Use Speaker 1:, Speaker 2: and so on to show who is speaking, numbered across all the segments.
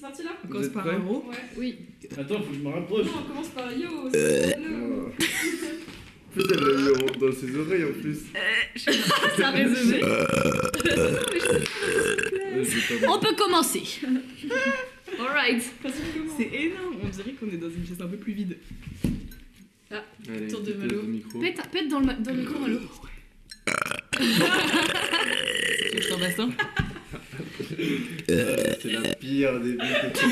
Speaker 1: partie là
Speaker 2: On
Speaker 3: Vous
Speaker 2: commence
Speaker 3: êtes
Speaker 2: par
Speaker 3: prêts
Speaker 2: un euro.
Speaker 1: Ouais.
Speaker 4: Oui.
Speaker 3: Attends, faut que je me rapproche.
Speaker 1: Non, on commence par Yo,
Speaker 3: Euh.
Speaker 1: c'est le-
Speaker 3: Putain, elle a eu le- dans ses oreilles en plus. Euh.
Speaker 4: Ça a résumé.
Speaker 1: Non, mais je sais
Speaker 3: Ouais, c'est pas bon.
Speaker 4: On peut commencer. Alright.
Speaker 1: pas si comment.
Speaker 2: C'est énorme. On dirait qu'on est dans une pièce un peu plus vide.
Speaker 3: Allez,
Speaker 2: tour de
Speaker 3: pète
Speaker 2: Malo.
Speaker 3: le micro.
Speaker 4: Pète, pète dans le, ma- dans le micro,
Speaker 3: Euh.
Speaker 4: Malo.
Speaker 2: Je t'en passe un.
Speaker 3: Euh, C'est la pire des podcasts.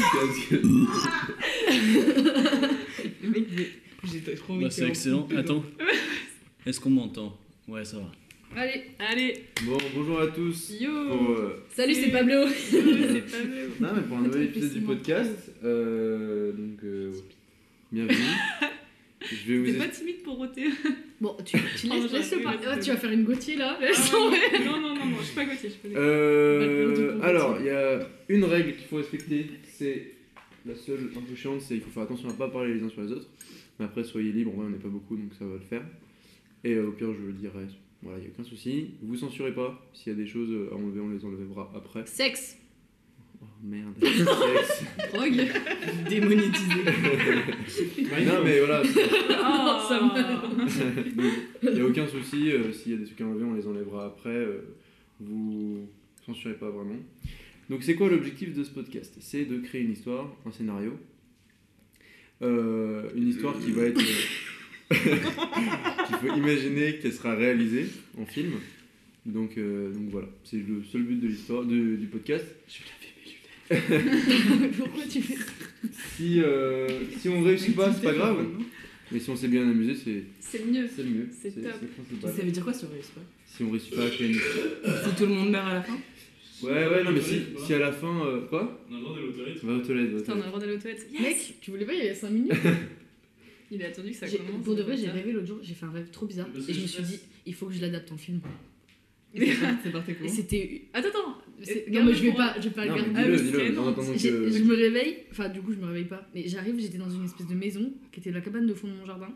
Speaker 2: Le mec, il- j'étais trop hein,
Speaker 5: Bah,
Speaker 2: envie
Speaker 5: c'est
Speaker 2: qu'il-
Speaker 5: excellent. Attends. Est-ce qu'on m'entend Ouais, ça va.
Speaker 4: Allez.
Speaker 2: Allez,
Speaker 3: Bon, bonjour à tous. Pour,
Speaker 2: yo.
Speaker 3: euh,
Speaker 4: Salut, c'est Pablo.
Speaker 2: C'est pas mal.
Speaker 3: non, mais pour un nouvel épisode du podcast. Euh, donc, euh, bienvenue. Je vais vous
Speaker 2: T'es pas
Speaker 3: expliquer.
Speaker 2: timide pour Ah roter.
Speaker 4: Bon, tu, tu
Speaker 2: Oh,
Speaker 4: laisses,
Speaker 2: j'aurais
Speaker 4: laisse le
Speaker 2: pu
Speaker 4: par-
Speaker 2: laisser.
Speaker 4: Oh, tu vas faire une Gauthier là. Laisse
Speaker 2: Ah,
Speaker 4: tomber.
Speaker 2: Non, non, non, non, je suis pas Gauthier, je peux pas.
Speaker 3: Euh, alors, il y a une règle qu'il faut respecter, c'est la seule un peu chiante, c'est qu'il faut faire attention à pas parler les uns sur les autres. Mais après, soyez libres, en vrai, on n'est pas beaucoup, donc ça va le faire. Et euh, au pire, je le dirai. Voilà, il n'y a aucun souci. Vous censurez pas. S'il y a des choses à enlever, on les enlèvera après.
Speaker 4: Sexe.
Speaker 3: Oh merde. Sexe.
Speaker 4: Drogue.
Speaker 2: Démonétisé.
Speaker 3: non, mais voilà,
Speaker 2: Oh,
Speaker 4: ça me-
Speaker 3: il n'y a aucun souci. euh, S'il y a des trucs à enlever, on les enlèvera après. euh, vous censurez pas vraiment. Donc, c'est quoi l'objectif de ce podcast C'est de créer une histoire, un scénario. Euh, une histoire qui va être. euh, qu'il faut imaginer qu'elle sera réalisée en film. Donc, euh, donc voilà, c'est le seul but de l'histoire de- du podcast.
Speaker 4: Pourquoi tu fais
Speaker 3: Si, euh, si on réussit pas, c'est pas grave. Mais si on s'est bien amusé, c'est
Speaker 1: C'est mieux.
Speaker 3: c'est le mieux.
Speaker 1: C'est top.
Speaker 3: le
Speaker 2: Ça
Speaker 3: principal.
Speaker 2: veut dire quoi sur réussit pas
Speaker 3: Si on réussit pas à créer une
Speaker 2: Si tout le monde meurt à la fin
Speaker 3: Ouais, ouais, non, mais si, si à la fin. euh, quoi
Speaker 5: On a le droit de l'autorité.
Speaker 3: Va aux toilettes, va aux
Speaker 1: Putain, on a
Speaker 3: toilettes.
Speaker 1: le droit d'aller aux toilettes. Yes
Speaker 4: Mec, tu voulais pas il y a 5 minutes
Speaker 1: Il a attendu que ça
Speaker 4: J'ai-
Speaker 1: commence.
Speaker 4: Pour de vrai, j'ai
Speaker 1: ça.
Speaker 4: rêvé l'autre jour, j'ai fait un rêve trop bizarre.
Speaker 3: Bah,
Speaker 5: Parce que
Speaker 4: Et je
Speaker 5: je
Speaker 4: me suis
Speaker 5: stresse.
Speaker 4: dit, il faut que je l'adapte en film.
Speaker 2: C'est parti
Speaker 4: Et
Speaker 2: comment
Speaker 4: c'était.
Speaker 1: Attends, attends.
Speaker 4: c'est-
Speaker 1: Et
Speaker 4: Non, mais je vais
Speaker 1: garde-le
Speaker 4: pas, je vais pas le
Speaker 3: Non,
Speaker 4: garder.
Speaker 3: mais
Speaker 2: Ah,
Speaker 3: dis-le,
Speaker 2: mais c'est
Speaker 3: dis-le, en
Speaker 2: énorme.
Speaker 3: attendant
Speaker 4: J'ai-
Speaker 3: que. euh,
Speaker 4: Je me réveille, enfin du coup je me réveille pas, mais j'arrive, j'étais dans une espèce de maison qui était la cabane de fond de mon jardin,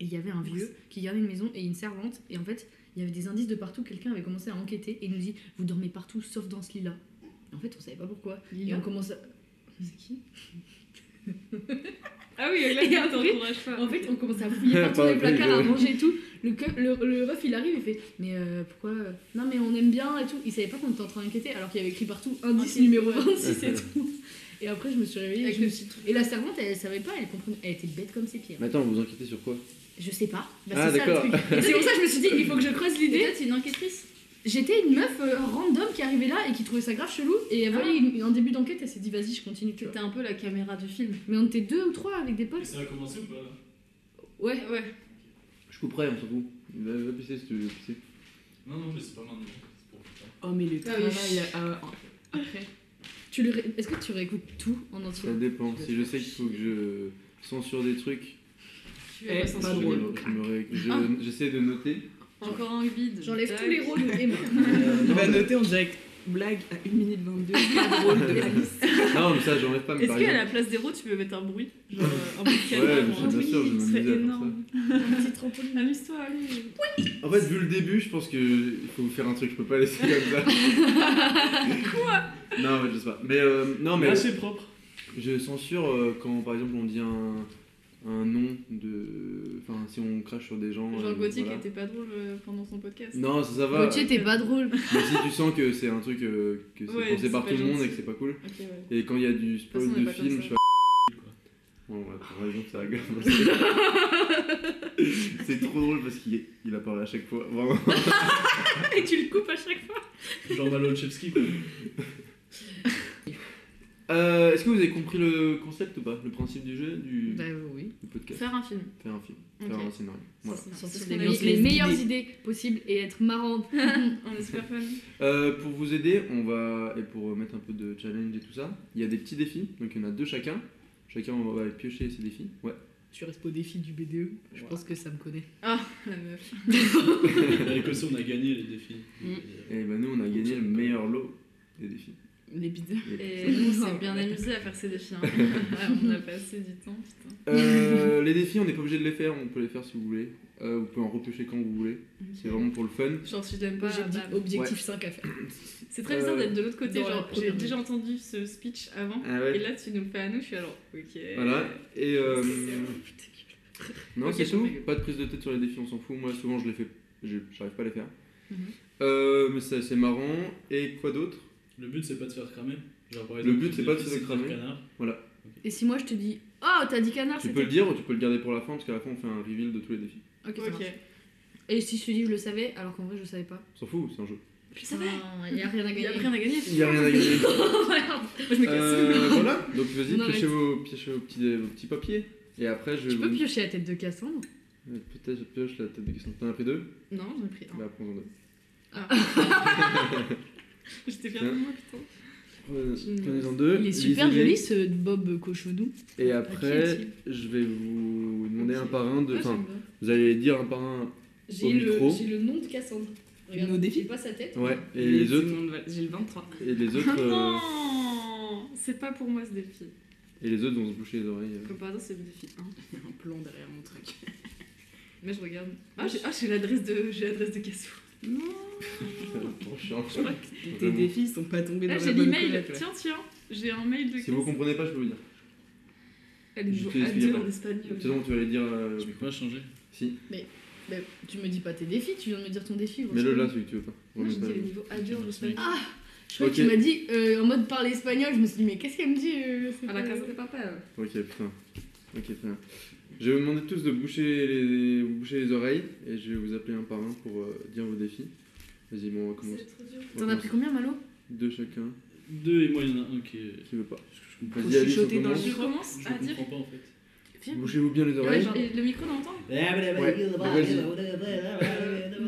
Speaker 4: et il y avait un vieux qui gardait une maison et une servante, et en fait il y avait des indices de partout, quelqu'un avait commencé à enquêter et il nous dit vous dormez partout sauf dans ce lit là. En fait on savait pas pourquoi. Et on commence à... C'est qui
Speaker 1: Ah oui, là,
Speaker 4: Et
Speaker 1: il
Speaker 4: après-
Speaker 1: t'encourage pas.
Speaker 4: En fait, on commence à fouiller partout dans les
Speaker 3: Pas vrai,
Speaker 4: placards, à
Speaker 3: je-
Speaker 4: ranger et tout. Le, que- le, le ref, il arrive, il fait Mais euh, pourquoi euh, Non, mais on aime bien et tout. Il savait pas qu'on était en train d'inquiéter, alors qu'il y avait écrit partout indice
Speaker 1: Indice
Speaker 4: numéro 26 et tout. Et après, je me suis réveillée. Et,
Speaker 1: Avec
Speaker 4: je me
Speaker 1: le
Speaker 4: suis-
Speaker 1: petit truc.
Speaker 4: et la servante, elle savait pas, elle comprenait. Elle était bête comme ses pieds. hein.
Speaker 3: Mais attends, vous vous inquiétez sur quoi
Speaker 4: Je sais pas. Bah,
Speaker 3: Ah,
Speaker 4: c'est ça le
Speaker 3: d'accord.
Speaker 4: truc. Et c'est pour ça que je me suis dit Il faut que je creuse l'idée.
Speaker 1: c'est une enquêtrice.
Speaker 4: J'étais une meuf euh, random qui arrivait là et qui trouvait ça grave chelou. Et elle
Speaker 1: Ah.
Speaker 4: voyait une- un début d'enquête, elle s'est dit Vas-y, je continue. tu vois.
Speaker 1: T'es un peu la caméra du film.
Speaker 4: Mais on était deux ou trois avec des potes.
Speaker 5: Ça a commencé ou pas
Speaker 1: Ouais, ouais.
Speaker 3: Je couperai, on s'en fout. Va, va pisser si tu veux pisser.
Speaker 5: Non, non, mais c'est pas maintenant. C'est pour plus tard.
Speaker 2: Oh, mais le
Speaker 1: Ah oui.
Speaker 2: travail. euh, Après.
Speaker 4: Tu le ré- Est-ce que tu réécoutes tout en entier
Speaker 3: Ça dépend. Si je sais qu'il faut que je censure des trucs,
Speaker 1: Tu
Speaker 2: Eh,
Speaker 1: vas
Speaker 2: pas
Speaker 3: je,
Speaker 1: censurer.
Speaker 2: drôle.
Speaker 3: je me ré- je-
Speaker 1: Ah.
Speaker 3: j'essaie de noter.
Speaker 1: Encore un vide.
Speaker 4: J'enlève
Speaker 1: Tac.
Speaker 4: tous les rôles de Emma.
Speaker 3: Euh,
Speaker 2: Il
Speaker 3: non,
Speaker 2: va
Speaker 3: mais-
Speaker 2: noter en direct blague à 1 minute 22. le rôle de Alice.
Speaker 3: non, mais ça, j'enlève pas, mais
Speaker 1: Est-ce
Speaker 3: par
Speaker 1: qu'à
Speaker 3: exemple.
Speaker 1: la place des rôles, tu peux mettre un bruit Genre euh, un bruit de caméra ou un
Speaker 3: Ouais,
Speaker 2: hein.
Speaker 3: bien
Speaker 1: bruit,
Speaker 3: sûr, je
Speaker 1: ce
Speaker 3: m'amusais
Speaker 1: serait
Speaker 3: à faire ça.
Speaker 1: énorme.
Speaker 4: C'est trop poli.
Speaker 1: Amuse-toi, allez.
Speaker 3: En fait, vu le début, je pense que il faut vous faire un truc, je peux pas laisser comme ça. Quoi Non, mais je sais pas. Mais euh, non, mais.
Speaker 5: Là, Ah, c'est propre.
Speaker 3: Je censure euh, quand par exemple on dit un, un nom de. Enfin, si on crache sur des gens. euh,
Speaker 1: Genre Gauthier qui
Speaker 3: voilà.
Speaker 1: était pas drôle euh, pendant son podcast.
Speaker 3: Non, ça, ça va.
Speaker 4: Gauthier, t'es pas drôle.
Speaker 3: Mais si tu sens que c'est un truc euh, que c'est
Speaker 1: Ouais,
Speaker 3: pensé
Speaker 1: c'est
Speaker 3: par
Speaker 1: pas
Speaker 3: tout le monde
Speaker 1: gentil.
Speaker 3: et que c'est pas cool.
Speaker 1: Ok, ouais.
Speaker 3: Et quand il y a du spoil
Speaker 1: façon, on
Speaker 3: de
Speaker 1: est pas
Speaker 3: film,
Speaker 1: comme
Speaker 3: je fais
Speaker 1: ça.
Speaker 3: Bon, ouais, t'as raison, ça rigole. c'est trop drôle parce qu'il il apparaît à chaque fois. Vraiment.
Speaker 1: Et tu le coupes à chaque fois
Speaker 5: Genre Malolchevski, quoi.
Speaker 3: Euh, Est-ce que vous avez compris le concept ou pas Le principe du jeu, du,
Speaker 4: oui.
Speaker 3: du podcast
Speaker 1: Faire un film.
Speaker 3: Faire un film, faire
Speaker 1: Bah Ok.
Speaker 3: un scénario. Voilà.
Speaker 1: Ça, c'est-
Speaker 4: Sortir
Speaker 1: c'est ce
Speaker 4: les,
Speaker 1: qu'on a
Speaker 4: meilleures-
Speaker 1: dit.
Speaker 4: les meilleures idées possibles et être marrante.
Speaker 1: On est super fun.
Speaker 3: Euh, pour vous aider, on va et pour euh, mettre un peu de challenge et tout ça, il y a des petits défis. Donc il y en a deux chacun. Chacun on va piocher ses défis. Ouais.
Speaker 2: Je reste au défi du E. BDE. Je
Speaker 5: Ouais.
Speaker 2: pense que ça me connaît.
Speaker 1: La meuf.
Speaker 5: Avec aussi, on a gagné les défis.
Speaker 2: Mm.
Speaker 3: Et ben nous on a gagné le meilleur lot des défis.
Speaker 1: Les bides. Et
Speaker 4: bides.
Speaker 1: nous, on s'est bien amusés à faire ces défis. hein. Ah, on a passé du temps, putain.
Speaker 3: Euh, les défis, on n'est pas obligé de les faire, on peut les faire si vous voulez. Euh, vous pouvez en repiocher quand vous voulez. C'est vraiment pour le fun.
Speaker 1: Genre, si je l'aime pas,
Speaker 4: Objectif,
Speaker 1: bam.
Speaker 4: objectif 5 à faire.
Speaker 1: c'est très bizarre d'être de l'autre côté.
Speaker 4: oh. Dans la
Speaker 1: Genre,
Speaker 4: première
Speaker 1: j'ai
Speaker 4: minute.
Speaker 1: déjà entendu ce speech avant.
Speaker 3: Ah
Speaker 1: Et
Speaker 3: ouais.
Speaker 1: là, tu nous le fais à nous, je suis alors, ok.
Speaker 3: Voilà. Et euh,
Speaker 1: Putain,
Speaker 3: non,
Speaker 1: Ok,
Speaker 3: c'est tout.
Speaker 1: compris.
Speaker 3: Pas de prise de tête sur les défis, on s'en fout. Moi, souvent, je les fais. je- J'arrive pas à les faire.
Speaker 4: Mhm.
Speaker 3: Euh, mais ça, c'est marrant. Et quoi d'autre
Speaker 5: Le but, c'est pas de se faire cramer. Genre, par
Speaker 3: Le
Speaker 5: exemple,
Speaker 3: but,
Speaker 5: ce
Speaker 3: c'est pas de
Speaker 5: défi,
Speaker 3: se faire
Speaker 5: faire
Speaker 3: cramer.
Speaker 5: canard.
Speaker 4: Et si moi je te dis Oh, t'as dit canard,
Speaker 3: Tu
Speaker 4: c'était.
Speaker 3: peux le dire ou tu peux le garder pour la fin parce qu'à la fin, on fait un reveal de tous les défis.
Speaker 4: Ok, ça
Speaker 1: Ok.
Speaker 4: marche. Et si je te dis je le savais, alors qu'en vrai je le savais pas.
Speaker 3: On s'en fout, c'est un jeu.
Speaker 1: Je
Speaker 4: Ça va Il n'y Ah, a rien à
Speaker 1: Il
Speaker 4: gagner.
Speaker 1: y a rien à gagner.
Speaker 3: Il y a rien à gagner.
Speaker 4: Oh, merde. Moi, je me casse.
Speaker 3: Euh, voilà, donc vas-y,
Speaker 4: Non,
Speaker 3: piochez
Speaker 4: arrête.
Speaker 3: vos, piochez vos petits, vos petits papiers. Et après, je.
Speaker 4: Tu peux
Speaker 3: vous-
Speaker 4: piocher la tête de Cassandre
Speaker 3: Euh, Peut-être je pioche la tête de question. T'en as pris deux
Speaker 1: Non, j'en ai pris un.
Speaker 3: Bah, prends-en deux.
Speaker 1: J'étais bien de moi, putain.
Speaker 3: Prenez-
Speaker 1: Génial.
Speaker 3: Prenez-en deux.
Speaker 4: Il est super
Speaker 3: lisez-les.
Speaker 4: joli ce Bob Cochonou.
Speaker 3: Et
Speaker 1: À qui
Speaker 3: après, je vais vous demander un par un de.
Speaker 1: Ah,
Speaker 3: Enfin, vous allez dire un par un. Au micro.
Speaker 4: le nom de Cassandre.
Speaker 2: Nos défis.
Speaker 4: j'ai pas sa tête.
Speaker 3: Ouais, et
Speaker 2: Mais
Speaker 3: les
Speaker 2: tout
Speaker 3: autres.
Speaker 2: le monde va- J'ai le 23.
Speaker 3: Et les autres. euh,
Speaker 1: Non C'est pas pour moi ce défi.
Speaker 3: et les autres vont se boucher les oreilles. euh.
Speaker 1: Comme par exemple, c'est le défi 1.
Speaker 2: Il y a un plan derrière mon truc.
Speaker 1: Mais je regarde. Ah, j'ai ah, j'ai l'adresse de, j'ai l'adresse de Cassou.
Speaker 2: Non
Speaker 3: Trop chiant.
Speaker 2: Tes
Speaker 3: Vraiment.
Speaker 2: défis sont pas tombés dans
Speaker 1: Là,
Speaker 2: la
Speaker 1: Ah, j'ai
Speaker 2: bonne
Speaker 1: l'email.
Speaker 2: colloque, là.
Speaker 1: Tiens, tiens, j'ai un mail de
Speaker 3: Si vous
Speaker 1: Cassou.
Speaker 3: comprenez pas, je peux vous dire.
Speaker 1: Elle est
Speaker 3: Je
Speaker 1: toujours
Speaker 3: te laisse lire.
Speaker 1: A2 en
Speaker 3: De
Speaker 1: espagnol.
Speaker 3: toute façon, tu vas les dire. euh,
Speaker 5: Je peux pas changer.
Speaker 3: Si.
Speaker 4: Bah, tu me dis pas tes défis, tu viens de me dire ton défi. gros.
Speaker 3: Mets-le là, celui que tu veux pas.
Speaker 1: Moi,
Speaker 3: Remets
Speaker 1: j'ai dit
Speaker 3: pas.
Speaker 1: le niveau A2 en espagnol.
Speaker 4: Ah, Je crois que
Speaker 3: Ok.
Speaker 4: tu m'as dit euh, en mode parler espagnol. Je me suis dit, mais qu'est-ce qu'elle me dit euh, c'est
Speaker 1: Ah, À la
Speaker 4: pas-
Speaker 1: casa de papa.
Speaker 3: Ok, putain. Ok, très bien. Je vais vous demander tous de boucher les, vous boucher les oreilles et je vais vous appeler un par un pour euh, dire vos défis. Vas-y, bon, on commence.
Speaker 1: trop dur.
Speaker 3: On
Speaker 4: T'en as
Speaker 3: commence.
Speaker 4: pris combien, Malo
Speaker 3: Deux chacun,
Speaker 5: Deux et moi, il y en a un qui est.
Speaker 3: qui veut pas.
Speaker 5: Parce que je comprends,
Speaker 3: Vas-y, Alice, on
Speaker 2: chuchoter dans le
Speaker 3: commence.
Speaker 1: Je commence
Speaker 5: je
Speaker 1: à Ah, dire.
Speaker 5: comprends pas en fait.
Speaker 3: Bouchez-vous bien les oreilles.
Speaker 1: Et le micro, on entend Euh,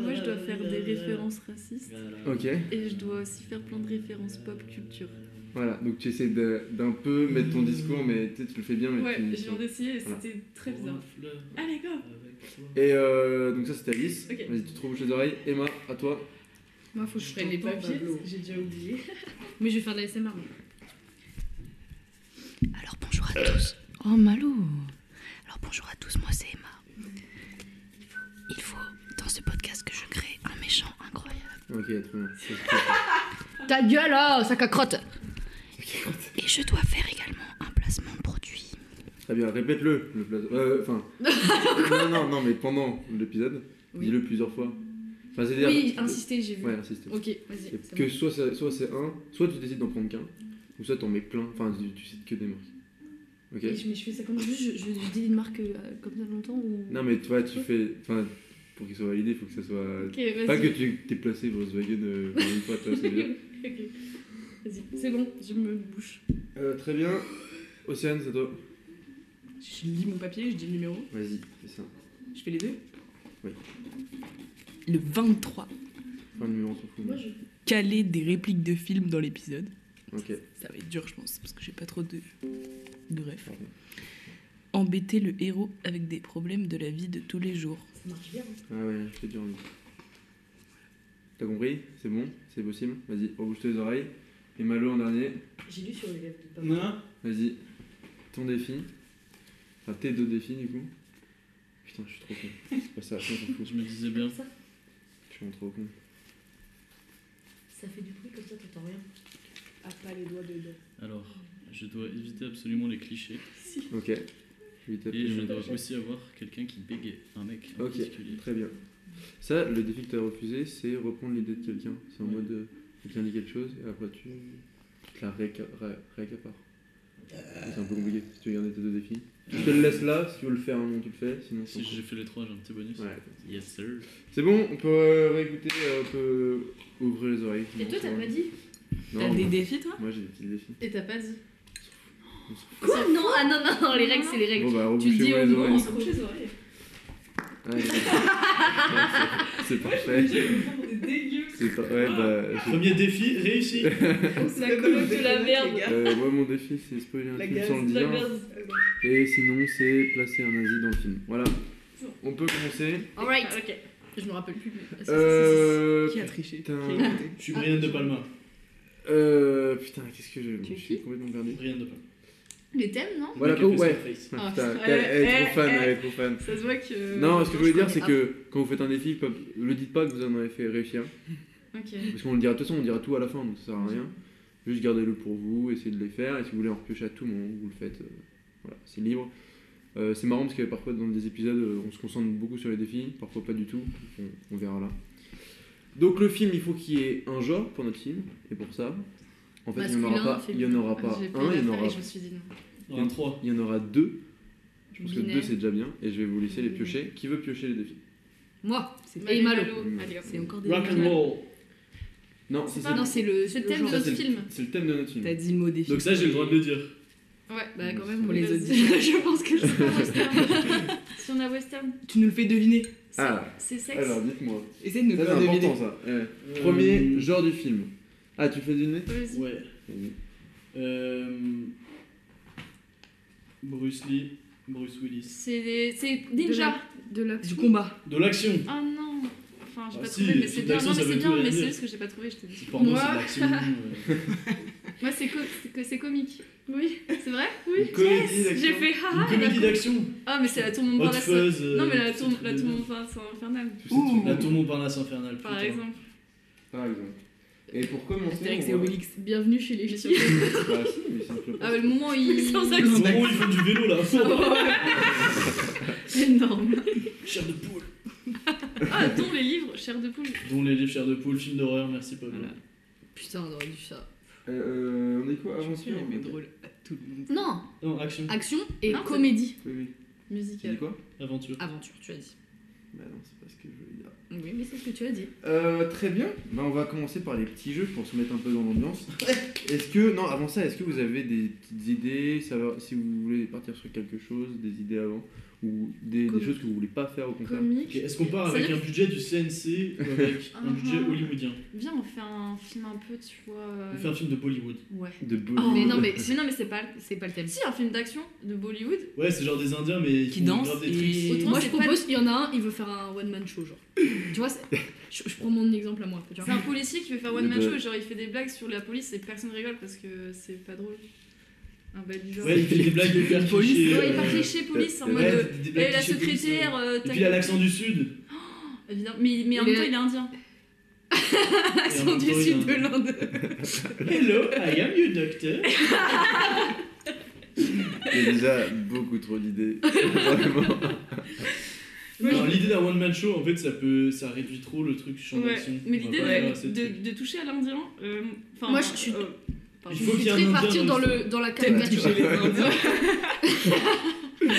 Speaker 1: Moi, je dois faire des références racistes.
Speaker 3: Ok,
Speaker 1: Et je dois aussi faire plein de références pop culture.
Speaker 3: voilà. Donc tu essaies de- d'un peu mettre ton discours, mais tu sais, tu le fais bien. Mais
Speaker 1: Ouais,
Speaker 3: tu-
Speaker 1: je viens d'essayer et
Speaker 3: Voilà.
Speaker 1: c'était très bizarre. Allez, go
Speaker 3: Et euh, donc ça, c'était Alice.
Speaker 1: Ok.
Speaker 3: Vas-y, tu te rebouches les oreilles. Emma, à toi.
Speaker 4: Moi, faut que je prenne les
Speaker 2: T'entends,
Speaker 4: papiers.
Speaker 2: Pablo.
Speaker 4: J'ai déjà oublié. Mais je vais faire de la SMR.
Speaker 6: Alors bonjour à tous. Oh Malo. Alors bonjour à tous, moi c'est Emma. Il faut dans ce podcast que je crée un méchant incroyable.
Speaker 3: Ok, très bien.
Speaker 4: Ta gueule, là, sac à crotte
Speaker 6: Et je dois faire également un placement produit.
Speaker 3: Très bien, répète-le. le plat- euh, Enfin. non, non, non, mais pendant l'épisode,
Speaker 4: Oui.
Speaker 3: dis-le plusieurs fois. Enfin, c'est-à-dire.
Speaker 4: Oui, insister, j'ai vu.
Speaker 3: Ouais, insiste.
Speaker 4: Ok, vas-y.
Speaker 3: Et
Speaker 4: c'est
Speaker 3: que
Speaker 4: bon.
Speaker 3: soit, ça- soit c'est un, soit tu décides d'en prendre qu'un, ou soit t'en mets plein, enfin tu, tu cites que des marques. Ok
Speaker 4: Et je, mais je fais ça comme juste, je, je, je dis une marque euh, comme ça longtemps ou.
Speaker 3: Non mais tu vois, tu fais. Enfin, pour qu'il soit validé, il faut que ça soit.
Speaker 4: Ok, vas-y.
Speaker 3: Pas que tu t'es placé Volkswagen euh, pour une fois, tu vois ce que je veux dire.
Speaker 4: Ok. Vas-y, c'est bon, je me bouche.
Speaker 3: Euh, très bien. Océane, c'est toi.
Speaker 2: Je lis mon papier, je dis le numéro.
Speaker 3: Vas-y, fais ça.
Speaker 2: Je fais les deux
Speaker 3: Oui.
Speaker 2: Le 23.
Speaker 3: Enfin, le numéro, on s'en fout.
Speaker 4: Moi, je.
Speaker 2: Caler des répliques de films dans l'épisode.
Speaker 3: Ok.
Speaker 2: Ça va être dur, je pense, parce que j'ai pas trop de, de ref.
Speaker 3: Pardon.
Speaker 2: Embêter le héros avec des problèmes de la vie de tous les jours.
Speaker 4: Ça marche bien. hein.
Speaker 3: Ah ouais, c'est dur. lui. T'as compris C'est bon C'est possible Vas-y, rebouche-toi les oreilles. Et Malo en dernier.
Speaker 4: J'ai lu sur les lèvres de papa.
Speaker 5: Non
Speaker 3: Vas-y, ton défi. Enfin, tes deux défis, du coup. Putain, je suis trop con. C'est pas ça, je m'en fous.
Speaker 5: Je me disais bien.
Speaker 4: Ça,
Speaker 3: Je suis vraiment trop con.
Speaker 4: ça fait du bruit comme ça, t'entends rien.
Speaker 2: Ah, pas les doigts dedans.
Speaker 5: Alors, je dois éviter absolument les clichés.
Speaker 3: Ok. Je vais taper
Speaker 5: Et je
Speaker 3: le-
Speaker 5: dois aussi avoir quelqu'un qui bégait. Un mec en
Speaker 3: Ok.
Speaker 5: particulier.
Speaker 3: Très bien. Ça, le défi que t'as refusé, c'est reprendre l'idée de quelqu'un. C'est en
Speaker 5: Ouais.
Speaker 3: mode, euh, quelqu'un dit quelque chose, et après tu, tu la réca- ré- réaccapares.
Speaker 5: Euh.
Speaker 3: C'est un peu compliqué si tu veux garder tes deux défis. Je te le laisse là, si tu veux le faire un moment, tu le fais, sinon on s'en
Speaker 5: Si j'ai
Speaker 3: fout.
Speaker 5: fait les trois, j'ai un petit bonus.
Speaker 3: Ouais.
Speaker 5: Yes, sir.
Speaker 3: C'est bon, on peut euh, réécouter, euh, on peut ouvrir les oreilles.
Speaker 4: Et toi, t'as pas dit
Speaker 2: T'as
Speaker 3: Non,
Speaker 2: des
Speaker 3: moi,
Speaker 2: défis, toi
Speaker 3: moi j'ai des petits défis.
Speaker 1: Et t'as pas dit
Speaker 4: Quoi Non, ah non, non, non, les règles, c'est les règles.
Speaker 3: Bon bah
Speaker 4: tu le
Speaker 3: rebouchez-vous
Speaker 4: dis au
Speaker 3: les
Speaker 4: moment où on
Speaker 3: oreilles.
Speaker 4: se couche les oreilles.
Speaker 3: Ouais, c'est- c'est parfait. C'est par- ouais, bah, je-
Speaker 5: Premier défi réussi.
Speaker 4: La coloc de la merde.
Speaker 3: euh, moi mon défi c'est spoiler un film sans le
Speaker 4: La
Speaker 3: dire.
Speaker 4: merde.
Speaker 3: Et sinon c'est placer un nazi dans le film. Voilà. On peut commencer.
Speaker 4: Alright.
Speaker 1: Ah, ok.
Speaker 4: Je me rappelle plus. mais-
Speaker 3: Euh...
Speaker 2: Qui a triché
Speaker 3: putain.
Speaker 2: Qui a écouté
Speaker 5: Je suis Brian de Palma.
Speaker 3: Euh, putain, qu'est-ce que je.
Speaker 1: Tu es
Speaker 3: Je suis
Speaker 1: qui
Speaker 3: complètement perdu.
Speaker 5: Rien de pas.
Speaker 1: Les thèmes, non
Speaker 3: Voilà,
Speaker 5: Michael
Speaker 3: quoi, ouais.
Speaker 5: Scarface.
Speaker 3: Ah,
Speaker 1: Ah,
Speaker 3: putain,
Speaker 1: putain,
Speaker 3: elle, elle
Speaker 1: eh,
Speaker 3: est trop
Speaker 1: eh,
Speaker 3: fan,
Speaker 1: eh. Euh,
Speaker 3: elle est trop fan.
Speaker 1: Ça se voit que.
Speaker 3: non, ce que je voulais dire, c'est
Speaker 4: connais
Speaker 3: que quand vous faites un défi, pop- le dites pas que vous en avez fait réussir.
Speaker 1: Ah, Ok.
Speaker 3: Parce qu'on le dira, de toute façon, on dira tout à la fin, donc ça sert à rien. Juste gardez-le pour vous, essayez de les faire, et si vous voulez en repiocher à tout moment, vous le faites. euh, voilà, c'est libre. Euh, c'est marrant parce que parfois dans des épisodes, euh, on se concentre beaucoup sur les défis, parfois pas du tout, donc on, on verra là. Donc le film, il faut qu'il y ait un genre pour notre film, et pour ça, en fait, il n'y en aura
Speaker 4: Masculin,
Speaker 3: pas, il y en aura pas Ah
Speaker 1: J'ai pas
Speaker 3: un,
Speaker 1: eu
Speaker 3: il y en
Speaker 1: l'affaire
Speaker 3: aura,
Speaker 1: et je me suis dit non.
Speaker 5: Il y en a trois.
Speaker 3: il y en aura deux. Je pense que
Speaker 4: Binaire.
Speaker 3: deux, c'est déjà bien, et je vais vous laisser les
Speaker 4: Binaire.
Speaker 3: piocher. Qui veut piocher les défis
Speaker 4: Moi,
Speaker 2: C'est
Speaker 4: Et Malo.
Speaker 3: Mmh.
Speaker 1: Allez, hop.
Speaker 2: C'est encore des.
Speaker 5: Rock and roll.
Speaker 3: Non,
Speaker 1: C'est
Speaker 3: ça,
Speaker 1: pas-
Speaker 4: non, Ah, c'est le,
Speaker 1: C'est
Speaker 4: le
Speaker 1: le thème
Speaker 4: thème
Speaker 1: de
Speaker 3: ça,
Speaker 1: notre
Speaker 3: c'est le-
Speaker 1: film.
Speaker 3: c'est le thème de notre film.
Speaker 2: T'as dit le mot défi.
Speaker 5: Donc ça, j'ai le droit de le dire.
Speaker 1: Ouais,
Speaker 4: Bah, quand même,
Speaker 2: Pour les
Speaker 1: vas-y.
Speaker 2: auditeurs.
Speaker 1: je pense que c'est pas western. si on a western,
Speaker 2: Tu nous le fais deviner.
Speaker 1: c'est-
Speaker 3: Ah,
Speaker 1: c'est sexe.
Speaker 3: alors dites-moi.
Speaker 2: Essaie de nous
Speaker 3: Ça,
Speaker 2: le
Speaker 3: c'est
Speaker 2: faire
Speaker 3: important
Speaker 2: deviner.
Speaker 3: ça. Ouais. Premier
Speaker 5: Euh,
Speaker 3: genre du film. Ah, tu fais du nez
Speaker 1: Vas-y.
Speaker 5: Ouais. Euh, Bruce Lee, Bruce Willis.
Speaker 1: C'est des- c'est
Speaker 4: Déjà.
Speaker 1: Ninja.
Speaker 4: De la...
Speaker 2: Du combat.
Speaker 5: De l'action.
Speaker 1: Ah non. Enfin, j'ai
Speaker 5: Ah
Speaker 1: pas
Speaker 5: si,
Speaker 1: trouvé, mais
Speaker 5: film
Speaker 1: c'est bien.
Speaker 5: d'action,
Speaker 1: Non, mais
Speaker 5: ça
Speaker 1: c'est
Speaker 5: veut tout
Speaker 1: bien,
Speaker 5: rien
Speaker 1: mais
Speaker 5: dire.
Speaker 1: c'est juste que j'ai pas trouvé, je te dis.
Speaker 5: C'est porno,
Speaker 4: Moi.
Speaker 5: c'est de l'action. euh,
Speaker 1: Moi, c'est co- c'est que c'est comique. Oui, c'est vrai Oui.
Speaker 5: Une comédie
Speaker 1: J'ai
Speaker 5: d'action.
Speaker 1: fait haha.
Speaker 5: Une comédie d'action.
Speaker 1: Ah, mais c'est la tour
Speaker 5: Hot
Speaker 1: Montparnasse.
Speaker 5: Fuzz. euh,
Speaker 1: Non, mais la
Speaker 5: tout
Speaker 1: tour
Speaker 5: ce
Speaker 1: la
Speaker 5: truc
Speaker 1: tour
Speaker 5: de-
Speaker 1: Montparnasse infernale,
Speaker 3: Tu sais tout le
Speaker 5: La
Speaker 3: monde.
Speaker 5: tour Montparnasse infernale.
Speaker 1: par
Speaker 5: putain.
Speaker 1: exemple.
Speaker 3: Par exemple. Et pour commencer.
Speaker 2: Astérix
Speaker 3: on
Speaker 2: et
Speaker 3: va-
Speaker 2: Obélix.
Speaker 4: Bienvenue chez les
Speaker 1: Bien
Speaker 4: filles.
Speaker 1: sûr.
Speaker 3: Bah, si, mais c'est un peu.
Speaker 4: Ah, ouais, le moment où il.
Speaker 1: Sans
Speaker 5: Au
Speaker 1: accent.
Speaker 5: moment où ils font du vélo là.
Speaker 1: Ah
Speaker 4: Énorme.
Speaker 5: Chair de poule.
Speaker 1: Ah, dont les livres, chair de poule.
Speaker 5: Dont les livres Chair de poule, film d'horreur, merci Pablo.
Speaker 2: Voilà.
Speaker 4: Putain, on aurait dû ça.
Speaker 3: Euh, euh, on est quoi
Speaker 2: Je
Speaker 3: Aventure
Speaker 2: mais
Speaker 3: ok.
Speaker 2: drôle à tout le monde.
Speaker 4: Non,
Speaker 5: Non, action,
Speaker 4: action et
Speaker 1: Non, c'est-
Speaker 4: comédie.
Speaker 3: Oui, oui. Tu dis
Speaker 1: Musical.
Speaker 3: quoi
Speaker 5: aventure.
Speaker 4: Aventure, tu as dit.
Speaker 3: Bah, non, c'est pas ce que je voulais dire.
Speaker 4: Oui, mais c'est ce que tu as dit.
Speaker 3: Euh, très bien. Bah, on va commencer par les petits jeux pour se mettre un peu dans l'ambiance. Est-ce que. Non, avant ça, est-ce que vous avez des petites idées savoir Si vous voulez partir sur quelque chose, des idées avant Ou des, des
Speaker 1: Comme-
Speaker 3: choses que vous voulez pas faire au contraire
Speaker 5: Ok,
Speaker 1: Comique.
Speaker 5: Est-ce qu'on part
Speaker 1: Ça
Speaker 5: avec
Speaker 1: veut
Speaker 5: un budget du CNC ou avec un budget
Speaker 1: Ah.
Speaker 5: hollywoodien
Speaker 1: Viens, on fait un film un peu, tu vois. euh,
Speaker 5: On fait un film de Bollywood.
Speaker 1: Ouais.
Speaker 3: De
Speaker 4: Oh, mais
Speaker 3: Bollywood.
Speaker 4: non, mais, mais non, mais c'est pas, c'est pas le thème.
Speaker 1: Si, un film d'action de Bollywood.
Speaker 5: Ouais, c'est genre des Indiens, mais ils
Speaker 2: Qui
Speaker 5: font
Speaker 2: dansent
Speaker 5: grave des
Speaker 2: et-
Speaker 5: tricks.
Speaker 1: Autrement,
Speaker 4: Moi, je
Speaker 1: c'est pas-
Speaker 4: propose, il y en a un, il veut faire un one-man show, genre. tu vois, c'est- je, je prends mon exemple à moi. tu vois.
Speaker 1: C'est un policier qui veut faire
Speaker 5: Eh
Speaker 1: one
Speaker 3: Mais
Speaker 1: man
Speaker 5: ben.
Speaker 3: bah-
Speaker 1: show, genre il fait des blagues sur la police et personne rigole parce que c'est pas drôle. Un bel du genre.
Speaker 5: Ouais, il fait des blagues hyper
Speaker 2: Police.
Speaker 5: clichés.
Speaker 1: Ouais, il
Speaker 5: euh,
Speaker 1: part chez police en
Speaker 3: Ouais,
Speaker 1: mode.
Speaker 5: ouais,
Speaker 1: euh,
Speaker 5: des- des blagues
Speaker 1: Eh, la
Speaker 5: clichés police,
Speaker 1: secrétaire,
Speaker 5: euh.
Speaker 1: euh,
Speaker 5: Et
Speaker 1: t'as-
Speaker 5: puis il a l'accent du sud.
Speaker 1: Évidemment, mais, mais en
Speaker 4: Il
Speaker 1: même temps
Speaker 4: est-
Speaker 1: il est indien.
Speaker 5: Et en même
Speaker 4: Accent du
Speaker 5: temps, il
Speaker 4: sud
Speaker 5: y
Speaker 4: de
Speaker 5: a un-
Speaker 4: l'Inde.
Speaker 5: Hello, I am your doctor.
Speaker 3: Il y a déjà beaucoup trop d'idées. Vraiment.
Speaker 5: Alors, L'idée d'un one man show, en fait, ça peut, ça réduit trop le truc champ
Speaker 1: Ouais,
Speaker 5: d'action.
Speaker 1: mais
Speaker 5: On va
Speaker 1: l'idée
Speaker 5: pas faire assez
Speaker 1: de,
Speaker 5: de
Speaker 1: de,
Speaker 5: trucs.
Speaker 1: de toucher à l'Indien. euh, enfin,
Speaker 4: Moi, je suis-
Speaker 1: euh,
Speaker 5: Il
Speaker 1: pardon.
Speaker 5: faut
Speaker 4: Je
Speaker 5: qu'il
Speaker 4: suis
Speaker 5: y ait un
Speaker 4: très
Speaker 5: Indien
Speaker 4: partir dans,
Speaker 5: dans
Speaker 4: le, dans la
Speaker 2: T'aimes toucher
Speaker 4: caricature.
Speaker 2: les Indiens.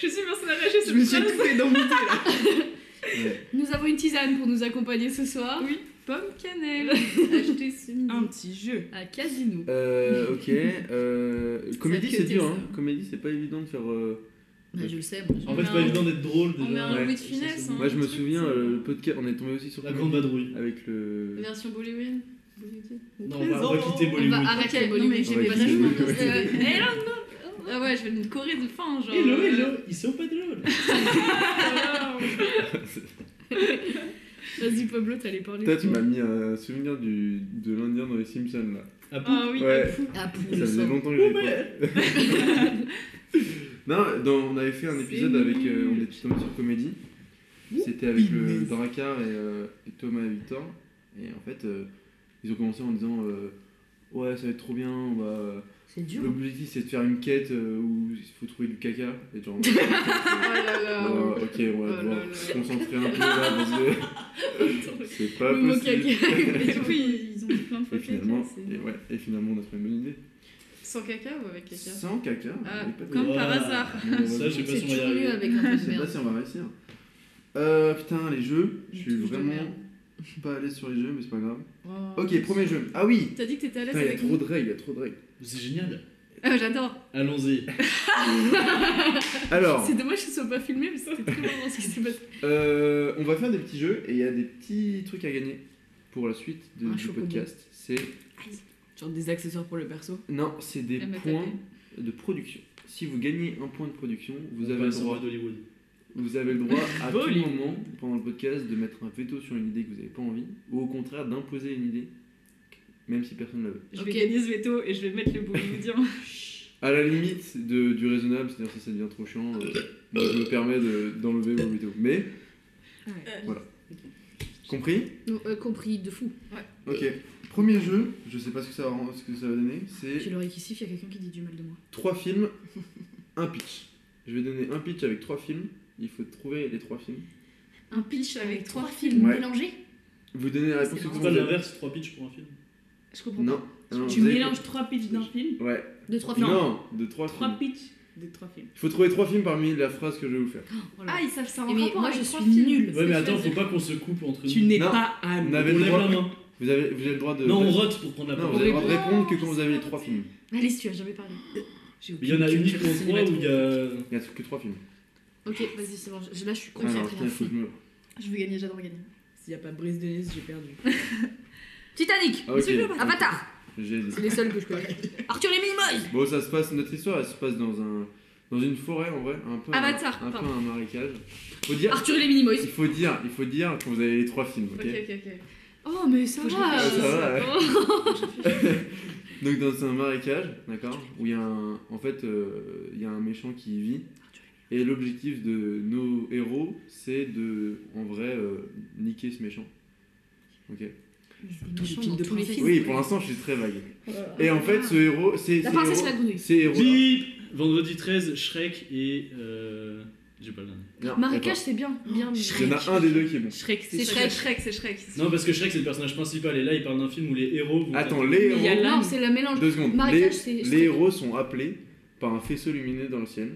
Speaker 1: Je suis personne attachée
Speaker 2: Je me suis
Speaker 1: cette phrase.
Speaker 2: coupé dans mon thé.
Speaker 4: Nous avons une tisane pour nous accompagner ce soir.
Speaker 1: Oui, pomme cannelle. Acheter ce midi.
Speaker 2: Un petit jeu.
Speaker 4: À Casino.
Speaker 3: Euh, ok. Euh, comédie,
Speaker 1: que
Speaker 3: c'est
Speaker 1: t'es
Speaker 3: dur.
Speaker 1: ça.
Speaker 3: Hein. Comédie, c'est pas évident de faire. euh,
Speaker 4: Bah, je le sais, moi.
Speaker 5: En fait, c'est
Speaker 1: On
Speaker 5: pas
Speaker 1: met
Speaker 5: évident d'être drôle
Speaker 1: on met
Speaker 5: déjà.
Speaker 1: un
Speaker 3: Ouais.
Speaker 1: Louis de Funès.
Speaker 5: Ça,
Speaker 1: hein,
Speaker 5: c'est-
Speaker 3: Moi, je
Speaker 1: un
Speaker 3: me
Speaker 1: truc,
Speaker 3: souviens,
Speaker 1: c'est-
Speaker 3: euh, le podcast, on est tombé aussi sur
Speaker 5: La grande vadrouille.
Speaker 3: avec le.
Speaker 1: Version Bollywood.
Speaker 5: Non, on va, on va quitter
Speaker 4: On
Speaker 5: Bollywood.
Speaker 4: va
Speaker 1: Ah,
Speaker 4: arrêter le
Speaker 1: Ok, non mais
Speaker 4: Bollywood.
Speaker 1: j'ai
Speaker 3: Ouais,
Speaker 1: pas
Speaker 3: c'est
Speaker 1: d'âge,
Speaker 3: Bollywood,
Speaker 1: mais
Speaker 3: ouais.
Speaker 1: c'est- Eh, là, non. Ah ouais, je vais une Corée de fin, genre. euh,
Speaker 5: Hello, hello, ils sont pas drôles.
Speaker 4: Ah, Vas-y, Pablo, t'allais parler.
Speaker 3: Toi, tu m'as mis un souvenir du, de l'Indien dans les Simpsons là.
Speaker 5: Ah bon
Speaker 1: Ah oui.
Speaker 3: ouais,
Speaker 4: Ah, pour
Speaker 3: ça
Speaker 4: le
Speaker 3: faisait
Speaker 4: sang.
Speaker 3: longtemps que
Speaker 5: Oh,
Speaker 3: j'ai pas. non, dans- on avait fait un épisode avec. euh, on était tombé sur comédie. C'était avec le Drakkar et, euh, et Thomas et Victor. Et en fait, euh, ils ont commencé en disant euh, Ouais, ça va être trop bien, on va.
Speaker 4: C'est dur.
Speaker 3: L'objectif c'est de faire une quête euh, où il faut trouver du caca. Et genre, on fait une quête, euh, bon, ok, on
Speaker 1: Oh
Speaker 3: va
Speaker 1: là
Speaker 3: devoir
Speaker 1: là.
Speaker 3: se concentrer un peu là parce que c'est pas
Speaker 4: Le mot
Speaker 3: possible.
Speaker 4: caca.
Speaker 1: Et du coup, ils ils ont dit plein de fois
Speaker 3: Et finalement,
Speaker 1: caca, c'est-
Speaker 3: et, ouais, et finalement, on a trouvé une bonne idée.
Speaker 1: Sans caca ou avec caca
Speaker 3: Sans caca,
Speaker 1: Ah,
Speaker 3: on est pas de-
Speaker 1: Comme par
Speaker 5: Voilà.
Speaker 1: hasard.
Speaker 3: Malheureusement.
Speaker 5: Ça, je sais pas
Speaker 4: C'est
Speaker 5: si on va y
Speaker 4: toujours mieux
Speaker 5: arriver.
Speaker 4: avec un peu
Speaker 3: Je
Speaker 4: de
Speaker 3: sais pas
Speaker 4: merde.
Speaker 3: si on va réussir. Euh, putain, les jeux, je suis
Speaker 4: Touche de
Speaker 3: vraiment
Speaker 4: merde.
Speaker 3: pas à l'aise sur les jeux, mais c'est pas grave.
Speaker 1: Oh.
Speaker 3: Ok, premier jeu. Ah oui
Speaker 1: T'as dit que t'étais à l'aise
Speaker 3: Putain, il y a
Speaker 1: avec
Speaker 3: trop de règles, il y a trop de règles.
Speaker 5: C'est génial.
Speaker 1: Ah, j'adore.
Speaker 5: Allons-y.
Speaker 3: Alors,
Speaker 4: C'est dommage que ce soit pas filmé, mais c'était très marrant ce qui s'est passé.
Speaker 3: Euh, on va faire des petits jeux et il y a des petits trucs à gagner pour la suite de-
Speaker 4: Un
Speaker 3: du
Speaker 4: chocobon.
Speaker 3: podcast. C'est
Speaker 2: Genre des accessoires pour le perso.
Speaker 3: non, c'est des
Speaker 1: Elle m'a
Speaker 3: points
Speaker 1: tapé.
Speaker 3: de production. Si vous gagnez un point de production, vous
Speaker 5: On
Speaker 3: avez le
Speaker 5: passe en
Speaker 3: droit.
Speaker 5: mode Hollywood.
Speaker 3: Vous avez le droit à tout
Speaker 1: Bollywood.
Speaker 3: moment pendant le podcast de mettre un veto sur une idée que vous n'avez pas envie, ou au contraire d'imposer une idée même si personne ne l'avait.
Speaker 1: Je
Speaker 4: Ok.
Speaker 1: vais gagner ce veto et je vais mettre le bolivien.
Speaker 3: À la limite de, du raisonnable, c'est-à-dire si ça devient trop chiant, euh, moi, je me permets de- d'enlever mon veto. Mais, compris
Speaker 4: Non, euh, compris de fou.
Speaker 1: Euh.
Speaker 3: Ok. Premier jeu, je sais pas ce que ça va, rend- ce que ça va donner,
Speaker 4: J'ai
Speaker 3: c'est
Speaker 4: l'oreille qui siffle, il y a quelqu'un qui dit du mal de moi.
Speaker 3: trois films, un pitch. Je vais donner un pitch avec trois films. Il faut trouver les trois films.
Speaker 4: Un pitch
Speaker 1: avec trois
Speaker 4: films
Speaker 3: Ouais.
Speaker 4: mélangés
Speaker 3: Vous donnez la réponse
Speaker 1: C'est
Speaker 3: au
Speaker 5: C'est
Speaker 3: second
Speaker 5: pas
Speaker 3: jeu.
Speaker 5: l'inverse, 3 pitchs pour un film
Speaker 4: Je comprends
Speaker 3: Non. Ah non,
Speaker 1: tu
Speaker 3: vous avez-
Speaker 1: mélanges trois pitchs d'un film,
Speaker 3: Ouais.
Speaker 4: pas. De trois films.
Speaker 3: Non, de trois,
Speaker 1: trois
Speaker 3: films.
Speaker 1: pitchs de trois films.
Speaker 3: Il faut trouver trois films parmi la phrase que je vais vous faire.
Speaker 1: Ah, ils savent ça en
Speaker 4: Mais
Speaker 1: rapport
Speaker 4: moi,
Speaker 1: avec
Speaker 4: je
Speaker 1: trois
Speaker 4: suis
Speaker 1: films.
Speaker 4: nulle.
Speaker 1: C'est
Speaker 5: Ouais, mais
Speaker 1: ce que je
Speaker 5: attends,
Speaker 1: veux
Speaker 5: faut pas qu'on se coupe entre
Speaker 2: Tu
Speaker 5: nous.
Speaker 2: n'es
Speaker 3: Non.
Speaker 2: pas Anne.
Speaker 3: On
Speaker 5: On
Speaker 3: avait le
Speaker 5: lève
Speaker 3: droit.
Speaker 5: la main.
Speaker 3: Vous avez, vous avez le droit de.
Speaker 5: Non, on rote pour prendre la
Speaker 3: Non,
Speaker 5: parole.
Speaker 3: vous avez le droit de
Speaker 1: Non,
Speaker 3: répondre que quand
Speaker 1: c'est
Speaker 3: vous avez les
Speaker 1: pas
Speaker 3: trois
Speaker 1: possible.
Speaker 3: films.
Speaker 4: Allez, si tu as jamais parlé.
Speaker 2: J'ai
Speaker 5: Il y en a
Speaker 2: aucune
Speaker 5: unique
Speaker 2: culture
Speaker 5: en trois où il y a.
Speaker 3: Il y a que trois films.
Speaker 4: Ok, vas-y, c'est bon. je- Là, je suis
Speaker 3: Ah non,
Speaker 4: concentrée
Speaker 3: putain,
Speaker 4: à
Speaker 3: il faut
Speaker 4: fond.
Speaker 3: que je me-
Speaker 1: dire. Je veux gagner, j'adore gagner.
Speaker 2: S'il n'y a pas Brice Denise, j'ai perdu.
Speaker 4: Titanic
Speaker 3: Ah, ok.
Speaker 4: Avatar
Speaker 3: J'ai dit.
Speaker 4: C'est les seuls que je connais. Arthur les Minimoys
Speaker 3: Bon, ça se passe, notre histoire, elle se passe dans un dans une forêt en vrai, un peu un-
Speaker 4: Avatar,
Speaker 3: un, peu
Speaker 4: pardon. Ah.
Speaker 3: un marécage. Faut dire,
Speaker 4: Arthur et les Minimoys
Speaker 3: il faut dire, il faut dire quand vous avez les trois films, ok,
Speaker 1: Ok, ok, ok.
Speaker 4: Oh, mais ça
Speaker 1: Faut que je
Speaker 4: va
Speaker 3: réfléchisse.
Speaker 4: euh,
Speaker 3: Ça va,
Speaker 4: oh.
Speaker 3: Donc dans un marécage, d'accord, où il y a un, en fait, euh, il y a un méchant qui y vit. Et l'objectif de nos héros, c'est de, en vrai, euh, niquer ce méchant. Ok.
Speaker 4: Tous les films de tous les films.
Speaker 3: Oui, pour l'instant, je suis très vague. Et en fait, ce héros, c'est
Speaker 4: Euh, La
Speaker 3: c'est
Speaker 4: princesse et la
Speaker 3: héros,
Speaker 4: grenouille.
Speaker 3: c'est héros.
Speaker 5: Bip Vendredi 13, Shrek et. euh, J'ai pas le dernier.
Speaker 3: Non,
Speaker 4: Marécage, c'est bien. bien
Speaker 3: d'accord. Il
Speaker 4: mais-
Speaker 3: y en a un des deux qui est bon.
Speaker 1: Shrek,
Speaker 4: C'est
Speaker 1: c'est Shrek.
Speaker 4: Shrek.
Speaker 1: Shrek, c'est Shrek. c'est
Speaker 5: Non, parce que Shrek c'est le personnage principal et là il parle d'un film où les héros vont.
Speaker 3: Attends, les
Speaker 1: Mais il
Speaker 3: héros.
Speaker 1: y a
Speaker 4: Non,
Speaker 1: l'âme.
Speaker 4: c'est le mélange.
Speaker 3: Deux secondes.
Speaker 4: Marécage, c'est-
Speaker 3: les,
Speaker 4: je
Speaker 3: les
Speaker 4: sais.
Speaker 3: héros sont appelés par un faisceau lumineux dans le ciel.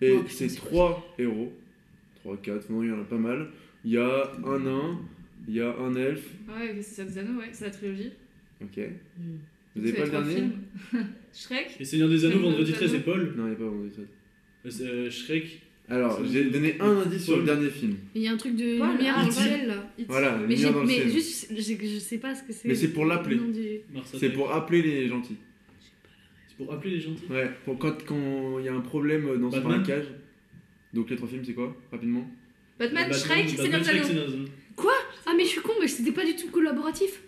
Speaker 3: Et
Speaker 4: Oh, putain,
Speaker 3: c'est
Speaker 4: c'est
Speaker 3: trois héros. Trois, quatre, non, il y en a pas mal. Il y a un nain, il y a un elfe.
Speaker 1: Shrek. Ouais, ok, c'est ça, des anneaux, ouais, c'est la trilogie.
Speaker 3: Ok. Vous avez pas le
Speaker 1: trois
Speaker 3: dernier
Speaker 1: films. Shrek
Speaker 5: Et Seigneur des Anneaux,
Speaker 1: Seigneur
Speaker 5: Vendredi
Speaker 1: des
Speaker 5: 13 et
Speaker 1: Anneaux.
Speaker 5: Paul.
Speaker 3: Non, il n'y a pas Vendredi 13.
Speaker 5: Euh, c'est, euh, Shrek.
Speaker 3: Alors,
Speaker 5: C'est-
Speaker 3: j'ai donné un indice sur le
Speaker 5: Paul.
Speaker 3: dernier film.
Speaker 4: Il y a un truc de
Speaker 1: Paul,
Speaker 4: lumière
Speaker 1: ah,
Speaker 4: dans le
Speaker 1: Paul.
Speaker 4: ciel là.
Speaker 1: It.
Speaker 3: Voilà,
Speaker 4: Mais,
Speaker 3: lumière
Speaker 4: j'ai-
Speaker 3: dans le
Speaker 4: mais
Speaker 3: ciel.
Speaker 4: juste, j'ai- je sais pas ce que c'est.
Speaker 3: Mais c'est pour l'appeler.
Speaker 4: le nom du-
Speaker 5: Mars
Speaker 3: C'est
Speaker 5: Attack.
Speaker 3: pour appeler les gentils.
Speaker 5: C'est pour appeler les gentils.
Speaker 3: Ouais, pour quand quand il y a un problème dans ce
Speaker 5: Batman.
Speaker 3: marécage. Donc les trois films, c'est quoi Rapidement
Speaker 1: Batman, Shrek, c'est
Speaker 5: Batman,
Speaker 1: notre
Speaker 5: Shrek,
Speaker 1: anneau.
Speaker 5: Seigneur des Anneaux.
Speaker 4: Ah, mais je suis con, mais c'était pas du tout collaboratif.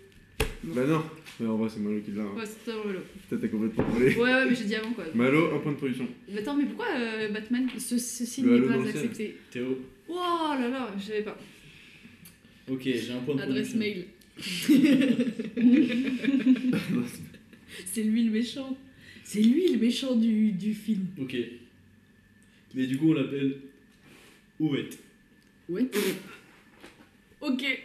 Speaker 3: Bah non Mais en vrai, c'est Malo qui l'a. hein.
Speaker 1: Ouais, c'est totalement relou.
Speaker 3: Putain, t'as complètement volé.
Speaker 1: Ouais, ouais, mais j'ai dit avant quoi.
Speaker 3: Malo, un point de pollution.
Speaker 1: Mais attends, mais pourquoi euh, Batman
Speaker 4: Ce, ceci
Speaker 3: Le
Speaker 4: n'est
Speaker 3: halo dans
Speaker 4: pas
Speaker 3: le ciel.
Speaker 4: accepté.
Speaker 5: Théo.
Speaker 1: Oh là là, je savais pas.
Speaker 5: Ok, j'ai un point de
Speaker 4: Adresse
Speaker 5: production.
Speaker 4: mail.
Speaker 2: C'est lui le méchant. C'est lui le méchant du, du film.
Speaker 5: Ok. Mais du coup on l'appelle. Ouette.
Speaker 4: Ouais.
Speaker 1: Ok.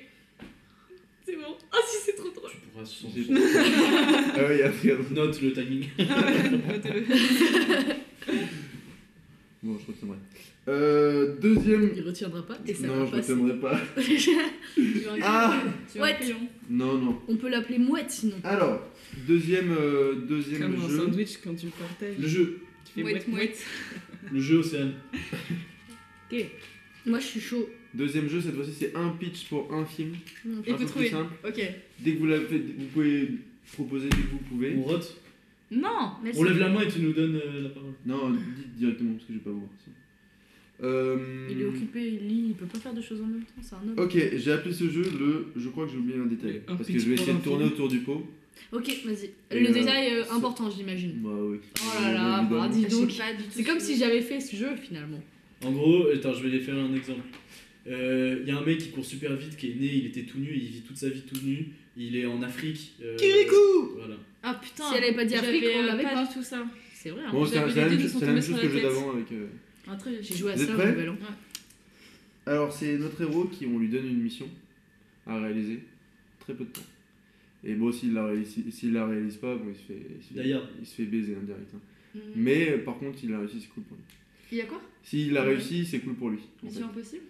Speaker 1: C'est bon. Ah si, c'est trop drôle.
Speaker 5: Tu pourras sans
Speaker 3: J'ai- ah ouais, il y a rien.
Speaker 5: Note le timing.
Speaker 3: Bon, je retiendrai. Euh, deuxième.
Speaker 4: Il retiendra pas et ça
Speaker 3: Non, je
Speaker 4: va passer.
Speaker 3: retiendrai pas.
Speaker 1: Tu veux un
Speaker 3: Ah
Speaker 1: crayon Tu veux un
Speaker 4: Ouais.
Speaker 1: crayon
Speaker 3: Non, non.
Speaker 4: On peut l'appeler mouette sinon.
Speaker 3: Alors, deuxième, euh, deuxième
Speaker 2: Comme un
Speaker 3: jeu.
Speaker 2: sandwich quand tu le partages.
Speaker 5: Le jeu.
Speaker 2: Tu fais
Speaker 1: Mouette, mouette.
Speaker 5: Le jeu Océane.
Speaker 4: Moi je suis chaud.
Speaker 3: Deuxième jeu, cette fois-ci, c'est un pitch pour un film.
Speaker 4: Non,
Speaker 1: Et
Speaker 3: un
Speaker 1: vous
Speaker 3: peu
Speaker 1: trouvez.
Speaker 3: plus simple.
Speaker 1: Ok.
Speaker 3: Dès que vous l'avez fait, vous pouvez proposer dès que vous pouvez.
Speaker 5: On rote.
Speaker 1: Non
Speaker 4: merci.
Speaker 5: On lève la main et tu nous donnes euh, la parole.
Speaker 3: Non, dites directement parce que je vais pas vous voir. sinon. Euh,
Speaker 4: Il est occupé, il lit, il peut pas faire de choses en même temps, c'est un homme.
Speaker 3: Ok, j'ai appelé ce jeu le. Je crois que j'ai oublié un détail.
Speaker 2: Un
Speaker 3: parce que
Speaker 2: pitch
Speaker 3: je vais
Speaker 2: pour
Speaker 3: essayer
Speaker 2: un
Speaker 3: de tourner
Speaker 2: film.
Speaker 3: autour du pot.
Speaker 4: Ok, vas-y.
Speaker 3: Et
Speaker 4: Le
Speaker 3: euh,
Speaker 4: détail euh,
Speaker 3: ce-
Speaker 4: important, j'imagine.
Speaker 3: Bah oui.
Speaker 4: Oh là là,
Speaker 3: Évidemment.
Speaker 4: bah, dis donc.
Speaker 1: J'ai pas du tout
Speaker 4: C'est comme
Speaker 1: ce-
Speaker 4: si j'avais fait ce jeu finalement.
Speaker 5: En gros, euh, attends, je vais les faire un exemple. Il y a un mec qui court super vite, qui est né, il était tout nu, il vit toute sa vie tout nu. Il est en Afrique. euh, Voilà.
Speaker 1: Ah putain
Speaker 4: Si elle avait pas dit Afrique,
Speaker 1: j'avais,
Speaker 4: on
Speaker 1: euh,
Speaker 4: l'avait
Speaker 1: pas
Speaker 4: pas.
Speaker 1: du tout ça.
Speaker 4: C'est vrai. hein.
Speaker 3: Bon, c'est
Speaker 1: J'avais
Speaker 3: c'est la
Speaker 1: les
Speaker 3: même
Speaker 1: deux qui
Speaker 3: chose
Speaker 1: sont
Speaker 3: c'est la même
Speaker 1: tombés
Speaker 3: chose
Speaker 1: sur
Speaker 3: que
Speaker 1: la
Speaker 3: le jeu
Speaker 1: tête.
Speaker 3: d'avant avec. euh,
Speaker 1: Ah, très bien.
Speaker 4: J'ai joué à
Speaker 3: Vous êtes
Speaker 4: ça au
Speaker 3: prêts
Speaker 4: Nouvel An.
Speaker 3: Alors, c'est notre héros qui, on lui donne une mission à réaliser, très peu de temps. Et bon, s'il la réalise, s'il la réalise pas, bon, il se fait, il se fait-
Speaker 5: D'ailleurs.
Speaker 3: il se fait baiser en direct. hein.
Speaker 1: Mm.
Speaker 3: Mais euh, par contre, s'il a réussi, c'est cool pour lui.
Speaker 1: Il y a quoi
Speaker 3: S'il a
Speaker 1: Ouais.
Speaker 3: réussi, c'est cool pour lui. en fait.
Speaker 1: Mission impossible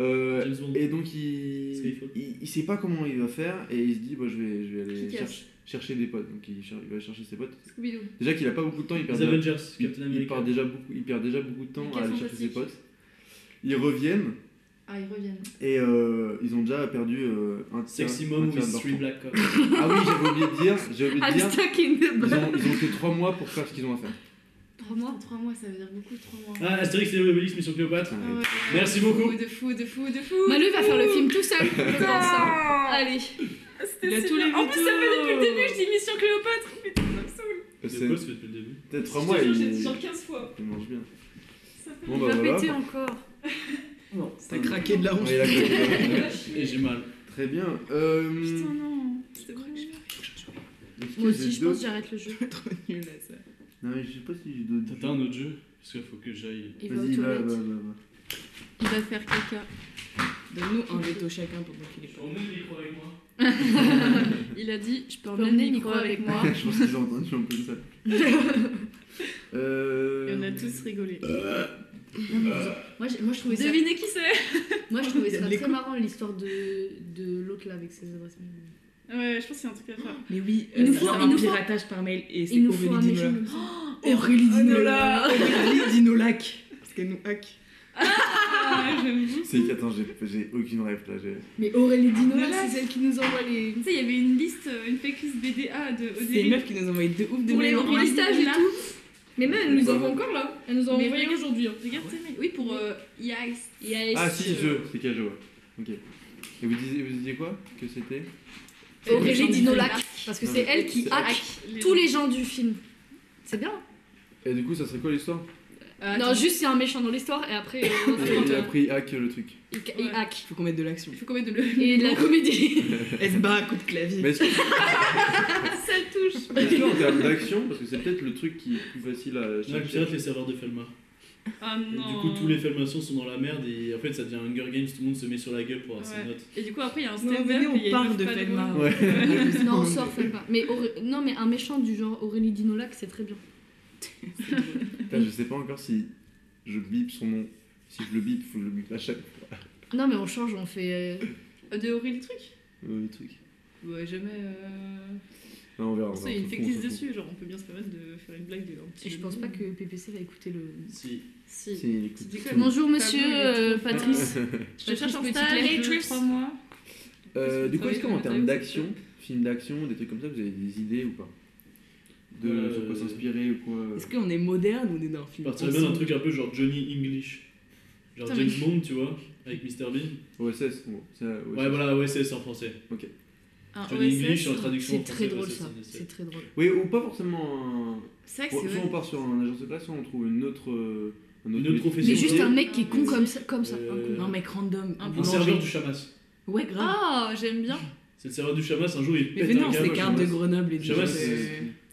Speaker 3: Euh,
Speaker 5: James Bond.
Speaker 3: et donc, il,
Speaker 5: Skyfall.
Speaker 3: il, il sait pas comment il va faire et il se dit, bah, je vais, je vais aller
Speaker 1: Qui
Speaker 3: cher-
Speaker 1: casse
Speaker 3: chercher des potes. Donc, il, cher- il va chercher ses potes.
Speaker 1: Scooby-Doo.
Speaker 3: Déjà qu'il a pas beaucoup de temps, il perd
Speaker 5: Les
Speaker 3: bien-
Speaker 5: Avengers,
Speaker 3: il,
Speaker 5: Captain
Speaker 3: il part
Speaker 5: America.
Speaker 3: déjà beaucoup, il perd déjà beaucoup de temps à
Speaker 1: Quatre
Speaker 3: aller chercher ses
Speaker 1: Fantastiques.
Speaker 3: potes. Ils reviennent
Speaker 1: Ah, ils reviennent.
Speaker 3: Et euh, ils ont déjà perdu euh, un tiers-
Speaker 5: Sexy
Speaker 3: un
Speaker 5: Mom
Speaker 3: tiers de
Speaker 5: with
Speaker 3: leur
Speaker 5: Three
Speaker 3: temps.
Speaker 5: Black Cops.
Speaker 3: Ah oui, j'avais oublié de dire, j'avais
Speaker 6: Ah,
Speaker 3: oublié de
Speaker 4: I'm
Speaker 3: dire
Speaker 4: stuck in the
Speaker 3: ils,
Speaker 4: bus.
Speaker 3: ont, ils ont que 3 mois pour faire ce qu'ils ont à faire.
Speaker 1: 3 mois 3 mois, ça veut dire beaucoup, 3 mois.
Speaker 5: Ah, Astérix et Obélix, Mission Cléopâtre.
Speaker 1: Ah ouais.
Speaker 5: Merci beaucoup.
Speaker 1: De fou, de fou, de fou.
Speaker 4: Ah. Manu va faire le film tout seul. J'adore ça. Allez.
Speaker 1: Il a
Speaker 2: c'est
Speaker 1: tous
Speaker 2: bien.
Speaker 1: les
Speaker 2: Ah. En plus, ça fait depuis le
Speaker 1: vétos.
Speaker 2: début, je dis Mission Cléopâtre. Putain, ça me saoule.
Speaker 5: C'est quoi ça fait depuis le début
Speaker 3: Peut-être
Speaker 2: Je
Speaker 3: trois
Speaker 2: te
Speaker 3: mois,
Speaker 2: jure,
Speaker 3: il,
Speaker 2: J'ai dit genre 15 fois.
Speaker 3: il mange bien.
Speaker 2: Ça fait
Speaker 3: Bon,
Speaker 6: Il
Speaker 3: bah
Speaker 6: va péter
Speaker 3: voilà.
Speaker 6: encore.
Speaker 5: Non.
Speaker 7: T'as craqué de la honte.
Speaker 3: Ouais, il a craqué.
Speaker 5: Et j'ai mal.
Speaker 3: Très bien. Euh,
Speaker 2: Putain, non. C'était vrai.
Speaker 3: est-ce que j'ai
Speaker 6: Moi aussi, je
Speaker 3: d'autres-
Speaker 6: pense que j'arrête le jeu.
Speaker 7: Trop nul là ça.
Speaker 3: Non, mais je sais pas si j'ai
Speaker 5: T'as
Speaker 3: d'autres.
Speaker 5: pas un autre jeu Parce qu'il faut que j'aille.
Speaker 6: Il va aux
Speaker 3: Vas-y, va, va, va,
Speaker 6: toilettes.
Speaker 3: va.
Speaker 1: Il va faire caca.
Speaker 2: Donne-nous un veto chacun pendant qu'il est pas
Speaker 5: Emmène le micro avec moi.
Speaker 1: Il a dit Je peux
Speaker 6: emmener
Speaker 1: emmener le micro avec moi.
Speaker 3: Je pense qu'ils ont entendu un peu ça. euh...
Speaker 1: Et on a tous rigolé.
Speaker 2: Euh,
Speaker 4: Non, mais vous- Moi, j'ai- moi, je trouvais ça,
Speaker 1: Devinez qui c'est
Speaker 4: moi, je trouvais ça
Speaker 7: Les
Speaker 4: très marrant l'histoire de, de l'autre là avec ses adresses mail.
Speaker 1: Ouais, je pense qu'il y a un truc à faire.
Speaker 2: Mais oui,
Speaker 4: Il nous
Speaker 2: euh,
Speaker 4: faut-
Speaker 2: c'est
Speaker 4: il
Speaker 2: un
Speaker 4: nous faut-
Speaker 2: piratage par mail et c'est
Speaker 4: Il nous faut un Oh,
Speaker 2: Aurélie
Speaker 4: méchant
Speaker 2: Dinola.
Speaker 4: comme ça.
Speaker 2: Aurélie
Speaker 7: Dinola. Aurélie Dinolac. Parce qu'elle nous hack.
Speaker 1: Ah, j'avoue.
Speaker 3: C'est qu'attends, j'ai- j'ai aucune rêve là. j'ai-
Speaker 4: Mais Aurélie Dinola,
Speaker 7: Dinola, c'est celle qui nous envoie les.
Speaker 1: Tu sais, il y avait une liste, euh, une fake BDA de au
Speaker 2: C'est une
Speaker 1: début.
Speaker 2: meuf qui nous a envoyé de ouf de
Speaker 1: Pour les-
Speaker 2: mails.
Speaker 1: pour les stages et tout.
Speaker 4: Mais même, elle nous envoie encore là. Elle nous a
Speaker 1: Mais
Speaker 4: envoyé
Speaker 1: voyons.
Speaker 4: aujourd'hui. hein.
Speaker 1: Regarde tes mails. Oui, pour euh, Yes.
Speaker 3: Ah si, je, c'est quel jeu, ouais. Ok. Et vous disiez, vous disiez quoi Que c'était
Speaker 4: Aurélie
Speaker 1: Aurélie
Speaker 4: Dinolac.
Speaker 1: Dinola.
Speaker 4: Parce que c'est elle qui
Speaker 3: C'est
Speaker 4: hack tous les gens du film. C'est bien.
Speaker 3: Et du coup, ça serait quoi l'histoire
Speaker 2: Ah,
Speaker 4: Non, juste c'est un méchant dans l'histoire et après euh, on
Speaker 3: Et Il a
Speaker 4: raconte,
Speaker 3: pris hack le truc.
Speaker 4: il, il
Speaker 1: Ouais.
Speaker 4: hack.
Speaker 7: Faut qu'on mette de l'action.
Speaker 1: Il faut qu'on mette de le.
Speaker 4: Et de la comédie.
Speaker 7: Elle se bat à coup de clavier.
Speaker 3: Mais est-ce que-
Speaker 1: Ça touche.
Speaker 3: est-ce qu'en termes d'action, parce que c'est peut-être le truc qui est plus facile à
Speaker 5: Là,
Speaker 3: chercher.
Speaker 5: pirate les serveurs de Felma.
Speaker 1: Ah
Speaker 5: Et
Speaker 1: non.
Speaker 5: Du coup, tous les Felmations sont dans la merde et en fait, ça devient Hunger Games, tout le monde se met sur la gueule pour avoir
Speaker 1: Ouais.
Speaker 5: ses notes.
Speaker 1: Et du coup, après, il y a un
Speaker 7: Non,
Speaker 1: stand-up.
Speaker 7: venez, on
Speaker 1: et il y a une
Speaker 7: parle
Speaker 1: meuf
Speaker 7: de
Speaker 1: pas
Speaker 7: Felma.
Speaker 1: drôle.
Speaker 3: Ouais.
Speaker 4: non, on sort, fais pas. Mais Auré- non, mais un méchant du genre Aurélie Dinolac, c'est très bien.
Speaker 3: Putain, je sais pas encore si je bip son nom. Si je le bip, faut que je le bip à chaque
Speaker 4: Non, mais on change, on fait. euh,
Speaker 1: De Aurélie le truc
Speaker 3: euh, truc.
Speaker 1: Ouais, jamais.
Speaker 5: Ah,
Speaker 1: Euh...
Speaker 3: Non, on verra. on
Speaker 1: Ça, il
Speaker 3: verra,
Speaker 1: y a une
Speaker 3: on s'en
Speaker 1: fake
Speaker 3: fout, on
Speaker 1: list
Speaker 3: s'en fout.
Speaker 1: dessus, genre on peut bien se permettre de faire une blague de. un petit
Speaker 4: Et je pense
Speaker 1: jeu
Speaker 4: pas
Speaker 1: de mots.
Speaker 4: que PPC va écouter le.
Speaker 5: Si.
Speaker 1: Si.
Speaker 3: Si, il écoute.
Speaker 1: Tu dis quoi,
Speaker 3: tout.
Speaker 4: Bonjour monsieur
Speaker 1: Pablo, il est trop
Speaker 4: euh,
Speaker 1: fort.
Speaker 4: Patrice.
Speaker 1: Je cherche un
Speaker 4: Patrice
Speaker 1: stage
Speaker 4: Petit
Speaker 1: de
Speaker 4: Clair.
Speaker 1: 3 mois.
Speaker 3: Euh, du coup, est-ce qu'en
Speaker 1: Travailler
Speaker 3: termes
Speaker 1: comme
Speaker 3: d'action, film d'action, des trucs comme ça, vous avez des idées ou pas De
Speaker 5: Euh,
Speaker 3: sur quoi s'inspirer ou quoi euh,
Speaker 2: Est-ce qu'on est moderne ou on est dans un
Speaker 5: Je
Speaker 2: film
Speaker 5: partirais bien d'un truc un peu genre Johnny English. Genre
Speaker 1: Putain,
Speaker 5: James
Speaker 1: mais-
Speaker 5: Bond, tu vois, avec Mr. Bean.
Speaker 3: OSS, bon, c'est la OSS.
Speaker 5: Ouais, voilà, OSS en français.
Speaker 1: Un
Speaker 5: Johnny
Speaker 1: OSS.
Speaker 5: English en traduction en
Speaker 4: C'est
Speaker 5: français.
Speaker 4: très drôle
Speaker 5: OSS,
Speaker 4: ça.
Speaker 5: c'est-
Speaker 4: C'est très drôle.
Speaker 3: Oui, ou pas forcément.
Speaker 5: hein.
Speaker 3: un-
Speaker 1: C'est vrai que
Speaker 3: Bon,
Speaker 1: c'est
Speaker 3: soit on
Speaker 1: vrai.
Speaker 3: part sur un agent secret, soit on trouve une autre, euh, un
Speaker 5: Une autre
Speaker 3: métier.
Speaker 5: profession.
Speaker 4: Mais juste
Speaker 5: c'est-
Speaker 4: un mec qui est con
Speaker 1: c'est-
Speaker 4: comme ça. Comme Oh, ça.
Speaker 5: Euh,
Speaker 4: un con.
Speaker 2: Un mec random.
Speaker 1: Un
Speaker 5: Un
Speaker 2: boulanger.
Speaker 5: serveur du Chamas.
Speaker 2: Ouais, grave.
Speaker 1: Ah, j'aime bien.
Speaker 5: C'est le serveur du Chamas, un jour il
Speaker 2: mais
Speaker 5: pète un
Speaker 2: venez, on
Speaker 5: gars.
Speaker 2: s'écarte de Grenoble et
Speaker 5: Je sais pas
Speaker 2: tout.
Speaker 5: si
Speaker 2: Euh,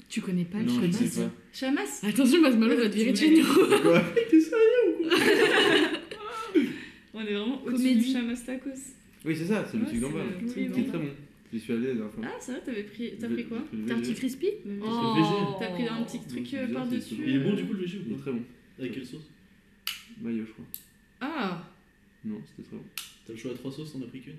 Speaker 4: Tu connais pas le
Speaker 3: Non, je
Speaker 4: Chamas
Speaker 3: sais pas.
Speaker 1: Chamas
Speaker 4: Attention, Masmalo va te virer de chez nous.
Speaker 3: Quoi
Speaker 1: On est vraiment au-dessus
Speaker 4: Comédie.
Speaker 1: du Chamas tacos.
Speaker 3: Oui, c'est ça, c'est le
Speaker 1: Ouais,
Speaker 3: truc d'en
Speaker 1: c'est
Speaker 3: bas.
Speaker 1: le truc
Speaker 3: C'est
Speaker 1: d'en
Speaker 3: très
Speaker 1: bas.
Speaker 3: bon. J'y suis allé la dernière fois.
Speaker 1: Ah, ça va, t'avais pris. T'as pris quoi
Speaker 3: J'ai le
Speaker 4: Tarty
Speaker 3: VG.
Speaker 4: crispy
Speaker 1: Le-
Speaker 5: Oh. VG.
Speaker 1: T'as pris un petit truc euh,
Speaker 3: Bizarre,
Speaker 1: par-dessus.
Speaker 3: c'est-
Speaker 5: Il est bon
Speaker 1: euh,
Speaker 5: du coup le VG
Speaker 3: Il
Speaker 5: ou
Speaker 3: est
Speaker 5: pas
Speaker 3: très bon.
Speaker 5: Avec quelle sauce
Speaker 3: Maillot, je crois.
Speaker 1: Ah
Speaker 3: Non, c'était très bon.
Speaker 5: T'as le choix à trois sauces, t'en as pris qu'une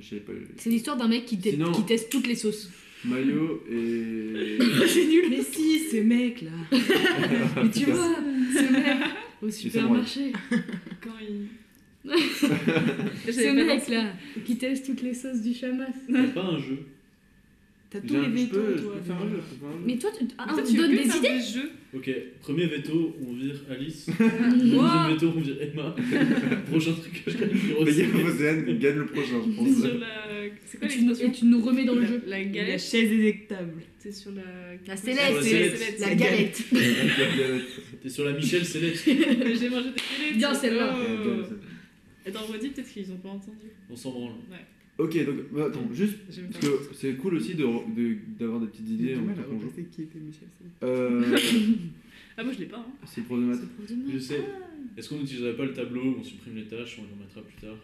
Speaker 3: Je savais pas. euh,
Speaker 4: C'est l'histoire d'un mec qui, te-
Speaker 3: Sinon-
Speaker 4: qui teste toutes les sauces.
Speaker 3: Maillot et.
Speaker 4: C'est nul.
Speaker 2: Mais si, ce mec là. Mais tu vois,
Speaker 4: Ce mec au
Speaker 3: samouraïs.
Speaker 4: supermarché.
Speaker 1: Quand il.
Speaker 4: Ce
Speaker 1: J'avais pas
Speaker 4: mec là qui teste toutes les sauces du chamas.
Speaker 5: T'as pas un jeu
Speaker 2: t'as tous
Speaker 3: J'ai
Speaker 2: les
Speaker 3: un- Je peux
Speaker 2: vétos,
Speaker 3: je
Speaker 2: toi.
Speaker 3: peux faire un jeu. je peux faire un jeu.
Speaker 4: Mais toi, tu ah,
Speaker 1: Toi,
Speaker 4: tu donnes
Speaker 1: veux
Speaker 4: des
Speaker 1: faire
Speaker 4: idées
Speaker 1: jeux
Speaker 5: Ok, premier veto, on vire Alice.
Speaker 1: Wow.
Speaker 4: Mmh.
Speaker 5: Deuxième veto, on vire Emma. Prochain truc que je gagne,
Speaker 3: Les gars,
Speaker 5: aussi.
Speaker 3: Océane gagne le prochain, je pense.
Speaker 1: sur la. C'est quoi
Speaker 4: Et tu nous-
Speaker 1: l'expression
Speaker 4: Et tu nous remets dans le
Speaker 1: La-
Speaker 4: jeu.
Speaker 1: La
Speaker 2: La
Speaker 1: galette.
Speaker 2: chaise électable.
Speaker 1: T'es sur la.
Speaker 4: La
Speaker 5: La
Speaker 4: céleste,
Speaker 5: céleste.
Speaker 4: c'est-
Speaker 2: La
Speaker 4: la galette.
Speaker 5: T'es sur la Michel Céleste.
Speaker 1: J'ai mangé des galettes.
Speaker 4: Bien, celle-là.
Speaker 1: Oh. Attends, redis peut-être qu'ils ont pas entendu.
Speaker 5: On s'en branle.
Speaker 3: Ok, donc bah, attends, juste
Speaker 1: J'aime
Speaker 3: parce
Speaker 1: pas.
Speaker 3: que c'est cool aussi d'avoir de, d'avoir des petites idées
Speaker 7: J'ai
Speaker 3: en
Speaker 7: du mal à
Speaker 3: tant qu'on joue.
Speaker 7: repasser qui était Michel Céleste.
Speaker 3: Euh,
Speaker 1: Ah, moi je l'ai pas. Hein.
Speaker 3: c'est problématique.
Speaker 1: Mm.
Speaker 5: Je sais.
Speaker 1: Ah.
Speaker 5: Est-ce qu'on n'utiliserait pas le tableau où on supprime les tâches, on les remettra plus tard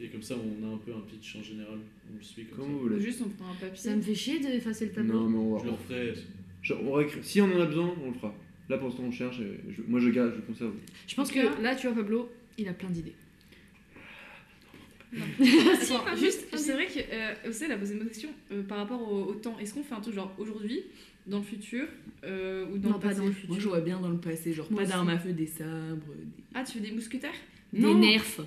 Speaker 5: Et comme ça, on a un peu un pitch en général. On le suit comme
Speaker 3: Comme vous
Speaker 5: ça.
Speaker 3: voulez.
Speaker 1: Juste on prend un papier.
Speaker 4: Ça me fait chier d'effacer le
Speaker 3: Non,
Speaker 4: tableau.
Speaker 3: mais on
Speaker 5: Je le
Speaker 3: va.
Speaker 5: referai.
Speaker 3: Genre, on va écrire- Si on en a besoin, on le fera. Là pour l'instant, on cherche. et je- Moi, je garde, je conserve.
Speaker 4: Je pense que là, tu vois, Pablo, il a plein d'idées.
Speaker 1: Attends,
Speaker 4: pas
Speaker 1: juste,
Speaker 4: juste.
Speaker 1: c'est vrai que euh, vous savez, elle a posé une question euh, par rapport au, au temps. Est-ce qu'on fait un truc genre aujourd'hui, dans le futur euh, ou dans
Speaker 4: Non,
Speaker 1: le
Speaker 4: pas
Speaker 1: passé
Speaker 4: dans le
Speaker 2: Moi,
Speaker 4: futur.
Speaker 2: j'aurais bien dans le passé, genre
Speaker 4: Moi
Speaker 2: pas
Speaker 4: aussi.
Speaker 2: d'armes à feu, des sabres, des-
Speaker 1: Ah, tu fais des mousquetaires
Speaker 4: Des nerfs.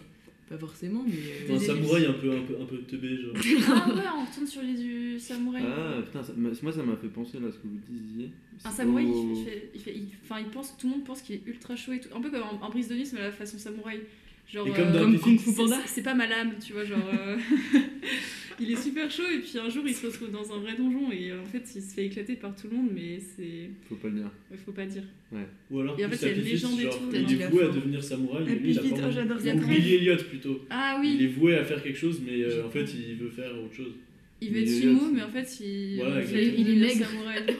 Speaker 2: pas forcément, mais.
Speaker 5: Enfin,
Speaker 2: euh,
Speaker 5: un samouraï un peu, un peu, un peu teubé, genre.
Speaker 1: Ah ouais, on retourne sur les euh, du samouraï.
Speaker 3: Ah putain, ça- mais- moi ça m'a fait penser là ce que vous disiez.
Speaker 1: Un
Speaker 3: C'est
Speaker 1: samouraï,
Speaker 3: au-
Speaker 1: il fait, il fait, il- enfin, il pense, tout le monde pense qu'il est ultra chaud et tout. Un peu comme un, brise de Nice, mais à la façon samouraï. Genre,
Speaker 5: Et comme dans
Speaker 1: euh,
Speaker 5: Happy Feet.
Speaker 1: c'est- c'est- C'est pas ma lame, tu vois, genre. euh, il est super chaud et puis un jour il se retrouve dans un vrai donjon et euh, en fait il se fait éclater par tout le monde, mais c'est.
Speaker 3: Faut pas le dire.
Speaker 1: Faut pas dire.
Speaker 5: Ou alors,
Speaker 1: Et en
Speaker 5: plus
Speaker 1: fait, il y a une
Speaker 5: Happy Feet,
Speaker 1: légende et
Speaker 5: genre,
Speaker 1: tout,
Speaker 5: il
Speaker 7: dans
Speaker 5: est
Speaker 7: la
Speaker 5: voué à
Speaker 7: fin.
Speaker 5: devenir samouraï.
Speaker 1: Ah,
Speaker 5: mais lui,
Speaker 7: Happy
Speaker 5: il a
Speaker 7: Feet,
Speaker 5: pas
Speaker 7: oh
Speaker 5: envie.
Speaker 7: j'adore
Speaker 1: Il
Speaker 7: ça.
Speaker 1: a pris-
Speaker 5: Oubliez Elliot plutôt.
Speaker 1: Ah
Speaker 5: Il est
Speaker 1: oui,
Speaker 5: voué à faire quelque chose, mais euh, en fait, il veut faire autre chose.
Speaker 1: il veut être
Speaker 3: il est-
Speaker 1: sumo, mais en fait il.
Speaker 5: Voilà,
Speaker 1: il, est- il est
Speaker 4: exactement.
Speaker 1: maigre. samouraï.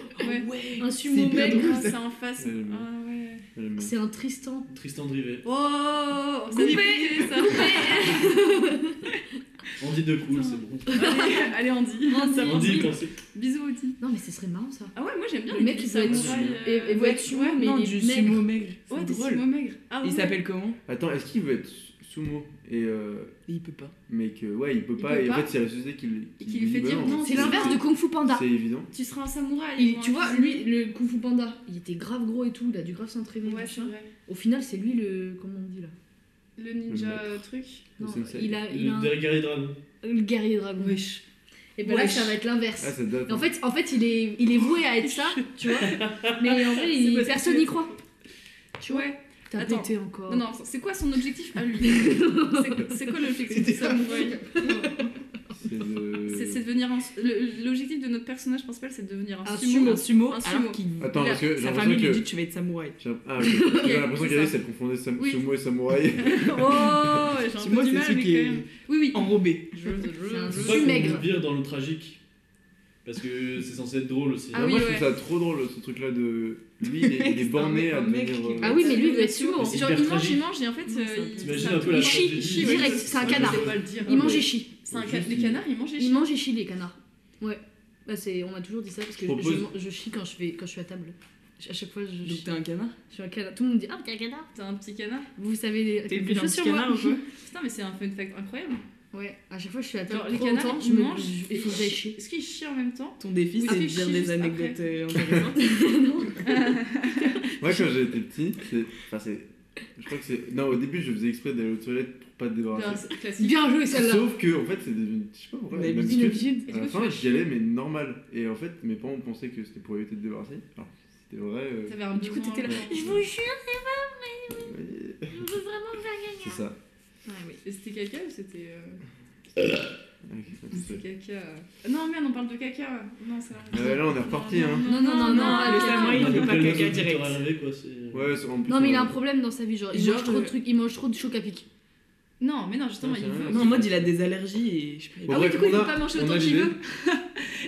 Speaker 1: Ouais.
Speaker 4: Un
Speaker 1: Sumo
Speaker 4: sumo
Speaker 7: hyper
Speaker 1: maigre,
Speaker 7: drôle,
Speaker 1: ah,
Speaker 7: ça.
Speaker 1: c'est en face.
Speaker 3: Ouais, mais-
Speaker 1: Ah ouais.
Speaker 3: Elle aime bien.
Speaker 4: C'est un Tristan.
Speaker 5: Tristan Drivet.
Speaker 1: Oh ça
Speaker 4: Coupé.
Speaker 1: dépouillé, ça.
Speaker 5: Andy de cool, c'est bon.
Speaker 1: Allez, allez, Andy. Ça avance
Speaker 5: Andy,
Speaker 1: vite.
Speaker 5: pensez.
Speaker 1: Bisous Andy.
Speaker 4: Non, mais ce serait marrant ça.
Speaker 1: Ah ouais, moi j'aime bien
Speaker 4: Le
Speaker 1: les
Speaker 4: mec,
Speaker 1: petits
Speaker 4: il doit être
Speaker 1: samouraïs,
Speaker 4: sumo.
Speaker 1: euh,
Speaker 4: Et- et
Speaker 1: ouais,
Speaker 4: ouais, tu vois, mais
Speaker 7: Non,
Speaker 4: il
Speaker 7: du
Speaker 4: est maigre.
Speaker 7: sumo maigre. C'est
Speaker 1: Ouais, des
Speaker 7: drôle.
Speaker 1: sumo maigres. Ah ouais.
Speaker 7: Il s'appelle comment
Speaker 3: Attends, est-ce qu'il veut être sumo et euh,
Speaker 7: Et il peut pas.
Speaker 3: mais que ouais il peut
Speaker 1: Il
Speaker 3: pas
Speaker 1: peut
Speaker 3: et en
Speaker 1: pas.
Speaker 3: fait c'est la société qui, le-
Speaker 1: Et qui lui fait
Speaker 3: dit, bah
Speaker 1: dire non,
Speaker 3: en fait,
Speaker 4: C'est l'inverse de Kung Fu Panda.
Speaker 3: C'est évident.
Speaker 1: Tu seras un samouraï.
Speaker 4: Il-
Speaker 1: moi,
Speaker 4: tu vois,
Speaker 1: cuisinier.
Speaker 4: lui, le Kung Fu Panda, il était grave gros et tout, il a dû grave s'entraîner.
Speaker 1: Ouais, c'est
Speaker 4: machin.
Speaker 1: vrai.
Speaker 4: Au final, c'est lui le. Comment on dit là
Speaker 1: Le ninja truc.
Speaker 3: Le
Speaker 4: Non,
Speaker 3: sensei.
Speaker 4: il a, il a
Speaker 5: Le
Speaker 4: un-
Speaker 5: derrière les dragons.
Speaker 4: le guerrier dragon.
Speaker 7: Wesh.
Speaker 4: Et ben là,
Speaker 7: Wesh.
Speaker 4: ça va être l'inverse.
Speaker 3: Ah ça date.
Speaker 4: Et En fait, en fait il, est, il est voué à être ça, tu vois. Mais en vrai, il-
Speaker 1: parce que
Speaker 4: personne
Speaker 1: tu-
Speaker 4: n'y croit. Tu vois
Speaker 1: Ouais.
Speaker 4: T'as
Speaker 1: Attends.
Speaker 4: pété encore.
Speaker 1: Non, non, c'est quoi son objectif à lui C'est- C'est quoi l'objectif du samouraï
Speaker 3: C'est de-
Speaker 1: C'est c'est devenir un. le- L'objectif de notre personnage principal, c'est de devenir un,
Speaker 7: Un sumo.
Speaker 1: sumo. Oh,
Speaker 7: Un sumo.
Speaker 1: Un sumo.
Speaker 7: Alors qu'il.
Speaker 3: Attends parce que
Speaker 7: Sa
Speaker 3: j'ai l'impression
Speaker 7: famille lui dit
Speaker 3: que
Speaker 7: tu vas être samouraï.
Speaker 3: j'ai ah, ok. J'ai l'impression
Speaker 1: c'est
Speaker 3: qu'Alice
Speaker 1: ça.
Speaker 3: elle confondait sam-
Speaker 1: Oui.
Speaker 3: sumo et samouraï.
Speaker 1: Oh, j'ai un
Speaker 7: Sumo,
Speaker 1: peu du
Speaker 7: c'est
Speaker 1: mal,
Speaker 7: celui
Speaker 1: mais
Speaker 7: qui
Speaker 1: quand
Speaker 7: est
Speaker 1: même. Oui, oui.
Speaker 7: enrobé.
Speaker 1: Je- je- je-
Speaker 4: C'est
Speaker 1: je-
Speaker 4: un
Speaker 5: C'est
Speaker 4: Je
Speaker 5: pas
Speaker 4: suis
Speaker 5: qu'on
Speaker 4: maigre.
Speaker 5: vire dans le tragique. Parce que c'est censé être drôle aussi.
Speaker 1: Ah
Speaker 3: Bah,
Speaker 1: oui,
Speaker 3: moi je
Speaker 1: ouais.
Speaker 3: trouve ça trop drôle ce truc là de lui il est, il est
Speaker 7: C'est
Speaker 3: borné
Speaker 7: un
Speaker 3: à
Speaker 7: mec qui-
Speaker 3: devenir. euh,
Speaker 4: Ah oui, mais lui, il veut être sumo.
Speaker 5: C'est
Speaker 1: Genre,
Speaker 5: hyper
Speaker 1: il mange,
Speaker 5: tragique.
Speaker 1: il mange, et en fait.
Speaker 7: Non, c'est
Speaker 1: euh,
Speaker 7: un peu-
Speaker 1: il-
Speaker 5: T'imagines
Speaker 1: c'est
Speaker 5: un peu la
Speaker 4: Il chie,
Speaker 5: phrase
Speaker 4: il
Speaker 5: de-
Speaker 4: chie
Speaker 5: Ouais,
Speaker 4: direct,
Speaker 5: je-
Speaker 4: c'est un
Speaker 5: ouais,
Speaker 4: canard.
Speaker 5: je sais
Speaker 1: pas
Speaker 5: pas.
Speaker 1: le dire.
Speaker 4: Il mange et chie.
Speaker 1: C'est un ca-
Speaker 5: Juste,
Speaker 1: Les
Speaker 5: il-
Speaker 1: canards, ils mangent et
Speaker 4: Il
Speaker 1: chient.
Speaker 4: mange et chie, les canards. Ouais. Bah, c'est- on m'a toujours dit ça parce que je,
Speaker 3: Propose.
Speaker 4: je- je chie quand je, vais, quand je suis à table. Je- À chaque fois, je, je
Speaker 7: Donc
Speaker 4: chie.
Speaker 7: t'es un canard
Speaker 4: Je suis un canard. Tout le monde dit Ah, t'es un canard
Speaker 1: T'as un petit canard.
Speaker 4: Vous savez
Speaker 7: T'es
Speaker 4: quelque
Speaker 7: le un
Speaker 4: chose
Speaker 7: petit
Speaker 4: sur moi
Speaker 7: canard ou quoi
Speaker 1: Putain, mais c'est un fun fact incroyable.
Speaker 4: Ouais, à chaque fois, je suis à table.
Speaker 1: Genre, les
Speaker 4: trop
Speaker 1: canards,
Speaker 4: longtemps,
Speaker 1: ils
Speaker 4: je me-
Speaker 1: mangent.
Speaker 4: je-
Speaker 1: et
Speaker 4: Il faut que j'aille
Speaker 1: chient.
Speaker 4: chier.
Speaker 1: Est-ce qu'ils chient en même temps
Speaker 7: Ton défi,
Speaker 1: Oui,
Speaker 7: c'est de
Speaker 1: tu
Speaker 7: dire
Speaker 1: chies
Speaker 7: des
Speaker 1: juste
Speaker 7: anecdotes
Speaker 1: après.
Speaker 7: euh, intéressantes.
Speaker 4: Non.
Speaker 3: Moi, quand j'étais petit, c'est. Enfin, c'est. Je crois que c'est. Non, au début, je faisais exprès d'aller aux toilettes pour pas te
Speaker 1: Bien,
Speaker 3: débarrasser.
Speaker 1: c'est classique.
Speaker 4: Bien joué celle-là.
Speaker 3: Sauf que, en fait, c'est devenu. Je sais pas pourquoi.
Speaker 7: Mais
Speaker 3: une
Speaker 7: habitude.
Speaker 3: habitude.
Speaker 1: Et
Speaker 3: À
Speaker 1: du
Speaker 3: la
Speaker 1: coup,
Speaker 3: fin,
Speaker 1: tu
Speaker 3: j'y allais, mais normal. Et en fait, mes parents pensaient que c'était pour éviter de débarrasser. Alors, c'était vrai. euh,
Speaker 1: T'avais un
Speaker 4: Du coup,
Speaker 1: besoin,
Speaker 4: t'étais là.
Speaker 1: genre.
Speaker 4: Je vous jure.
Speaker 3: ouais. C'est ça.
Speaker 4: Ouais, oui.
Speaker 1: Et c'était caca ou c'était. euh,
Speaker 3: Ok,
Speaker 1: C'était
Speaker 3: c'est-
Speaker 1: caca. Ah Non, merde, on parle de caca. Non, c'est vrai.
Speaker 3: Euh, là, on est reparti, hein.
Speaker 4: Non, non, non, non,
Speaker 7: Ah, le
Speaker 4: le canard.
Speaker 7: samouraï, il fait
Speaker 5: Appelle
Speaker 7: pas
Speaker 5: nos
Speaker 7: caca
Speaker 5: auditeurs
Speaker 7: direct.
Speaker 5: arrivés, quoi, c'est-
Speaker 3: Ouais, c'est- en plus.
Speaker 4: Non mais il a
Speaker 3: on-
Speaker 4: un problème dans sa vie, genre il
Speaker 7: Genre,
Speaker 4: mange trop
Speaker 7: euh,
Speaker 4: de trucs, il mange trop de chocapic.
Speaker 1: Non, mais non, justement,
Speaker 3: Non,
Speaker 1: il
Speaker 3: c'est
Speaker 1: veut.
Speaker 3: vrai.
Speaker 7: Non, en mode il a des allergies et je sais
Speaker 3: Bon,
Speaker 7: pas.
Speaker 1: Ah oui,
Speaker 3: bref,
Speaker 1: du coup, il
Speaker 3: on
Speaker 1: peut
Speaker 3: a-
Speaker 1: pas manger
Speaker 3: on a
Speaker 1: autant qu'il
Speaker 3: l'idée.
Speaker 1: veut.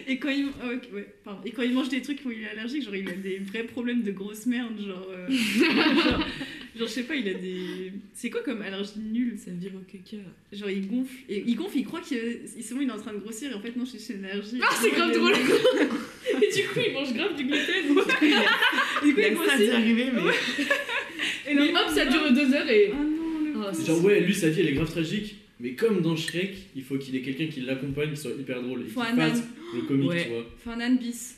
Speaker 1: Et quand il. ah, ok, ouais, pardon. Et quand il mange des trucs où il est allergique, genre il a des vrais problèmes de grosse merde, genre. euh, genre, genre, je sais pas, il a des. C'est quoi comme allergie nulle
Speaker 7: Ça vire au caca.
Speaker 1: Genre il gonfle. Et il gonfle, il croit qu'il c'est bon, il est en train de grossir et en fait, non, c'est c'est une allergie.
Speaker 4: Ah, c'est grave drôle.
Speaker 1: Et du coup, il mange grave du gluten. du coup,
Speaker 7: Il
Speaker 1: il
Speaker 7: a que ça d'y
Speaker 1: grossit.
Speaker 7: arriver, mais.
Speaker 1: Et là,
Speaker 4: hop, ça dure deux heures et.
Speaker 1: Ah non, le.
Speaker 4: Ah,
Speaker 1: pauvre.
Speaker 5: C'est genre, ouais, lui, sa vie, elle est grave tragique. Mais comme dans Shrek, il faut qu'il ait quelqu'un qui l'accompagne, qui soit hyper drôle. Et qui
Speaker 1: Faut un âne.
Speaker 5: fasse le comique,
Speaker 7: Ouais.
Speaker 5: tu vois.
Speaker 1: Enfin, un âne bis.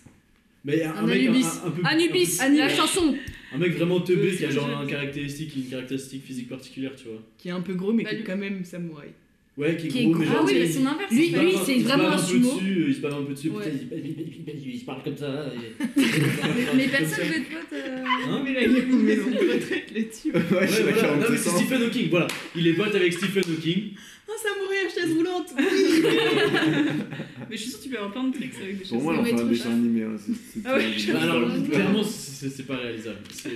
Speaker 5: Mais un,
Speaker 4: Un
Speaker 5: mec un-
Speaker 4: Anubis.
Speaker 5: un, un peu.
Speaker 4: Anubis,
Speaker 5: un peu-
Speaker 4: la chanson.
Speaker 5: Un mec vraiment
Speaker 1: Euh,
Speaker 5: teubé qui a
Speaker 1: c'est
Speaker 5: genre
Speaker 1: le jeu.
Speaker 5: un caractéristique, une caractéristique physique particulière, tu vois.
Speaker 7: Qui est un peu gros, mais
Speaker 1: Bah,
Speaker 7: qui
Speaker 1: lui-
Speaker 7: est quand même samouraï.
Speaker 5: Ouais, qui est
Speaker 4: Qui est
Speaker 5: gros, mais
Speaker 4: gros.
Speaker 1: Ah
Speaker 5: genre.
Speaker 1: oui,
Speaker 5: tu sais,
Speaker 1: mais
Speaker 5: il-
Speaker 1: son inverse.
Speaker 4: Lui-
Speaker 5: il se bave
Speaker 4: lui,
Speaker 5: un-
Speaker 4: c'est
Speaker 5: il se bave
Speaker 4: vraiment
Speaker 5: un
Speaker 4: un
Speaker 5: peu
Speaker 4: sumo.
Speaker 5: dessus, euh, Il se balance un peu dessus,
Speaker 4: Ouais.
Speaker 5: putain, il- il- il- il- il- il parle comme ça. hein, et-
Speaker 1: Mais personne veut être pote. euh,
Speaker 5: Hein
Speaker 7: Mais là, il est en maison de retraite, les types.
Speaker 3: Ouais,
Speaker 5: Ouais,
Speaker 3: j'ai
Speaker 5: voilà. Non, mais
Speaker 3: 47
Speaker 5: c'est
Speaker 3: ans.
Speaker 5: Stephen Hawking, voilà. Il est pote avec Stephen Hawking.
Speaker 7: Un samouraï à chaise roulante.
Speaker 1: Mais je suis sûre que tu peux avoir plein de trucs avec des
Speaker 3: Pour
Speaker 1: choses.
Speaker 3: moi, on
Speaker 4: Ça va
Speaker 3: fait un
Speaker 4: être
Speaker 3: dessin
Speaker 4: chaud.
Speaker 3: animé. hein, c'est- c'est-
Speaker 1: Ah ouais,
Speaker 3: c'est-
Speaker 5: Bah, alors,
Speaker 3: c'est-
Speaker 5: clairement, c'est- c'est c'est pas réalisable. C'est-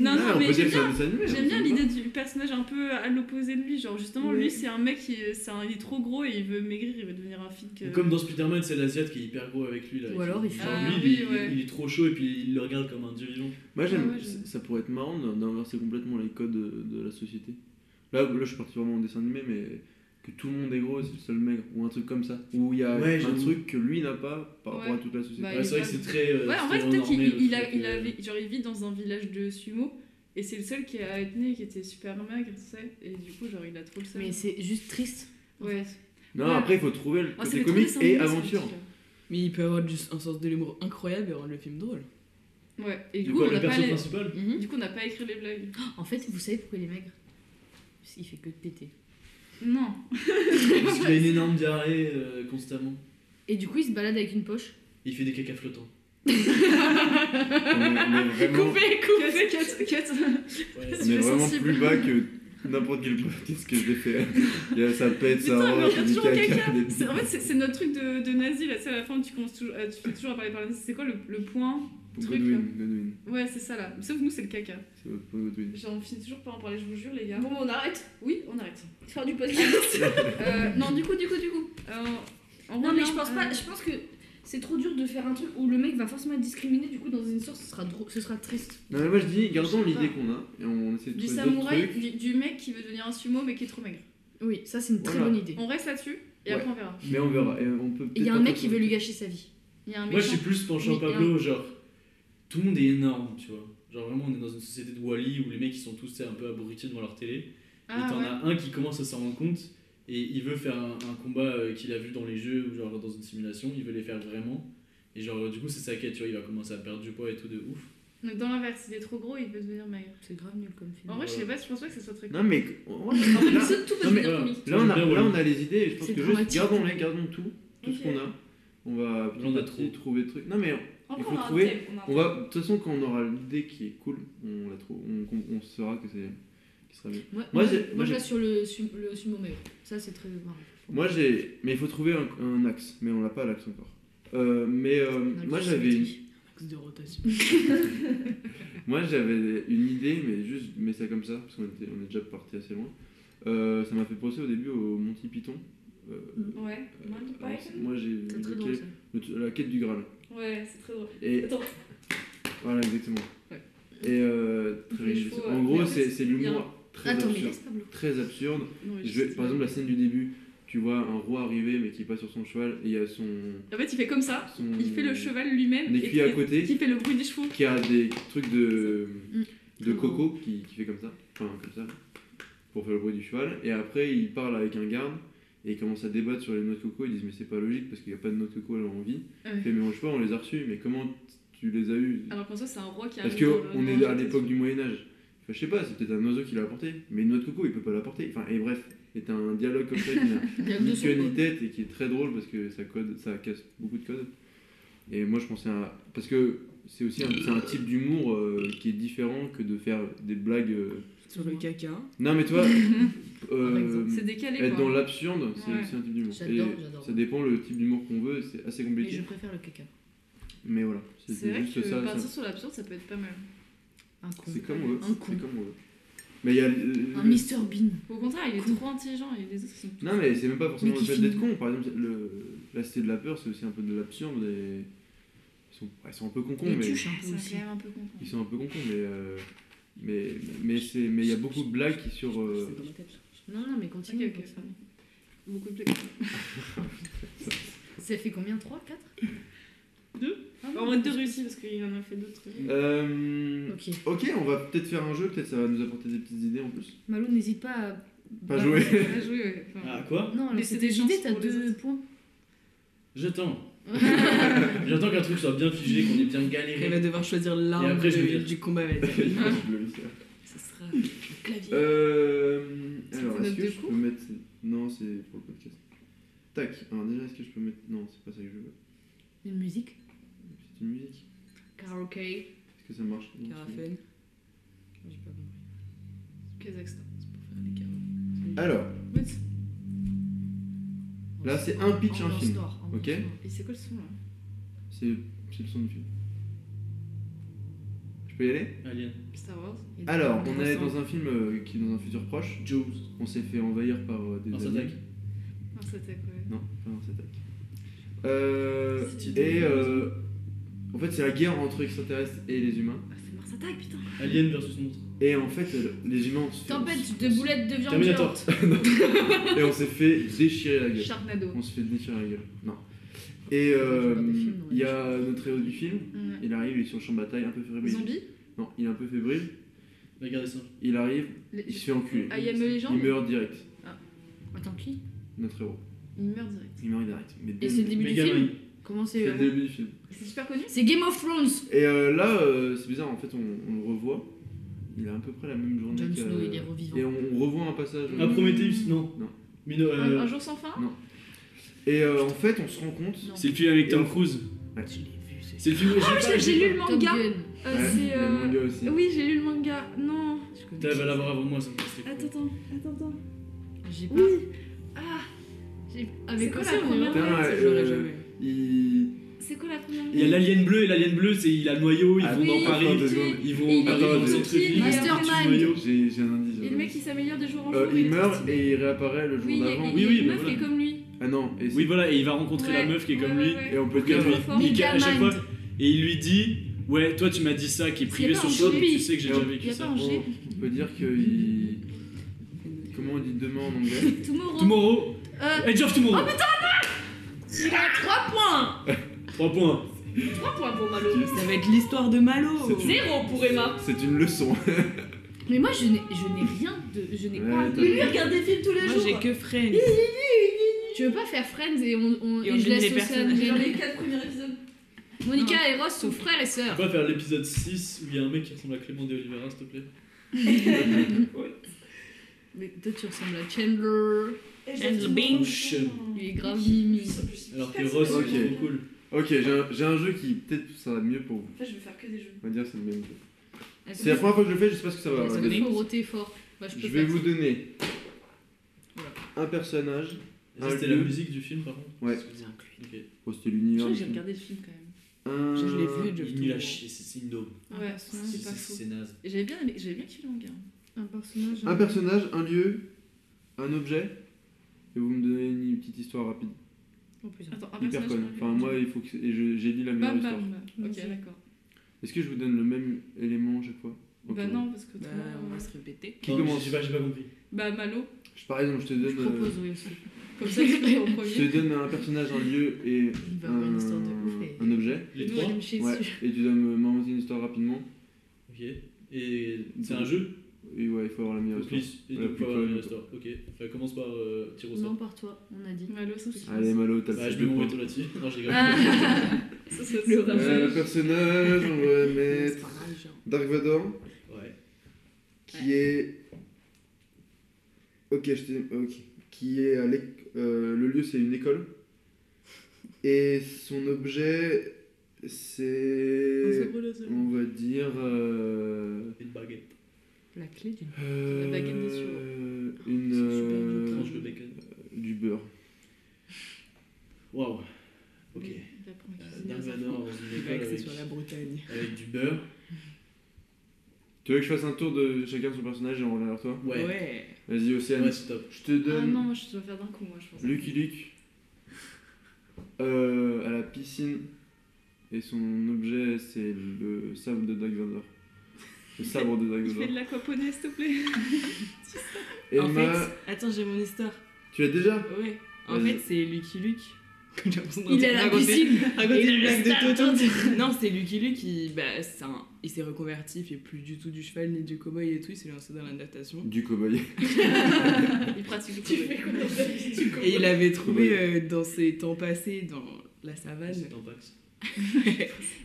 Speaker 1: Non,
Speaker 3: Ah,
Speaker 1: non,
Speaker 3: on
Speaker 1: mais
Speaker 3: peut dire
Speaker 1: j'aime
Speaker 3: que c'est un
Speaker 1: bien.
Speaker 3: dessin animé. hein,
Speaker 1: J'aime
Speaker 3: on
Speaker 1: bien
Speaker 3: peut
Speaker 1: l'idée du personnage un peu à l'opposé de lui. Genre, justement,
Speaker 7: Ouais.
Speaker 1: lui, c'est un mec qui c'est un- il est trop gros et il veut maigrir, il veut devenir un fic. euh,
Speaker 5: Comme dans Spider-Man, c'est l'Asiate qui est hyper gros avec lui. Là,
Speaker 4: Ou alors, il fait-
Speaker 5: Genre,
Speaker 1: Ah,
Speaker 5: lui,
Speaker 1: oui,
Speaker 5: il,
Speaker 1: ouais.
Speaker 5: il est trop chaud et puis il le regarde comme un dieu vivant.
Speaker 3: Moi
Speaker 1: Ah
Speaker 3: j'aime,
Speaker 1: ouais, j'aime.
Speaker 3: ça pourrait être marrant de- d'inverser complètement les codes de, de la société. Là, là, je suis parti vraiment en dessin animé, mais que tout le monde est gros et c'est le seul maigre, ou un truc comme ça. Où il y a
Speaker 5: Ouais,
Speaker 3: un
Speaker 5: j'avoue.
Speaker 3: truc que lui n'a pas par rapport
Speaker 1: Ouais.
Speaker 3: à toute la société.
Speaker 1: Bah,
Speaker 5: Ouais,
Speaker 1: il est
Speaker 5: c'est vrai
Speaker 1: pas-
Speaker 5: que c'est très. euh,
Speaker 1: Ouais, en vrai,
Speaker 5: très
Speaker 1: peut-être qu'il
Speaker 5: normé, le
Speaker 1: il a,
Speaker 5: truc,
Speaker 1: il a,
Speaker 5: euh,
Speaker 1: genre, il vit dans un village de sumo et c'est le seul qui a ethné qui était super maigre, tu sais. Et du coup, genre, il a trop le seum.
Speaker 4: Mais c'est juste triste.
Speaker 1: Ouais.
Speaker 3: Non,
Speaker 1: Ouais.
Speaker 3: après, il faut trouver le
Speaker 1: Ah, ça
Speaker 3: côté
Speaker 1: fait trop
Speaker 3: comique
Speaker 1: dessin
Speaker 3: et
Speaker 1: animé, ce
Speaker 3: aventure.
Speaker 1: truc-là.
Speaker 7: Mais il peut avoir juste un sens de l'humour incroyable et rendre le film drôle.
Speaker 1: Ouais, et
Speaker 5: Du
Speaker 1: du
Speaker 5: coup,
Speaker 1: coup, on
Speaker 5: le
Speaker 1: n'a pas
Speaker 5: perso
Speaker 1: les-
Speaker 5: principal
Speaker 7: Mhm.
Speaker 1: du coup, on n'a pas écrit les blagues.
Speaker 4: En fait, vous savez pourquoi il est maigre Parce qu'il fait que de péter.
Speaker 1: Non.
Speaker 5: Parce qu'il a une énorme diarrhée euh, constamment.
Speaker 4: Et du coup, il se balade avec une poche.
Speaker 5: Il fait des caca flottants.
Speaker 3: On est, on est vraiment,
Speaker 4: Coupé,
Speaker 1: Cut, cut, cut.
Speaker 5: Ouais,
Speaker 3: on est
Speaker 1: Je suis
Speaker 3: vraiment
Speaker 1: sensible.
Speaker 3: plus bas que N'importe quel podcast que j'ai fait. Il y a ça pète, ça
Speaker 1: Putain, mais on
Speaker 3: roche,
Speaker 1: regarde
Speaker 3: du
Speaker 1: toujours le
Speaker 3: caca. des-
Speaker 1: C'est- En fait, c'est c'est notre truc de, de nazi, là, c'est à la fin, tu, commences toujours, euh, tu finis toujours à parler par nazi. C'est quoi le, le point truc, hein.
Speaker 3: Godwin, Godwin.
Speaker 1: Ouais, c'est ça, là. Sauf nous, c'est le caca.
Speaker 3: C'est votre point Godwin.
Speaker 1: J'en finis toujours pas à en parler, je vous jure, les gars.
Speaker 2: Bon, on arrête.
Speaker 1: Oui, on arrête.
Speaker 2: Faire du
Speaker 4: Ah,
Speaker 2: podcast.
Speaker 1: Euh, non, du coup, du coup, du coup. Euh, on- on
Speaker 4: Non, mais
Speaker 1: revient,
Speaker 4: je pense
Speaker 1: euh,
Speaker 4: pas. Je pense que c'est trop dur de faire un truc où le mec va forcément être discriminé. Du coup, dans une sorte, ce sera, drôle- ce sera triste.
Speaker 3: Non, mais moi je dis, gardons l'idée qu'on a et on essaie de
Speaker 1: Du
Speaker 3: trouver d'autres
Speaker 1: samouraï,
Speaker 3: trucs.
Speaker 1: du, du mec qui veut devenir un sumo mais qui est trop maigre.
Speaker 4: Oui, ça, c'est une très
Speaker 3: Voilà.
Speaker 4: bonne idée.
Speaker 1: On reste là-dessus et
Speaker 3: Ouais.
Speaker 1: après on verra.
Speaker 3: Mais on verra. Et on peut
Speaker 4: Et il y a un mec qui veut lui gâcher sa vie.
Speaker 1: Il y a un
Speaker 5: Moi, je
Speaker 1: méchant.
Speaker 5: suis plus penchant
Speaker 4: Oui,
Speaker 5: Pablo, genre, tout le monde est énorme, tu vois. Genre, vraiment, on est dans une société de Wally où les mecs, ils sont tous tu sais, un peu abrutis devant leur télé. et
Speaker 1: Ah
Speaker 5: t'en
Speaker 1: ouais.
Speaker 5: as un qui commence à s'en rendre compte et il veut faire un, un combat euh, qu'il a vu dans les jeux ou genre dans une simulation, il veut les faire vraiment. Et genre, euh, du coup, c'est sa quête, tu vois, il va commencer à perdre du poids et tout de ouf.
Speaker 1: Donc dans l'inverse, il est trop gros, il veut devenir maigre.
Speaker 4: C'est grave nul comme film.
Speaker 1: En vrai, je sais pas, je pense pas que ce soit très
Speaker 3: Non, mais. on- Là,
Speaker 4: C'est tout
Speaker 3: non, mais
Speaker 5: Voilà.
Speaker 3: là, on, a,
Speaker 5: Ah, J'aime bien
Speaker 3: là,
Speaker 5: Wall-E.
Speaker 3: on a les idées et je pense
Speaker 4: C'est
Speaker 3: que juste
Speaker 4: dramatique.
Speaker 3: gardons-les, gardons tout. Tout ce
Speaker 1: Ok.
Speaker 3: qu'on a. On va petit
Speaker 5: J'en ai
Speaker 3: à petit
Speaker 5: trop.
Speaker 3: trouver des trucs. Non, mais
Speaker 7: Après,
Speaker 3: Il faut
Speaker 7: on a un
Speaker 3: trouver-
Speaker 7: thème, on a un
Speaker 3: on va. De toute façon, quand on aura l'idée qui est cool, on la trouve. On, on, on saura que c'est. qui sera bien.
Speaker 4: Moi,
Speaker 3: Moi,
Speaker 4: moi,
Speaker 3: j'ai-
Speaker 4: je- moi,
Speaker 3: moi,
Speaker 4: je
Speaker 3: j'ai-
Speaker 4: reste sur le, sum- le sumo maigre. Ça, c'est très marrant.
Speaker 3: Moi j'ai. Mais il faut trouver un, un axe, mais on n'a pas l'axe encore. Euh, mais euh,
Speaker 4: On a le
Speaker 3: moi
Speaker 4: sumo
Speaker 3: j'avais
Speaker 4: maigre. Axe de rotation.
Speaker 3: moi j'avais une idée, mais juste mais ça comme ça, parce qu'on était, on est déjà parti assez loin. Euh, ça m'a fait penser au début au Monty Python. Euh,
Speaker 7: Ouais, Monty
Speaker 3: alors,
Speaker 7: Python.
Speaker 3: c'est- moi j'ai vu
Speaker 4: C'est très
Speaker 3: lequel-
Speaker 4: drôle, ça.
Speaker 3: le t- la quête du Graal.
Speaker 7: Ouais, c'est très drôle.
Speaker 3: Et
Speaker 7: Attends.
Speaker 3: voilà exactement.
Speaker 1: Ouais.
Speaker 3: Et euh, très
Speaker 7: Les
Speaker 3: riche.
Speaker 7: chevaux,
Speaker 3: En
Speaker 7: euh, mais
Speaker 3: gros
Speaker 7: en fait,
Speaker 3: c'est c'est
Speaker 7: il y a
Speaker 3: l'humour très
Speaker 4: Attends, mais
Speaker 3: absurde.
Speaker 4: laisse Pablo.
Speaker 3: Très absurde.
Speaker 1: Non, mais
Speaker 3: Je vais-
Speaker 1: sais
Speaker 3: par
Speaker 1: pas.
Speaker 3: exemple la scène du début, tu vois un roi arriver mais qui est pas sur son cheval et il y a son,
Speaker 1: En fait, il fait comme ça,
Speaker 3: son
Speaker 1: Ah, il fait le cheval lui-même
Speaker 3: des cuits Hmm. à côté.
Speaker 1: qui fait le bruit des chevaux.
Speaker 3: qui a des trucs de,
Speaker 4: Mm.
Speaker 3: de coco qui, qui fait comme ça, enfin comme ça, pour faire le bruit du cheval. Et après, il parle avec un garde et il commence à débattre sur les noix de coco. Ils disent, mais c'est pas logique parce qu'il n'y a pas de noix de coco là en vie.
Speaker 1: Ah Ouais.
Speaker 3: Il fait, mais on, je sais pas, on les a reçus, mais comment tu les as eus
Speaker 1: Alors qu'en soi, Ah, c'est un roi qui a
Speaker 3: Parce
Speaker 1: un euh, mytho,
Speaker 3: qu'on
Speaker 1: le-
Speaker 3: est
Speaker 1: le-
Speaker 3: à l'époque du Moyen-Âge. Je sais pas, c'est peut-être un oiseau qui l'a apporté, mais une noix de coco, il peut pas l'apporter. Enfin, et bref, c'est un dialogue comme ça qui n'a
Speaker 4: Il y a
Speaker 3: ni
Speaker 4: deux sons,
Speaker 3: queue ni
Speaker 4: quoi.
Speaker 3: tête et qui est très drôle parce que ça code, ça casse beaucoup de codes. Et moi je pensais à parce que c'est aussi un, c'est un type d'humour euh, qui est différent que de faire des blagues. euh.
Speaker 7: Sur le caca.
Speaker 3: Non mais toi,
Speaker 1: C'est
Speaker 3: euh,
Speaker 1: décalé
Speaker 3: être dans
Speaker 1: quoi.
Speaker 3: l'absurde, c'est
Speaker 1: Ouais.
Speaker 3: c'est un type d'humour.
Speaker 4: J'adore,
Speaker 3: Et
Speaker 4: j'adore.
Speaker 3: Ça dépend le type d'humour qu'on veut, c'est assez
Speaker 4: Mais
Speaker 3: compliqué.
Speaker 4: je préfère le caca.
Speaker 3: Mais, voilà,
Speaker 1: C'est
Speaker 3: c'est
Speaker 1: vrai
Speaker 3: juste
Speaker 1: que
Speaker 3: ça.
Speaker 1: partir
Speaker 3: ça-
Speaker 1: sur l'absurde, ça peut être pas mal.
Speaker 4: Un con.
Speaker 3: C'est comme on veut.
Speaker 4: Un con.
Speaker 3: C'est comme on veut. Mais il y a. le-
Speaker 4: Un
Speaker 3: le-
Speaker 4: Mr Bean.
Speaker 1: Au contraire, il
Speaker 4: Cool.
Speaker 1: est trop intelligent et les autres sont.
Speaker 3: Non mais c'est même pas forcément
Speaker 4: Mais
Speaker 3: le
Speaker 4: qui
Speaker 3: fait
Speaker 4: finit.
Speaker 3: d'être con. Par exemple, le... la cité de la peur, c'est aussi un peu de l'absurde. Et... Ils sont... ouais, ils sont un peu con
Speaker 4: Et
Speaker 3: mais.
Speaker 4: tuche un peu
Speaker 1: C'est
Speaker 4: aussi.
Speaker 1: quand même un peu con.
Speaker 3: Ils sont un peu concons, mais euh, mais mais c'est mais il y a beaucoup de blagues qui sur euh,
Speaker 7: C'est dans ma tête. là.
Speaker 4: Non, non, mais
Speaker 1: Ok,
Speaker 4: continue.
Speaker 1: ok,
Speaker 4: continue.
Speaker 1: pardon. Beaucoup de blagues.
Speaker 4: Ça fait combien Ah 3, 4
Speaker 1: Deux En mode de Russie, parce qu'il en a fait d'autres.
Speaker 3: euh,
Speaker 4: Ok.
Speaker 3: Ok, on va peut-être faire un jeu, peut-être ça va nous apporter des petites idées en plus.
Speaker 4: Malou, n'hésite pas à.
Speaker 3: Pas
Speaker 4: Bah,
Speaker 3: jouer.
Speaker 1: À jouer, ouais. Enfin,
Speaker 5: Ah, quoi
Speaker 4: Non,
Speaker 1: Mais
Speaker 4: mais
Speaker 1: c'est
Speaker 4: c'est
Speaker 1: des
Speaker 4: des
Speaker 1: chances
Speaker 4: idées, t'as
Speaker 1: pour les
Speaker 4: deux points.
Speaker 5: J'attends. J'attends qu'un truc soit bien figé, qu'on ait bien
Speaker 7: Elle va
Speaker 5: galéré.
Speaker 7: devoir choisir l'arme
Speaker 5: après, je vais
Speaker 7: de-
Speaker 5: dire.
Speaker 7: du combat avec.
Speaker 3: Je le lis, ça.
Speaker 4: Ça sera le clavier.
Speaker 3: euh, alors
Speaker 1: une
Speaker 3: est-ce
Speaker 1: note
Speaker 3: que
Speaker 1: de
Speaker 3: je
Speaker 1: cours
Speaker 3: peux mettre non c'est pour le podcast. Tac. Alors déjà est-ce que je peux mettre non c'est pas ça que je veux.
Speaker 4: Une musique.
Speaker 3: C'est une musique.
Speaker 4: Karaoke.
Speaker 3: Est-ce que ça marche Non, c'est bon.
Speaker 7: Raphaël.
Speaker 4: J'ai pas compris.
Speaker 1: Kazakhstan.
Speaker 3: Alors
Speaker 1: What
Speaker 3: là c'est un pitch un
Speaker 4: Ambiance
Speaker 3: film.
Speaker 4: noire, ambiance
Speaker 3: Ok.
Speaker 4: noire.
Speaker 1: hein. Et c'est quoi le son là
Speaker 3: C'est c'est le son du film. Je peux y aller
Speaker 5: Alien.
Speaker 1: Star Wars
Speaker 4: Et bah,
Speaker 3: Alors
Speaker 4: donc,
Speaker 3: on est
Speaker 4: ensemble.
Speaker 3: dans un film euh, qui est dans un futur proche.
Speaker 5: Jaws.
Speaker 3: On s'est fait envahir par euh, des
Speaker 5: Mars
Speaker 3: aliens.
Speaker 5: Attack.
Speaker 1: Mars Attack, ouais.
Speaker 3: Non, pas Mars Attack. Euh,
Speaker 5: C'est-
Speaker 3: et euh, en fait, c'est la guerre entre extraterrestres et les humains.
Speaker 1: Ah, c'est Mars Attack, putain
Speaker 5: Alien versus monstre.
Speaker 3: Et en fait, euh, les humains on se fait-
Speaker 4: Tempête de boulettes de viande.
Speaker 5: Terminator.
Speaker 4: géante.
Speaker 3: et on s'est fait déchirer la gueule.
Speaker 1: Sharknado.
Speaker 3: On se fait déchirer la gueule. Non. Et euh, il y a notre héros du film.
Speaker 1: Ouais.
Speaker 3: Il arrive, il est sur le champ de bataille, un peu fébrile.
Speaker 1: Euh, Zombie
Speaker 3: Non, il est un peu fébrile.
Speaker 5: La guerre des singes.
Speaker 3: Il arrive,
Speaker 1: Les-
Speaker 3: il se fait enculer.
Speaker 4: Ah,
Speaker 1: I am a
Speaker 3: Il
Speaker 1: Legend
Speaker 3: meurt direct.
Speaker 4: Attends, qui
Speaker 3: Notre héros.
Speaker 1: Il meurt direct.
Speaker 3: Il meurt direct. Mais dès
Speaker 4: Et c'est le début du film
Speaker 5: Megamind.
Speaker 4: Comment
Speaker 3: c'est
Speaker 4: c'est.
Speaker 3: le
Speaker 4: euh,
Speaker 3: début du film.
Speaker 1: C'est super connu
Speaker 4: C'est Game of Thrones
Speaker 3: Et euh, là, euh, c'est bizarre, en fait, on, on le revoit. Il a à peu près la même journée
Speaker 4: Jon
Speaker 3: qu'à-
Speaker 4: Snow, il est
Speaker 3: Et
Speaker 4: revivant.
Speaker 3: on, on revoit un passage.
Speaker 5: Ah, Prometheus, non.
Speaker 3: Euh, Ah, Non.
Speaker 5: Mino, euh,
Speaker 1: Un, un jour sans fin
Speaker 3: Et euh, en fait, on se rend compte.
Speaker 5: C'est le film avec
Speaker 3: Tom
Speaker 5: Cruise.
Speaker 3: Ouais.
Speaker 5: C'est le film où
Speaker 1: Ah, j'ai- j'ai lu le
Speaker 4: Top
Speaker 1: manga.
Speaker 4: Gun.
Speaker 1: Euh, c'est.
Speaker 3: il y a le
Speaker 1: euh,
Speaker 3: manga aussi.
Speaker 1: Oui, j'ai lu le manga. Non, je
Speaker 5: Putain, elle va l'avoir avant moi, ça me casse les couilles.
Speaker 2: Attends, attends, attends, attends.
Speaker 4: J'ai pas.
Speaker 2: Oui
Speaker 4: Ah J'ai-
Speaker 2: C'est
Speaker 4: Avec
Speaker 2: quoi
Speaker 4: quoi
Speaker 2: la
Speaker 4: ça on est
Speaker 2: première
Speaker 4: vraiment-
Speaker 3: Putain,
Speaker 7: Ça, je l'aurais
Speaker 3: euh,
Speaker 7: jamais.
Speaker 3: Il.
Speaker 4: C'est quoi la première
Speaker 5: Il y a l'alien bleu et l'alien bleu, c'est il a le noyau, ils
Speaker 3: Attends,
Speaker 5: vont dans
Speaker 3: Ah attends deux
Speaker 5: Paris.
Speaker 3: secondes.
Speaker 5: Ils
Speaker 4: Et
Speaker 5: vont
Speaker 4: il
Speaker 5: dans
Speaker 3: est
Speaker 5: le
Speaker 3: tranquille,
Speaker 5: centre-ville,
Speaker 4: il est
Speaker 5: ils partent
Speaker 4: Mastermind.
Speaker 5: du noyau.
Speaker 3: J'ai j'ai un indice.
Speaker 4: Et le mec il s'améliore de jour en jour.
Speaker 3: Euh, il
Speaker 4: est
Speaker 3: meurt
Speaker 4: triste.
Speaker 3: et il réapparaît le jour
Speaker 4: Oui, il y a-
Speaker 3: d'avant.
Speaker 4: il y a
Speaker 5: Oui, oui,
Speaker 4: une
Speaker 5: bah
Speaker 4: meuf qui est
Speaker 5: voilà.
Speaker 4: comme lui.
Speaker 3: Ah non, et c'est-
Speaker 5: Oui, voilà, et il va rencontrer la
Speaker 4: Ouais,
Speaker 5: meuf qui est
Speaker 4: ouais,
Speaker 5: comme
Speaker 4: ouais,
Speaker 5: lui.
Speaker 4: ouais.
Speaker 3: Et on peut
Speaker 5: Pour qu'elle
Speaker 3: dire.
Speaker 5: lui-
Speaker 4: trop fort.
Speaker 5: il ca- à chaque fois,
Speaker 4: Megamind.
Speaker 5: et il lui dit Ouais, toi tu m'as dit ça qui est privé
Speaker 4: pas
Speaker 5: sur
Speaker 4: un
Speaker 5: toi, donc
Speaker 4: zombie.
Speaker 5: tu sais que j'ai
Speaker 3: Et
Speaker 5: déjà
Speaker 3: on-
Speaker 4: Il y
Speaker 5: vécu
Speaker 4: a pas
Speaker 5: ça.
Speaker 4: un G.
Speaker 3: On peut dire que. il- Comment on dit demain en anglais
Speaker 4: Tomorrow.
Speaker 5: Tomorrow,
Speaker 4: Euh,
Speaker 5: Edge of Tomorrow,
Speaker 2: Il a 3 points
Speaker 5: 3 points.
Speaker 2: 3 points pour Malo.
Speaker 7: Ça va être l'histoire de Malo.
Speaker 3: C'est-
Speaker 2: Zéro pour Emma.
Speaker 3: C'est une leçon.
Speaker 4: Mais moi je n'ai je n'ai rien de. Je n'ai
Speaker 3: Ouais,
Speaker 4: pas
Speaker 3: t'as-
Speaker 4: de.
Speaker 3: Mais lui,
Speaker 2: regarde des films tous les
Speaker 7: Moi j'ai que Friends.
Speaker 4: Tu veux pas faire Friends et on, on,
Speaker 7: Et
Speaker 4: et
Speaker 7: on
Speaker 4: je
Speaker 7: devine les
Speaker 4: l'associe à
Speaker 7: personnages.
Speaker 4: Adrien.
Speaker 2: les 4 premiers épisodes.
Speaker 4: Monica et Ross sont frères et sœurs.
Speaker 5: On va faire l'épisode 6 où il y a un mec qui ressemble à Clément de Oliveira, s'il te plaît.
Speaker 4: Mais toi tu ressembles à Chandler.
Speaker 2: Et
Speaker 7: And
Speaker 2: j'ai-
Speaker 7: the Bing.
Speaker 4: Il est grave mimi.
Speaker 5: Alors que Ross,
Speaker 3: Ok.
Speaker 5: c'est trop cool.
Speaker 3: Ok, j'ai un, j'ai un jeu qui peut-être ça va mieux pour vous.
Speaker 2: En fait, je vais faire que des jeux.
Speaker 3: On va dire c'est le même jeu.
Speaker 4: Elles sont
Speaker 3: C'est la première fois que je le fais, je sais pas ce que ça va
Speaker 4: elles sont
Speaker 3: donner.
Speaker 4: des gros fort. Bah, je peux
Speaker 3: Je vais
Speaker 4: faire
Speaker 3: vous
Speaker 4: ça.
Speaker 3: donner
Speaker 4: Voilà.
Speaker 3: un personnage.
Speaker 5: Et ça, C'était
Speaker 3: Un
Speaker 5: la
Speaker 3: lieu.
Speaker 5: musique du film, par contre
Speaker 3: Ouais.
Speaker 5: Ok.
Speaker 3: Oh, c'était
Speaker 1: Je
Speaker 3: l'univers.
Speaker 1: crois que
Speaker 3: du
Speaker 1: j'ai
Speaker 3: film.
Speaker 1: regardé le film quand même.
Speaker 3: Un-
Speaker 7: Je l'ai vu,
Speaker 5: Il
Speaker 7: Jeff
Speaker 5: est nul à
Speaker 7: Tomorrow.
Speaker 5: chier, c'est c'est une daube.
Speaker 1: Ouais,
Speaker 4: Ah, c'est-
Speaker 1: non, c'est pas faux.
Speaker 5: C'est naze.
Speaker 1: Et J'avais bien aimé- j'avais bien kiffé le manga.
Speaker 4: Un personnage. euh,
Speaker 3: Un personnage, un lieu, un objet. Et vous me donnez une petite histoire rapide.
Speaker 4: Oh, putain.
Speaker 1: Attends, un Bah,
Speaker 3: Hyper
Speaker 1: personnage.
Speaker 3: conne.
Speaker 1: dans le
Speaker 3: Enfin,
Speaker 1: film.
Speaker 3: moi, il faut que. et je- J'ai lu la
Speaker 1: Bam
Speaker 3: meilleure histoire.
Speaker 1: bam. Ok,
Speaker 4: Vas-y.
Speaker 1: d'accord.
Speaker 3: Est-ce que je vous donne le même élément à chaque fois Ok.
Speaker 1: Bah non, parce que
Speaker 7: Bah,
Speaker 1: toi.
Speaker 7: on
Speaker 1: euh,
Speaker 7: va se répéter.
Speaker 3: Qui
Speaker 5: Non,
Speaker 3: commence
Speaker 5: J'ai pas, j'ai pas compris.
Speaker 1: Bah Malo,
Speaker 3: Je- Par exemple, je te donne.
Speaker 4: Je
Speaker 3: euh,
Speaker 4: propose, oui, aussi.
Speaker 1: comme ça tu fais en
Speaker 3: Je
Speaker 1: premier.
Speaker 3: te donne un personnage, un lieu et
Speaker 4: Il va avoir
Speaker 3: un,
Speaker 4: une histoire de ouf. et-
Speaker 3: un objet.
Speaker 5: Les
Speaker 4: Nous,
Speaker 5: trois
Speaker 4: elle me chie
Speaker 3: Ouais.
Speaker 4: dessus.
Speaker 3: Et tu dois me m'inventer une histoire rapidement.
Speaker 5: Ok. Et c'est un jeu
Speaker 3: Et ouais, il faut avoir la meilleure histoire.
Speaker 5: Plus. Et
Speaker 3: Ouais,
Speaker 5: donc,
Speaker 3: plus
Speaker 5: pas avoir
Speaker 3: cool.
Speaker 5: le restaurant. Ok. Enfin, commence par euh, tir au sort.
Speaker 4: Non, par toi, on a dit.
Speaker 1: Malo, ça c'est.
Speaker 3: Allez, Malo, t'as
Speaker 5: Bah,
Speaker 3: plus
Speaker 5: je
Speaker 3: de
Speaker 5: mets mon
Speaker 3: points.
Speaker 5: veto là-dessus. Non, je rigole.
Speaker 1: Ah. Ça Bah, c'est
Speaker 2: Le
Speaker 3: Euh, personnage, on va
Speaker 7: C'est
Speaker 3: mettre
Speaker 7: pas grave, genre.
Speaker 3: Dark Vador,
Speaker 5: Ouais.
Speaker 3: qui est. Ok, je te. Ok. Qui est à l'éc- euh, le lieu, c'est une école. Et son objet, c'est. On va dire. euh,
Speaker 5: Une baguette.
Speaker 4: La clé d'une.
Speaker 3: euh,
Speaker 1: La baguette des Oh,
Speaker 3: Une.
Speaker 5: Je
Speaker 3: euh,
Speaker 5: tranche le bacon.
Speaker 3: du beurre.
Speaker 5: Waouh. Ok.
Speaker 1: Il apprend à
Speaker 5: Euh,
Speaker 1: cuisiner
Speaker 5: Dark
Speaker 1: aux
Speaker 5: Vador
Speaker 1: enfants.
Speaker 5: dans une
Speaker 7: Il va
Speaker 5: école
Speaker 7: axer
Speaker 5: avec,
Speaker 7: sur la Bretagne.
Speaker 5: avec du beurre.
Speaker 3: Tu veux que je fasse un tour de chacun son personnage et on revient vers toi
Speaker 5: Ouais. Ouais,
Speaker 3: Vas-y, Océane.
Speaker 5: c'est top.
Speaker 3: Je te
Speaker 1: Ah
Speaker 3: donne
Speaker 1: non, moi je dois faire d'un coup, moi je pense.
Speaker 3: Lucky Luke euh, à la piscine et son objet c'est le sabre de Dark Vador. Le sabre de Dark
Speaker 1: Il fait de
Speaker 3: Vador.
Speaker 1: l'aquaponie s'il te plaît.
Speaker 7: En
Speaker 3: Emma,
Speaker 7: fait, attends, j'ai mon histoire.
Speaker 3: tu l'as déjà
Speaker 7: Ouais. En
Speaker 3: Vas-y.
Speaker 7: fait, c'est Lucky Luke. J'ai l'impression de
Speaker 2: Il est à la
Speaker 7: raconter-
Speaker 2: piscine.
Speaker 7: raconter
Speaker 2: Et
Speaker 7: une
Speaker 2: le
Speaker 7: blague
Speaker 2: stade.
Speaker 7: de Toto. Non, c'est Lucky Luke qui, bah, c'est un- il s'est reconverti, il fait plus du tout du cheval ni du cowboy et tout, il s'est lancé dans la natation.
Speaker 3: Du cowboy.
Speaker 1: Il pratique le
Speaker 2: Tu
Speaker 1: cowboy.
Speaker 2: fais quoi dans ta vie Tu comprends
Speaker 7: Et il avait trouvé euh, dans ses temps passés dans la savane
Speaker 5: C'est un pax.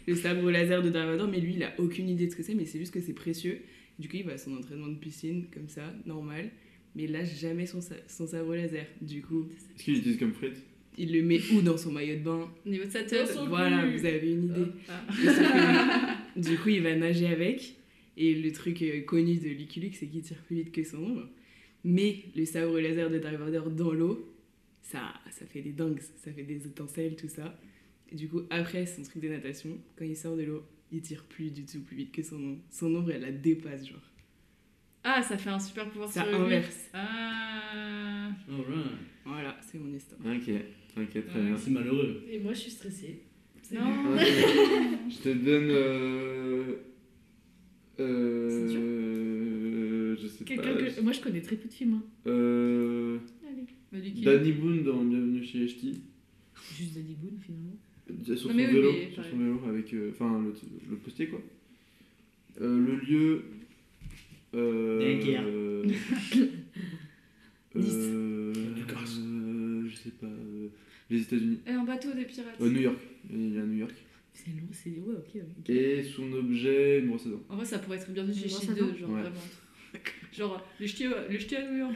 Speaker 7: le sabre laser de Dark Vador, mais lui il a aucune idée de ce que c'est, mais c'est juste que c'est précieux. Du coup, il va à son entraînement de piscine, comme ça, normal, mais il lâche jamais son, sa- son sabre laser. Du coup,
Speaker 3: Est-ce qu'il l'utilise comme frite
Speaker 7: il le met où dans son maillot de bain
Speaker 1: Niveau de sa
Speaker 2: Dans
Speaker 1: tête.
Speaker 2: son-
Speaker 7: Voilà,
Speaker 2: cul.
Speaker 7: vous avez une idée.
Speaker 1: Ah.
Speaker 7: Et sauf que, du coup, il va nager avec. Et le truc euh, connu de Lucky Luke, c'est qu'il tire plus vite que son ombre. Mais le sabre laser de Dark Vador dans l'eau, ça, ça fait des dingues, ça fait des étincelles, tout ça. Et du coup, après son truc de natation, quand il sort de l'eau, il tire plus du tout plus vite que son ombre. Son ombre, elle la dépasse, genre.
Speaker 1: Ah, ça fait un super pouvoir
Speaker 7: Ça
Speaker 1: sur lui.
Speaker 7: inverse.
Speaker 1: Ah.
Speaker 5: Alright.
Speaker 7: Voilà, c'est mon histoire.
Speaker 3: Ok, ok, très
Speaker 1: Ouais.
Speaker 3: bien.
Speaker 5: C'est malheureux.
Speaker 2: Et moi, je suis stressée. C'est bien.
Speaker 1: Non.
Speaker 3: Ok, je te donne. Euh, euh,
Speaker 4: C'est dur.
Speaker 3: je sais pas.
Speaker 4: Quelqu'un que. Moi je connais très peu de films. hein.
Speaker 3: Euh,
Speaker 4: Allez.
Speaker 1: Bah, Lucky Luke.
Speaker 3: Danny Boone dans Bienvenue chez H.T.
Speaker 4: Juste Danny Boone finalement.
Speaker 3: Sur son,
Speaker 1: Non, mais oui,
Speaker 3: vélo,
Speaker 1: mais
Speaker 3: sur
Speaker 1: pareil.
Speaker 3: son vélo avec. euh, Enfin, le, le postier, quoi. Euh, le lieu. Euh,
Speaker 5: Dunkerque.
Speaker 3: euh,
Speaker 7: Nice.
Speaker 3: euh,
Speaker 5: Du Corse.
Speaker 3: euh, je sais pas. euh, les États-Unis.
Speaker 1: Et un Eh, bateau des pirates.
Speaker 3: Euh, New York. Il est à New York.
Speaker 4: C'est long, c'est. Ouais, ok. ouais.
Speaker 3: Et son objet, une brosse à dents.
Speaker 1: En vrai, ça pourrait être bien du
Speaker 4: Moi,
Speaker 1: Chez
Speaker 4: ça
Speaker 1: 2,
Speaker 4: va.
Speaker 1: genre
Speaker 3: Ouais.
Speaker 1: vraiment. Genre, le jeter, le jeter à New York.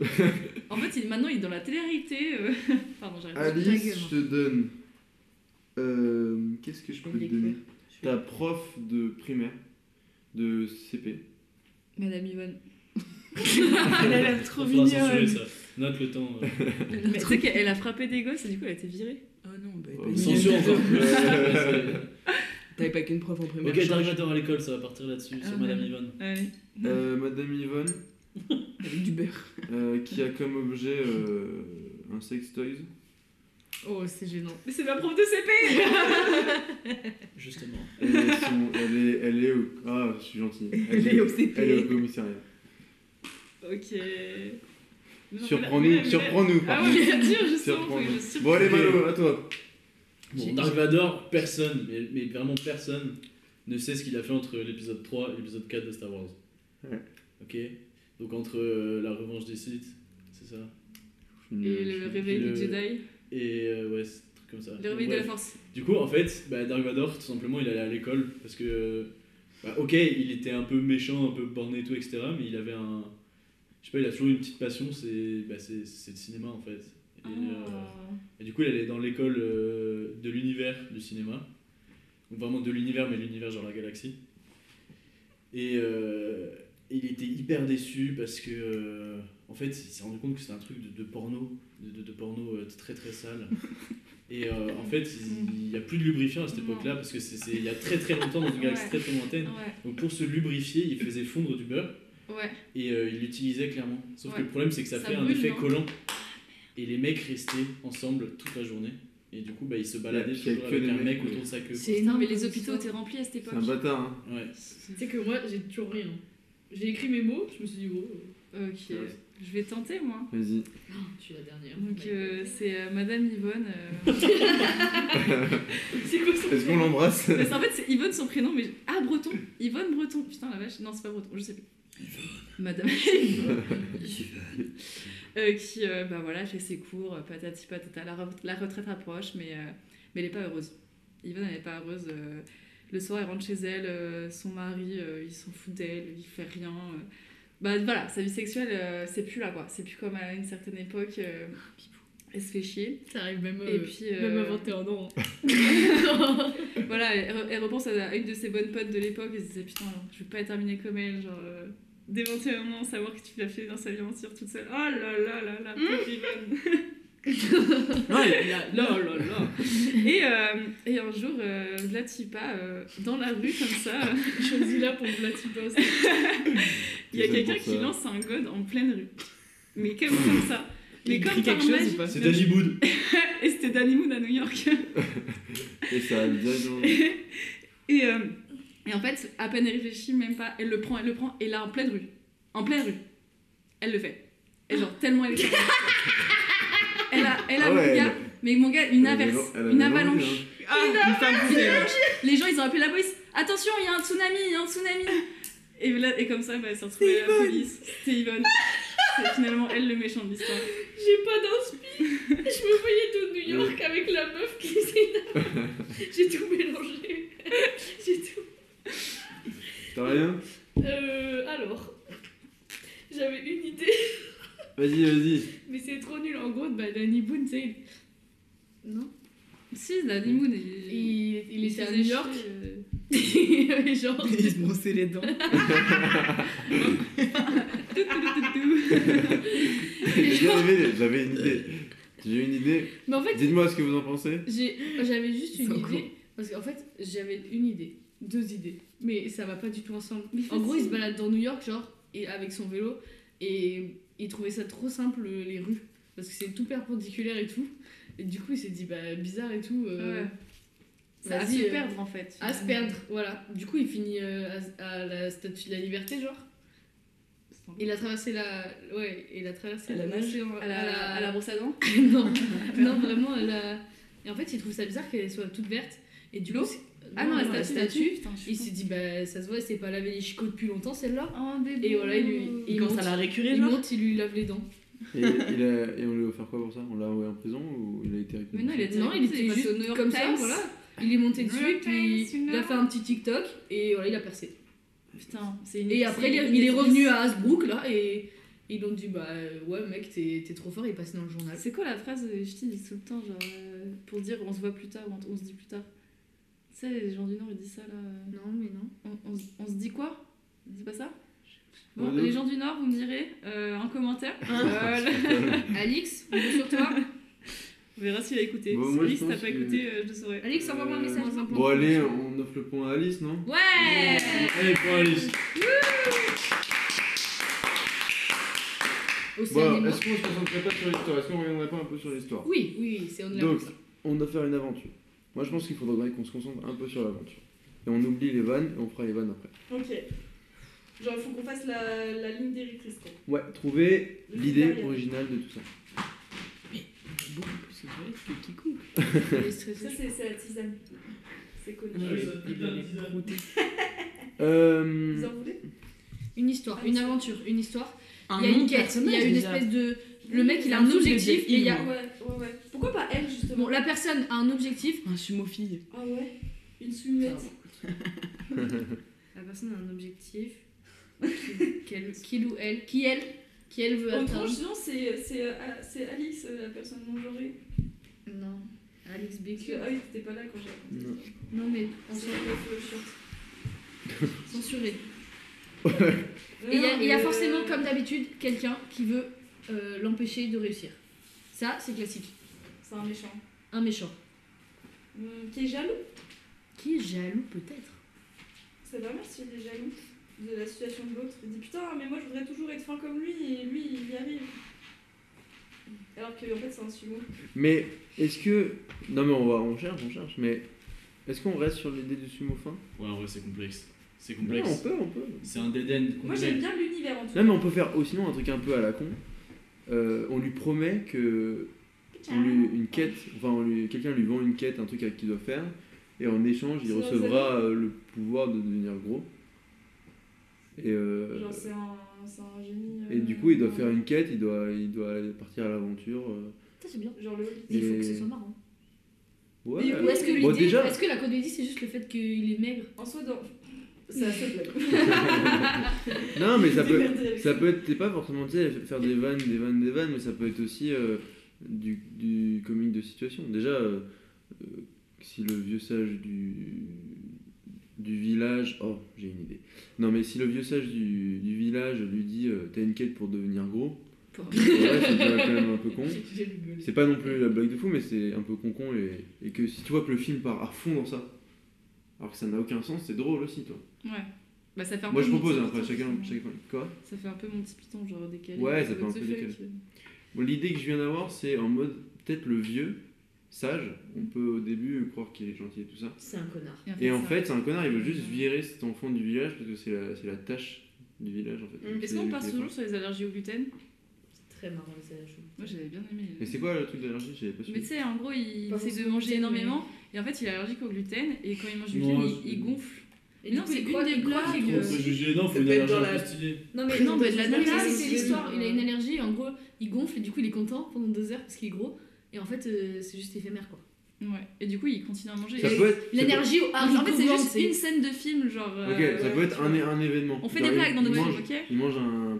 Speaker 1: enfin. en fait, il, maintenant, il est dans la télé-réalité. euh. Pardon, j'arrête.
Speaker 4: Ta
Speaker 3: Alice,
Speaker 4: gueule.
Speaker 3: je te donne. euh, Qu'est-ce que je peux te donner Ta prof de primaire, de CP.
Speaker 4: Madame Yvonne.
Speaker 7: Elle a l'air trop
Speaker 5: On fera censurer
Speaker 7: mignonne.
Speaker 5: ça. Note le temps. euh,
Speaker 1: Mais tu sais qu'elle a frappé des gosses et du coup elle a été virée.
Speaker 7: Oh non, bah,
Speaker 3: Oh,
Speaker 7: t'as-
Speaker 3: oui.
Speaker 5: Censure encore plus.
Speaker 7: T'avais pas qu'une prof en primaire.
Speaker 5: Ok, Dark Vador à l'école, ça va partir là-dessus,
Speaker 1: Ah,
Speaker 5: sur Madame
Speaker 1: ouais.
Speaker 5: Yvonne.
Speaker 1: Ouais.
Speaker 3: Euh, Madame Yvonne,
Speaker 7: Avec du beurre.
Speaker 3: euh, qui a comme objet euh, un sextoys.
Speaker 8: Oh, c'est gênant.
Speaker 1: Mais c'est ma prof de CP
Speaker 5: Justement.
Speaker 3: Elle est, son- elle est, elle est au. Ah, je suis gentil.
Speaker 7: Elle est au CP.
Speaker 3: Elle est au commissariat.
Speaker 1: Ok. Non, mais là-
Speaker 3: Surprends-nous,
Speaker 1: mais là-
Speaker 3: surprends-nous. par
Speaker 1: Ah
Speaker 3: contre.
Speaker 1: ouais, c'est dur justement. faut que je
Speaker 3: Surprends-nous.
Speaker 1: surprenne.
Speaker 3: Bon, allez,
Speaker 5: Ok.
Speaker 3: Malo, à toi.
Speaker 5: Bon, Dark Vador, personne, mais, mais vraiment personne, ne sait ce qu'il a fait entre l'épisode 3 et l'épisode 4 de Star Wars.
Speaker 3: Ouais.
Speaker 5: Ok Donc entre euh, la revanche des Sith, c'est ça
Speaker 1: Et le réveil
Speaker 5: le-
Speaker 1: des Jedi,
Speaker 5: Et euh, ouais, c'est un truc comme ça.
Speaker 1: le réveil
Speaker 5: Bon,
Speaker 1: de la
Speaker 5: bref.
Speaker 1: force.
Speaker 5: Du coup, en fait, bah, Dark Vador, tout simplement, il allait à l'école parce que. bah, ok, il était un peu méchant, un peu borné et tout, etc. Mais il avait un. Je sais pas, il a toujours une petite passion, c'est bah, c'est- c'est le cinéma en fait. Et,
Speaker 1: Ah.
Speaker 5: euh, et du coup, il allait dans l'école euh, de l'univers du cinéma. Donc vraiment de l'univers, mais l'univers genre la galaxie. Et euh, il était hyper déçu parce que, euh, en fait, il s'est rendu compte que c'était un truc de, de porno, de, de- de porno euh, très très sale. Et euh, en fait, il n'y a plus de lubrifiant à cette
Speaker 1: Non.
Speaker 5: époque-là parce que c'est c'est- il y a très très longtemps dans une galaxie
Speaker 1: Ouais.
Speaker 5: très très lointaine.
Speaker 1: Ah, Ouais,
Speaker 5: Donc pour se lubrifier, il faisait fondre du beurre
Speaker 1: ouais.
Speaker 5: et euh, il l'utilisait clairement. Sauf que
Speaker 1: Ouais.
Speaker 5: le problème, c'est que ça,
Speaker 1: Ça
Speaker 5: fait un
Speaker 1: brûle,
Speaker 5: effet
Speaker 1: non
Speaker 5: collant. Et les mecs restaient ensemble toute la journée. Et du coup, bah, ils se baladaient
Speaker 3: Il y a
Speaker 5: toujours
Speaker 3: que
Speaker 5: avec
Speaker 3: des
Speaker 5: un
Speaker 3: mecs,
Speaker 5: mec
Speaker 3: oui.
Speaker 5: autour de sa queue.
Speaker 4: C'est
Speaker 1: Putain,
Speaker 4: énorme
Speaker 1: mais les
Speaker 4: comme
Speaker 1: hôpitaux
Speaker 4: histoire.
Speaker 1: étaient remplis à cette
Speaker 3: C'est un
Speaker 1: époque.
Speaker 3: bâtard, hein.
Speaker 5: Ouais.
Speaker 4: Tu sais que moi, j'ai toujours rien. J'ai écrit mes mots, je me suis dit, oh,
Speaker 1: Ok, je vais tenter moi.
Speaker 3: Vas-y.
Speaker 4: je suis la dernière.
Speaker 1: Donc euh, c'est euh, Madame Yvonne. euh. c'est quoi son
Speaker 3: Est-ce qu'on l'embrasse
Speaker 1: Parce qu'en fait c'est Yvonne son prénom, mais ah Breton, Yvonne Breton. Putain la vache, non c'est pas Breton, je sais plus. Madame Yvonne. Euh, qui euh, bah voilà fait ses cours, euh, patati patata, la, re- la retraite approche, mais euh, mais elle est pas heureuse. Yvonne elle est pas heureuse. euh, le soir elle rentre chez elle, euh, son mari euh, il s'en fout d'elle, il fait rien. euh. Bah voilà, sa vie sexuelle euh, c'est plus là quoi, c'est plus comme à une certaine époque. euh, elle se fait chier.
Speaker 8: Ça arrive même,
Speaker 1: Et
Speaker 8: euh,
Speaker 1: puis
Speaker 8: même
Speaker 1: euh,
Speaker 8: à 21 ans.
Speaker 4: hein.
Speaker 1: voilà, elle, re- elle repense à, à une de ses bonnes potes de l'époque et se disait putain, alors, je vais pas terminer comme elle, genre euh, dès 21 ans, savoir que tu l'as fait dans sa vie entière toute seule. Oh là là là
Speaker 7: Hmm.
Speaker 1: là, pauvre Yvonne.
Speaker 7: Là, là, là.
Speaker 1: et, euh, et un jour, euh, Vlatipa, euh, dans la rue comme ça, euh,
Speaker 8: Choisis là pour Vlatipa.
Speaker 1: il y a
Speaker 3: Désolé
Speaker 1: quelqu'un
Speaker 3: pour ça.
Speaker 1: qui lance un god en pleine rue. Mais comme, comme ça. Mais
Speaker 7: Il
Speaker 1: comme
Speaker 7: crie
Speaker 1: par
Speaker 7: quelque chose
Speaker 1: magie.
Speaker 7: ou pas
Speaker 5: C'est Danny Boone.
Speaker 1: Et c'était Danny Moon à New York.
Speaker 3: Et ça a bien joué.
Speaker 1: Et, euh, et en fait, à peine elle réfléchit, même pas, elle le prend, elle le prend, et là, en pleine rue, en pleine rue, elle le fait. Et genre, tellement elle est convaincue. Elle a, elle a
Speaker 3: Ah ouais,
Speaker 1: mon
Speaker 3: elle-
Speaker 1: gars, mais mon gars, une
Speaker 3: elle avait
Speaker 1: averse,
Speaker 3: l'en- elle avait
Speaker 1: une
Speaker 3: l'envie,
Speaker 1: avalanche.
Speaker 3: hein.
Speaker 7: Ah, une femme
Speaker 1: Une
Speaker 7: poubelle.
Speaker 1: avalanche. Les gens, ils ont appelé la police. Attention, il y a un tsunami, il y a un tsunami. Et, là, et comme ça, bah, elle s'est retrouvée à la police. C'était Yvonne. C'est finalement elle le méchant de l'histoire.
Speaker 4: J'ai pas d'inspi. Je me voyais de New York avec la meuf qui s'énerve. J'ai tout mélangé. J'ai tout.
Speaker 3: T'as rien
Speaker 4: Euh, alors, j'avais une idée,
Speaker 3: Vas-y, vas-y.
Speaker 4: mais c'est trop nul. En gros, bah, Danny Boone, tu sais, il-
Speaker 8: Non
Speaker 1: Si, Danny Moon, il,
Speaker 4: il, il était à
Speaker 1: faisait
Speaker 4: New York.
Speaker 1: chier, euh,
Speaker 4: Il avait genre.
Speaker 7: Il se brossait les dents.
Speaker 1: tout, tout, tout, tout, tout.
Speaker 3: J'ai bien aimé, j'avais une idée. J'ai une idée.
Speaker 4: Mais en fait,
Speaker 3: Dites-moi ce que vous en pensez.
Speaker 4: j'ai- j'avais juste une
Speaker 7: C'est encore-
Speaker 4: idée. Parce qu'en fait, j'avais une idée, deux idées, mais ça va pas du tout ensemble.
Speaker 1: Mais
Speaker 4: En gros, il se
Speaker 1: facile.
Speaker 4: balade dans New York, genre, et avec son vélo, et il trouvait ça trop simple, euh, les rues, parce que c'est tout perpendiculaire et tout. Et du coup, il s'est dit, bah, bizarre et tout. euh,
Speaker 1: Ouais. Ça a
Speaker 4: vas-y,
Speaker 1: se
Speaker 4: euh,
Speaker 1: perdre en fait.
Speaker 4: À se perdre, voilà. Du coup, il finit euh, à, à la Statue de la Liberté, genre. Il a traversé la. Ouais, il a traversé
Speaker 7: À la nage
Speaker 4: l'océan,
Speaker 1: À la, à la brosse à dents
Speaker 4: non, non, vraiment, à la. Et en fait, il trouve ça bizarre qu'elle soit toute verte. Et du
Speaker 1: L'eau
Speaker 4: coup, c'est-
Speaker 1: Ah
Speaker 4: Ah
Speaker 1: Putain, je suis
Speaker 4: Il s'est dit, bah, ça se voit, elle s'est pas lavé les chicots depuis longtemps, celle-là.
Speaker 1: con. Oh, bébé.
Speaker 4: Et voilà, il lui.
Speaker 7: Il
Speaker 4: Il
Speaker 7: commence
Speaker 4: monte,
Speaker 7: à la récurer,
Speaker 4: il,
Speaker 7: genre.
Speaker 4: monte, il lui lave les dents.
Speaker 3: Et, il a- et on lui a offert quoi pour ça On l'a envoyé en prison ou il a été
Speaker 1: Mais non, il
Speaker 3: récupéré
Speaker 1: a dit
Speaker 4: Non, il était
Speaker 1: passé
Speaker 4: juste
Speaker 1: au New York
Speaker 4: comme ça,
Speaker 1: Times.
Speaker 4: voilà. Il est monté
Speaker 1: New
Speaker 4: dessus,
Speaker 1: York
Speaker 4: et puis
Speaker 1: Times, you
Speaker 4: il a
Speaker 1: know.
Speaker 4: fait un petit TikTok, et voilà, il a percé.
Speaker 1: Putain, c'est une.
Speaker 4: Et après,
Speaker 1: c'est
Speaker 4: il est,
Speaker 1: une
Speaker 4: il est
Speaker 1: actrice.
Speaker 4: revenu à Hasbrook, là, et ils l'ont dit, bah euh, ouais, mec, t'es t'es trop fort, il est passé dans le journal.
Speaker 1: C'est quoi la phrase euh, je te dis tout le temps, genre, euh, pour dire on se voit plus tard ou on, on se dit plus tard Tu sais, les gens du Nord, ils disent ça là. euh,
Speaker 4: Non, mais non.
Speaker 1: On, on se- on se dit quoi Ils disent pas ça Bon,
Speaker 3: Ouais.
Speaker 1: les gens du Nord, vous me direz euh, en commentaire.
Speaker 3: Ah,
Speaker 1: Euh,
Speaker 3: c'est pas mal.
Speaker 4: Alix, on est sur toi.
Speaker 1: on verra s'il a écouté.
Speaker 3: Bon,
Speaker 1: si
Speaker 3: moi, je
Speaker 1: Alice n'a
Speaker 3: pense
Speaker 1: pas
Speaker 3: que-
Speaker 1: écouté, euh, je le saurai.
Speaker 4: Alix, envoie-moi un
Speaker 3: Euh,
Speaker 4: message.
Speaker 2: Moins un
Speaker 3: Bon, allez, on offre le point à Alice, non
Speaker 4: Ouais
Speaker 5: Allez, pour Alice.
Speaker 3: Bon,
Speaker 4: Océanie.
Speaker 3: Bah, est-ce qu'on se concentrerait pas sur l'histoire Est-ce qu'on reviendrait pas un peu sur l'histoire
Speaker 2: Oui, oui, c'est on
Speaker 3: Donc, on doit faire une aventure. Moi, je pense qu'il faudrait qu'on se concentre un peu sur l'aventure. Et on oublie les vannes et on fera les vannes après.
Speaker 1: Ok. Genre, il faut qu'on fasse la, la ligne directrice. quoi.
Speaker 3: Ouais, trouver
Speaker 1: Le
Speaker 3: l'idée
Speaker 1: critérium.
Speaker 3: originale de tout ça.
Speaker 7: Beaucoup plus vrai que quiconque.
Speaker 1: Ça, c'est c'est la tisane. C'est connu.
Speaker 5: Ah oui, ça,
Speaker 7: Il va les brouter.
Speaker 1: Vous
Speaker 3: Euh...
Speaker 1: en voulez
Speaker 4: Une histoire, une aventure, une histoire.
Speaker 7: Un
Speaker 4: Il y a
Speaker 7: nom
Speaker 4: une
Speaker 7: de
Speaker 4: quête, il y a
Speaker 7: personnage,
Speaker 4: une
Speaker 7: déjà.
Speaker 4: espèce de. Le mec, il a
Speaker 7: Un
Speaker 4: un
Speaker 7: double
Speaker 4: objectif
Speaker 7: objectif,
Speaker 4: et il y a.
Speaker 1: Ouais, ouais, ouais. Pourquoi pas elle, justement
Speaker 4: Bon, la personne a un objectif.
Speaker 7: Un sumo-fille.
Speaker 1: Ah ouais Une sumette.
Speaker 4: Ah, La personne a un objectif. Quel, qu'il ou elle Qui elle Qui elle veut
Speaker 1: En
Speaker 4: atteindre
Speaker 1: transition, c'est c'est, euh, ah, c'est Alice, euh, la personne non genrée.
Speaker 4: Non. Alix
Speaker 1: Parce que,
Speaker 4: Baker.
Speaker 1: ah oui, t'étais pas là quand j'ai
Speaker 3: Non.
Speaker 1: raconté.
Speaker 4: Non, mais
Speaker 1: On s'en
Speaker 4: censuré.
Speaker 1: fait
Speaker 4: censuré. Euh, Et il y a- il y, a forcément, comme d'habitude, quelqu'un qui veut euh, l'empêcher de réussir. Ça, c'est classique.
Speaker 1: C'est un méchant.
Speaker 4: Un méchant.
Speaker 1: Hum, Qui est jaloux
Speaker 4: Qui est jaloux, peut-être
Speaker 1: C'est pas mal s'il est jaloux de la situation de l'autre. Il dit putain, mais moi je voudrais toujours être fin comme lui et lui il y arrive. Alors que en fait c'est un sumo.
Speaker 3: Mais est-ce que. Non, mais on va, on cherche, on cherche, mais. Est-ce qu'on reste sur l'idée du sumo fin
Speaker 5: Ouais, en vrai, c'est complexe. C'est
Speaker 3: Non, on
Speaker 5: complexe.
Speaker 3: peut, on peut.
Speaker 5: C'est un dead end
Speaker 1: Moi j'aime
Speaker 5: complet.
Speaker 1: bien l'univers en tout cas.
Speaker 3: Non, mais on peut faire aussi sinon un truc un peu à la con. Euh, on lui promet que. On lui, une quête, enfin, on lui- quelqu'un lui vend une quête, un truc à- qu'il doit faire, et en échange, il
Speaker 1: C'est dans
Speaker 3: recevra euh, le pouvoir de devenir gros. Et, euh,
Speaker 1: Genre c'est un, c'est un génie. euh,
Speaker 3: et du coup, il doit faire une quête, il doit, il doit aller partir à l'aventure. euh.
Speaker 4: Ça, c'est bien.
Speaker 1: Genre le
Speaker 4: Mais il faut que
Speaker 3: Et-
Speaker 4: ce soit marrant.
Speaker 3: Ouais,
Speaker 1: Mais
Speaker 4: Ou est-ce que,
Speaker 3: Bon,
Speaker 4: l'idée-
Speaker 3: déjà-
Speaker 4: est-ce que la comédie, c'est juste le fait qu'il est maigre
Speaker 1: En soi, dans... c'est assez blague.
Speaker 3: Non, mais ça peut, ça
Speaker 1: peut.
Speaker 3: peut être, t'es pas forcément, tu sais, faire des vannes, des vannes, des vannes, mais ça peut être aussi euh, du, du comique de situation. Déjà, euh, euh, si le vieux sage du, du village. Oh, j'ai une idée. Non, mais si le vieux sage du, du village lui dit euh, T'as une quête pour devenir gros.
Speaker 4: Pour-
Speaker 3: Ouais, c'est déjà quand même un peu con.
Speaker 2: J'ai rigolé.
Speaker 3: C'est pas non plus la blague de fou, mais c'est un peu con-con. Et, et que si tu vois que le film part à fond dans ça, alors que ça n'a aucun sens, c'est drôle aussi, toi.
Speaker 1: Ouais. Bah ça fait un
Speaker 3: Moi,
Speaker 1: peu
Speaker 3: je
Speaker 1: mon
Speaker 3: propose,
Speaker 1: petit
Speaker 3: hein, après,
Speaker 1: piton,
Speaker 3: chacun.
Speaker 1: justement.
Speaker 3: chacun quoi
Speaker 1: Ça fait un peu mon petit piton, genre décalé.
Speaker 3: Ouais, ça fait
Speaker 1: What
Speaker 3: un
Speaker 1: the
Speaker 3: peu
Speaker 1: fuck.
Speaker 3: décalé. Bon, L'idée que je viens d'avoir, c'est en mode peut-être le vieux, sage. On peut au début croire qu'il est gentil et tout ça.
Speaker 9: C'est un connard.
Speaker 3: Et en fait, c'est un connard, il veut juste virer cet enfant du village parce que c'est la, c'est la tâche du village en fait.
Speaker 1: Mm. Est-ce
Speaker 3: C'est-
Speaker 1: qu'on part
Speaker 3: c'est-
Speaker 1: toujours sur les allergies au gluten
Speaker 9: C'est très marrant, les allergies.
Speaker 1: Moi j'avais bien aimé. euh.
Speaker 3: Mais c'est quoi le truc d'allergie J'avais pas
Speaker 1: Mais tu
Speaker 3: suivi.
Speaker 1: sais, en gros, il essaie de
Speaker 4: Pas forcément
Speaker 1: manger
Speaker 4: gluten,
Speaker 1: énormément et en fait, il est allergique au gluten et quand il mange du
Speaker 5: Non,
Speaker 1: gluten,
Speaker 5: c'est-
Speaker 1: il, il gonfle. Mais
Speaker 4: Et du
Speaker 1: non,
Speaker 4: coup,
Speaker 1: c'est
Speaker 4: il
Speaker 1: une
Speaker 4: croit
Speaker 1: des
Speaker 4: qu'il croit
Speaker 1: blagues.
Speaker 4: que-
Speaker 5: On peut juger, non, faut
Speaker 9: Ça
Speaker 5: une
Speaker 9: peut être
Speaker 5: allergie
Speaker 9: dans
Speaker 5: un
Speaker 9: la-
Speaker 5: peu stylée.
Speaker 4: Non, mais,
Speaker 1: Non, mais de la
Speaker 4: mais
Speaker 1: nana,
Speaker 4: c'est-
Speaker 1: c'est-
Speaker 4: c'est l'histoire. Il a une allergie et en gros, il gonfle et du coup, il est content pendant deux heures parce qu'il est gros. Et en fait, euh, c'est juste éphémère quoi.
Speaker 1: Ouais. Et du coup, il continue à manger.
Speaker 3: Ça
Speaker 1: Et-
Speaker 3: peut être. ça peut-
Speaker 4: L'énergie au haricot
Speaker 1: en fait, c'est
Speaker 4: blanc,
Speaker 1: juste
Speaker 4: c'est-
Speaker 1: une scène de film, genre.
Speaker 3: Ok,
Speaker 1: euh,
Speaker 3: ça peut être un, é- un événement.
Speaker 1: On fait
Speaker 3: Il
Speaker 1: des
Speaker 3: arrive,
Speaker 1: blagues dans nos
Speaker 3: il mange,
Speaker 1: films, ok
Speaker 3: Il mange un, un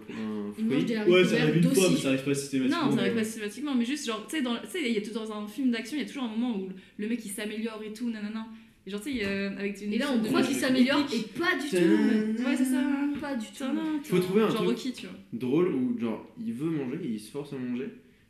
Speaker 4: Il mange
Speaker 3: fruit.
Speaker 4: des haricots
Speaker 5: Ouais, ça arrive
Speaker 4: verts
Speaker 5: une fois, mais
Speaker 4: d'aussi.
Speaker 5: ça arrive pas systématiquement.
Speaker 1: Non, ça
Speaker 5: mais-
Speaker 1: arrive pas systématiquement, mais juste genre, tu sais, dans- tu sais, il y a tout dans un film d'action, il y a toujours un moment où le mec il s'améliore et tout, nanana. Et genre, tu sais, il y a- avec une.
Speaker 4: Et là, on
Speaker 1: sorte de-
Speaker 4: croit qu'il s'améliore et pas du tout.
Speaker 1: Ouais, c'est ça.
Speaker 4: Pas du tout.
Speaker 1: Tadam,
Speaker 3: Faut trouver un
Speaker 1: Genre
Speaker 3: truc.
Speaker 1: Rocky, tu vois.
Speaker 3: drôle où genre il veut manger et il se force à manger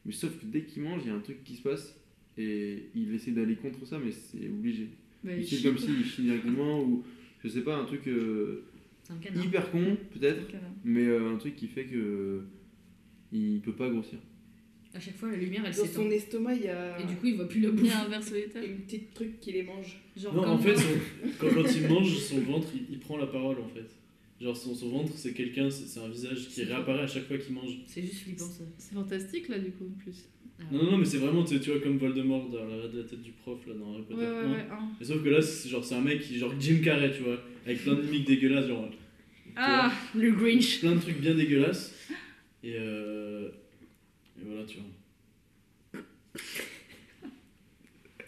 Speaker 3: mais sauf que dès qu'il mange il y a un truc qui se passe et il essaie d'aller contre ça mais c'est obligé
Speaker 1: Bah,
Speaker 3: il
Speaker 1: il
Speaker 3: chie
Speaker 1: chie,
Speaker 3: comme
Speaker 1: quoi.
Speaker 3: s'il chie directement ou je sais pas un truc euh,
Speaker 4: C'est un canard.
Speaker 3: hyper con peut-être
Speaker 1: Canard.
Speaker 3: mais euh, un truc qui fait que il peut pas grossir
Speaker 4: À chaque fois, la lumière, elle
Speaker 9: Dans
Speaker 4: s'éteint.
Speaker 9: son estomac, il y a
Speaker 4: Et du coup, il voit plus la
Speaker 1: Il y
Speaker 4: bouffe.
Speaker 1: a un verre solitaire.
Speaker 9: il y a une petite truc qui les mange.
Speaker 4: Genre,
Speaker 5: Non,
Speaker 4: comme
Speaker 5: en fait,
Speaker 4: moi.
Speaker 5: son- quand, quand il mange, son ventre, il, il prend la parole en fait. Genre, son, son ventre, c'est quelqu'un, c'est c'est un visage qui
Speaker 4: C'est ça.
Speaker 5: réapparaît à chaque fois qu'il mange.
Speaker 4: c'est juste flippant ça. Ah
Speaker 1: C'est fantastique là, du coup, en plus.
Speaker 5: Non, non, non, mais c'est vraiment, tu sais, tu vois, comme Voldemort dans la, la tête du prof là dans Harry
Speaker 1: Ouais,
Speaker 5: Potter.
Speaker 1: ouais,
Speaker 5: un.
Speaker 1: ouais. un.
Speaker 5: Mais sauf que là, c'est genre, c'est un mec qui, genre Jim Carrey, tu vois, avec plein de mimiques dégueulasses, genre
Speaker 1: Ah,
Speaker 4: Le Grinch.
Speaker 5: plein de trucs bien dégueulasses. Et, euh, et voilà, tu vois.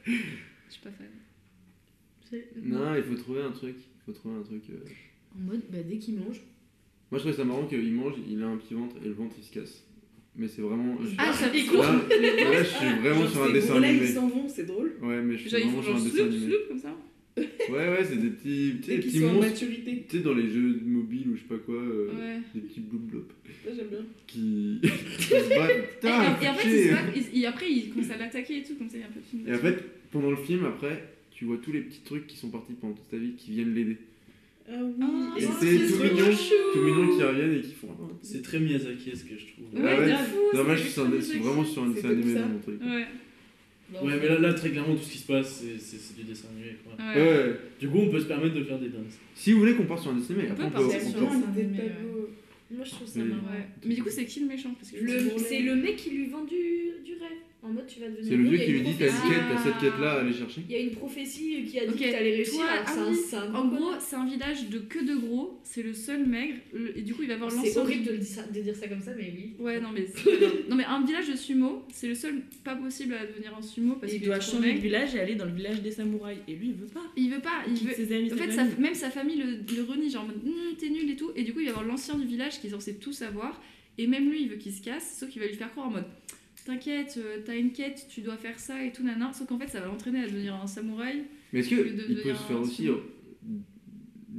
Speaker 1: je suis pas fan.
Speaker 3: non il faut trouver un truc il faut trouver un truc euh.
Speaker 4: En mode, bah, dès qu'il mange.
Speaker 3: moi je trouve ça marrant qu'il mange il a un petit ventre et le ventre il se casse mais c'est vraiment je-
Speaker 4: Ah, ça fait
Speaker 3: là, là, je suis vraiment
Speaker 9: Genre,
Speaker 3: sur un
Speaker 9: ces
Speaker 3: dessin
Speaker 9: gros-là,
Speaker 3: animé
Speaker 9: ils s'en vont, c'est drôle.
Speaker 3: ouais mais je suis
Speaker 1: Genre, ils font
Speaker 3: vraiment sur
Speaker 1: genre
Speaker 3: un dessin
Speaker 1: sloop,
Speaker 3: animé
Speaker 1: sloop comme ça.
Speaker 3: Ouais, ouais, c'est des petits, petits,
Speaker 9: Et qui
Speaker 3: petits
Speaker 9: sont en
Speaker 3: monstres.
Speaker 9: maturité.
Speaker 3: Tu sais, dans les jeux mobiles ou je sais pas quoi, euh,
Speaker 1: Ouais.
Speaker 3: des petits bloop
Speaker 9: Ça, j'aime bien.
Speaker 3: qui, qui se battent.
Speaker 1: Et, et
Speaker 3: Putain,
Speaker 1: en fait,
Speaker 3: ok.
Speaker 1: ils se battent, ils- et après, ils commencent à l'attaquer et tout, comme ça, il y a un peu de film.
Speaker 3: Et en fait, pendant le film, après, tu vois tous les petits trucs qui sont partis pendant toute ta vie qui viennent l'aider.
Speaker 9: Ah oui.
Speaker 1: Ah,
Speaker 3: Et
Speaker 1: c'est
Speaker 3: c'est tout
Speaker 1: trop
Speaker 3: mignon,
Speaker 1: chou.
Speaker 3: tout mignon qui reviennent et qui font. ah,
Speaker 5: C'est très Miyazaki-esque, je trouve.
Speaker 1: Ouais,
Speaker 3: Ah ouais.
Speaker 1: de fou.
Speaker 3: Non,
Speaker 1: c'est
Speaker 3: moi je suis, sur un- je suis vraiment sur un
Speaker 9: C'est
Speaker 3: dessin
Speaker 9: comme
Speaker 3: animé
Speaker 9: ça.
Speaker 3: dans mon truc.
Speaker 1: Ouais.
Speaker 5: Ouais, mais là, là, très clairement, tout ce qui se passe, c'est- c'est c'est du dessin animé. quoi.
Speaker 1: Ouais.
Speaker 3: Ouais.
Speaker 5: Du coup, on peut se permettre de faire des danses.
Speaker 3: Si vous voulez qu'on parte sur un dessin animé, après on
Speaker 1: peut
Speaker 3: peut.
Speaker 1: partir
Speaker 3: on
Speaker 1: sur
Speaker 3: peut-
Speaker 1: un dessin
Speaker 9: des
Speaker 1: animé,
Speaker 9: tableaux. Moi, je trouve ça
Speaker 3: Mais-
Speaker 9: marrant.
Speaker 1: Ouais. Mais du coup, c'est qui le méchant Parce que je me
Speaker 10: Le-
Speaker 1: suis
Speaker 10: C'est
Speaker 1: dit-
Speaker 10: le mec qui lui vend du, du rêve. En mode, tu vas devenir.
Speaker 3: C'est le vieux
Speaker 10: il y a
Speaker 3: qui
Speaker 10: une
Speaker 3: lui dit t'as
Speaker 10: prophétie-
Speaker 3: une quête, t'as cette
Speaker 1: Ah.
Speaker 3: quête là, à aller chercher.
Speaker 10: Il y a une prophétie qui a dit
Speaker 1: Ok,
Speaker 10: que t'allais réussir.
Speaker 1: toi,
Speaker 10: alors
Speaker 1: ah
Speaker 10: c'est un
Speaker 1: oui.
Speaker 10: saint.
Speaker 1: En gros, c'est un village de que de gros, c'est le seul maigre, le- et du coup, il va avoir
Speaker 10: c'est
Speaker 1: l'ensemble.
Speaker 10: horrible de, le dire ça- de dire ça comme ça, mais oui.
Speaker 1: Ouais, non, mais c'est pas grave. non, mais un village de sumo, c'est le seul pas possible à devenir en sumo parce
Speaker 7: il
Speaker 1: qu'il est
Speaker 7: doit
Speaker 1: trop
Speaker 7: changer de
Speaker 1: maigre.
Speaker 7: village et aller dans le village des samouraïs. Et lui, il veut pas.
Speaker 1: Il veut pas, il
Speaker 7: quitte
Speaker 1: veut.
Speaker 7: ses amis.
Speaker 1: En
Speaker 7: sa
Speaker 1: fait, sa-
Speaker 7: famille.
Speaker 1: même sa famille le, le renie, genre en mode Hum, t'es nul et tout. Et du coup, il va y avoir l'ancien du village qui est censé tout savoir. Et même lui, il veut qu'il se casse, sauf qu'il va lui faire croire en mode T'inquiète, euh, t'as une quête, tu dois faire ça et tout, nana. Sauf qu'en fait, ça va l'entraîner à devenir un samouraï.
Speaker 3: Mais est-ce
Speaker 1: Au lieu de
Speaker 3: qu'il peut
Speaker 1: devenir
Speaker 3: se faire
Speaker 1: un
Speaker 3: aussi
Speaker 1: sumo.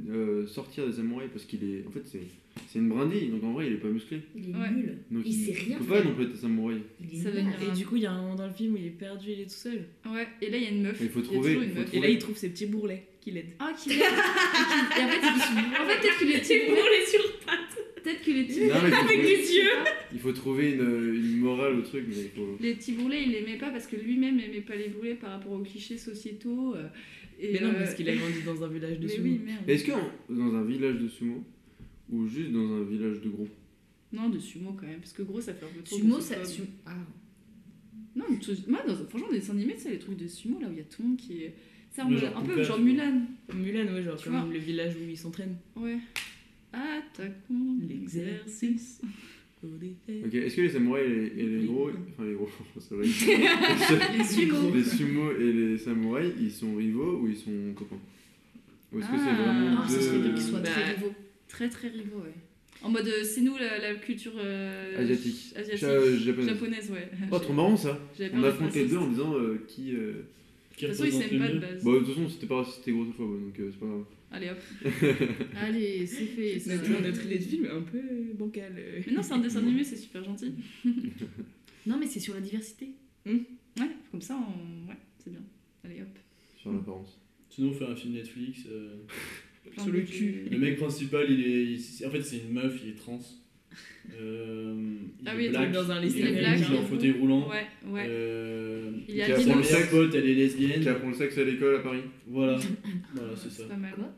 Speaker 3: euh, euh, sortir des samouraïs parce qu'il est. En fait, c'est c'est une brindille, donc en vrai, il est pas musclé.
Speaker 10: Il est
Speaker 1: Ouais.
Speaker 10: nul.
Speaker 3: Donc,
Speaker 10: Il sait rien
Speaker 3: peut
Speaker 10: faire.
Speaker 3: pas non plus être un samouraï.
Speaker 10: Il est
Speaker 1: Ça
Speaker 10: nul.
Speaker 1: veut dire-
Speaker 7: Et du coup, il y a un moment dans le film où il est perdu, il est tout seul.
Speaker 1: Ouais, et là, il y a une meuf.
Speaker 3: Il faut
Speaker 1: y a
Speaker 3: trouver,
Speaker 1: toujours une
Speaker 3: il faut
Speaker 1: meuf.
Speaker 7: Et là,
Speaker 3: Ouais.
Speaker 7: il trouve ses petits bourrelets qui l'aident.
Speaker 1: Ah, qu'il est. et qu'il- et en fait, il- en fait, peut-être qu'il est petit. Peut-être que les petits,
Speaker 3: Non, mais il faut trouver-
Speaker 7: yeux
Speaker 3: il faut trouver une une morale au truc, mais il faut.
Speaker 1: les petits boulets, il aimait pas parce que lui-même aimait pas les boulets par rapport aux clichés sociétaux. euh, et
Speaker 7: Mais non,
Speaker 1: euh,
Speaker 7: parce qu'il a grandi dans un village de
Speaker 1: Mais
Speaker 7: sumo.
Speaker 1: oui, merde.
Speaker 3: Est-ce que en- dans un village de sumo ou juste dans un village de gros
Speaker 1: Non, de sumo quand même, parce que gros, ça fait un peu trop.
Speaker 4: Sumo,
Speaker 1: gros,
Speaker 4: ça.
Speaker 1: quoi.
Speaker 4: su- Ah.
Speaker 1: Non, mais tout- moi, dans, franchement, des dessins animés, tu sais, les trucs de sumo là où il y a tout le monde qui est. Ça,
Speaker 5: Mais
Speaker 1: un
Speaker 5: genre
Speaker 1: peu
Speaker 5: Pucca,
Speaker 1: genre
Speaker 5: tu vois.
Speaker 1: Mulan.
Speaker 7: Mulan, ouais, genre
Speaker 1: Tu
Speaker 7: quand
Speaker 1: vois.
Speaker 7: même le village où ils s'entraînent.
Speaker 1: Ouais. Attaquons
Speaker 7: L'exercice. Au défaire.
Speaker 3: Ok, est-ce que les samouraïs et les, et les gros, enfin les gros, ça va être-
Speaker 1: Les sumo.
Speaker 3: les sumo et les samouraïs, ils sont rivaux ou ils sont copains Ou est-ce que c'est
Speaker 1: Ah.
Speaker 3: vraiment
Speaker 1: Ah,
Speaker 3: deux-
Speaker 1: ça serait bien
Speaker 10: Ils sont
Speaker 7: Bah,
Speaker 10: très rivaux.
Speaker 1: Très très rivaux, ouais. En mode, euh, c'est nous la, la culture. euh,
Speaker 3: asiatiques
Speaker 1: asiatique.
Speaker 3: Ja- japonaises.
Speaker 1: Japonaise, ouais.
Speaker 3: Oh, trop marrant ça
Speaker 1: J'avais peur
Speaker 3: On
Speaker 1: d'être
Speaker 3: affronte les
Speaker 1: raciste.
Speaker 3: deux en disant euh, qui. euh,
Speaker 5: Qui
Speaker 1: De toute façon, ils
Speaker 5: représente
Speaker 1: s'aiment
Speaker 5: le
Speaker 1: pas de
Speaker 5: mieux.
Speaker 1: base.
Speaker 3: Bon, de toute façon, c'était pas raciste, c'était grossophobe, donc euh, c'est pas grave.
Speaker 1: Allez hop.
Speaker 4: Allez, c'est fait. ça.
Speaker 7: Notre notre idée de film est un peu euh, bancale. euh.
Speaker 1: Mais non, c'est un dessin animé, c'est super gentil.
Speaker 4: Non, mais c'est sur la diversité.
Speaker 1: Ouais, comme ça, on... ouais, c'est bien. Allez hop.
Speaker 3: Sur l'apparence.
Speaker 5: Sinon, on fait un film Netflix. euh,
Speaker 1: Plein
Speaker 7: Sur
Speaker 1: de-
Speaker 7: le cul.
Speaker 5: Le mec principal, il est. il- en fait, c'est une meuf, il est trans. Euh, il
Speaker 1: Ah
Speaker 5: est
Speaker 1: oui,
Speaker 5: black,
Speaker 7: dans un
Speaker 5: il
Speaker 7: lycée
Speaker 5: est
Speaker 1: américain.
Speaker 5: rouge, il est en fauteuil roulant.
Speaker 1: Ouais, ouais.
Speaker 5: Euh,
Speaker 1: Il est
Speaker 3: Qui a-
Speaker 5: Sa
Speaker 1: habillé
Speaker 3: Bon,
Speaker 1: dans-
Speaker 3: le
Speaker 5: meilleure
Speaker 3: sexe.
Speaker 5: pote, elle
Speaker 3: Qui
Speaker 5: est lesbienne.
Speaker 3: apprend le sexe à l'école à Paris
Speaker 5: Voilà. voilà, c'est ça.
Speaker 1: C'est pas mal.
Speaker 4: Quoi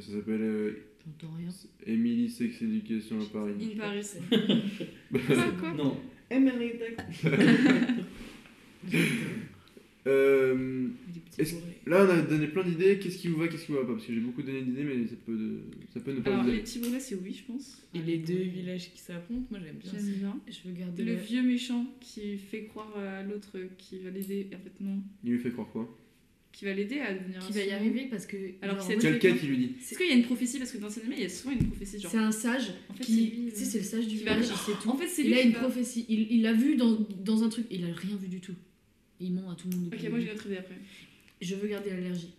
Speaker 3: Ça s'appelle euh,
Speaker 4: J'entends rien.
Speaker 3: Emily Sex Education à Paris.
Speaker 1: In Paris. Quoi, quoi
Speaker 5: Non,
Speaker 9: Emery Duck.
Speaker 3: Euh,
Speaker 7: Les petits
Speaker 3: Est-ce-
Speaker 7: bourrelets.
Speaker 3: là, on a donné plein d'idées. Qu'est-ce qui vous va, qu'est-ce qui vous va pas Parce que j'ai beaucoup donné d'idées, mais ça peut, de- ça peut ne pas
Speaker 1: Alors,
Speaker 3: vous
Speaker 1: les
Speaker 3: aller.
Speaker 1: petits bourrelets, c'est oui, je pense.
Speaker 7: Et les deux villages qui s'affrontent, moi j'aime bien.
Speaker 1: J'aime bien.
Speaker 4: Je veux garder
Speaker 1: Le
Speaker 4: le.
Speaker 1: vieux méchant qui fait croire à l'autre qui va l'aider, en fait, non.
Speaker 3: Il lui fait croire quoi
Speaker 1: Qui va l'aider à devenir un
Speaker 4: Qui va y
Speaker 1: sumo.
Speaker 4: arriver parce que.
Speaker 1: Alors
Speaker 4: genre,
Speaker 1: que c'est
Speaker 4: en fait,
Speaker 3: Quelle quête il lui dit
Speaker 1: Est-ce qu'il y a une prophétie Parce que dans cet animé, il y a souvent une prophétie. Genre,
Speaker 4: C'est un sage
Speaker 1: en fait, c'est lui,
Speaker 4: qui. Tu sais,
Speaker 1: ouais.
Speaker 4: c'est le sage du
Speaker 1: Qui va
Speaker 4: village, il sait tout.
Speaker 1: En fait, c'est lui
Speaker 4: Il a
Speaker 1: qui
Speaker 4: une
Speaker 1: va-
Speaker 4: prophétie. Il il l'a vu dans, dans un truc. Il a rien vu du tout. Il ment à tout le monde. depuis
Speaker 1: Ok,
Speaker 4: le
Speaker 1: moi j'ai
Speaker 4: début.
Speaker 1: une autre idée après.
Speaker 4: Je veux garder l'allergie.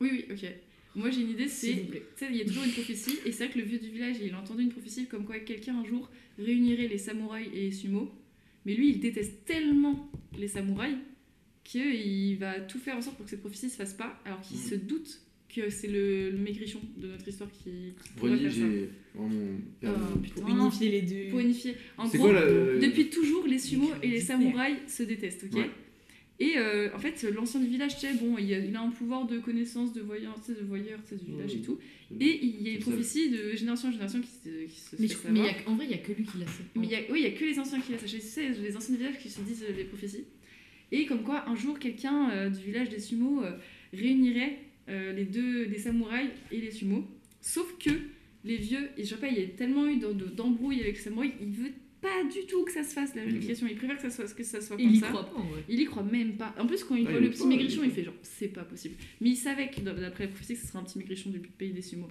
Speaker 1: Oui, oui, ok. Moi j'ai une idée,
Speaker 4: S'il
Speaker 1: c'est
Speaker 4: vous plaît.
Speaker 1: Tu sais, il y a toujours une prophétie, et c'est vrai que le vieux du village, il a entendu une prophétie comme quoi quelqu'un un jour réunirait les samouraïs et les sumo. Mais lui, il déteste tellement les samouraïs qu'il va tout faire en sorte pour que cette prophétie se fasse pas, alors qu'il
Speaker 3: Mm.
Speaker 1: se doute que c'est le, le maigrichon de notre histoire qui, qui pourrait
Speaker 3: Redis,
Speaker 1: faire ça.
Speaker 3: j'ai vraiment perdu.
Speaker 1: Oh, putain.
Speaker 7: Pour unifier les deux.
Speaker 1: Pour unifier. En
Speaker 3: C'est
Speaker 1: gros,
Speaker 3: quoi la.
Speaker 1: depuis toujours, les sumo et les
Speaker 7: Diffère.
Speaker 1: samouraïs se détestent, ok
Speaker 3: Ouais.
Speaker 1: Et euh, en fait, l'ancien du village, tu sais, bon, il a, il a un pouvoir de connaissance, de voyance, tu sais, de voyeur, tu sais, du village
Speaker 3: Ouais.
Speaker 1: et tout. Et il y a une
Speaker 3: C'est ça.
Speaker 1: prophétie de génération en génération qui se, qui se
Speaker 4: Mais,
Speaker 1: fait
Speaker 4: je- mais
Speaker 1: savoir.
Speaker 4: il y a- en vrai, il y a que lui qui l'a fait.
Speaker 1: Mais il y a- oui, il y a que les anciens qui la sachent. Tu sais, les anciens du village qui se disent euh, les prophéties. Et comme quoi, un jour, quelqu'un euh, du village des sumo euh, réunirait euh, les deux, les samouraïs et les sumo. Sauf que les vieux, et je sais pas, il y a tellement eu d'en- de- d'embrouilles avec les samouraïs, il veut pas du tout que ça se fasse la réunification. Il préfère que ça soit, que ça soit comme
Speaker 4: Il y
Speaker 1: ça.
Speaker 4: croit pas en vrai.
Speaker 1: Il y croit même pas. En plus, quand il
Speaker 3: Ah,
Speaker 1: voit
Speaker 3: il
Speaker 1: le
Speaker 3: y
Speaker 1: petit
Speaker 3: croit,
Speaker 1: maigrichon,
Speaker 3: il y
Speaker 1: il fait genre, c'est pas possible. Mais il savait que d'après la prophétie, que ce serait un petit maigrichon du pays des sumo.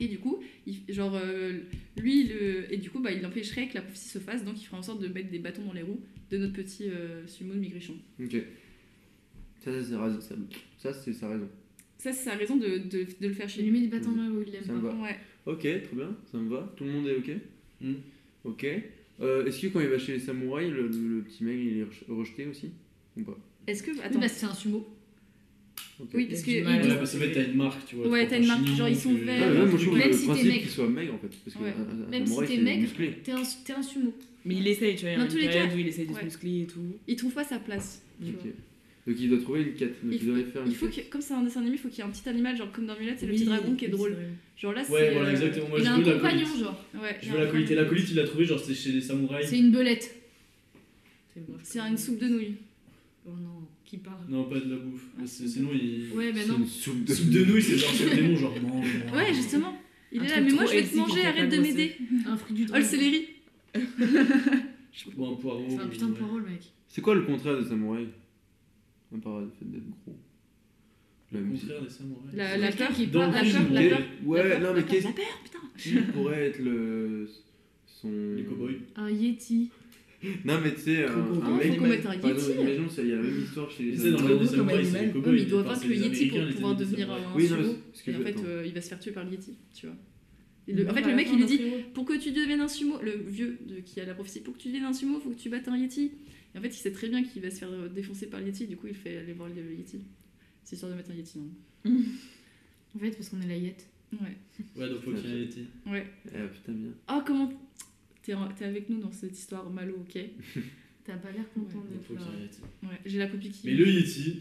Speaker 1: Et du coup, il, genre, euh, lui, le, et du coup, bah, il empêcherait que la prophétie se fasse, donc il ferait en sorte de mettre des bâtons dans les roues de notre petit euh, sumo maigrichon.
Speaker 3: Ok. Ça, ça, c'est raison- ça- ça, c'est sa raison.
Speaker 1: Ça, c'est sa raison de, de, de le faire
Speaker 4: Je
Speaker 1: chez
Speaker 4: lui
Speaker 1: lui.
Speaker 4: mets des bâtons là où il l'aime
Speaker 3: Ça
Speaker 4: pas.
Speaker 3: me va.
Speaker 1: Ouais.
Speaker 3: Ok, très bien, ça me va. Tout le monde est ok
Speaker 5: Hmm.
Speaker 3: Ok. Euh, Est-ce que quand il va chez les samouraïs, le, le- le petit mec il est re- rejeté aussi Ou pas
Speaker 1: Est-ce que.
Speaker 4: Oui,
Speaker 1: Attends.
Speaker 4: parce que bah, c'est un sumo.
Speaker 3: Ok.
Speaker 1: Oui, parce que.
Speaker 4: Ouais,
Speaker 1: il-
Speaker 5: Ouais, parce que en fait, t'as une marque, tu vois.
Speaker 1: Ouais,
Speaker 5: tu
Speaker 1: t'as
Speaker 5: prends
Speaker 1: une marque,
Speaker 5: Chignon,
Speaker 1: genre, ils sont
Speaker 5: tu-
Speaker 1: verts.
Speaker 3: Ah, mais là, moi je trouve
Speaker 4: Même
Speaker 3: que le
Speaker 4: si t'es
Speaker 3: principe
Speaker 4: mec.
Speaker 3: qu'il soit maigre en fait. Parce que
Speaker 1: Ouais.
Speaker 3: un- un
Speaker 4: Même si
Speaker 3: samouraï,
Speaker 4: t'es
Speaker 3: c'est
Speaker 4: maigre.
Speaker 3: musclé.
Speaker 4: T'es un, t'es un sumo.
Speaker 7: Mais il essaye, tu vois. Il y a
Speaker 1: Dans
Speaker 7: une
Speaker 1: tous les
Speaker 7: période
Speaker 1: cas.
Speaker 7: où il essaye de
Speaker 1: Ouais.
Speaker 7: se muscler et tout.
Speaker 1: Il trouve pas sa place. tu
Speaker 3: Ok.
Speaker 1: vois.
Speaker 3: Donc il doit trouver une quête. Donc
Speaker 1: Il
Speaker 3: il,
Speaker 1: faut-
Speaker 3: devrait faire une
Speaker 1: Il faut que,
Speaker 3: quête.
Speaker 1: comme c'est un dessin animé, il faut qu'il y ait un petit animal, genre comme dans Mulan, c'est le
Speaker 7: Oui,
Speaker 1: petit dragon qui est
Speaker 7: oui,
Speaker 1: drôle.
Speaker 7: c'est vrai.
Speaker 1: Genre là, c'est.
Speaker 5: Ouais, voilà,
Speaker 1: euh,
Speaker 5: exactement. Moi,
Speaker 4: il
Speaker 5: je
Speaker 4: a un
Speaker 5: veux l'acolyte.
Speaker 4: compagnon, genre.
Speaker 1: Ouais,
Speaker 5: Je
Speaker 1: il y
Speaker 5: veux
Speaker 1: a un
Speaker 5: l'acolyte. Et
Speaker 1: problème.
Speaker 5: l'acolyte, il l'a trouvé, genre, c'est chez les samouraïs.
Speaker 4: C'est une belette.
Speaker 1: C'est une soupe de nouilles.
Speaker 4: Oh non, qui parle
Speaker 5: Non, pas de la bouffe.
Speaker 1: Ah,
Speaker 5: C'est- Sinon, il.
Speaker 4: Ouais, mais
Speaker 3: C'est
Speaker 4: non.
Speaker 3: une soupe de,
Speaker 5: Soupe de nouilles, c'est genre, c'est le démon, genre, mange. mange.
Speaker 1: Ouais, justement. Il
Speaker 7: Un
Speaker 1: est là,
Speaker 7: truc
Speaker 1: mais moi
Speaker 7: trop
Speaker 1: je vais
Speaker 7: healthy
Speaker 1: te
Speaker 7: qui
Speaker 1: manger,
Speaker 7: fait
Speaker 1: arrête
Speaker 7: pas
Speaker 1: de
Speaker 7: grossir.
Speaker 1: m'aider.
Speaker 4: Un fruit du
Speaker 1: Oh, le céleri
Speaker 5: Ou un poireau.
Speaker 4: C'est un putain de
Speaker 5: ouais.
Speaker 4: poireau, le mec.
Speaker 3: C'est quoi le contraire des samouraïs À part le fait d'être gros.
Speaker 5: Le
Speaker 3: Même si-
Speaker 5: contraire des samouraïs.
Speaker 1: Euh, La, la peur qui est
Speaker 5: Dans
Speaker 1: pas. La
Speaker 5: le film,
Speaker 1: peur, la
Speaker 5: ok.
Speaker 1: peur.
Speaker 3: Ouais,
Speaker 1: la peur,
Speaker 3: non,
Speaker 1: la
Speaker 3: mais
Speaker 1: peur,
Speaker 3: qu'est-ce
Speaker 1: La peur, putain
Speaker 3: qui pourrait être le. Son.
Speaker 5: Les cow-boys.
Speaker 4: Un yeti.
Speaker 3: Non, mais tu sais, un,
Speaker 7: Cow-boy.
Speaker 3: un
Speaker 1: Comment faut
Speaker 3: mec.
Speaker 1: qu'on mette un
Speaker 3: Par exemple,
Speaker 1: yeti
Speaker 3: imaginons, il y a la même histoire chez les
Speaker 5: Et c'est dans
Speaker 3: samouraïs.
Speaker 5: le
Speaker 7: beau comme
Speaker 5: samouraï, c'est les
Speaker 7: animal.
Speaker 1: Ouais,
Speaker 5: cow-boys.
Speaker 1: mais il doit
Speaker 5: parce
Speaker 1: vaiaincre
Speaker 5: que
Speaker 1: le
Speaker 5: les
Speaker 1: Yeti pour
Speaker 5: Américains, les
Speaker 1: pouvoir
Speaker 5: étaient des
Speaker 1: devenir
Speaker 5: samouraïs.
Speaker 1: un
Speaker 3: Oui, non, mais
Speaker 1: sumo.
Speaker 3: c'est ce que
Speaker 1: Et en
Speaker 3: je-
Speaker 1: fait,
Speaker 3: attends.
Speaker 1: euh, il va se faire tuer par le Yeti, tu vois. Et le- en fait, le mec, il lui dit Pour que tu deviennes un sumo, le vieux de, qui a la prophétie, pour que tu deviennes un sumo, faut que tu battes un Yeti. Et en fait, il sait très bien qu'il va se faire euh, défoncer par le Yeti, du coup, il fait aller voir le Yeti. C'est sûr de mettre un Yeti, non
Speaker 4: En fait, parce qu'on est la yette.
Speaker 1: Ouais.
Speaker 5: Ouais, donc faut qu'il y ait un Yeti.
Speaker 1: Ouais.
Speaker 3: Ah, putain, bien.
Speaker 1: Oh, comment. T'es en- t'es avec nous dans cette histoire, Malo, ok
Speaker 4: T'as pas l'air
Speaker 1: Ouais,
Speaker 4: content
Speaker 5: Donc
Speaker 4: d'être
Speaker 5: faut
Speaker 4: là.
Speaker 5: qu'il y ait un Yeti.
Speaker 1: Ouais, j'ai la copie qui.
Speaker 5: Mais le Yeti,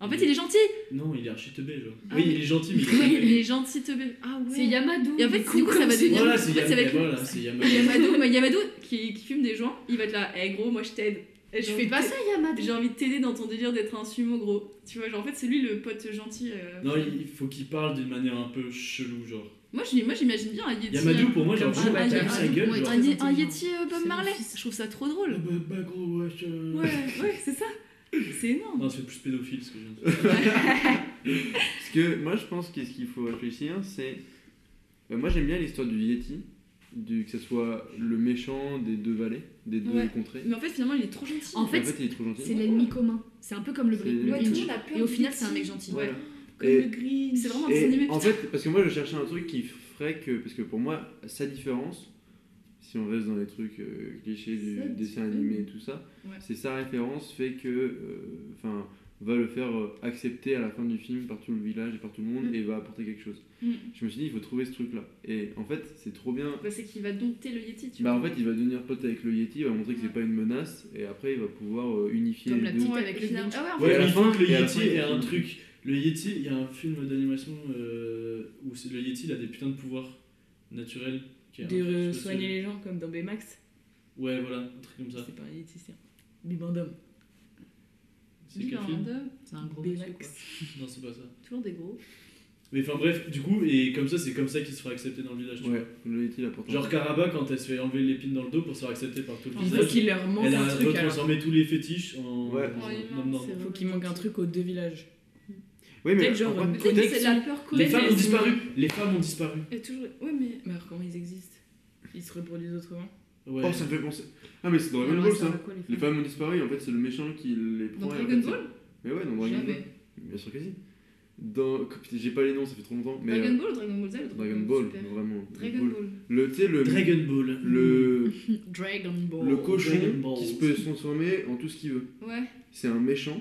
Speaker 1: En fait, il est gentil
Speaker 5: non, il est archi teubé, genre.
Speaker 1: Ah
Speaker 5: Oui,
Speaker 1: oui.
Speaker 5: il est gentil, mais
Speaker 1: Oui,
Speaker 5: il
Speaker 1: il
Speaker 5: est
Speaker 1: est gentil, teubé. Ah ouais
Speaker 4: C'est Yamadou.
Speaker 1: Et en fait,
Speaker 4: du
Speaker 1: du coup, ça va
Speaker 4: comme
Speaker 1: devenir-
Speaker 5: Voilà, c'est
Speaker 1: En fait, ça va
Speaker 5: Yam-
Speaker 1: être-
Speaker 5: voilà, c'est Yama.
Speaker 1: Yamadou, mais Yamadou qui, qui fume des joints, il va être là, hé gros, moi je t'aide. Et
Speaker 4: Je
Speaker 1: j'ai
Speaker 4: fais
Speaker 1: envie
Speaker 4: pas
Speaker 1: de
Speaker 4: Bah, ça,
Speaker 1: t'a-
Speaker 4: Yamadou.
Speaker 1: J'ai envie de t'aider dans ton délire d'être un sumo gros. Tu vois, genre en fait, c'est lui le pote gentil. euh.
Speaker 5: Non, il il faut qu'il parle d'une manière un peu chelou, genre.
Speaker 1: Moi, je- moi, j'imagine bien un Yeti.
Speaker 5: Yamadou,
Speaker 1: euh,
Speaker 5: pour moi, j'ai
Speaker 1: un-
Speaker 5: l'impression
Speaker 1: un-
Speaker 5: qu'il a vu sa
Speaker 4: Yamadou,
Speaker 5: gueule,
Speaker 4: ouais,
Speaker 5: genre.
Speaker 1: un,
Speaker 5: Ah
Speaker 1: un,
Speaker 4: intelligent.
Speaker 1: un Yeti euh, Bob
Speaker 4: C'est
Speaker 1: Marley.
Speaker 4: mon fils.
Speaker 1: Je trouve ça trop drôle.
Speaker 5: Bah, bah, gros, wesh. euh.
Speaker 1: Ouais, ouais, c'est ça. C'est énorme.
Speaker 5: Non, c'est plus pédophile ce que je viens de dire.
Speaker 3: Parce que moi, je pense qu'est-ce qu'il faut réfléchir, c'est. Euh, moi, j'aime bien l'histoire du Yeti, du... que ce soit le méchant des deux vallées, des deux
Speaker 1: Ouais.
Speaker 3: contrées.
Speaker 1: Mais en fait, finalement, il est trop gentil.
Speaker 4: En
Speaker 3: En fait,
Speaker 4: fait,
Speaker 3: il est trop
Speaker 4: c'est
Speaker 3: gentil.
Speaker 4: l'ennemi commun. C'est un peu comme le
Speaker 3: C'est-
Speaker 4: Bri- le
Speaker 3: Ouais,
Speaker 10: tout le
Speaker 4: Grinch.
Speaker 10: monde a peur
Speaker 4: Et au
Speaker 10: du
Speaker 4: final,
Speaker 10: Yeti.
Speaker 4: c'est un mec gentil.
Speaker 3: Voilà.
Speaker 1: Comme
Speaker 3: Et-
Speaker 1: le green. C'est vraiment un dessin animé.
Speaker 3: Et en
Speaker 1: putain.
Speaker 3: fait, parce que moi, je cherchais un truc qui ferait que. Parce que pour moi, sa différence, si on reste dans les trucs euh, clichés du
Speaker 1: Sa
Speaker 3: dessin animé et tout ça,
Speaker 1: Ouais.
Speaker 3: c'est sa référence fait que. euh, Enfin. va le faire euh, accepter à la fin du film par tout le village et par tout le monde
Speaker 1: Mm.
Speaker 3: et va apporter quelque chose.
Speaker 1: Mm.
Speaker 3: Je me suis dit, il faut trouver ce truc-là. Et en fait, c'est trop bien
Speaker 1: Bah, c'est qu'il va dompter le Yeti, tu
Speaker 3: Bah en
Speaker 1: vois.
Speaker 3: fait il va devenir pote avec le Yeti, il va montrer que
Speaker 1: Ouais.
Speaker 3: c'est pas une menace et après il va pouvoir euh, unifier
Speaker 4: Comme
Speaker 3: les
Speaker 4: la
Speaker 3: deux.
Speaker 4: petite avec le
Speaker 1: finalement-
Speaker 4: Grinch.
Speaker 1: Ah ouais, en fait,
Speaker 3: Et à
Speaker 5: Ouais,
Speaker 3: la
Speaker 5: il faut
Speaker 3: fin-
Speaker 5: que le
Speaker 3: et à la
Speaker 5: Yeti
Speaker 3: fin, il
Speaker 5: ait
Speaker 3: faut
Speaker 5: un
Speaker 3: qu'il-
Speaker 5: truc. Le Yeti, il y a un film d'animation euh, où c'est- le Yeti il a des putains de pouvoirs naturels. qui est un
Speaker 7: De
Speaker 5: truc
Speaker 7: euh,
Speaker 5: spécial.
Speaker 7: soigner les gens comme dans Baymax.
Speaker 5: Ouais, voilà, un truc comme ça.
Speaker 7: C'est pas un éthicien. Bibendum.
Speaker 5: C'est quel film
Speaker 4: C'est un gros monsieur, quoi.
Speaker 7: Baymax.
Speaker 1: hein.
Speaker 5: Non, c'est pas ça.
Speaker 1: Toujours des gros.
Speaker 5: Mais enfin bref, du coup, et comme ça, c'est comme ça qu'il se fera accepter dans le village. tu
Speaker 3: Ouais, le Yeti il apporte
Speaker 5: vois. Genre Caraba, quand elle se fait enlever l'épine dans le dos pour se faire accepter par tout le
Speaker 7: Il faut
Speaker 5: village,
Speaker 7: qu'il leur manque
Speaker 5: elle
Speaker 7: un
Speaker 5: a
Speaker 7: truc. alors.
Speaker 5: retransformé tous les fétiches en.
Speaker 3: Ouais.
Speaker 5: en-
Speaker 1: En humain,
Speaker 5: non, non.
Speaker 1: c'est
Speaker 7: Il
Speaker 1: vrai.
Speaker 7: faut qu'il manque un truc aux deux villages.
Speaker 3: Oui mais
Speaker 7: peut-être genre
Speaker 3: en fait,
Speaker 7: une
Speaker 1: euh, Peut-être que c'est
Speaker 7: connexion.
Speaker 1: la peur
Speaker 5: Les
Speaker 1: collective.
Speaker 5: femmes
Speaker 7: mais
Speaker 5: ont
Speaker 7: elles
Speaker 5: disparu Les femmes ont disparu
Speaker 1: Et toujours. Ouais, mais.
Speaker 7: Mais alors comment ils existent Ils se reproduisent autrement
Speaker 5: Ouais.
Speaker 3: Oh ça me fait penser. Ah mais c'est dans Dragon
Speaker 4: Alors,
Speaker 3: Ball
Speaker 4: ça va
Speaker 3: ça.
Speaker 4: quoi, les
Speaker 3: Les
Speaker 4: femmes
Speaker 3: femmes ont disparu en fait c'est le méchant qui les prend.
Speaker 1: Dans
Speaker 3: et en
Speaker 1: Dragon
Speaker 3: fait,
Speaker 1: Ball
Speaker 3: c'est- Mais ouais dans Dragon Ball.
Speaker 1: Jamais.
Speaker 3: Bien sûr que si. Dans putain, j'ai pas les noms ça fait trop longtemps mais
Speaker 1: Dragon
Speaker 3: euh,
Speaker 1: Ball ou Dragon Ball Z ou
Speaker 3: Dragon Ball
Speaker 1: Super
Speaker 3: vraiment.
Speaker 1: Dragon Ball.
Speaker 3: Le tu sais le
Speaker 5: Dragon Ball.
Speaker 3: le
Speaker 4: Dragon Ball.
Speaker 3: le
Speaker 5: Ball. Dragon
Speaker 3: cochon
Speaker 5: Ball.
Speaker 3: qui se peut se transformer en tout ce qu'il veut.
Speaker 1: Ouais,
Speaker 3: C'est un méchant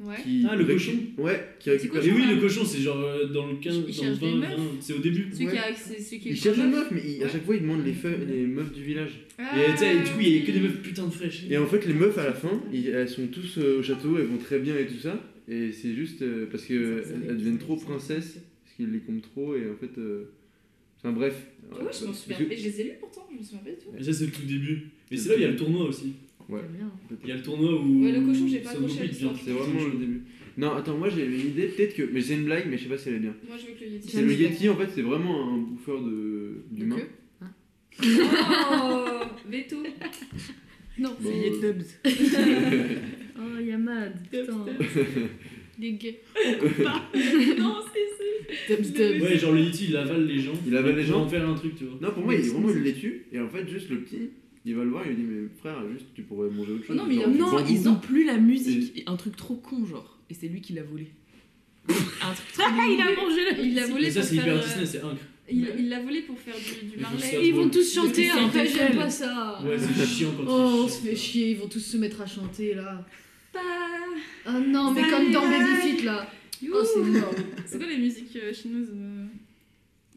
Speaker 1: ouais.
Speaker 3: qui
Speaker 5: Ah, le
Speaker 3: récu-
Speaker 5: cochon
Speaker 3: Ouais, qui
Speaker 1: Le
Speaker 3: récupère
Speaker 1: petit
Speaker 5: Mais oui,
Speaker 1: Cochon,
Speaker 5: le
Speaker 1: là.
Speaker 5: cochon, c'est genre euh, dans le 15,
Speaker 1: Il
Speaker 5: dans le
Speaker 1: cherche des
Speaker 5: 20,
Speaker 1: meufs.
Speaker 5: 20, c'est au début.
Speaker 1: Celui
Speaker 3: Ouais.
Speaker 1: qui a c'est celui qui est
Speaker 3: Il cherche
Speaker 1: le
Speaker 3: une
Speaker 1: premier.
Speaker 3: meuf, mais il- à
Speaker 1: Ouais.
Speaker 3: chaque fois il demande les, feux- les meufs du village.
Speaker 1: Ah.
Speaker 5: Et tu sais, du coup, il y a que des meufs putain de fraîches.
Speaker 3: Et en fait, les meufs à la fin, ils- elles sont tous euh, au château, elles vont très bien et tout ça. Et c'est juste euh, parce qu'elles
Speaker 7: Ça, ça, ça,
Speaker 3: deviennent
Speaker 7: ça,
Speaker 3: trop
Speaker 7: ça,
Speaker 3: princesses, parce qu'ils les comptent trop. Et en fait, euh, enfin bref.
Speaker 1: Ah ouais, je m'en
Speaker 3: Parce
Speaker 1: souviens.
Speaker 3: que-
Speaker 1: Mais je les ai lus pourtant, je me souviens pas du tout.
Speaker 5: Et ça, c'est le tout début. Mais c'est là où il y a le tournoi aussi.
Speaker 3: Ouais.
Speaker 4: J'aime bien.
Speaker 5: Il y a le tournoi où.
Speaker 1: Ouais, le cochon, j'ai pas
Speaker 5: Son
Speaker 1: accroché à
Speaker 5: oubli
Speaker 1: l'histoire.
Speaker 5: devient
Speaker 3: C'est vraiment le début. Non, attends, moi j'ai une idée, peut-être que. Mais c'est une blague, mais je sais pas si elle est bien.
Speaker 1: Moi, je veux que le Yeti.
Speaker 3: C'est le Yeti, en fait, c'est vraiment un bouffeur de- d'humains.
Speaker 4: queue
Speaker 1: Oh Veto
Speaker 4: Non.
Speaker 3: Bon,
Speaker 7: C'est
Speaker 3: euh,
Speaker 7: Yetnubs.
Speaker 4: Oh, Yamad. Putain. Dégueu.
Speaker 1: Non, c'est
Speaker 7: Dubs Dubs.
Speaker 5: Ouais, genre le Yeti, il avale les gens.
Speaker 3: Il avale les
Speaker 5: Pour
Speaker 3: gens.
Speaker 5: en faire un truc, tu vois.
Speaker 3: Non, pour moi, il est vraiment une laitue. Et en fait, juste le petit, il va le voir, il lui dit Mais frère, juste tu pourrais manger autre chose.
Speaker 1: Oh non, mais il y a-
Speaker 3: Genre, du
Speaker 7: Non,
Speaker 3: bambou.
Speaker 7: ils ont plus la musique. Un truc trop con, genre. Et c'est lui qui l'a volé. Un truc trop mignon.
Speaker 1: il a mangé la Il l'a volé
Speaker 5: Mais ça,
Speaker 1: pour
Speaker 5: c'est hyper
Speaker 1: faire.
Speaker 5: Disney,
Speaker 1: euh,
Speaker 5: c'est incre.
Speaker 1: Il il l'a volé pour faire du du
Speaker 5: Mais je
Speaker 1: Marley.
Speaker 5: sais
Speaker 4: Ils vont tous
Speaker 2: chanter,
Speaker 4: chanter
Speaker 2: hein,
Speaker 4: après, j'aime pas ça.
Speaker 5: Ouais, c'est chiant quand
Speaker 4: Oh, on
Speaker 5: tu
Speaker 4: se fait chier, ils vont tous se mettre à chanter là.
Speaker 1: Pas-
Speaker 3: Oh,
Speaker 4: Ah non, mais comme dans Baby Feet là. Oh, c'est
Speaker 1: Youhou.
Speaker 4: mort.
Speaker 1: C'est quoi les musiques euh, chinoises euh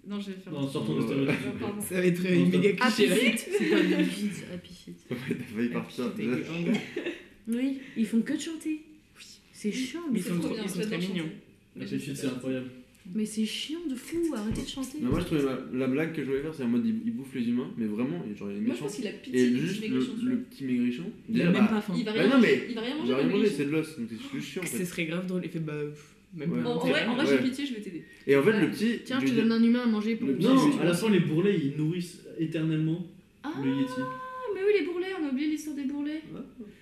Speaker 1: Non, je vais faire.
Speaker 5: Non, sortons de stéréotypes.
Speaker 1: Oh, pardon.
Speaker 7: Ça va être euh, une
Speaker 5: Ah,
Speaker 7: méga
Speaker 4: Happy
Speaker 7: cliché. là.
Speaker 4: Feet C'est quoi Baby Feet Happy Feet.
Speaker 3: T'as failli
Speaker 1: Ah,
Speaker 3: partir.
Speaker 7: Avec des hangars.
Speaker 4: Oui, ils font que de chanter. C'est chiant, mais,
Speaker 7: Ils sont
Speaker 1: trop
Speaker 7: trop-
Speaker 1: bien,
Speaker 7: ils sont
Speaker 1: j'adore
Speaker 7: très
Speaker 1: chanter.
Speaker 7: mignons.
Speaker 5: La petite, c'est incroyable.
Speaker 4: mais c'est chiant de fou, arrêtez de chanter.
Speaker 3: Mais moi, je trouvais la, la blague que je voulais faire, c'est en mode ils, ils bouffent les humains, mais vraiment, genre, il y a des
Speaker 1: Moi, je
Speaker 3: méchants.
Speaker 1: pense qu'il a pitié
Speaker 3: Et
Speaker 1: du
Speaker 3: juste
Speaker 1: petit
Speaker 3: le,
Speaker 1: maigrichon, tu
Speaker 3: le
Speaker 1: vois.
Speaker 3: petit maigrichon,
Speaker 7: Il
Speaker 3: déjà,
Speaker 7: a même
Speaker 3: bah,
Speaker 7: pas faim.
Speaker 1: Il va
Speaker 3: Bah
Speaker 1: rien
Speaker 3: non,
Speaker 1: manger.
Speaker 3: mais-
Speaker 1: Il va rien manger.
Speaker 3: j'ai
Speaker 1: le
Speaker 3: rien mangé,
Speaker 1: maigrichon.
Speaker 3: c'est de l'os, donc c'est juste chiant en
Speaker 7: Ce
Speaker 3: fait.
Speaker 7: serait grave drôle. Il fait bah. pff, Même
Speaker 3: Ouais.
Speaker 7: pas.
Speaker 1: En en vrai, en vrai,
Speaker 3: Ouais.
Speaker 1: j'ai pitié, je vais t'aider.
Speaker 3: Et en fait,
Speaker 1: Ouais.
Speaker 3: le petit.
Speaker 4: Tiens,
Speaker 3: lui
Speaker 4: je te
Speaker 3: dit-
Speaker 4: donne un humain à manger pour
Speaker 3: Le petit,
Speaker 5: Non,
Speaker 3: lui-
Speaker 5: à la fin, les bourrelets, ils nourrissent éternellement
Speaker 1: Ah,
Speaker 5: le Yeti.
Speaker 1: mais oui, les bourrelets, on a oublié l'histoire des bourrelets.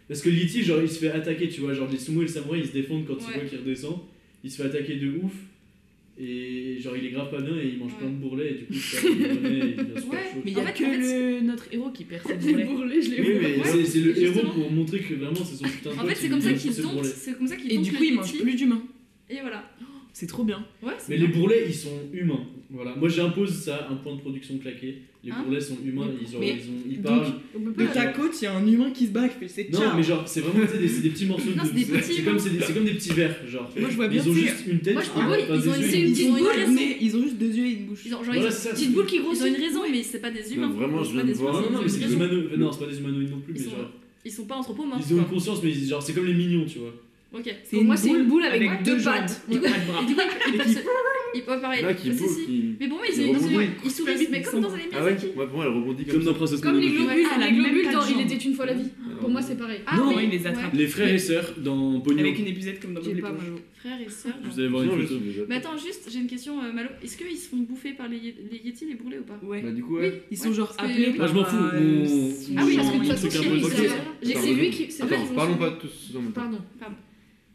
Speaker 5: Parce que le Yeti, genre, il se fait attaquer, tu vois. Genre, les sumo et le samouraï, ils se défendent quand
Speaker 1: Ouais.
Speaker 5: ils voient qu'il redescend. Il se fait attaquer de ouf. Et genre, il est grave pas bien et il mange
Speaker 1: Ouais.
Speaker 5: plein de bourrelets. Et du coup, ça, il renaît et il devient super
Speaker 1: Ouais.
Speaker 5: chaud. Ah
Speaker 7: Mais il y a
Speaker 1: En fait,
Speaker 7: que
Speaker 1: en fait,
Speaker 7: le... notre héros qui perd ses
Speaker 2: Les
Speaker 7: bourrelets.
Speaker 2: bourrelets, je les
Speaker 5: Oui,
Speaker 2: vois.
Speaker 5: mais
Speaker 1: Ouais,
Speaker 5: c'est- c'est le
Speaker 1: et justement-
Speaker 5: héros pour montrer que vraiment, c'est son putain de
Speaker 1: En
Speaker 5: pote,
Speaker 1: fait, c'est
Speaker 5: il
Speaker 1: comme ça
Speaker 5: donne
Speaker 1: qu'ils
Speaker 5: ce
Speaker 1: domptent.
Speaker 5: bourrelet.
Speaker 1: C'est comme ça qu'ils
Speaker 7: Et
Speaker 1: domptent.
Speaker 7: du
Speaker 1: le
Speaker 7: coup, il mange
Speaker 1: Yeti.
Speaker 7: plus d'humains.
Speaker 1: Et voilà.
Speaker 7: C'est trop bien.
Speaker 1: Ouais, c'est
Speaker 5: Mais les bourrelets, ils sont humains. Voilà. Moi, j'impose ça, un point de production claqué. Les
Speaker 1: Hein
Speaker 5: bourrelets sont humains,
Speaker 7: Mais-
Speaker 5: ils, ont,
Speaker 7: mais-
Speaker 5: ils, ont, ils
Speaker 7: donc,
Speaker 5: parlent.
Speaker 4: On peut
Speaker 5: pas-
Speaker 4: pas.
Speaker 5: De ta
Speaker 7: côte, il y a un humain qui se bat, qui fait c'est
Speaker 5: Non, mais genre, c'est vraiment tu sais, des, c'est des petits morceaux
Speaker 1: Non,
Speaker 5: de.
Speaker 1: c'est des petits,
Speaker 5: c'est
Speaker 1: non.
Speaker 5: comme, c'est des- c'est comme des petits verres, genre.
Speaker 7: Moi, je vois bien,
Speaker 5: Ils ont
Speaker 7: tu sais,
Speaker 5: juste une tête,
Speaker 4: moi, je-
Speaker 5: un-
Speaker 4: en gros,
Speaker 5: enfin,
Speaker 4: ils
Speaker 5: des
Speaker 4: ont
Speaker 5: yeux,
Speaker 4: essayé
Speaker 5: ils-
Speaker 4: une
Speaker 1: Ils
Speaker 4: petite
Speaker 1: ont une
Speaker 4: boule.
Speaker 1: raison.
Speaker 7: ils ont juste deux yeux et une bouche.
Speaker 1: Ils ont, genre,
Speaker 5: Voilà,
Speaker 1: ils ont-
Speaker 5: c'est ça,
Speaker 1: petite boule qui
Speaker 4: grossit.
Speaker 1: Ils ont une raison, mais c'est pas des humains.
Speaker 3: Non, vraiment,
Speaker 1: Ils
Speaker 3: je
Speaker 1: sont
Speaker 3: viens
Speaker 1: pas
Speaker 3: de
Speaker 1: des
Speaker 3: voir.
Speaker 1: humains,
Speaker 5: Non, non,
Speaker 1: ils
Speaker 5: non,
Speaker 1: ont
Speaker 5: mais
Speaker 1: une
Speaker 5: c'est des
Speaker 1: raison.
Speaker 5: humanoïdes. Non, c'est pas des humanoïdes non plus,
Speaker 1: Ils
Speaker 5: mais
Speaker 1: sont-
Speaker 5: genre.
Speaker 1: Ils sont pas anthropomorphes.
Speaker 5: Ils ont une
Speaker 1: quoi.
Speaker 5: conscience, mais ils- genre, c'est comme les mignons, tu vois.
Speaker 1: Ok.
Speaker 7: C'est
Speaker 4: Pour moi, c'est une boule avec deux
Speaker 7: jambes
Speaker 4: pattes.
Speaker 7: et pas de bras.
Speaker 1: Et du coup, ils peuvent se- ils peuvent parler.
Speaker 3: Là, qui
Speaker 1: Ah, si,
Speaker 3: bouffe,
Speaker 1: si.
Speaker 3: qui-
Speaker 1: Mais bon, ils
Speaker 3: Ils
Speaker 1: ils-
Speaker 3: rebondissent.
Speaker 1: ils- ils sourient, mais comme dans les
Speaker 3: Ah ouais
Speaker 1: Miyazaki.
Speaker 3: Moi, pour moi, elle rebondit comme,
Speaker 5: Comme dans Princess
Speaker 4: Comme les
Speaker 5: Mononoke.
Speaker 4: globules,
Speaker 7: Ah, elle a
Speaker 4: les
Speaker 7: même
Speaker 4: globules
Speaker 7: pas de
Speaker 4: dans Il
Speaker 7: jambes.
Speaker 4: était une fois la vie.
Speaker 3: Alors,
Speaker 4: Pour moi, c'est pareil.
Speaker 1: Ah,
Speaker 5: Non,
Speaker 1: oui,
Speaker 7: il les attrape.
Speaker 1: ouais.
Speaker 5: Les frères et sœurs dans Bonio.
Speaker 7: Avec une épuisette comme dans Bob
Speaker 4: J'ai pas,
Speaker 7: l'éponge.
Speaker 4: moi.
Speaker 1: Frères et sœurs.
Speaker 5: Vous allez voir
Speaker 3: Sinon,
Speaker 5: une
Speaker 3: je suis
Speaker 5: photo.
Speaker 3: déjà-
Speaker 1: Mais attends, juste, j'ai une question, euh, Malo. Est-ce qu'ils se font bouffer par les, Ye- les Yétis, les brûlés ou pas
Speaker 7: Ouais.
Speaker 3: Bah, du coup, ouais.
Speaker 7: Ils sont
Speaker 1: Ouais,
Speaker 7: genre
Speaker 1: parce que-
Speaker 7: appelés
Speaker 1: Moi,
Speaker 7: par.
Speaker 5: je m'en fous,
Speaker 7: euh,
Speaker 5: mon-
Speaker 7: son-
Speaker 4: Ah oui, parce que de toute
Speaker 5: Ils
Speaker 4: façon, chérie,
Speaker 5: sont capables.
Speaker 4: c'est-
Speaker 5: Ok.
Speaker 4: j'ai-
Speaker 3: Attends,
Speaker 4: c'est lui qui. c'est vrai, ils
Speaker 3: Attends,
Speaker 4: vont
Speaker 3: parlons
Speaker 4: se-
Speaker 3: pas tous en même temps.
Speaker 4: Pardon.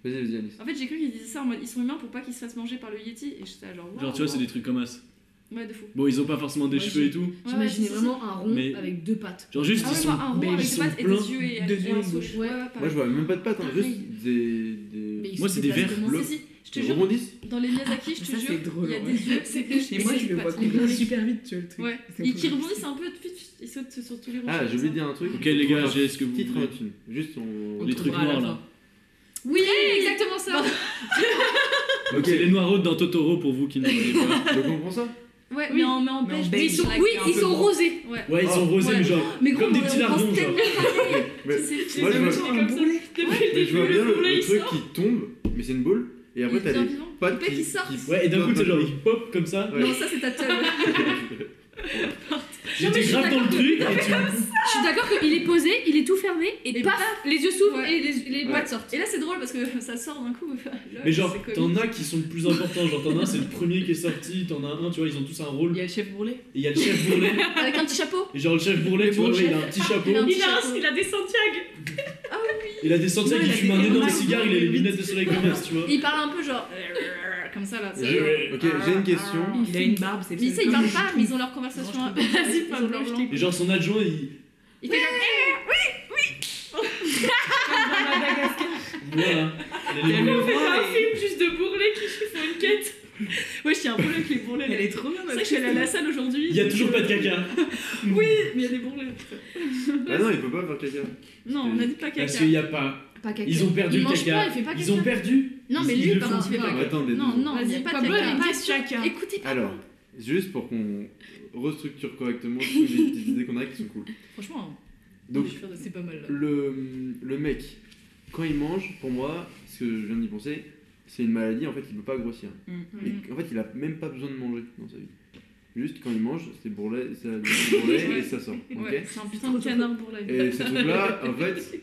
Speaker 3: Vas-y, vas-y, Alice.
Speaker 1: En fait, j'ai cru qu'ils disaient ça en mode ils sont humains pour pas qu'ils se fassent manger par le Yéti. Et j'étais là, genre. waouh,
Speaker 5: Genre, tu vois, c'est
Speaker 1: waouh.
Speaker 5: des trucs comme as.
Speaker 1: Ouais, de fou.
Speaker 5: Bon, ils ont pas forcément des
Speaker 4: Moi,
Speaker 5: cheveux
Speaker 4: j'ai-
Speaker 5: et tout.
Speaker 1: Ouais,
Speaker 4: J'imaginais
Speaker 1: ouais,
Speaker 4: vraiment un rond
Speaker 5: Mais-
Speaker 4: avec deux pattes.
Speaker 5: Genre, juste,
Speaker 1: Ah
Speaker 5: ils
Speaker 1: ouais,
Speaker 5: sont.
Speaker 1: moi, un
Speaker 5: mais
Speaker 1: rond
Speaker 5: ils
Speaker 1: avec des
Speaker 5: sont
Speaker 1: pattes et
Speaker 5: pleins.
Speaker 1: des yeux et
Speaker 7: de
Speaker 1: et
Speaker 7: yeux
Speaker 1: un
Speaker 7: et
Speaker 1: sourire.
Speaker 7: une
Speaker 4: bouche.
Speaker 1: Ouais, ouais,
Speaker 3: Moi,
Speaker 1: pareil.
Speaker 3: je vois même pas de pattes, hein,
Speaker 1: Pareil.
Speaker 3: juste des. des...
Speaker 5: Moi, c'est des verres.
Speaker 1: Si, si, je te
Speaker 3: Ils
Speaker 1: jure,
Speaker 3: rebondissent
Speaker 1: dans les Miyazaki, je
Speaker 7: Ça,
Speaker 1: te
Speaker 7: c'est
Speaker 1: jure,
Speaker 7: drôle,
Speaker 1: il y a
Speaker 7: en
Speaker 1: des
Speaker 7: vrai.
Speaker 1: yeux. c'est-
Speaker 7: Et
Speaker 1: et
Speaker 7: moi,
Speaker 1: c'est
Speaker 7: je
Speaker 1: des
Speaker 7: le vois
Speaker 1: pattes.
Speaker 7: courir super vite, tu vois le truc.
Speaker 1: Ouais,
Speaker 7: C'est
Speaker 1: et
Speaker 7: un
Speaker 1: qui
Speaker 7: peu-
Speaker 1: rebondissent un peu, vite, vite, ils sautent sur tous les ronds.
Speaker 3: Ah, j'ai oublié de dire un truc.
Speaker 5: Ok, les gars,
Speaker 3: Faut faire
Speaker 5: j'ai ce que vous
Speaker 3: Titre
Speaker 5: voulez.
Speaker 3: un film. Juste, on.
Speaker 5: Les trucs
Speaker 7: trouvera à la
Speaker 5: noirs là.
Speaker 4: Oui, exactement ça.
Speaker 5: Ok, les noirs dans Totoro pour vous qui ne voyez pas.
Speaker 3: Donc, on prend ça
Speaker 1: Ouais,
Speaker 4: Oui.
Speaker 1: mais en mais en
Speaker 7: Mais en
Speaker 1: beige.
Speaker 7: beige.
Speaker 1: Mais ils sont-
Speaker 4: Oui, ils sont rosés.
Speaker 5: Ouais, ils sont
Speaker 3: Oh,
Speaker 5: rosés,
Speaker 1: ouais.
Speaker 5: mais genre.
Speaker 1: Mais
Speaker 5: Comme des petits lardons, genre.
Speaker 3: Mais-
Speaker 1: C'est
Speaker 3: Moi, je vois-
Speaker 1: c'est comme ça.
Speaker 3: mais je vois bien le, le truc qui tombe, mais c'est une boule, et après
Speaker 1: Il
Speaker 3: t'as
Speaker 1: vient
Speaker 3: les
Speaker 1: vivant.
Speaker 3: pattes
Speaker 1: Les pattes
Speaker 3: qui,
Speaker 1: qui sortent.
Speaker 5: Ouais, et d'un coup, t'es genre, ils pop comme ça.
Speaker 3: Ouais.
Speaker 1: Non, ça c'est ta teub.
Speaker 5: J'étais grave dans le truc et tu.
Speaker 4: Je suis d'accord qu'il est posé, il est tout fermé et,
Speaker 1: Et
Speaker 4: paf, les yeux s'ouvrent
Speaker 1: Ouais.
Speaker 4: et les, les
Speaker 3: Ouais.
Speaker 4: pattes sortent.
Speaker 1: Et là c'est drôle parce que ça sort d'un coup.
Speaker 5: Mais genre,
Speaker 1: C'est comique.
Speaker 5: t'en as qui sont plus importants. Genre, t'en as un, c'est le premier qui est sorti. T'en as un, tu vois, ils ont tous un rôle.
Speaker 7: Il y
Speaker 5: Et
Speaker 7: a le chef bourrelet.
Speaker 5: il y a le chef bourrelet.
Speaker 4: Avec un petit chapeau.
Speaker 5: Et genre, le chef bourrelet, tu vois, ouais, il a un petit chapeau.
Speaker 1: Il a un petit
Speaker 10: Il a,
Speaker 1: chapeau.
Speaker 10: il a des Santiago.
Speaker 5: Il a des sentiers
Speaker 1: Non,
Speaker 5: qui
Speaker 1: il a
Speaker 5: fument
Speaker 1: des-
Speaker 5: un énorme
Speaker 1: des-
Speaker 5: cigare. Il a les lunettes de soleil comme ça, tu vois.
Speaker 1: Et il parle un peu genre comme ça là. c'est genre-
Speaker 5: Et
Speaker 3: Ok, j'ai une question.
Speaker 7: Il a une barbe, c'est
Speaker 1: Mais ça ils parlent pas, mais ils ont leur conversation.
Speaker 7: Non,
Speaker 1: Vas-y,
Speaker 10: pas blanc, je t'écoute.
Speaker 5: genre, son adjoint, il.
Speaker 1: Il fait comme
Speaker 5: Voilà. Il a
Speaker 7: Il
Speaker 5: les
Speaker 7: y a le
Speaker 5: lunettes.
Speaker 7: roi et-
Speaker 10: Juste de bourrelets qui font une quête.
Speaker 1: Ouais, je tiens un problème avec les bourrelets.
Speaker 7: Elle
Speaker 1: là.
Speaker 7: est trop bien,
Speaker 1: C'est
Speaker 7: ma
Speaker 1: vrai que je suis allée à la salle aujourd'hui.
Speaker 5: Il y a toujours pas de caca.
Speaker 1: Oui, mais il y a des bourrelets.
Speaker 3: Ah non, il peut pas faire quelqu'un.
Speaker 1: Non, on a dit pas
Speaker 5: Parce
Speaker 1: caca.
Speaker 5: qu'il y a pas.
Speaker 4: Pas caca.
Speaker 5: Ils ont perdu
Speaker 4: il
Speaker 5: le
Speaker 4: mange
Speaker 5: caca.
Speaker 4: pas, il fait pas
Speaker 5: Ils
Speaker 4: caca.
Speaker 5: ont perdu.
Speaker 4: Non, mais
Speaker 5: Ils-
Speaker 4: lui,
Speaker 5: ils le
Speaker 4: pardon,
Speaker 5: font.
Speaker 4: il fait pas
Speaker 3: Ah,
Speaker 4: caca.
Speaker 3: attendez.
Speaker 1: Non, non,
Speaker 3: deux
Speaker 1: il y a
Speaker 4: Vas-y,
Speaker 1: pas de
Speaker 4: Pablo,
Speaker 1: caca.
Speaker 4: il
Speaker 1: Pas
Speaker 4: était
Speaker 1: de
Speaker 4: sur-
Speaker 1: caca.
Speaker 4: Écoutez,
Speaker 3: secondes. Alors, juste pour qu'on restructure correctement toutes les petites idées qu'on a qui sont cool.
Speaker 1: Franchement, hein.
Speaker 3: Donc,
Speaker 1: c'est pas mal.
Speaker 3: le, le mec, quand il mange, pour moi, ce que je viens d'y penser, c'est une maladie en fait, il peut pas grossir.
Speaker 1: Mm.
Speaker 3: Et en fait, il a même pas besoin de manger dans sa vie. Juste quand il mange, c'est bourrelet, ça, c'est bourrelet
Speaker 1: Ouais.
Speaker 3: et ça sort. ok
Speaker 1: Ouais, c'est un putain de canard pour la vie.
Speaker 3: Et ce truc-là, en fait,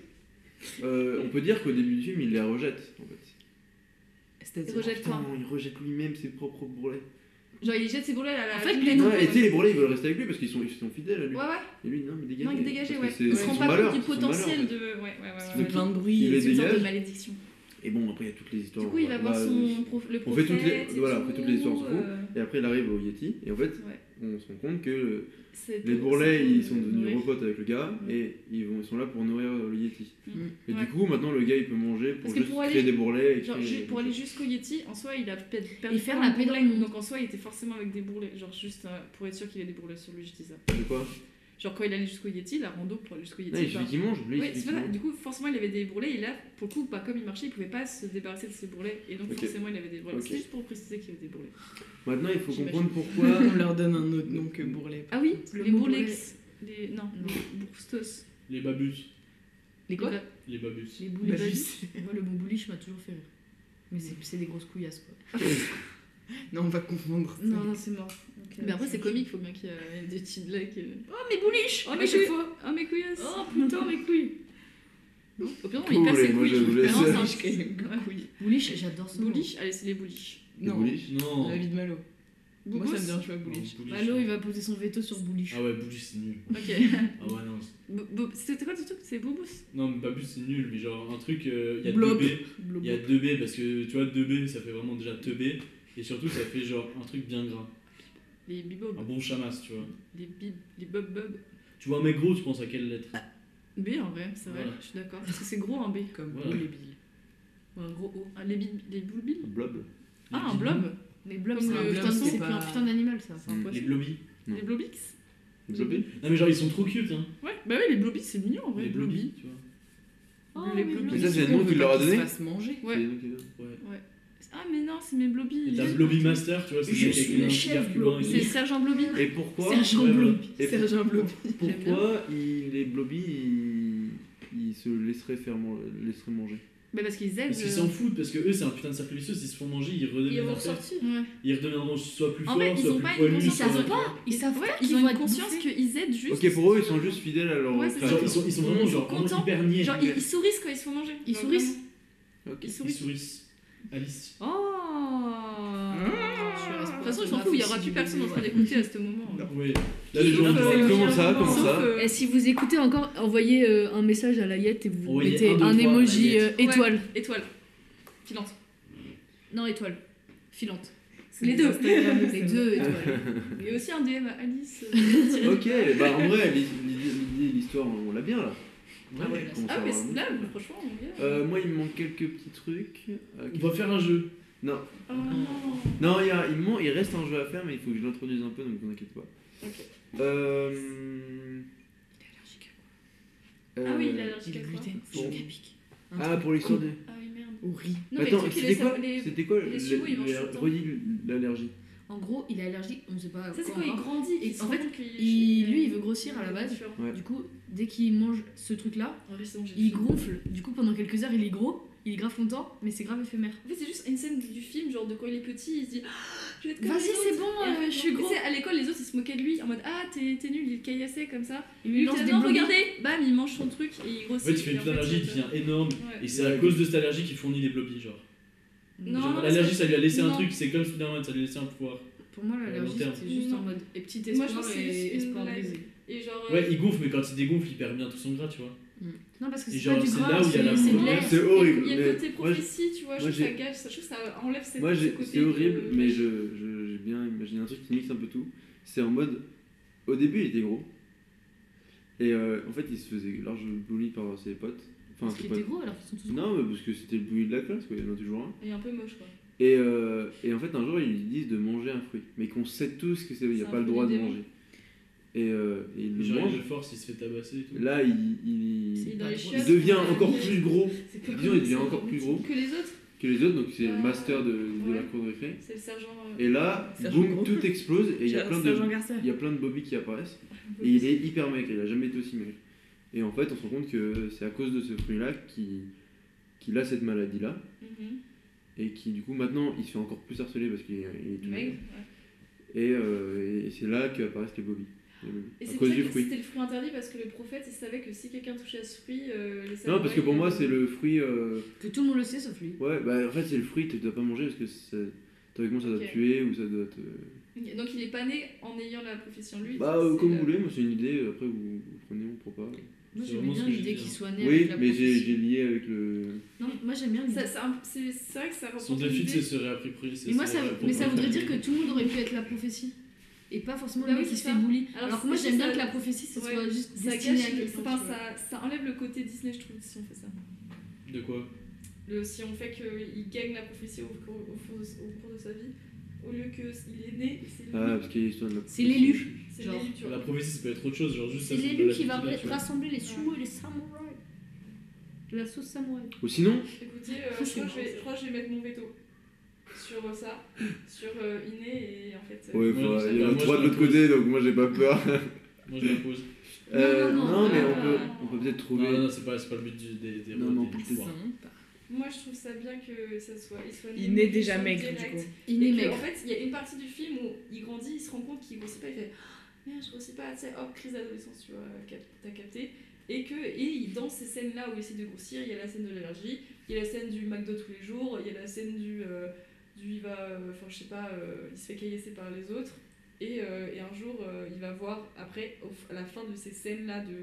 Speaker 3: euh, on peut dire qu'au début du film, il les rejette. En fait.
Speaker 7: C'est-à-dire-
Speaker 1: Rejette-toi.
Speaker 3: Putain, il rejette lui-même ses propres bourrelets.
Speaker 1: Genre, il jette ses bourrelets à la.
Speaker 4: En fait,
Speaker 1: la-
Speaker 4: les- Et non,
Speaker 3: Ouais, et tu sais, les bourrelets, ils veulent rester avec lui parce qu'ils sont, ils sont fidèles à lui.
Speaker 1: Ouais, ouais.
Speaker 3: Et lui, non, mais dégagez.
Speaker 1: Non, il dégagé,
Speaker 3: Parce
Speaker 1: ouais.
Speaker 3: que c'est-
Speaker 1: Ils se
Speaker 3: c'est
Speaker 1: rendent
Speaker 3: son
Speaker 1: pas
Speaker 3: malheur,
Speaker 1: compte du
Speaker 3: c'est son malheur, en
Speaker 1: potentiel
Speaker 3: fait.
Speaker 1: de. Ouais, ouais, ouais.
Speaker 7: De
Speaker 1: ouais.
Speaker 7: plein de
Speaker 3: Il
Speaker 7: bruit.
Speaker 3: est-
Speaker 1: C'est une sorte de
Speaker 3: dégage.
Speaker 1: malédiction.
Speaker 3: Et bon, après, il y a toutes les histoires.
Speaker 1: Du coup, il va
Speaker 3: Bah,
Speaker 1: voir
Speaker 3: euh,
Speaker 1: son prof, le
Speaker 3: on fait
Speaker 1: prophète.
Speaker 3: toutes les-
Speaker 1: et
Speaker 3: voilà, on fait
Speaker 1: tout,
Speaker 3: toutes les histoires, on s'en fout.
Speaker 1: euh,
Speaker 3: Et après, il arrive au Yeti. Et en fait,
Speaker 1: Ouais.
Speaker 3: on se rend compte que
Speaker 2: C'est-
Speaker 3: les bourrelets, ils sont
Speaker 2: Ouais.
Speaker 3: devenus repotes avec le gars
Speaker 2: Ouais.
Speaker 3: et ils, vont, ils sont là pour nourrir le Yeti.
Speaker 1: Mm.
Speaker 3: Et
Speaker 1: Ouais.
Speaker 3: du coup, maintenant, le gars, il peut manger pour
Speaker 1: Parce que
Speaker 3: juste
Speaker 1: pour aller-
Speaker 3: créer des bourrelets. Et
Speaker 1: Genre,
Speaker 3: créer-
Speaker 1: ju- pour aller jusqu'au Yeti, en soi, il a peut-être perdu
Speaker 4: Et faire
Speaker 1: plein de
Speaker 4: la paix dans
Speaker 1: bourrelets.
Speaker 4: le monde.
Speaker 1: Donc en soi, il était forcément avec des bourrelets. Genre, juste euh, pour être sûr qu'il ait des bourrelets sur lui, je dis ça.
Speaker 3: De quoi
Speaker 1: Genre, quand il allait jusqu'au Yeti, la rando pour aller jusqu'au Yeti.
Speaker 3: Non, il
Speaker 1: bah,
Speaker 3: suffit qu'il mange. Lui,
Speaker 1: Ouais,
Speaker 3: il
Speaker 1: c'est
Speaker 3: suffit
Speaker 1: pas
Speaker 3: qu'il
Speaker 1: ça.
Speaker 3: mange.
Speaker 1: Du coup, forcément, il avait des bourrelets. Et là, pour le coup, bah, comme il marchait, il pouvait pas se débarrasser de ses bourrelets. Et donc,
Speaker 3: Ok.
Speaker 1: forcément, il avait des bourrelets.
Speaker 3: Ok.
Speaker 1: C'est juste pour préciser qu'il y avait des bourrelets.
Speaker 3: Maintenant, il faut
Speaker 1: J'imagine.
Speaker 3: comprendre pourquoi.
Speaker 7: On leur donne un autre nom que bourrelet.
Speaker 1: Ah oui,
Speaker 4: Le
Speaker 1: les
Speaker 4: mot
Speaker 1: bourrelets.
Speaker 4: bourrelet.
Speaker 1: Les... Non, les bourrelets.
Speaker 5: Les babus.
Speaker 4: Les quoi
Speaker 5: Les babus.
Speaker 4: Les boules
Speaker 7: Bah,
Speaker 4: de
Speaker 7: juste-
Speaker 4: Moi, le bon bouliche m'a toujours fait rire. Mais c'est c'est des grosses couillasses quoi.
Speaker 7: Non, on va confondre.
Speaker 2: Non, non, c'est mort.
Speaker 1: Mais après, c'est comique, faut bien qu'il y ait des petites blagues. euh.
Speaker 2: Oh, mes bouliches
Speaker 1: Oh,
Speaker 2: À
Speaker 1: mes
Speaker 2: chaque
Speaker 1: couilles
Speaker 2: fois.
Speaker 1: Oh, mes couillasses
Speaker 2: Oh, putain, mes couilles
Speaker 1: Au pire, non,
Speaker 3: Cool,
Speaker 1: il perd ses
Speaker 3: moi, je
Speaker 1: couilles.
Speaker 3: vous laisse.
Speaker 1: Vraiment, c'est un
Speaker 7: Je connais
Speaker 1: Ouais.
Speaker 4: Bouliche, j'adore ce mot.
Speaker 1: Bouliche Allez, c'est les bouliches.
Speaker 3: Des
Speaker 7: Non,
Speaker 3: bouliches.
Speaker 5: Non.
Speaker 7: la vie de Malo. Moi, ça me dérange pas,
Speaker 5: Non,
Speaker 7: Bouliche.
Speaker 5: Bouliche.
Speaker 4: Malo, Bah, il va poser son veto sur bouliche.
Speaker 5: Ah ouais, Bouliche c'est nul.
Speaker 1: Ok.
Speaker 5: Ah ouais, non. c'est-
Speaker 1: Bo- bo- C'était quoi du truc C'est Boubous
Speaker 5: Non, mais Babus c'est nul, mais genre un truc, euh, il y a
Speaker 7: Blob.
Speaker 5: 2B. Il y a 2B parce que tu vois, 2B ça fait vraiment déjà 2B. Et surtout, ça fait genre un truc bien gras.
Speaker 1: Les bibobs.
Speaker 5: Un bon chamas, tu vois.
Speaker 1: Les bib. Les bob-bob.
Speaker 5: Tu vois un mec gros, tu penses à quelle lettre
Speaker 1: Ah, B en vrai, c'est vrai,
Speaker 5: Voilà.
Speaker 1: je suis d'accord. Parce que c'est gros un B.
Speaker 7: Comme
Speaker 5: Voilà.
Speaker 7: boule et bille.
Speaker 1: Ou un gros O. Ah, les, bib- les boulebilles
Speaker 3: Blob.
Speaker 1: Ah, un blob
Speaker 4: Les blobs,
Speaker 1: Comme
Speaker 4: c'est
Speaker 1: le
Speaker 4: un putain
Speaker 7: blob,
Speaker 4: de-
Speaker 7: c'est
Speaker 4: c'est plus
Speaker 7: pas-
Speaker 4: un putain d'animal ça.
Speaker 1: C'est un
Speaker 3: Mm.
Speaker 5: Les
Speaker 1: poisson.
Speaker 5: blobis.
Speaker 3: Non.
Speaker 1: Les blobix
Speaker 3: Blobé
Speaker 5: Non, mais genre ils sont trop cute, hein.
Speaker 1: Ouais, bah oui, les blobix c'est mignon en vrai.
Speaker 5: Les blobis, tu vois.
Speaker 4: Oh,
Speaker 1: les
Speaker 3: Mais
Speaker 1: blobis.
Speaker 3: ça, c'est
Speaker 7: le
Speaker 3: le nom qu'il leur a donné
Speaker 7: se fasse manger.
Speaker 1: Ouais.
Speaker 5: Ouais.
Speaker 1: Ah, mais non, c'est mes
Speaker 5: Et
Speaker 1: blobis.
Speaker 5: t'as Blobby Master, tu vois, c'est
Speaker 4: Je
Speaker 5: le mec
Speaker 4: suis
Speaker 5: avec
Speaker 4: le
Speaker 5: un
Speaker 4: chef
Speaker 5: tuberculin
Speaker 4: Blobby.
Speaker 5: et
Speaker 1: C'est
Speaker 5: tout.
Speaker 1: Sergent Blobby.
Speaker 3: Et pourquoi
Speaker 4: Sergent
Speaker 5: Ouais,
Speaker 4: bleu.
Speaker 3: Et pour-
Speaker 7: Serge un blob.
Speaker 1: J'aime
Speaker 3: pourquoi il, les blobbies ils, ils se laisseraient, faire man- laisseraient manger
Speaker 1: Bah parce qu'ils aident.
Speaker 5: Parce qu'ils
Speaker 1: euh,
Speaker 5: s'en foutent, parce que eux c'est un putain de cercle vicieux, s'ils se font manger, ils
Speaker 9: Ils
Speaker 5: redeviennent
Speaker 9: vont
Speaker 5: en fait,
Speaker 9: ressortir.
Speaker 1: Ouais.
Speaker 5: Ils redeviendront soit plus
Speaker 1: En fait,
Speaker 5: forts,
Speaker 1: ils ont
Speaker 5: soit
Speaker 1: pas
Speaker 5: plus
Speaker 1: une
Speaker 5: poilus.
Speaker 1: conscience-
Speaker 5: soit-
Speaker 1: Ils savent
Speaker 4: pas. Ils savent
Speaker 1: ouais,
Speaker 4: pas
Speaker 1: ils,
Speaker 4: qu'ils
Speaker 1: ont
Speaker 4: vont
Speaker 1: une
Speaker 4: être
Speaker 1: conscience
Speaker 4: bouffés.
Speaker 1: qu'ils aident juste.
Speaker 3: Ok, pour eux, ils sont juste fidèles à leur
Speaker 1: Ouais, c'est
Speaker 5: Enfin,
Speaker 1: ça.
Speaker 5: genre,
Speaker 3: créateur.
Speaker 5: ils sont, ils sont vraiment
Speaker 1: Ils sont
Speaker 5: genre vraiment
Speaker 1: contents.
Speaker 5: hyper niais.
Speaker 1: Genre, ils, ils sourient quand ils se font manger.
Speaker 4: Ils
Speaker 1: Donc,
Speaker 4: sourissent.
Speaker 1: vraiment,
Speaker 3: Ok.
Speaker 1: Ils
Speaker 5: Ils
Speaker 1: sourient.
Speaker 5: sourissent. Alice.
Speaker 7: Ah,
Speaker 1: Oh De toute façon, je
Speaker 7: On
Speaker 1: s'en
Speaker 7: a
Speaker 1: fous, il n'y
Speaker 7: fait
Speaker 1: aura
Speaker 7: si
Speaker 1: plus
Speaker 7: du
Speaker 1: personne en
Speaker 7: bébé.
Speaker 1: train d'écouter à ce moment.
Speaker 5: Ouais. Là, les gens
Speaker 1: Sauf,
Speaker 5: disent,
Speaker 1: euh,
Speaker 3: Comment ça Comment
Speaker 1: Sauf,
Speaker 3: ça
Speaker 1: euh,
Speaker 4: Et Eh, si vous écoutez encore, envoyez euh, un message à la Yette et vous
Speaker 5: Envoyez
Speaker 4: mettez
Speaker 5: un, deux,
Speaker 4: un
Speaker 5: trois,
Speaker 4: emoji
Speaker 5: la
Speaker 4: euh,
Speaker 1: Ouais.
Speaker 4: étoile.
Speaker 1: Étoile. Filante.
Speaker 4: Non, étoile. Filante.
Speaker 1: Les deux.
Speaker 4: Les deux étoiles.
Speaker 1: Il y a aussi un DM à Alice.
Speaker 3: Ok, bah en vrai, l'i- l'i- l'idée, l'histoire, on l'a bien là.
Speaker 5: Ouais.
Speaker 3: On commence à
Speaker 1: ah, mais
Speaker 3: avoir un
Speaker 1: c'est-
Speaker 3: bout.
Speaker 1: là, franchement, mon gars.
Speaker 3: hein. Euh, moi, il me manque quelques petits trucs. Euh,
Speaker 5: On va faire un jeu.
Speaker 1: Oh non.
Speaker 3: Non, il, y a- il, me manque- il reste un jeu à faire, mais il faut que je l'introduise un peu, donc vous inquiétez pas. Euh...
Speaker 1: Ah oui, il est
Speaker 3: euh,
Speaker 1: allergique à quoi
Speaker 3: bon.
Speaker 7: Un
Speaker 3: Ah, pour l'histoire de...
Speaker 1: Ah oui, merde.
Speaker 7: Au riz.
Speaker 1: Non, mais le
Speaker 3: Attends,
Speaker 1: truc, il
Speaker 3: c'était
Speaker 1: est
Speaker 3: quoi,
Speaker 1: ça- les-
Speaker 3: C'était quoi
Speaker 1: les chevaux, ils mangent
Speaker 3: l'aller-
Speaker 1: tout le temps.
Speaker 3: redis l'allergie.
Speaker 4: En gros, il est allergique, on sait pas.
Speaker 1: Ça, c'est
Speaker 4: quoi
Speaker 1: quand il
Speaker 4: encore.
Speaker 1: grandit.
Speaker 4: Et
Speaker 1: il se
Speaker 4: en
Speaker 1: rend
Speaker 4: fait,
Speaker 1: compte qu'il-
Speaker 4: il- lui, il veut grossir à la base.
Speaker 1: Différent.
Speaker 3: Ouais.
Speaker 4: Du coup, dès qu'il mange ce truc-là,
Speaker 1: En vrai, c'est bon, Ah, j'ai
Speaker 4: il
Speaker 1: tout.
Speaker 4: gonfle. Du coup, pendant quelques heures, il est gros, il est grave content, mais c'est grave éphémère.
Speaker 1: En fait, c'est juste une scène du film, genre de quand il est petit, il se dit Ah, Je vais être comme
Speaker 4: Vas-y,
Speaker 1: les autres.
Speaker 4: c'est bon,
Speaker 1: Et
Speaker 4: euh,
Speaker 1: après,
Speaker 4: je suis
Speaker 1: non,
Speaker 4: gros.
Speaker 1: tu sais, à l'école, les autres ils se moquaient de lui en mode Ah, t'es t'es nul, il caillassait comme ça.
Speaker 4: Il
Speaker 1: Lui,
Speaker 4: lui
Speaker 1: il
Speaker 4: lance
Speaker 1: fait,
Speaker 4: des
Speaker 1: Non,
Speaker 4: blobis.
Speaker 1: regardez Bam, il mange son truc et il
Speaker 5: En
Speaker 1: grossit.
Speaker 5: fait, il fait
Speaker 1: et
Speaker 5: une
Speaker 1: en
Speaker 5: putain d'allergie qui
Speaker 3: hein.
Speaker 5: devient énorme.
Speaker 1: Ouais.
Speaker 5: Et c'est à cause de cette allergie qu'il fournit les blobbies, genre.
Speaker 1: Non,
Speaker 5: Genre,
Speaker 1: non,
Speaker 5: L'allergie,
Speaker 1: c'est-
Speaker 5: ça lui a laissé un
Speaker 1: non.
Speaker 5: truc, c'est comme Spider-Man, ça lui a laissé un pouvoir.
Speaker 4: Pour moi,
Speaker 5: À long
Speaker 4: l'allergie,
Speaker 5: terme.
Speaker 4: c'était juste en
Speaker 1: Non.
Speaker 4: mode et petit
Speaker 1: Moi,
Speaker 4: espoir
Speaker 1: je pense que c'est
Speaker 4: et
Speaker 1: juste
Speaker 4: espoir
Speaker 1: une blague.
Speaker 4: brisé.
Speaker 1: Et genre. euh,
Speaker 5: Ouais, il gonfle, mais quand il dégonfle, il perd bien tout son gras, tu vois.
Speaker 4: Non, parce que
Speaker 5: Et
Speaker 4: c'est
Speaker 5: genre,
Speaker 4: pas du
Speaker 5: c'est
Speaker 4: gras,
Speaker 5: là où il y a la
Speaker 4: c'est c'est de
Speaker 5: première-
Speaker 4: l'air.
Speaker 3: C'est horrible.
Speaker 1: Il y a
Speaker 3: mais
Speaker 1: le côté
Speaker 3: moi, je-
Speaker 1: prophétie, tu vois, je trouve
Speaker 3: moi,
Speaker 1: que ça
Speaker 3: j'ai-
Speaker 1: gâche, je trouve que ça enlève cette
Speaker 3: Moi,
Speaker 1: ce
Speaker 3: j'ai-
Speaker 1: côté
Speaker 3: c'est
Speaker 1: de-
Speaker 3: horrible, mais je, je- j'ai bien imaginé un truc qui mixe un peu tout. C'est en mode, au début, il était gros. Et euh, en fait, il se faisait large bully par ses potes. Enfin,
Speaker 4: Parce
Speaker 3: ses
Speaker 4: qu'il
Speaker 3: potes.
Speaker 4: était gros alors qu'ils sont tous gros.
Speaker 3: Non, mais parce que c'était le bully de la classe, quoi. Il y en a toujours un.
Speaker 1: Il est un peu moche quoi.
Speaker 3: Et, euh, et en fait, un jour, ils lui disent de manger un fruit. Mais qu'on sait tous que c'est, il
Speaker 1: C'est
Speaker 3: n'a
Speaker 1: un
Speaker 3: pas le
Speaker 1: fruit
Speaker 3: droit
Speaker 1: du
Speaker 3: de
Speaker 1: démon.
Speaker 3: manger. Et, euh, et il le
Speaker 5: Genre, il
Speaker 3: mange.
Speaker 5: le force, il se fait tabasser et tout.
Speaker 3: Là, il, il-
Speaker 1: Il est dans
Speaker 4: pas
Speaker 1: les
Speaker 4: drôle.
Speaker 1: chiottes, euh,
Speaker 3: il devient
Speaker 1: il est-
Speaker 3: encore plus gros
Speaker 1: C'est pas
Speaker 3: Disons, il devient encore plus gros.
Speaker 1: Que les autres,
Speaker 3: que les autres, donc c'est le master de, de
Speaker 1: Ouais.
Speaker 3: la cour de récré.
Speaker 1: c'est le sergent. euh,
Speaker 3: Et là,
Speaker 7: Serge
Speaker 3: boum,
Speaker 7: Gros.
Speaker 3: tout explose et il y a plein de
Speaker 7: Serge Garcia.
Speaker 3: il y a plein de Bobby qui apparaissent et il est hyper maigre, il a jamais été aussi maigre. Et en fait, on se rend compte que c'est à cause de ce fruit-là qu'il qu'il a cette maladie-là
Speaker 1: mhm.
Speaker 3: et qui du coup maintenant il se fait encore plus harceler parce qu'il est, il est tout
Speaker 1: Maigre,
Speaker 3: maigre.
Speaker 1: ouais.
Speaker 3: Et, euh, et c'est là qu'apparaissent les Bobby. les Bobby.
Speaker 1: Et
Speaker 3: À
Speaker 1: c'est pour
Speaker 3: cause
Speaker 1: ça
Speaker 3: du
Speaker 1: que
Speaker 3: fruit.
Speaker 1: c'était le fruit interdit parce que le prophète il savait que si quelqu'un touchait à ce fruit, euh, les
Speaker 3: Non, parce que pour moi, c'est le fruit. euh,
Speaker 4: Que tout le monde le sait sauf lui.
Speaker 3: Ouais, bah en fait, c'est le fruit que tu dois pas manger parce que ça- théoriquement ça doit
Speaker 1: Ok.
Speaker 3: te tuer ou ça doit te.
Speaker 1: le. Donc il est pas né en ayant la profession lui.
Speaker 3: Bah, euh,
Speaker 1: c'est
Speaker 3: comme
Speaker 1: la-
Speaker 3: vous voulez, moi c'est une idée, après vous, vous prenez ou pas.
Speaker 4: Moi,
Speaker 5: C'est
Speaker 4: j'aimais
Speaker 5: vraiment
Speaker 4: bien
Speaker 5: ce que je
Speaker 4: l'idée
Speaker 5: dis,
Speaker 4: qu'il
Speaker 5: hein.
Speaker 4: soit né
Speaker 3: Oui,
Speaker 4: avec la
Speaker 3: mais j'ai
Speaker 4: prophétie.
Speaker 3: j'ai lié avec le.
Speaker 4: Non, moi, j'aime bien l'idée.
Speaker 1: Ça- c'est un- C'est c'est vrai que ça
Speaker 5: Son
Speaker 1: représente.
Speaker 5: défi, c'est se réapproprier.
Speaker 4: Mais moi, ça, mais ça voudrait dire que tout le monde aurait pu être la prophétie. et pas forcément
Speaker 1: Bah
Speaker 4: le mec
Speaker 1: oui,
Speaker 4: qui
Speaker 1: c'est
Speaker 4: se fait
Speaker 1: ça.
Speaker 4: bully.
Speaker 1: Alors,
Speaker 4: Alors, que moi
Speaker 1: c'est-
Speaker 4: j'aime bien
Speaker 1: ça-
Speaker 4: que la prophétie ce
Speaker 1: ouais,
Speaker 4: soit juste
Speaker 1: Ça
Speaker 4: destinée à
Speaker 1: cache-
Speaker 4: quelqu'un.
Speaker 1: enfin,
Speaker 4: tu vois.
Speaker 1: ça, ça enlève le côté Disney, je trouve, si on fait ça.
Speaker 5: De quoi
Speaker 1: Le, si on fait qu'il gagne la prophétie au, cours- au fond de- au cours de sa vie, au lieu qu'il est né, c'est l'élu.
Speaker 3: Ah, parce qu'il y a l'histoire de la-
Speaker 4: C'est l'élu.
Speaker 1: c'est
Speaker 4: genre,
Speaker 1: l'élu, tu vois.
Speaker 5: La prophétie, ça peut être autre chose, genre juste
Speaker 11: C'est
Speaker 5: ça,
Speaker 11: l'élu
Speaker 5: de
Speaker 11: qui va
Speaker 5: la culture, tu vois.
Speaker 11: rassembler les sumo et les samouraïs. La sauce samouraï.
Speaker 3: Ou Oh, sinon,
Speaker 1: Écoutez, euh, je, crois que je vais, je crois que je vais mettre mon veto sur euh, ça, sur euh, Inné et en fait. euh,
Speaker 3: ouais,
Speaker 5: moi,
Speaker 3: faudra-
Speaker 5: je-
Speaker 3: il y en a
Speaker 5: moi, je
Speaker 3: trois de l'autre
Speaker 5: l'impose.
Speaker 3: côté, donc moi j'ai pas peur.
Speaker 5: Moi, je l'impose.
Speaker 3: Euh,
Speaker 4: non,
Speaker 3: non, mais
Speaker 1: non,
Speaker 3: on peut,
Speaker 1: non.
Speaker 3: on peut peut-être
Speaker 5: Non, non,
Speaker 3: trouver.
Speaker 5: non, c'est pas, c'est pas le but du, des, des
Speaker 3: Non,
Speaker 5: rôles,
Speaker 3: non,
Speaker 5: des- du
Speaker 3: putain.
Speaker 5: pouvoir.
Speaker 1: Moi, je trouve ça bien que ça soit. Il, soit
Speaker 7: Il
Speaker 1: né
Speaker 7: naît déjà
Speaker 1: soit
Speaker 7: maigre, du
Speaker 1: direct.
Speaker 7: coup.
Speaker 4: Il
Speaker 1: Et
Speaker 4: est
Speaker 1: que,
Speaker 4: maigre.
Speaker 1: En fait, il y a une partie du film où il grandit, il se rend compte qu'il grossit pas, il fait Ah, Merde, je grossis pas, tu sais, hop, crise d'adolescence, tu vois, cap- t'as capté. Et que, et il- dans ces scènes-là où il essaie de grossir, il y a la scène de l'allergie, il y a la scène du McDo tous les jours, il y a la scène du. euh, du il va. euh, Enfin, je sais pas, euh, il se fait caillasser par les autres. Et, euh, et un jour, euh, il va voir, après, au f- à la fin de ces scènes-là, de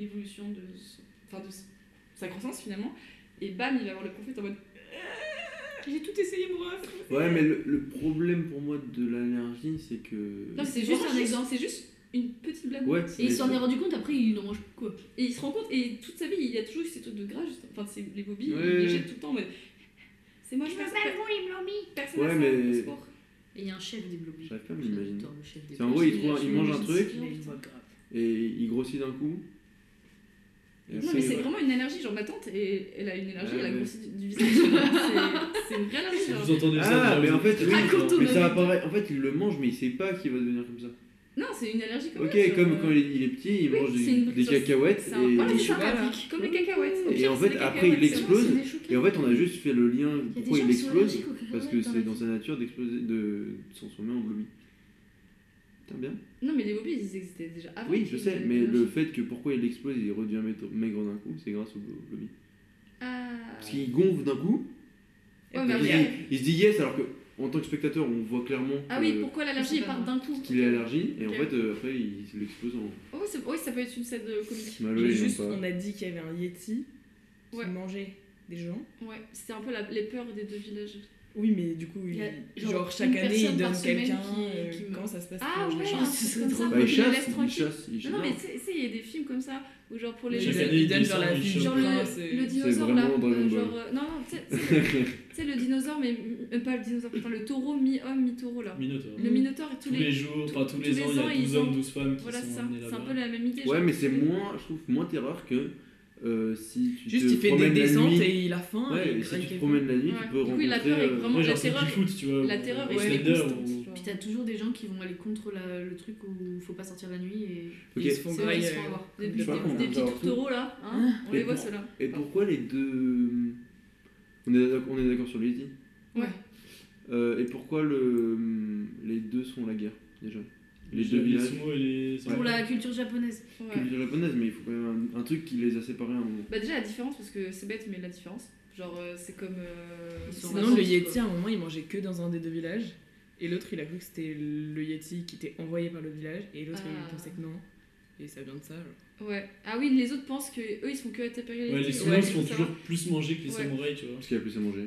Speaker 1: l'évolution de. son- Enfin, de s- sa croissance finalement. Et bam, il va voir le prophète en mode. J'ai tout essayé, mon ref.
Speaker 3: Ouais, mais le, le problème pour moi de l'allergie, c'est que.
Speaker 1: Non, mais
Speaker 4: C'est
Speaker 1: vraiment
Speaker 4: juste un exemple.
Speaker 1: Ah, C'est juste une petite blague.
Speaker 3: Ouais,
Speaker 11: Et
Speaker 3: mais
Speaker 11: il s'en
Speaker 3: ça-
Speaker 11: est rendu compte, après il n'en mange plus quoi.
Speaker 1: Et il se rend compte, et toute sa vie, il y a toujours eu ces trucs de gras, juste- enfin, c'est les bobies,
Speaker 3: Ouais.
Speaker 1: il les jette tout le temps en mode. C'est moche,
Speaker 11: Je me
Speaker 1: personne
Speaker 11: bats vous, ils me l'ont mis.
Speaker 1: personne
Speaker 3: Ouais,
Speaker 1: a ça
Speaker 3: mais-
Speaker 1: au sport.
Speaker 4: Et il y a un chef des blobs.
Speaker 3: J'arrive pas à m'imaginer.
Speaker 4: le chef des
Speaker 3: C'est en gros, il,
Speaker 4: blobs.
Speaker 3: trouve, un- il mange un truc
Speaker 1: Il est
Speaker 3: et il grossit d'un coup. Et
Speaker 1: Non,
Speaker 3: après,
Speaker 1: mais c'est
Speaker 3: ouais.
Speaker 1: vraiment une allergie. Genre, ma tante, et, elle a une allergie,
Speaker 3: Ouais,
Speaker 1: elle a
Speaker 3: mais-
Speaker 1: grossi du, du visage. C'est- c'est une vraie allergie. genre.
Speaker 5: Vous entendez ça
Speaker 3: Ah,
Speaker 5: déjà,
Speaker 3: mais
Speaker 5: vous
Speaker 3: en fait,
Speaker 5: êtes-
Speaker 3: oui,
Speaker 4: Raconte-nous.
Speaker 3: mais ça apparaît. En fait, il le mange, mais il sait pas qu'il va devenir comme ça.
Speaker 1: Non, c'est une allergie comme
Speaker 3: Ok,
Speaker 1: une autre,
Speaker 3: comme
Speaker 1: genre, euh,
Speaker 3: quand il est, il est petit, il
Speaker 1: oui,
Speaker 3: mange
Speaker 1: c'est
Speaker 3: des,
Speaker 1: une
Speaker 3: des
Speaker 1: chose.
Speaker 3: cacahuètes
Speaker 1: C'est
Speaker 3: et,
Speaker 1: un oh, les
Speaker 3: et
Speaker 1: chocolats, comme les cacahuètes. Au
Speaker 3: Et
Speaker 1: pire,
Speaker 3: en
Speaker 1: c'est
Speaker 3: fait,
Speaker 1: les
Speaker 3: après, il
Speaker 1: cacahuètes, c'est
Speaker 3: explose.
Speaker 11: C'est des choqués.
Speaker 3: Et en fait, on a juste fait le lien
Speaker 11: Il y a des
Speaker 3: pourquoi
Speaker 11: gens qui
Speaker 3: il
Speaker 11: sont
Speaker 3: explose
Speaker 11: allergiques aux
Speaker 1: Ah
Speaker 11: cacahuètes
Speaker 3: parce que
Speaker 11: dans
Speaker 3: c'est
Speaker 11: la
Speaker 3: dans
Speaker 11: vie.
Speaker 3: sa nature d'exploser de de s'en transformer en blobby. Putain, bien.
Speaker 1: Non, mais les bobies, ils existaient déjà
Speaker 7: Ah
Speaker 1: avant.
Speaker 3: Oui, je
Speaker 1: qu'ils
Speaker 3: sais,
Speaker 1: avaient
Speaker 3: mais
Speaker 1: une
Speaker 3: le
Speaker 1: allergie.
Speaker 3: fait que pourquoi il explose, il redevient maigre- maigre d'un coup, c'est grâce au blo- au blobby.
Speaker 1: Ah.
Speaker 3: Parce qu'il gonfle d'un coup,
Speaker 1: Ouais, Oh, mais
Speaker 3: il,
Speaker 1: après-
Speaker 3: il se dit yes, alors que en tant que spectateur, on voit clairement
Speaker 1: Ah
Speaker 3: que-
Speaker 1: oui, pourquoi l'allergie elle part d'un coup
Speaker 3: qu'il est allergique, et en
Speaker 1: Ok.
Speaker 3: fait, euh, après, il il l'explose en
Speaker 1: Oh, c'est- oui, ça peut être une scène euh, comique.
Speaker 3: malo
Speaker 7: Mais
Speaker 3: et
Speaker 7: juste,
Speaker 3: non pas.
Speaker 7: on a dit qu'il y avait un Yeti qui
Speaker 1: Ouais.
Speaker 7: mangeait des gens.
Speaker 1: Ouais, c'était un peu la- les peurs des deux villages.
Speaker 7: Oui, mais du coup, il-
Speaker 4: Il y a,
Speaker 7: genre,
Speaker 4: genre,
Speaker 7: chaque
Speaker 4: une
Speaker 7: année,
Speaker 4: personne
Speaker 7: il donne
Speaker 4: par semaine
Speaker 7: quelqu'un.
Speaker 4: qui-
Speaker 7: euh,
Speaker 4: qui meurt.
Speaker 7: Comment ça se passe
Speaker 1: Ah
Speaker 7: pour les
Speaker 1: ouais, un
Speaker 7: gens
Speaker 1: truc comme ça.
Speaker 3: Bah,
Speaker 1: il
Speaker 3: il
Speaker 1: les
Speaker 3: chasse,
Speaker 1: laisse
Speaker 3: il
Speaker 1: tranquille.
Speaker 3: chasse, il
Speaker 1: Non,
Speaker 3: chasse.
Speaker 1: non, mais tu sais, tu sais, il y a des films comme ça où, genre, pour les
Speaker 5: Chaque
Speaker 1: jeunes.
Speaker 5: année,
Speaker 7: Il donne
Speaker 5: il
Speaker 7: genre la
Speaker 5: sort, il
Speaker 7: fiche.
Speaker 5: chope.
Speaker 1: Genre le,
Speaker 7: c'est-
Speaker 1: le dinosaure là,
Speaker 3: vraiment Dragon
Speaker 1: euh, genre
Speaker 3: Ball.
Speaker 1: euh, non non, tu sais, tu sais, le- tu sais le dinosaure mais euh, pas le dinosaure, putain le tauro mi homme mi taureau là.
Speaker 5: Minotaure.
Speaker 1: Le minotaure et tous,
Speaker 5: Mm. Tous les jours, enfin tous les ans, il y a
Speaker 1: ils
Speaker 5: 12
Speaker 1: ont-
Speaker 5: hommes, 12 femmes qui
Speaker 1: voilà c'est
Speaker 5: sont
Speaker 1: ça,
Speaker 5: amenés
Speaker 1: c'est un
Speaker 5: là-bas.
Speaker 1: peu la même idée.
Speaker 3: Ouais,
Speaker 1: genre.
Speaker 3: mais c'est moins, je trouve, moins terreur que euh, si tu
Speaker 7: Juste,
Speaker 3: te
Speaker 7: il fait des
Speaker 3: promènes la
Speaker 7: descentes
Speaker 3: nuit.
Speaker 7: et il a faim.
Speaker 3: Ouais,
Speaker 7: et
Speaker 3: et
Speaker 7: il
Speaker 3: si
Speaker 7: drague
Speaker 3: tu te
Speaker 7: quelqu'un.
Speaker 3: promènes la nuit,
Speaker 1: Ouais.
Speaker 3: tu peux
Speaker 1: Du coup, il a
Speaker 3: rencontrer.
Speaker 1: peur et
Speaker 3: euh,
Speaker 1: vraiment
Speaker 5: Moi,
Speaker 1: la
Speaker 5: genre, c'est
Speaker 1: terreur.
Speaker 5: du foot, tu vois.
Speaker 1: La
Speaker 5: ou-
Speaker 1: terreur
Speaker 5: ou
Speaker 1: est
Speaker 5: Slender,
Speaker 1: constante,
Speaker 5: ou-
Speaker 1: tu vois.
Speaker 4: Puis t'as toujours des gens qui vont aller contre la- le truc où faut pas sortir la nuit et
Speaker 3: Ok.
Speaker 7: Ils se font
Speaker 4: c'est vrai, ils
Speaker 7: grailler. euh,
Speaker 3: euh,
Speaker 4: se font avoir.
Speaker 1: Des,
Speaker 3: Je sais pas
Speaker 1: des-
Speaker 3: comment
Speaker 1: des
Speaker 3: on
Speaker 1: petits
Speaker 3: va
Speaker 1: tourtereaux là, hein, on
Speaker 3: Et
Speaker 1: les voit
Speaker 3: pour-
Speaker 1: ceux-là.
Speaker 3: Et pourquoi les deux. On est d'accord, on est d'accord sur le Yeti
Speaker 1: Ouais.
Speaker 3: Euh, et pourquoi le... les deux sont la guerre, déjà Les
Speaker 5: Les
Speaker 3: deux
Speaker 5: deux
Speaker 3: villages.
Speaker 5: et les.
Speaker 3: Ouais.
Speaker 4: pour la culture japonaise.
Speaker 1: Ouais.
Speaker 3: Culture japonaise, mais il faut quand même un, un truc qui les a séparés à un moment.
Speaker 1: Bah déjà la différence parce que c'est bête mais la différence. Genre euh, c'est comme euh,
Speaker 4: Ils sont
Speaker 1: c'est
Speaker 4: vraiment-
Speaker 7: Non,
Speaker 1: dans-
Speaker 7: le Yeti, à un moment, il mangeait que dans un des deux villages. Et l'autre, il a cru que c'était le Yeti qui était envoyé par le village. Et l'autre,
Speaker 1: Ah.
Speaker 7: il pensait que non. Et ça vient de ça. genre.
Speaker 1: Ouais. Ah oui, les autres pensent que eux ils sont que attaqués
Speaker 5: Ouais, les
Speaker 1: ouais,
Speaker 5: Sumo se font
Speaker 1: ça.
Speaker 5: toujours plus manger que les
Speaker 1: Ouais.
Speaker 5: samouraïs, tu vois.
Speaker 3: Parce qu'il a plus à manger.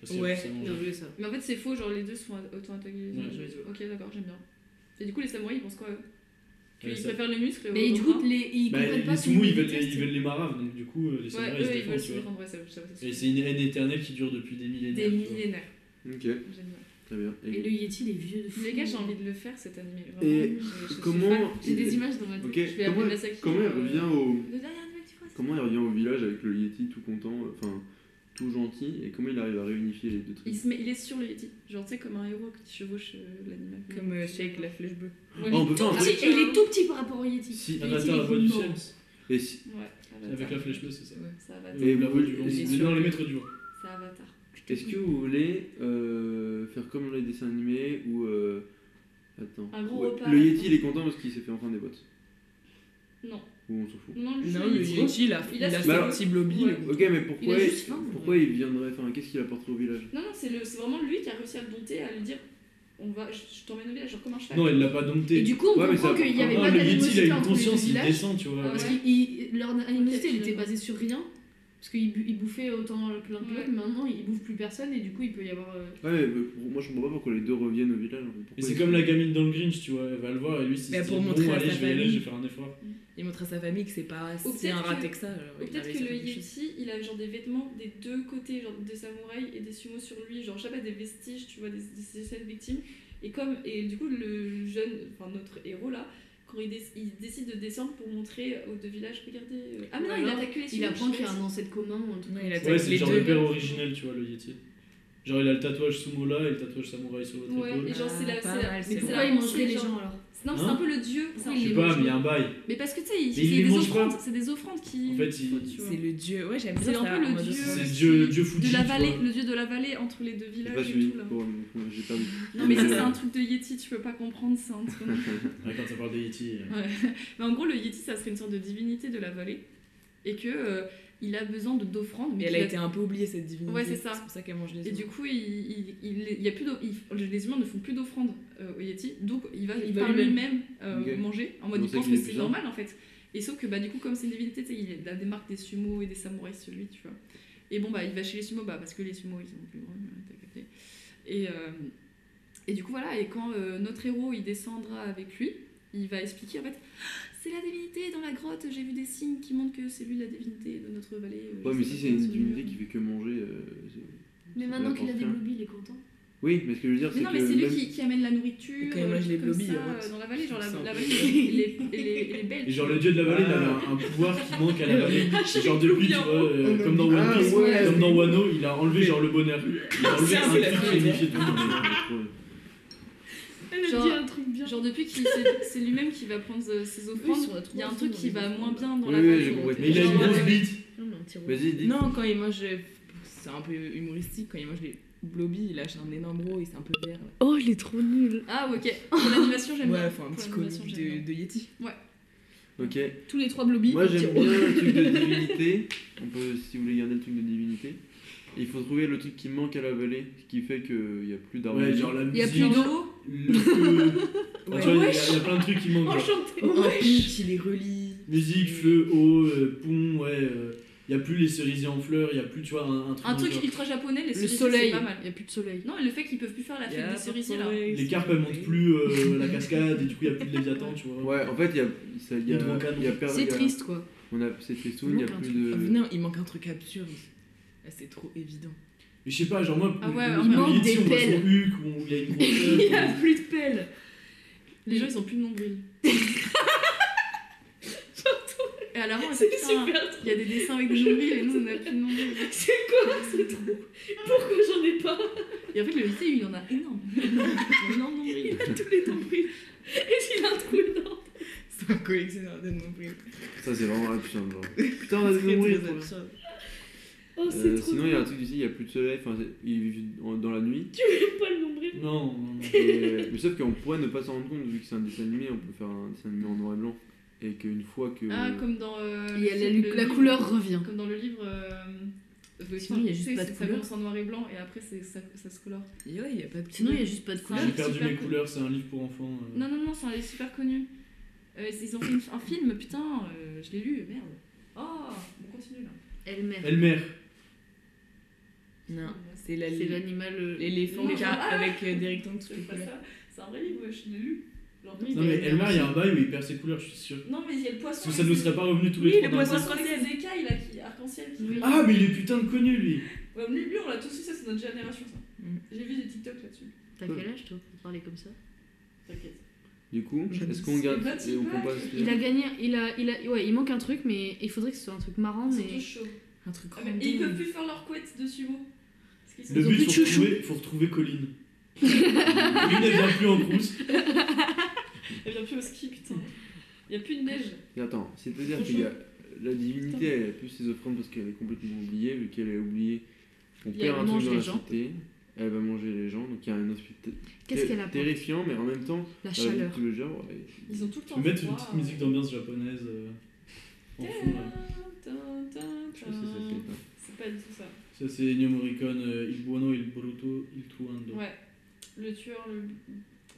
Speaker 5: Parce qu'il y a
Speaker 7: Ouais.
Speaker 5: plus à manger.
Speaker 4: Bien joué ça.
Speaker 1: Mais en fait, c'est faux, genre les deux sont autant attaqués les
Speaker 5: Ouais,
Speaker 1: uns que les autres. Ok, d'accord, j'aime bien. Et du coup, les samouraïs ils pensent quoi eux Qu'ils
Speaker 5: Ouais, ça-
Speaker 1: préfèrent le muscle
Speaker 4: Mais
Speaker 1: au
Speaker 4: du coup,
Speaker 1: bras
Speaker 4: les, ils
Speaker 5: Bah,
Speaker 4: comprennent pas
Speaker 5: les
Speaker 4: que
Speaker 5: Sumo,
Speaker 4: nous,
Speaker 5: ils veulent
Speaker 4: détestent.
Speaker 5: les- ils veulent les maraves, donc du coup, euh, les
Speaker 1: Ouais,
Speaker 5: samouraïs
Speaker 1: eux
Speaker 5: se
Speaker 1: ils veulent
Speaker 5: défendent,
Speaker 1: se
Speaker 5: tu vois.
Speaker 1: défendre, ouais, ça ça- ça-
Speaker 5: Et c'est une haine éternelle qui dure depuis des
Speaker 1: Des
Speaker 5: millénaires. tu vois.
Speaker 1: millénaires,
Speaker 3: Ok,
Speaker 1: j'aime bien.
Speaker 3: très bien.
Speaker 4: Et le Yeti, les vieux de fou.
Speaker 1: Les gars, j'ai envie de le faire cet animé. Vraiment,
Speaker 3: Et
Speaker 1: je- je- je suis
Speaker 3: comment-
Speaker 1: fan. J'ai des images dans ma tête.
Speaker 3: Ok,
Speaker 1: Je vais
Speaker 3: comment-
Speaker 1: appeler Masaki.
Speaker 3: Comment il
Speaker 1: euh,
Speaker 3: revient au.
Speaker 1: Le dernier animé que tu vois, c'est-
Speaker 3: Comment il revient au village avec le Yeti tout content, euh, enfin tout gentil, et comment il arrive à réunifier les deux
Speaker 1: il,
Speaker 3: tribus
Speaker 1: se met, il est sur le Yeti, genre tu sais comme un héros qui chevauche euh, l'animal.
Speaker 7: Comme euh, Shake, la flèche bleue.
Speaker 1: Ouais,
Speaker 3: Ah, on peut faire un
Speaker 1: Ah,
Speaker 3: truc.
Speaker 1: oui,
Speaker 4: Et il est tout petit par rapport au Yeti.
Speaker 3: Si,
Speaker 5: Avatar, la voix du ciel.
Speaker 3: et si-
Speaker 1: Ouais, Avatar.
Speaker 5: Avec la flèche bleue, c'est ça.
Speaker 1: Ouais, c'est Avatar.
Speaker 3: Et
Speaker 5: Euh, la
Speaker 3: vous-
Speaker 5: voix du vent.
Speaker 3: et-
Speaker 5: Les- Non, les maîtres du vent.
Speaker 1: C'est Avatar.
Speaker 3: est-ce que vous voulez euh, faire comme dans les dessins animés ou. euh, Attends.
Speaker 1: Un gros
Speaker 3: Ouais,
Speaker 1: repas.
Speaker 3: Le Yeti il est content parce qu'il s'est fait enfin des bottes.
Speaker 1: Non.
Speaker 3: Ou on s'en fout.
Speaker 1: Non, juste
Speaker 7: Non,
Speaker 1: le
Speaker 7: le
Speaker 1: Yeti.
Speaker 7: Yeti, il a,
Speaker 1: il a
Speaker 7: il a
Speaker 1: son-
Speaker 7: son
Speaker 3: Alors-
Speaker 7: petit euh, blobby.
Speaker 1: Ouais.
Speaker 7: le-
Speaker 3: Ok, mais pourquoi,
Speaker 4: Il a juste faim.
Speaker 3: pourquoi il viendrait. Enfin, qu'est-ce qu'il apporterait au village
Speaker 1: Non, non, c'est le- c'est vraiment lui qui a réussi à le dompter, à lui dire on va, je, je t'emmène au village, genre comme un cheval.
Speaker 5: Non, il l'a pas
Speaker 4: Et
Speaker 5: dompté.
Speaker 4: du coup, on
Speaker 3: Ouais, mais
Speaker 4: comprend
Speaker 3: ça-
Speaker 4: qu'il n'y avait
Speaker 5: Non,
Speaker 4: pas
Speaker 5: le Yeti, il a
Speaker 4: d'animosité
Speaker 5: une
Speaker 4: entre les deux
Speaker 5: conscience, il
Speaker 4: villages.
Speaker 5: descend, tu vois.
Speaker 1: Ah ouais.
Speaker 4: Parce que leur
Speaker 1: Ok,
Speaker 4: animosité, elle était
Speaker 1: finalement.
Speaker 4: basée sur rien.
Speaker 2: Parce qu'il bu- il bouffait autant que l'un que l'autre,
Speaker 1: Ouais.
Speaker 2: maintenant il bouffe plus personne et du coup il peut y avoir. euh,
Speaker 3: Ouais, mais pour- moi je comprends pas pourquoi les deux reviennent au village. Pourquoi
Speaker 5: Mais c'est
Speaker 3: ils-
Speaker 5: comme la gamine dans le Grinch, tu vois, elle va le voir et lui, c'est
Speaker 7: Mais pour
Speaker 5: bon,
Speaker 7: montrer à
Speaker 5: allez,
Speaker 7: sa
Speaker 5: je vais aller,
Speaker 7: famille.
Speaker 5: je vais faire un effort.
Speaker 7: Il montre à sa famille que c'est pas
Speaker 1: Ou
Speaker 7: si un
Speaker 1: peut-être
Speaker 7: raté
Speaker 1: que-
Speaker 7: que ça. genre,
Speaker 1: Ou
Speaker 7: il a
Speaker 1: peut-être que
Speaker 7: réussi à
Speaker 1: le
Speaker 7: faire quelque chose.
Speaker 1: Yeti, il a genre des vêtements des deux côtés, genre des samouraïs et des sumo sur lui, genre je sais pas, des vestiges, tu vois, des, des, cette victimes. Et comme et du coup le jeune, enfin notre héros là, quand il, dé- il décide de descendre pour montrer aux deux villages, regardez. euh, Ah mais non,
Speaker 2: Ou
Speaker 1: il
Speaker 2: alors,
Speaker 1: attaque que les
Speaker 2: Il
Speaker 1: Sumo,
Speaker 2: apprend
Speaker 1: je
Speaker 2: qu'il y a
Speaker 1: sais
Speaker 2: un ancêtre commun ou un truc.
Speaker 7: Ouais,
Speaker 2: comme
Speaker 7: il a
Speaker 2: ça.
Speaker 7: Ouais,
Speaker 5: Ouais, c'est
Speaker 7: les
Speaker 5: genre
Speaker 7: deux.
Speaker 5: le père originel, tu vois, le Yeti. Genre, il a le tatouage sumo là et le tatouage samouraï sur l'autre
Speaker 1: pas. Ouais,
Speaker 5: épaule.
Speaker 1: et genre c'est
Speaker 7: Ah,
Speaker 1: la.
Speaker 7: pas
Speaker 1: c'est la-
Speaker 7: mal,
Speaker 1: mais
Speaker 7: c'est
Speaker 1: c'est
Speaker 2: Pourquoi
Speaker 1: la
Speaker 2: il mangeait
Speaker 1: pensée,
Speaker 2: les
Speaker 1: genre-
Speaker 2: gens alors
Speaker 1: Non, c'est
Speaker 5: Hein
Speaker 1: un peu le dieu. c'est un
Speaker 5: Je
Speaker 1: peu-
Speaker 5: sais pas, mais il y a un bail.
Speaker 1: Mais parce que tu sais, il-
Speaker 5: il les
Speaker 1: c'est des
Speaker 5: mange pas.
Speaker 1: offrandes, c'est des offrandes qui.
Speaker 5: En fait, il-
Speaker 1: tu vois.
Speaker 7: C'est le dieu. Ouais, j'aime bien
Speaker 1: C'est
Speaker 7: ça,
Speaker 1: un peu
Speaker 7: en
Speaker 1: le
Speaker 7: mode-
Speaker 1: dieu.
Speaker 5: C'est
Speaker 1: qui-
Speaker 5: Dieu- Dieu Fuji,
Speaker 1: De la
Speaker 5: tu
Speaker 1: vallée,
Speaker 5: vois.
Speaker 1: le dieu de la vallée entre les deux
Speaker 3: J'ai pas
Speaker 1: villages et
Speaker 3: suivi.
Speaker 1: tout là.
Speaker 3: Bon, bon, j'ai perdu.
Speaker 1: Non mais ça c'est un truc de Yeti, tu peux pas comprendre, c'est un truc.
Speaker 5: Ouais, quand ça parle des Yeti. euh,
Speaker 1: Ouais. Mais en gros, le Yeti, ça serait une sorte de divinité de la vallée et que euh, il a besoin de d'offrandes.
Speaker 7: Mais
Speaker 1: qu'il
Speaker 7: elle a
Speaker 1: a-
Speaker 7: été un peu oubliée cette divinité.
Speaker 1: Ouais, c'est ça.
Speaker 7: C'est pour ça qu'elle mange les
Speaker 1: Et du coup, il, il, il- il y a plus d'o- il- les humains ne font plus d'offrandes euh, au Yeti, donc il va,
Speaker 2: Il
Speaker 1: il
Speaker 2: va
Speaker 1: par
Speaker 2: lui-même.
Speaker 1: lui-même euh,
Speaker 3: Ok.
Speaker 1: manger en mode
Speaker 3: On
Speaker 1: il
Speaker 3: sait
Speaker 1: pense
Speaker 3: qu'il
Speaker 1: que
Speaker 3: est
Speaker 1: c'est
Speaker 3: puissant.
Speaker 1: normal en fait. Et sauf que bah du coup, comme c'est une divinité, tu sais, il a des marques des sumo et des samouraïs celui, tu vois. Et bon bah il va chez les sumo, bah parce que les sumo ils sont plus grands, euh, t'as capté. Et euh, et du coup voilà, et quand euh, notre héros il descendra avec lui, il va expliquer en fait Ah, c'est la divinité dans la grotte, j'ai vu des signes qui montrent que c'est lui la divinité de notre vallée. euh,
Speaker 3: Ouais,
Speaker 1: je
Speaker 3: mais
Speaker 1: sais
Speaker 3: si
Speaker 1: pas
Speaker 3: c'est
Speaker 1: quoi,
Speaker 3: une
Speaker 1: sur le mur.
Speaker 3: divinité qui fait que manger. euh, c'est-
Speaker 11: Mais
Speaker 3: Ça
Speaker 11: maintenant
Speaker 3: peut
Speaker 11: qu'il a des
Speaker 3: apporter un-
Speaker 11: blobby, il est content.
Speaker 3: Oui, mais ce que je veux dire,
Speaker 1: Mais
Speaker 3: c'est
Speaker 1: non,
Speaker 3: que.
Speaker 1: mais c'est lui
Speaker 3: même-
Speaker 1: qui, qui amène la nourriture,
Speaker 7: Quand il mange
Speaker 1: euh,
Speaker 7: les
Speaker 1: comme
Speaker 7: brebis,
Speaker 1: ça,
Speaker 7: hein,
Speaker 1: euh, dans la vallée, genre la,
Speaker 7: c'est un
Speaker 1: la
Speaker 7: peu-
Speaker 1: vallée, elle est, elle est- elle est belle.
Speaker 5: Et genre, le dieu de la vallée, il avait
Speaker 1: Ah.
Speaker 5: un, un pouvoir qui manque à la vallée. C'est genre depuis, tu vois, euh, comme dans One
Speaker 3: Ah,
Speaker 5: Piece,
Speaker 3: ouais.
Speaker 5: comme dans Wano, il a enlevé genre le bonheur. Il a enlevé
Speaker 7: C'est un peu la
Speaker 5: un truc
Speaker 7: vérité.
Speaker 5: magnifique.
Speaker 10: Elle a
Speaker 1: Genre-
Speaker 10: dit un truc bien.
Speaker 1: Genre depuis qu'il c'est- c'est lui-même qui va prendre euh, ses offrandes,
Speaker 2: sont
Speaker 1: il y a un
Speaker 2: trop
Speaker 1: truc
Speaker 2: dans
Speaker 1: qui
Speaker 2: les
Speaker 1: va
Speaker 2: offrandes,
Speaker 1: moins
Speaker 2: là.
Speaker 1: bien dans
Speaker 3: Oui,
Speaker 1: la
Speaker 3: oui,
Speaker 1: vallée.
Speaker 3: j'ai compris.
Speaker 5: Mais il a une
Speaker 1: Genre,
Speaker 5: grosse
Speaker 1: euh,
Speaker 5: bite.
Speaker 2: Non, mais un petit robot.
Speaker 3: Vas-y, dis.
Speaker 7: Non, quand il mange. euh, C'est un peu humoristique. Quand il mange les blobbies, il lâche un énorme gros et c'est un peu vert. là.
Speaker 11: Oh, il est trop nul.
Speaker 1: Ah ok, pour l'animation j'aime
Speaker 7: Ouais,
Speaker 1: bien.
Speaker 7: enfin, un
Speaker 1: Pour
Speaker 7: petit
Speaker 1: l'animation,
Speaker 7: comique
Speaker 1: j'aime
Speaker 7: de, de Yeti.
Speaker 3: Ok.
Speaker 2: Tous les trois blobbies.
Speaker 3: Moi j'aime bien le truc de divinité. On peut, si vous voulez garder le truc de divinité, il faut trouver le truc qui manque à la vallée, ce qui fait qu'il n'y a plus d'armes.
Speaker 5: Ouais, genre la
Speaker 1: Il y a
Speaker 5: musique.
Speaker 1: plus d'eau,
Speaker 5: le feu. Ah,
Speaker 7: Ouais.
Speaker 5: tu vois, Il y a- il y a plein de trucs qui manquent. genre.
Speaker 2: Enchanté.
Speaker 7: Un pont qui les relie.
Speaker 5: Musique, feu, eau, euh, pont, ouais. euh, Il n'y a plus les cerisiers en fleurs, il n'y a plus, tu vois, un, un truc.
Speaker 1: un
Speaker 5: dans
Speaker 1: truc
Speaker 5: genre-
Speaker 1: ultra japonais, les
Speaker 2: Le
Speaker 1: cerisiers,
Speaker 2: soleil.
Speaker 1: c'est pas mal.
Speaker 2: Il n'y a plus de soleil.
Speaker 1: Non, et le fait qu'ils peuvent plus faire la
Speaker 7: Il y a
Speaker 1: fête des cerisiers
Speaker 7: pas
Speaker 1: là.
Speaker 7: de soleil,
Speaker 5: Les
Speaker 7: c'est
Speaker 5: carpes, elles
Speaker 7: pas
Speaker 5: montent
Speaker 7: vrai.
Speaker 5: plus euh, à la cascade, et du coup, il n'y a plus de léviathan, tu vois.
Speaker 3: Ouais, en fait, il y a, ça- il y a,
Speaker 5: Il manque un
Speaker 3: il y a per-
Speaker 2: C'est
Speaker 3: il y a-
Speaker 2: triste quoi.
Speaker 3: On a, c'est tristoun, il n'y a
Speaker 7: manque un
Speaker 3: plus
Speaker 7: truc.
Speaker 3: de.
Speaker 7: Ah, Non, il manque un truc absurde. Ah, c'est trop évident.
Speaker 5: Mais je sais pas, genre moi,
Speaker 1: Ah ouais,
Speaker 5: le-
Speaker 1: on
Speaker 5: le
Speaker 1: manque
Speaker 5: Yeti,
Speaker 2: des
Speaker 5: on voit son
Speaker 2: pelles.
Speaker 5: huc, on- il y a une grosse tête,
Speaker 2: Il n'y a plus de pelle.
Speaker 1: Les gens ils ont plus de nombril. Et à la fin,
Speaker 10: C'est
Speaker 1: putain,
Speaker 10: super
Speaker 1: il y a des dessins avec des nombrils et nous on a plus de nombril.
Speaker 10: C'est quoi ce trou Pourquoi j'en ai pas
Speaker 1: Et en fait, le lycée, il en a énorme. énorme nombril.
Speaker 10: Tous les nombrils. Et s'il a un trou énorme
Speaker 7: C'est un collectionneur de nombrils.
Speaker 3: Ça, c'est vraiment absurde. genre. Putain, on a des mourir.
Speaker 7: Très
Speaker 3: trop bien.
Speaker 7: absurde.
Speaker 10: Oh, c'est
Speaker 3: Euh,
Speaker 10: trop
Speaker 3: Sinon, il y a
Speaker 10: drôle.
Speaker 3: un truc ici, il n'y a plus de soleil, enfin, c'est- ils vivent en- dans la nuit.
Speaker 10: J'aime pas le nombril.
Speaker 5: Non, non, non.
Speaker 3: Et, euh, mais sauf qu'on pourrait ne pas s'en rendre compte, vu que c'est un dessin animé, on peut faire un dessin animé en noir et blanc. Et qu'une fois que.
Speaker 1: Ah, comme dans. euh,
Speaker 2: Il y a
Speaker 1: le
Speaker 2: la,
Speaker 1: film,
Speaker 2: lu-
Speaker 1: le
Speaker 2: la
Speaker 1: livre.
Speaker 2: couleur revient.
Speaker 1: Comme dans le livre. euh, de-
Speaker 2: Sinon, il y a
Speaker 1: tu
Speaker 2: juste
Speaker 1: sais,
Speaker 2: pas de
Speaker 1: c'est- ça
Speaker 2: couleur.
Speaker 1: commence en noir et blanc et après c'est- ça, ça se colore.
Speaker 7: Et ouais, il y a pas de
Speaker 2: Sinon, il n'y a
Speaker 7: couleur.
Speaker 2: juste pas de couleur.
Speaker 1: Ah,
Speaker 5: J'ai perdu
Speaker 1: super
Speaker 5: mes
Speaker 1: cool.
Speaker 5: couleurs, c'est un livre pour enfants. euh.
Speaker 1: Non, non, non, c'est un des super connu. Euh, ils ont fait une- un film, putain, euh, je l'ai lu, merde. Oh, on continue là.
Speaker 2: Elle-mère.
Speaker 5: Elmer. Ah.
Speaker 7: Non, c'est la-
Speaker 2: C'est l'animal. euh,
Speaker 7: l'éléphant
Speaker 1: Non,
Speaker 7: qui a- avec euh, des rectangles toutes
Speaker 1: C'est
Speaker 7: les
Speaker 1: pas
Speaker 7: couleurs.
Speaker 1: ça. C'est un vrai livre, ouais, je l'ai lu. Genre, oui,
Speaker 5: Non,
Speaker 1: mais-
Speaker 5: mais Elmer, il y a un bail où il perd ses couleurs, je suis sûr.
Speaker 1: Non, mais il y a le poisson.
Speaker 5: Parce que ça
Speaker 1: avec
Speaker 5: nous
Speaker 1: ses-
Speaker 5: serait pas revenu tous
Speaker 7: Oui,
Speaker 5: les
Speaker 7: le
Speaker 5: trois. d'un
Speaker 7: poisson
Speaker 5: coup.
Speaker 1: poisson avec ses écailles là, qui arc-en-ciel qui.
Speaker 5: Ah, mais il est putain de connu, lui.
Speaker 1: Ouais, mais lui, on l'a tous vu, ça, c'est notre génération ça.
Speaker 7: Mm.
Speaker 1: J'ai vu des TikTok là-dessus.
Speaker 2: T'as quel âge toi pour parler comme ça
Speaker 1: T'inquiète.
Speaker 3: Du coup,
Speaker 7: J'aime
Speaker 3: est-ce qu'on garde.
Speaker 1: C'est pas si
Speaker 3: et on
Speaker 1: mal.
Speaker 3: peut pas-
Speaker 2: Il a gagné. Il a, il a, ouais, il manque un truc, mais il faudrait que ce soit un truc marrant.
Speaker 1: C'est tout
Speaker 2: Mais...
Speaker 1: chaud.
Speaker 7: Un truc
Speaker 1: Ah, mais- Et ils peuvent
Speaker 7: random.
Speaker 1: plus faire leur couette de sumo. Parce qu'ils sont-
Speaker 5: Le
Speaker 2: ont
Speaker 5: but,
Speaker 2: plus de
Speaker 5: faut
Speaker 2: chouchou.
Speaker 5: retrouver, faut retrouver Colline. Colline, elle vient plus en brousse.
Speaker 1: Elle vient plus au ski, putain. Il n'y a plus de neige.
Speaker 3: Et Attends, c'est-à-dire qu'il y a la divinité, elle a plus ses offrandes parce qu'elle est complètement oubliée, vu qu'elle est oubliée. On
Speaker 2: Et
Speaker 3: perd
Speaker 2: elle
Speaker 3: un truc
Speaker 2: mange
Speaker 3: dans
Speaker 2: les
Speaker 3: la
Speaker 2: gens.
Speaker 3: cité, elle va manger les gens, donc il y a un aspect ter-
Speaker 2: Qu'est-ce qu'elle apporte
Speaker 3: terrifiant, mais en même temps,
Speaker 2: La
Speaker 3: dans la vie de
Speaker 2: chaleur.
Speaker 3: tous les jours, ouais.
Speaker 1: Ils ont tout le
Speaker 5: Tu
Speaker 1: temps.
Speaker 5: peux mettre
Speaker 1: froid.
Speaker 5: une petite musique d'ambiance japonaise. euh, en fond, là.
Speaker 1: Tin, tin,
Speaker 3: je sais ça,
Speaker 1: tin.
Speaker 3: c'est pas.
Speaker 1: C'est pas du tout ça.
Speaker 5: Ça, c'est Ennio Morricone, euh, Il Buono, Il Brutto, Il Truando.
Speaker 1: Ouais. Le tueur, le.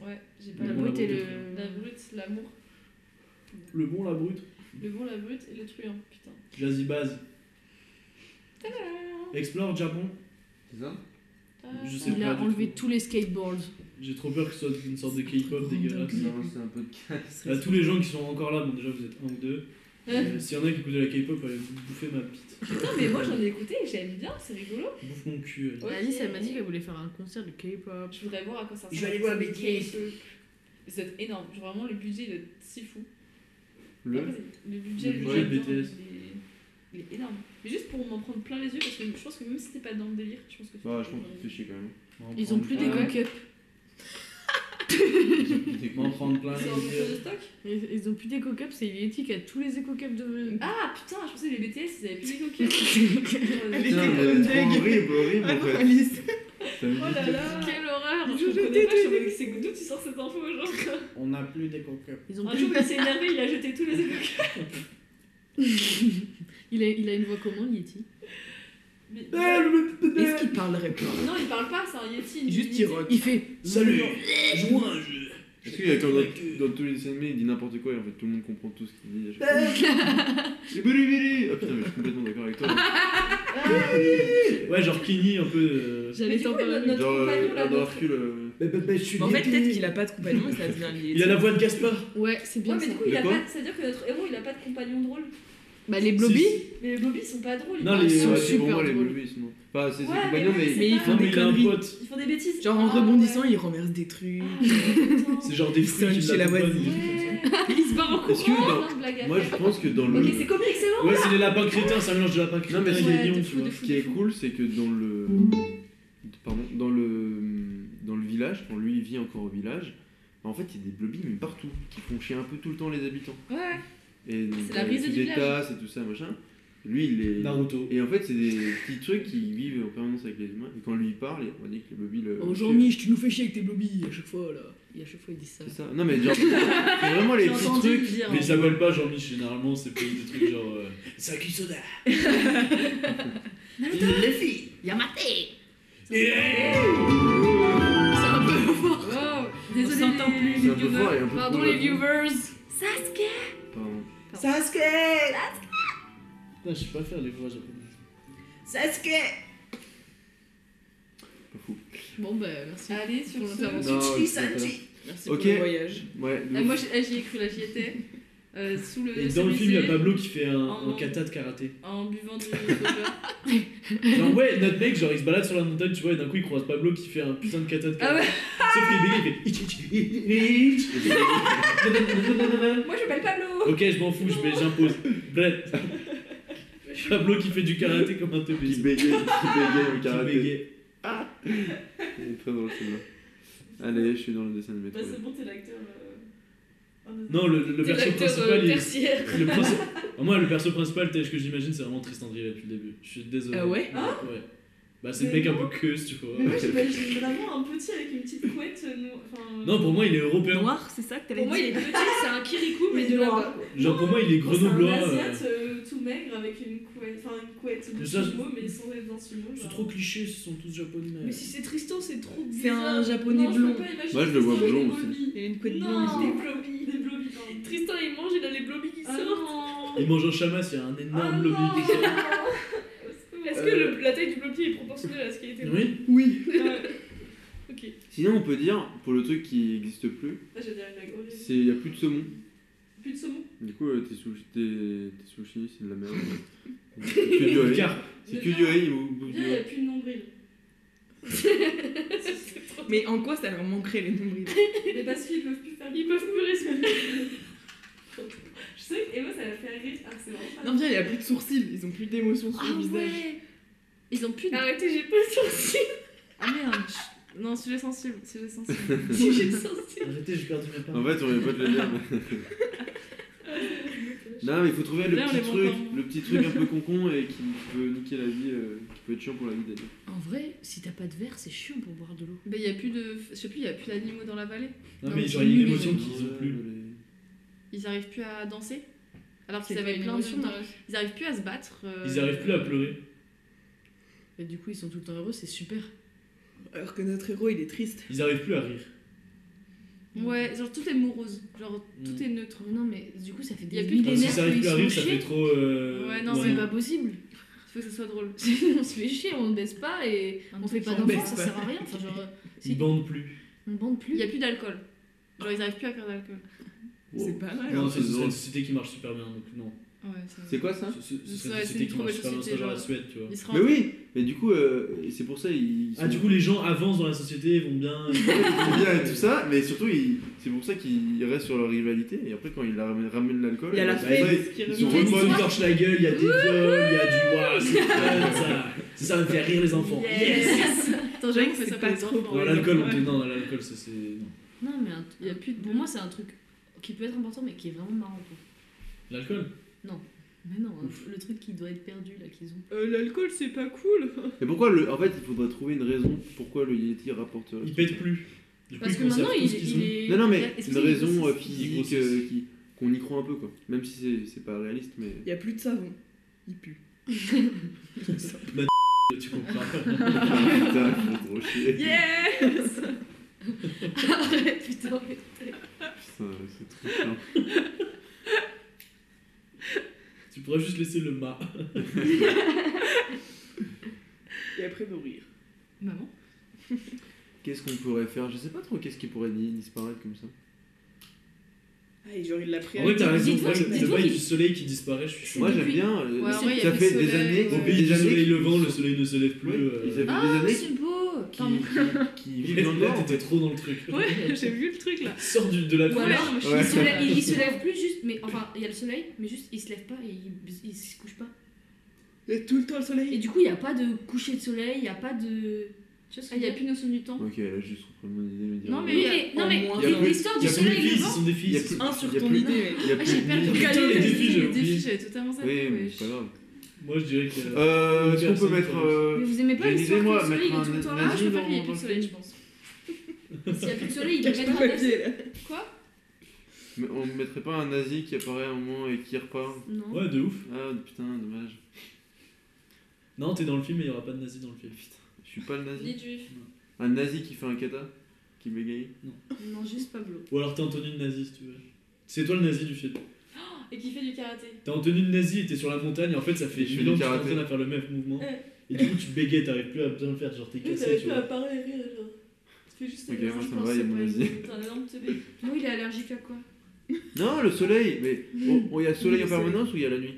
Speaker 1: Ouais, j'ai pas
Speaker 5: Le
Speaker 1: la
Speaker 5: bon,
Speaker 1: brute.
Speaker 2: brute euh, et
Speaker 5: brute.
Speaker 2: le.
Speaker 1: La brute, l'amour.
Speaker 5: Le bon, la brute.
Speaker 1: Le bon, la brute et le truand, putain.
Speaker 5: Jazzy Baz. Explore Japon.
Speaker 3: C'est ça
Speaker 5: Je sais
Speaker 2: Il
Speaker 5: pas.
Speaker 2: a
Speaker 5: du
Speaker 2: enlevé
Speaker 5: tout.
Speaker 2: tous les skateboards.
Speaker 5: J'ai trop peur que ce soit une sorte de
Speaker 7: Oh,
Speaker 5: K-pop dégueulasse.
Speaker 3: Non, c'est un podcast.
Speaker 5: À Bah, tous les gens qui sont encore là, bon déjà vous êtes un ou deux. Euh, S'il y en a qui écoutent de la K-pop, allez vous bouffer ma pite.
Speaker 10: Non, mais moi j'en ai écouté et j'aime bien, c'est rigolo.
Speaker 5: Bouffe mon cul. allez.
Speaker 10: Ouais.
Speaker 2: Alice, elle m'a dit qu'elle voulais faire un concert de K-pop.
Speaker 1: Je voudrais voir à quoi ça ressemble.
Speaker 9: Je vais aller voir
Speaker 1: C'est
Speaker 9: BTS.
Speaker 1: peu- C'est énorme. Genre, Vraiment, le budget il est si fou.
Speaker 3: Le
Speaker 1: Après, le budget, le
Speaker 5: le budget
Speaker 1: budget
Speaker 5: de
Speaker 1: dedans,
Speaker 5: BTS.
Speaker 1: il est- Il est énorme. Mais juste pour m'en prendre plein les yeux, parce que je pense que même si t'es pas dans le délire, je pense que
Speaker 3: Bah, je pense que tu te fais chier quand même.
Speaker 5: On va en
Speaker 2: Ils ont
Speaker 5: prendre
Speaker 2: plus
Speaker 5: plein-
Speaker 2: des
Speaker 1: Ah ouais.
Speaker 2: cook-up.
Speaker 5: On va en prendre plein.
Speaker 1: Ils sont en rupture de stock
Speaker 2: Ils ils ont plus des cook-up, c'est éthique à tous les éco-cups de.
Speaker 1: Ah putain, je pensais que les BTS ils avaient Oh plus les coquilles.
Speaker 7: Elle
Speaker 3: Putain,
Speaker 7: était comme
Speaker 3: mais trop
Speaker 7: dingue.
Speaker 3: horrible, horrible en fait.
Speaker 7: Alice.
Speaker 3: T'as vu
Speaker 1: Oh là là
Speaker 2: Quelle horreur
Speaker 1: Je connais pas, je savais que c'est- d'où tu sors cette info aujourd'hui
Speaker 5: On a plus des coca.
Speaker 2: Ils ont
Speaker 1: Un
Speaker 2: plus-
Speaker 1: jour il s'est énervé, il a jeté tous les écoquilles.
Speaker 2: il, a, il a une voix comment, Yeti
Speaker 1: Mais...
Speaker 7: Eh, Est-ce qu'il parlerait pas
Speaker 1: Non, il parle pas, c'est un Yeti. il-
Speaker 7: Juste
Speaker 1: il-
Speaker 7: il rote.
Speaker 2: Il fait.
Speaker 5: Salut Joins je...
Speaker 3: Est-ce qu'il y a comme dans, dans tous les dessins animés, il dit n'importe quoi et en fait tout le monde comprend tout ce qu'il dit à chaque fois. C'est bili bili Ah putain, mais je suis complètement d'accord avec toi.
Speaker 5: Ouais, genre Kenny un peu. euh, Bah,
Speaker 1: Mais
Speaker 2: J'allais
Speaker 1: du coup,
Speaker 2: t'en
Speaker 1: notre,
Speaker 2: parler.
Speaker 1: notre
Speaker 3: Genre,
Speaker 1: compagnon
Speaker 3: euh,
Speaker 1: là,
Speaker 3: dans
Speaker 1: notre...
Speaker 3: Hercule, euh,
Speaker 7: Mais Bah, En fait, peut-être qu'il a pas de compagnon et ça devient lié.
Speaker 5: Il a la voix de Gaspard
Speaker 2: Ouais, c'est
Speaker 1: Ouais,
Speaker 2: bien
Speaker 1: mais
Speaker 2: ça.
Speaker 1: du coup, il a
Speaker 3: De quoi
Speaker 1: pas... c'est-à-dire que notre héros il a pas de compagnon drôle.
Speaker 2: Bah, les
Speaker 5: Si,
Speaker 2: Blobby
Speaker 5: si.
Speaker 1: Mais les Bobby ils sont pas drôles. Ils,
Speaker 5: Non,
Speaker 1: parlent-
Speaker 5: les-
Speaker 3: ouais,
Speaker 2: sont
Speaker 3: c'est pour
Speaker 2: super
Speaker 3: moi les
Speaker 2: drôles.
Speaker 3: Bluebees, sinon. Enfin, c'est ses
Speaker 1: Ouais,
Speaker 3: compagnon,
Speaker 1: mais
Speaker 3: mais.
Speaker 1: oui,
Speaker 7: Mais ils
Speaker 1: Ah,
Speaker 7: font
Speaker 5: Non, mais
Speaker 7: des
Speaker 5: il a un
Speaker 7: conneries.
Speaker 5: pote.
Speaker 1: ils font des bêtises.
Speaker 7: Genre en
Speaker 1: Ah,
Speaker 7: rebondissant,
Speaker 1: ouais.
Speaker 7: il renverse des trucs.
Speaker 1: Ah, putain.
Speaker 5: C'est genre des
Speaker 7: Il
Speaker 5: fruits
Speaker 7: sonne
Speaker 5: qui
Speaker 7: chez la
Speaker 5: l'accompagnent,
Speaker 7: voisine.
Speaker 5: des trucs comme ça.
Speaker 2: Il se barre en courant.
Speaker 3: Est-ce que dans-
Speaker 1: Plein hein, de blagues à
Speaker 3: Moi je
Speaker 1: faire.
Speaker 3: pense que dans le.
Speaker 1: Ok, c'est comique, c'est bon.
Speaker 5: Ouais, c'est les lapins crétins, c'est un mélange de lapins crétins
Speaker 3: mais
Speaker 5: et
Speaker 3: c'est-
Speaker 5: des
Speaker 1: Ouais,
Speaker 5: lions,
Speaker 1: de
Speaker 5: tu
Speaker 1: fou,
Speaker 5: vois.
Speaker 1: de
Speaker 3: Ce qui est cool, c'est que dans le. Pardon, dans le. Dans le village, quand lui il vit encore au village, en fait il y a des Bluebees mais partout qui font chier un peu tout le temps les habitants.
Speaker 1: Ouais.
Speaker 3: Et donc,
Speaker 1: C'est la
Speaker 3: euh,
Speaker 1: risée
Speaker 3: tous
Speaker 1: du
Speaker 3: des
Speaker 1: village.
Speaker 3: tasses et tout ça, machin. Lui il est.
Speaker 5: Naruto.
Speaker 3: Et en fait, c'est des petits trucs qui vivent en permanence avec les humains. Et quand lui il parle, on dit que les Bobby le.
Speaker 7: Oh Jean-Mich, tu nous fais chier avec tes blobbies à chaque fois là. Et à chaque fois, il dit ça.
Speaker 3: C'est ça. Non, mais genre, c'est vraiment les
Speaker 1: J'ai
Speaker 3: petits
Speaker 1: entendu
Speaker 3: trucs.
Speaker 1: le dire.
Speaker 5: Mais ils s'appellent pas Jean-Michel, généralement c'est plus des trucs genre. Euh, Saki Soda
Speaker 7: Les filles
Speaker 6: Yamate
Speaker 2: C'est un peu fort.
Speaker 1: Wow.
Speaker 2: On
Speaker 1: Désolé,
Speaker 2: s'entend
Speaker 1: les-
Speaker 3: C'est un peu fort et un peu
Speaker 2: Pardon
Speaker 3: cool,
Speaker 2: les
Speaker 3: hein.
Speaker 2: viewers.
Speaker 6: Sasuke
Speaker 3: Pardon.
Speaker 1: Euh,
Speaker 9: Sasuke
Speaker 5: Putain, je sais pas faire les voix japonaises.
Speaker 9: Sasuke
Speaker 3: Pas fou.
Speaker 2: Bon,
Speaker 4: ben,
Speaker 2: bah, merci.
Speaker 1: Allez, sur
Speaker 2: Pour
Speaker 1: ce.
Speaker 2: l'intervention.
Speaker 3: Non,
Speaker 9: Tsuchi
Speaker 3: je sais pas.
Speaker 9: Sanji
Speaker 7: Merci
Speaker 3: Ok.
Speaker 7: pour le voyage.
Speaker 3: Ouais, de
Speaker 1: Ah,
Speaker 3: ouf.
Speaker 1: moi, j'y eh, j'y ai cru, là, j'y étais. Euh, sous le.
Speaker 5: Et dans le film, il y
Speaker 1: cerisier,
Speaker 5: a Pablo qui fait un,
Speaker 1: En-
Speaker 5: un kata de karaté.
Speaker 1: En buvant du soja.
Speaker 5: Genre, ouais, notre mec, genre il se balade sur la montagne, tu vois, et d'un coup il croise Pablo qui fait un putain de kata de
Speaker 1: Ah
Speaker 5: karaté.
Speaker 1: ouais.
Speaker 5: Sauf que les délires, il fait. Itch, itch, itch, itch. Nanananananana.
Speaker 1: Moi, je m'appelle Pablo.
Speaker 5: Ok, je m'en fous, je mets- j'impose. Bref. Pablo qui fait du karaté comme un teubé.
Speaker 3: Qui bégaye, qui bégaye au
Speaker 5: Qui
Speaker 3: karaté.
Speaker 5: bégaye.
Speaker 3: C'est très drôle celui-là. Allez, je suis dans le dessin animé.
Speaker 1: Bah,
Speaker 3: trop bien.
Speaker 1: c'est bon, t'es l'acteur. euh, un des-
Speaker 5: Non, le, le- le
Speaker 1: T'es
Speaker 5: perso
Speaker 1: l'acteur, euh,
Speaker 5: principal, il,
Speaker 1: tertiaire.
Speaker 5: Le princi- Enfin, Moi, le perso principal tel que j'imagine, c'est vraiment Tristan Drivet depuis le début. Je suis désolé.
Speaker 7: Ah ouais
Speaker 5: Ouais. Bah, c'est le
Speaker 1: Hein Mais
Speaker 5: mec un peu queuse, tu vois.
Speaker 1: Mais moi, j'imagine vraiment un petit avec une petite couette. euh, no- enfin,
Speaker 5: Non, pour moi, il est européen.
Speaker 7: Noir, c'est ça que t'allais
Speaker 1: Pour moi, il est
Speaker 7: dire
Speaker 1: petit, c'est un Kirikou, mais de
Speaker 9: Noir.
Speaker 1: là-bas.
Speaker 5: Genre, pour moi, il est
Speaker 1: Moi, Oh, C'est un
Speaker 5: grenoblois. euh,
Speaker 1: Asiate euh, tout maigre avec une couette, enfin une couette de
Speaker 5: Mais ça,
Speaker 1: sumo, mais sans être dans sumo.
Speaker 5: C'est
Speaker 1: genre.
Speaker 5: trop cliché, ce sont tous japonais.
Speaker 1: Mais si c'est Tristan, c'est trop bizarre.
Speaker 7: C'est un japonais
Speaker 1: non,
Speaker 7: blond.
Speaker 1: Je peux pas imaginer
Speaker 3: Moi, je le vois
Speaker 1: Tristan avec
Speaker 3: blond
Speaker 1: des
Speaker 3: aussi.
Speaker 1: blobbies.
Speaker 7: Il a une couette
Speaker 1: Non,
Speaker 7: blonde.
Speaker 1: des blobbies, des blobbies, pardon.
Speaker 10: Tristan il mange, il a les blobbies qui
Speaker 1: Ah
Speaker 10: sortent.
Speaker 1: non
Speaker 5: Il mange un chamas, il y a un énorme
Speaker 1: Ah
Speaker 5: lobby qui
Speaker 1: non.
Speaker 5: sort.
Speaker 10: Est-ce que
Speaker 3: Euh.
Speaker 10: le- la taille du blobby est proportionnelle à ce qu'il était
Speaker 5: Oui
Speaker 7: Oui.
Speaker 1: Ouais.
Speaker 3: Sinon, on peut dire, pour le truc qui existe plus,
Speaker 1: Là, j'ai dit Ah, une blague horrible.
Speaker 3: c'est il y a plus de saumon.
Speaker 1: Plus de saumon.
Speaker 3: Du coup, euh, tes sushis, tes- tes sushis, c'est de la merde. C'est que du riz.
Speaker 5: Car,
Speaker 3: C'est que du riz, vous bouffez
Speaker 1: Viens,
Speaker 3: du
Speaker 1: il n'y a
Speaker 3: riz.
Speaker 1: plus de nombril.
Speaker 7: Mais en quoi ça leur manquerait les nombrils
Speaker 1: Mais parce qu'ils peuvent plus faire. Ils peuvent plus respirer. je sais que Emma, ça la fait rire. Ah, c'est vraiment pas. Ah
Speaker 7: Non, viens, il y a plus de sourcils, ils ont plus d'émotion
Speaker 4: Ah
Speaker 7: sur le visage.
Speaker 1: Ils ont plus de.
Speaker 10: Arrêtez, j'ai pas le sourcil.
Speaker 1: Ah merde. chut. Non, sujet sensible. Sujet sensible.
Speaker 10: J'ai le sourcil.
Speaker 5: arrêtez, j'ai perdu ma
Speaker 3: En
Speaker 5: part.
Speaker 3: fait, on vient pas de le dire. mais- non, mais il faut trouver le
Speaker 1: Là, on
Speaker 3: petit
Speaker 1: les voit
Speaker 3: truc,
Speaker 1: encore.
Speaker 3: le petit truc un peu concon et qui peut niquer la vie, euh, qui peut être chiant pour la vie d'ailleurs.
Speaker 4: En vrai, si t'as pas de verre, c'est chiant pour boire de l'eau.
Speaker 1: Mais il n'y a plus de. Je sais plus, il n'y a plus d'animaux dans la vallée.
Speaker 5: Non,
Speaker 1: Non,
Speaker 5: mais
Speaker 1: mais
Speaker 5: genre, il y a une
Speaker 1: oui,
Speaker 5: émotion
Speaker 1: mais-
Speaker 5: qu'ils ont plus.
Speaker 1: Ils arrivent plus à danser. Alors
Speaker 2: C'est
Speaker 1: qu'ils avaient
Speaker 2: une
Speaker 1: plein
Speaker 2: émotion,
Speaker 1: de.
Speaker 2: hein.
Speaker 1: Ils arrivent plus à se battre. euh,
Speaker 5: Ils arrivent plus à pleurer.
Speaker 2: Et du coup, ils sont tout le temps heureux, c'est super.
Speaker 7: Alors que notre héros, il est triste.
Speaker 5: Ils arrivent plus à rire.
Speaker 1: Ouais, genre tout est morose. Genre tout
Speaker 5: Mm.
Speaker 1: est neutre.
Speaker 4: Non, mais du coup, ça fait
Speaker 1: Y a
Speaker 4: des
Speaker 1: plus de-
Speaker 5: Parce que
Speaker 4: millénaires
Speaker 5: s'ils arrivent
Speaker 4: qu'ils
Speaker 5: plus à
Speaker 4: sont
Speaker 5: rire, ça
Speaker 4: chiés.
Speaker 5: fait trop. euh,
Speaker 1: Ouais, non,
Speaker 2: C'est pas possible.
Speaker 1: Faut que ça soit drôle.
Speaker 4: on se fait chier, on ne baisse pas et
Speaker 1: Un
Speaker 4: on fait
Speaker 1: truc
Speaker 4: pas
Speaker 1: qui- on
Speaker 4: d'enfants,
Speaker 1: baisse
Speaker 4: ça
Speaker 1: pas.
Speaker 4: sert à rien. Enfin, genre, euh, si-
Speaker 5: Ils bandent plus.
Speaker 4: on bande
Speaker 1: Il
Speaker 4: plus.
Speaker 1: n'y a plus d'alcool. Genre, ils arrivent plus à faire d'alcool.
Speaker 7: C'est pas mal.
Speaker 5: Non,
Speaker 7: hein.
Speaker 5: c'est c'est une société qui marche super bien, donc non.
Speaker 1: Ouais,
Speaker 3: C'est quoi ça
Speaker 5: Ce- ce-
Speaker 1: Ce
Speaker 5: Ce
Speaker 1: serait- c'est
Speaker 5: serait une société
Speaker 1: une
Speaker 5: qui marche
Speaker 1: trop
Speaker 5: super bien,
Speaker 1: bonne
Speaker 5: c'est genre la
Speaker 1: société,
Speaker 5: Suède, tu vois.
Speaker 1: Ils se
Speaker 3: Mais
Speaker 1: rendent-
Speaker 3: oui Mais du coup, euh, c'est pour ça ils.
Speaker 5: Ah,
Speaker 3: sont-
Speaker 5: du coup, les gens avancent dans la société, vont bien.
Speaker 3: Ils sont bien et tout ça, mais surtout, ils- c'est pour ça qu'ils restent sur leur rivalité. Et après, quand ils la ramènent, ramènent l'alcool,
Speaker 7: Il y a la
Speaker 3: bah,
Speaker 7: fête
Speaker 3: ouais,
Speaker 7: qui
Speaker 3: ils
Speaker 5: Ils
Speaker 3: sont
Speaker 5: vont
Speaker 3: revenus.
Speaker 5: ils torchent la gueule, il y a des viols, il y a du waouh, c'est fun ça. Ça, ça va me faire rire les enfants. Yes!
Speaker 1: Attends, j'avoue qu'on fait ça pas trop
Speaker 5: Non, l'alcool, on peut- non, l'alcool, ça c'est.
Speaker 4: Non,
Speaker 5: non.
Speaker 4: mais un-
Speaker 1: Il y a plus de
Speaker 4: pour moi, c'est un truc qui peut être important, mais qui est vraiment marrant. quoi.
Speaker 5: L'alcool?
Speaker 4: Mais non, hein, le truc qui doit être perdu là qu'ils ont.
Speaker 7: Euh,
Speaker 1: L'alcool, c'est pas cool.
Speaker 3: Et pourquoi le. En fait, il faudrait trouver une raison pourquoi le Yeti rapporte. euh,
Speaker 5: Ils pètent plus. Du coup,
Speaker 4: Parce
Speaker 5: ils
Speaker 4: que
Speaker 5: conservent
Speaker 4: maintenant,
Speaker 5: tout
Speaker 4: il,
Speaker 5: ce qu'ils
Speaker 4: il
Speaker 5: ont.
Speaker 4: est.
Speaker 3: Non, non, mais
Speaker 4: Est-ce
Speaker 3: une
Speaker 4: qu'il-
Speaker 3: raison euh,
Speaker 5: Ils
Speaker 3: physique
Speaker 5: grossissent.
Speaker 3: euh, qui- qu'on y croit un peu, quoi. Même si c'est- c'est pas réaliste, mais.
Speaker 7: Il y a plus de savon. Il pue.
Speaker 5: Tu comprends?
Speaker 3: Putain, ils font trop chier.
Speaker 1: Yes
Speaker 4: Arrête, putain, mais
Speaker 3: Putain, c'est trop chiant.
Speaker 5: Tu pourrais juste laisser le mât.
Speaker 7: Et après mourir.
Speaker 1: Maman
Speaker 3: Qu'est-ce qu'on pourrait faire Je sais pas trop qu'est-ce qui pourrait ni- disparaître comme ça.
Speaker 7: Ah, et genre, il l'a pris
Speaker 5: En vrai, t'as raison,
Speaker 4: Dites-moi-
Speaker 5: moi, le le
Speaker 4: dites-moi
Speaker 5: bail
Speaker 4: qu'il-
Speaker 5: du soleil qui disparaît, je suis chaud.
Speaker 3: Moi,
Speaker 5: Au
Speaker 3: j'aime bien. euh,
Speaker 1: Ouais, en vrai, il y a
Speaker 3: ça
Speaker 1: du
Speaker 3: fait des
Speaker 1: soleil,
Speaker 3: années.
Speaker 1: ouais. Au
Speaker 5: pays
Speaker 3: des
Speaker 5: du
Speaker 3: années
Speaker 5: soleil
Speaker 3: qu'ils
Speaker 5: levant,
Speaker 3: sont-
Speaker 5: le soleil ne se lève
Speaker 3: Ouais,
Speaker 5: plus.
Speaker 3: ils avaient
Speaker 5: euh,
Speaker 3: des
Speaker 4: Ah,
Speaker 3: années
Speaker 4: c'est beau
Speaker 3: qui,
Speaker 4: Pardon.
Speaker 3: qui, qui vivent dans le
Speaker 5: Là,
Speaker 3: Nord.
Speaker 5: t'étais trop dans le truc.
Speaker 1: Ouais, j'ai vu le truc là.
Speaker 5: Sors du- de la
Speaker 4: Ou
Speaker 5: flèche.
Speaker 4: alors,
Speaker 1: Ah,
Speaker 3: Ouais.
Speaker 4: il, se lève, il- il se lève plus juste, mais enfin, il y a le soleil, mais juste, il se lève pas et il, il se couche pas.
Speaker 7: Il y a tout le temps le soleil.
Speaker 4: Et du coup, il n'y a pas de coucher de soleil, il n'y a pas de. Tu vois ce
Speaker 1: Ah, Il n'y
Speaker 4: que je veux
Speaker 1: a
Speaker 4: dire
Speaker 1: plus notion du temps.
Speaker 3: Ok, là, j'ai juste compris mon idée. mais
Speaker 1: Non,
Speaker 3: dire-
Speaker 1: mais
Speaker 4: Oui,
Speaker 1: il y a-
Speaker 4: mais- non,
Speaker 7: au
Speaker 4: mais
Speaker 7: moins.
Speaker 3: Il y a plus-
Speaker 4: l'histoire
Speaker 5: Il y
Speaker 4: du
Speaker 5: a plus de
Speaker 4: soleil
Speaker 5: filles, ce
Speaker 4: levant.
Speaker 5: sont
Speaker 3: Il
Speaker 5: des
Speaker 3: y
Speaker 5: filles.
Speaker 3: a plus-
Speaker 7: Un sur
Speaker 3: il y a
Speaker 7: ton
Speaker 3: plus-
Speaker 7: idée, mec.
Speaker 3: Il y a
Speaker 4: Ah,
Speaker 3: plus
Speaker 4: j'ai
Speaker 3: de-
Speaker 4: perdu le
Speaker 5: Putain,
Speaker 4: calendrier.
Speaker 5: les défis, j'ai
Speaker 1: Les défis,
Speaker 5: oublié.
Speaker 1: j'avais totalement ça.
Speaker 3: Oui, mais
Speaker 1: wesh.
Speaker 3: c'est pas grave.
Speaker 5: Moi, je dirais
Speaker 3: Euh,
Speaker 5: que.
Speaker 3: Est-ce qu'on peut
Speaker 5: Personne
Speaker 3: mettre.
Speaker 5: ne
Speaker 4: Mais
Speaker 3: euh,
Speaker 4: vous aimez pas
Speaker 3: j'ai une idée,
Speaker 4: l'histoire
Speaker 3: moi,
Speaker 4: que le soleil il
Speaker 3: mettre
Speaker 4: est tout le temps
Speaker 3: un
Speaker 4: là
Speaker 1: Ah, je
Speaker 3: nazi
Speaker 1: préfère qu'il n'y ait
Speaker 3: dans
Speaker 1: plus
Speaker 3: dans
Speaker 1: de
Speaker 3: le
Speaker 1: soleil, je
Speaker 3: film.
Speaker 1: pense.
Speaker 4: S'il n'y a plus de soleil, il peut
Speaker 7: Cache ton
Speaker 4: mettre un
Speaker 7: papier, là.
Speaker 3: Mais On mettrait pas un nazi qui apparaît à un moment et qui repart
Speaker 4: Non.
Speaker 5: euh, Ouais, de ouf.
Speaker 3: Ah putain, dommage.
Speaker 5: Non, t'es dans le film, mais il y aura pas de nazi dans le film.
Speaker 3: Je suis pas le nazi.
Speaker 1: Ni juif.
Speaker 3: Un nazi qui fait un kata Qui bégaye
Speaker 4: Non, juste Pablo.
Speaker 5: Ou alors t'es en tenue de nazi, si tu veux. C'est toi le nazi du film.
Speaker 1: Et qui fait du karaté.
Speaker 5: T'es en tenue de nazi et t'es sur la montagne, et en fait, ça fait
Speaker 3: Je fais
Speaker 5: 1000 ans
Speaker 3: du
Speaker 5: que tu
Speaker 3: karaté.
Speaker 5: t'entraînes à faire le même mouvement.
Speaker 1: Ouais.
Speaker 5: Et du coup, tu bégayes, t'arrives plus à bien le faire, genre t'es cassé, tu vois.
Speaker 1: parler, rire, genre. Tu fais juste
Speaker 3: Ok, moi, ça me va, il y a mon nazi.
Speaker 1: T'as un énorme teubé.
Speaker 4: Moi, il est allergique à quoi
Speaker 3: Non, le soleil Mais oh, oh, il y a soleil en permanence ou il y a la nuit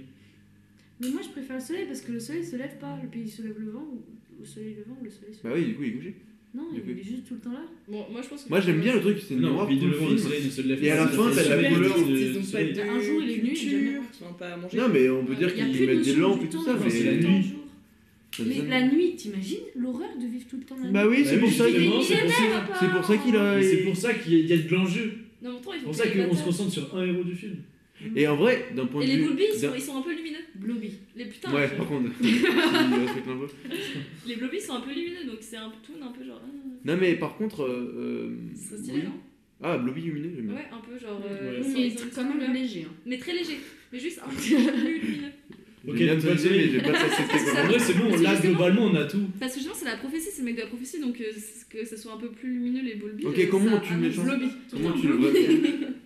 Speaker 4: Mais moi, je préfère le soleil parce que le soleil se lève pas. Le pays se lève le vent ou le soleil levant ou le soleil se
Speaker 3: Bah oui, du coup, il est couché.
Speaker 4: Non,
Speaker 3: Du coup.
Speaker 4: il est juste tout le temps là.
Speaker 1: Bon, moi je pense que.
Speaker 3: Moi, j'aime bien le truc, c'est
Speaker 5: Non,
Speaker 3: noir
Speaker 5: puis
Speaker 3: tout
Speaker 5: de
Speaker 3: le
Speaker 5: devant, le
Speaker 3: film.
Speaker 5: soleil ne se lève
Speaker 3: Et à la
Speaker 5: c'est
Speaker 3: fin,
Speaker 5: fait
Speaker 3: t'as la
Speaker 5: jamais
Speaker 3: couleur
Speaker 5: de-
Speaker 7: Ils ont pas
Speaker 5: soleil.
Speaker 7: de
Speaker 4: Un jour, il est venu, il a jamais
Speaker 7: culture,
Speaker 4: mangé.
Speaker 7: Enfin, pas à manger.
Speaker 3: Non, mais on peut
Speaker 1: Ouais,
Speaker 3: dire
Speaker 4: Il y a
Speaker 3: qu'ils
Speaker 4: plus de
Speaker 3: mettent des
Speaker 4: notion
Speaker 3: lampes
Speaker 4: du
Speaker 3: et tout
Speaker 4: temps,
Speaker 3: ça,
Speaker 5: enfin,
Speaker 3: mais.
Speaker 5: c'est la
Speaker 4: du
Speaker 5: nuit.
Speaker 4: temps-jour. Mais la nuit, t'imagines l'horreur de vivre tout le temps la nuit
Speaker 3: Bah oui,
Speaker 5: Bah
Speaker 3: c'est
Speaker 5: oui,
Speaker 3: pour ça
Speaker 5: justement,
Speaker 3: qu'il.
Speaker 5: c'est pour ça-
Speaker 3: C'est pour ça qu'il a.
Speaker 5: mais C'est pour ça qu'il y a- il y a de l'enjeu.
Speaker 1: Non, mais pourtant, ils
Speaker 5: C'est
Speaker 1: sont
Speaker 5: pour ça qu'on se concentre sur un héros du film.
Speaker 3: Et en vrai, d'un point
Speaker 1: Et
Speaker 3: de
Speaker 1: les
Speaker 3: vue.
Speaker 1: Goulbis, ils,
Speaker 3: d'un-
Speaker 1: sont- ils sont un peu lumineux.
Speaker 4: Blobby.
Speaker 1: Les putains.
Speaker 3: Ouais,
Speaker 1: je-
Speaker 3: par contre. il respecte un peu.
Speaker 1: Les Blobbies sont un peu lumineux, donc c'est un peu tout, un peu genre. ah,
Speaker 3: Non, mais par contre. euh, euh,
Speaker 1: C'est trop stylé,
Speaker 3: oui. Ah, Blobby lumineux, j'aime bien.
Speaker 1: non Ouais, un peu genre.
Speaker 5: Ouais.
Speaker 1: euh,
Speaker 5: Oui,
Speaker 1: ils sont-
Speaker 4: Mais
Speaker 1: ils ont une
Speaker 4: quand même
Speaker 1: couleur.
Speaker 4: léger. hein.
Speaker 1: Mais très léger. Mais juste un peu plus lumineux.
Speaker 5: Ok,
Speaker 3: J'ai bien
Speaker 5: donc
Speaker 3: ton
Speaker 5: pas de
Speaker 3: idée, mais
Speaker 5: soleil.
Speaker 3: j'ai pas de
Speaker 1: Parce que
Speaker 5: En vrai, c'est bon,
Speaker 1: Parce que
Speaker 5: là,
Speaker 1: justement-
Speaker 5: globalement, on a tout.
Speaker 1: Parce que justement, c'est la prophétie, c'est le mec de la prophétie, donc euh, c'est- que ce soit un peu plus lumineux les Blobbies.
Speaker 3: Ok,
Speaker 1: euh,
Speaker 3: comment
Speaker 1: ça
Speaker 3: on tue le
Speaker 1: annonce
Speaker 3: méchant
Speaker 1: Blobby.
Speaker 3: Comment
Speaker 1: Tout
Speaker 3: tu le
Speaker 1: un Blobby.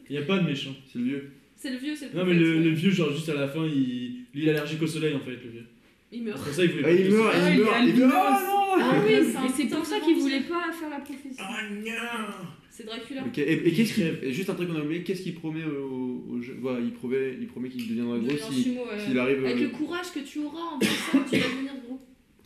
Speaker 5: Il n'y a pas de méchant.
Speaker 3: C'est le vieux.
Speaker 1: C'est le vieux, c'est le
Speaker 5: Non, mais
Speaker 1: prophète,
Speaker 5: le,
Speaker 1: ouais.
Speaker 5: le vieux, genre, juste à la fin, il, il est allergique au soleil, en fait, le vieux.
Speaker 4: Il
Speaker 5: C'est
Speaker 4: meurt.
Speaker 5: pour ça qu'il voulait
Speaker 3: Ah,
Speaker 5: pas
Speaker 3: il
Speaker 5: que-
Speaker 3: meurt,
Speaker 7: il
Speaker 3: il
Speaker 7: est
Speaker 3: meurt, il
Speaker 7: albinos.
Speaker 3: meurt. Oh, non
Speaker 4: Ah oui,
Speaker 1: c'est un
Speaker 4: mais c'est
Speaker 1: putain
Speaker 4: pour ça
Speaker 1: de
Speaker 4: qu'il
Speaker 1: bon
Speaker 4: voulait pas faire la prophétie.
Speaker 5: Ah
Speaker 1: Oh, C'est Dracula.
Speaker 3: Ok, et, et qu'est-ce qu'il.
Speaker 5: Crève.
Speaker 3: et Juste un truc qu'on a oublié, qu'est-ce qu'il promet au, au jeu Bah, il promet, il promet qu'il deviendra
Speaker 1: Devient
Speaker 3: gros s'il
Speaker 1: sumo, ouais.
Speaker 3: s'il arrive.
Speaker 1: Avec
Speaker 3: euh,
Speaker 1: le courage que tu auras en faisant ça, tu vas devenir gros.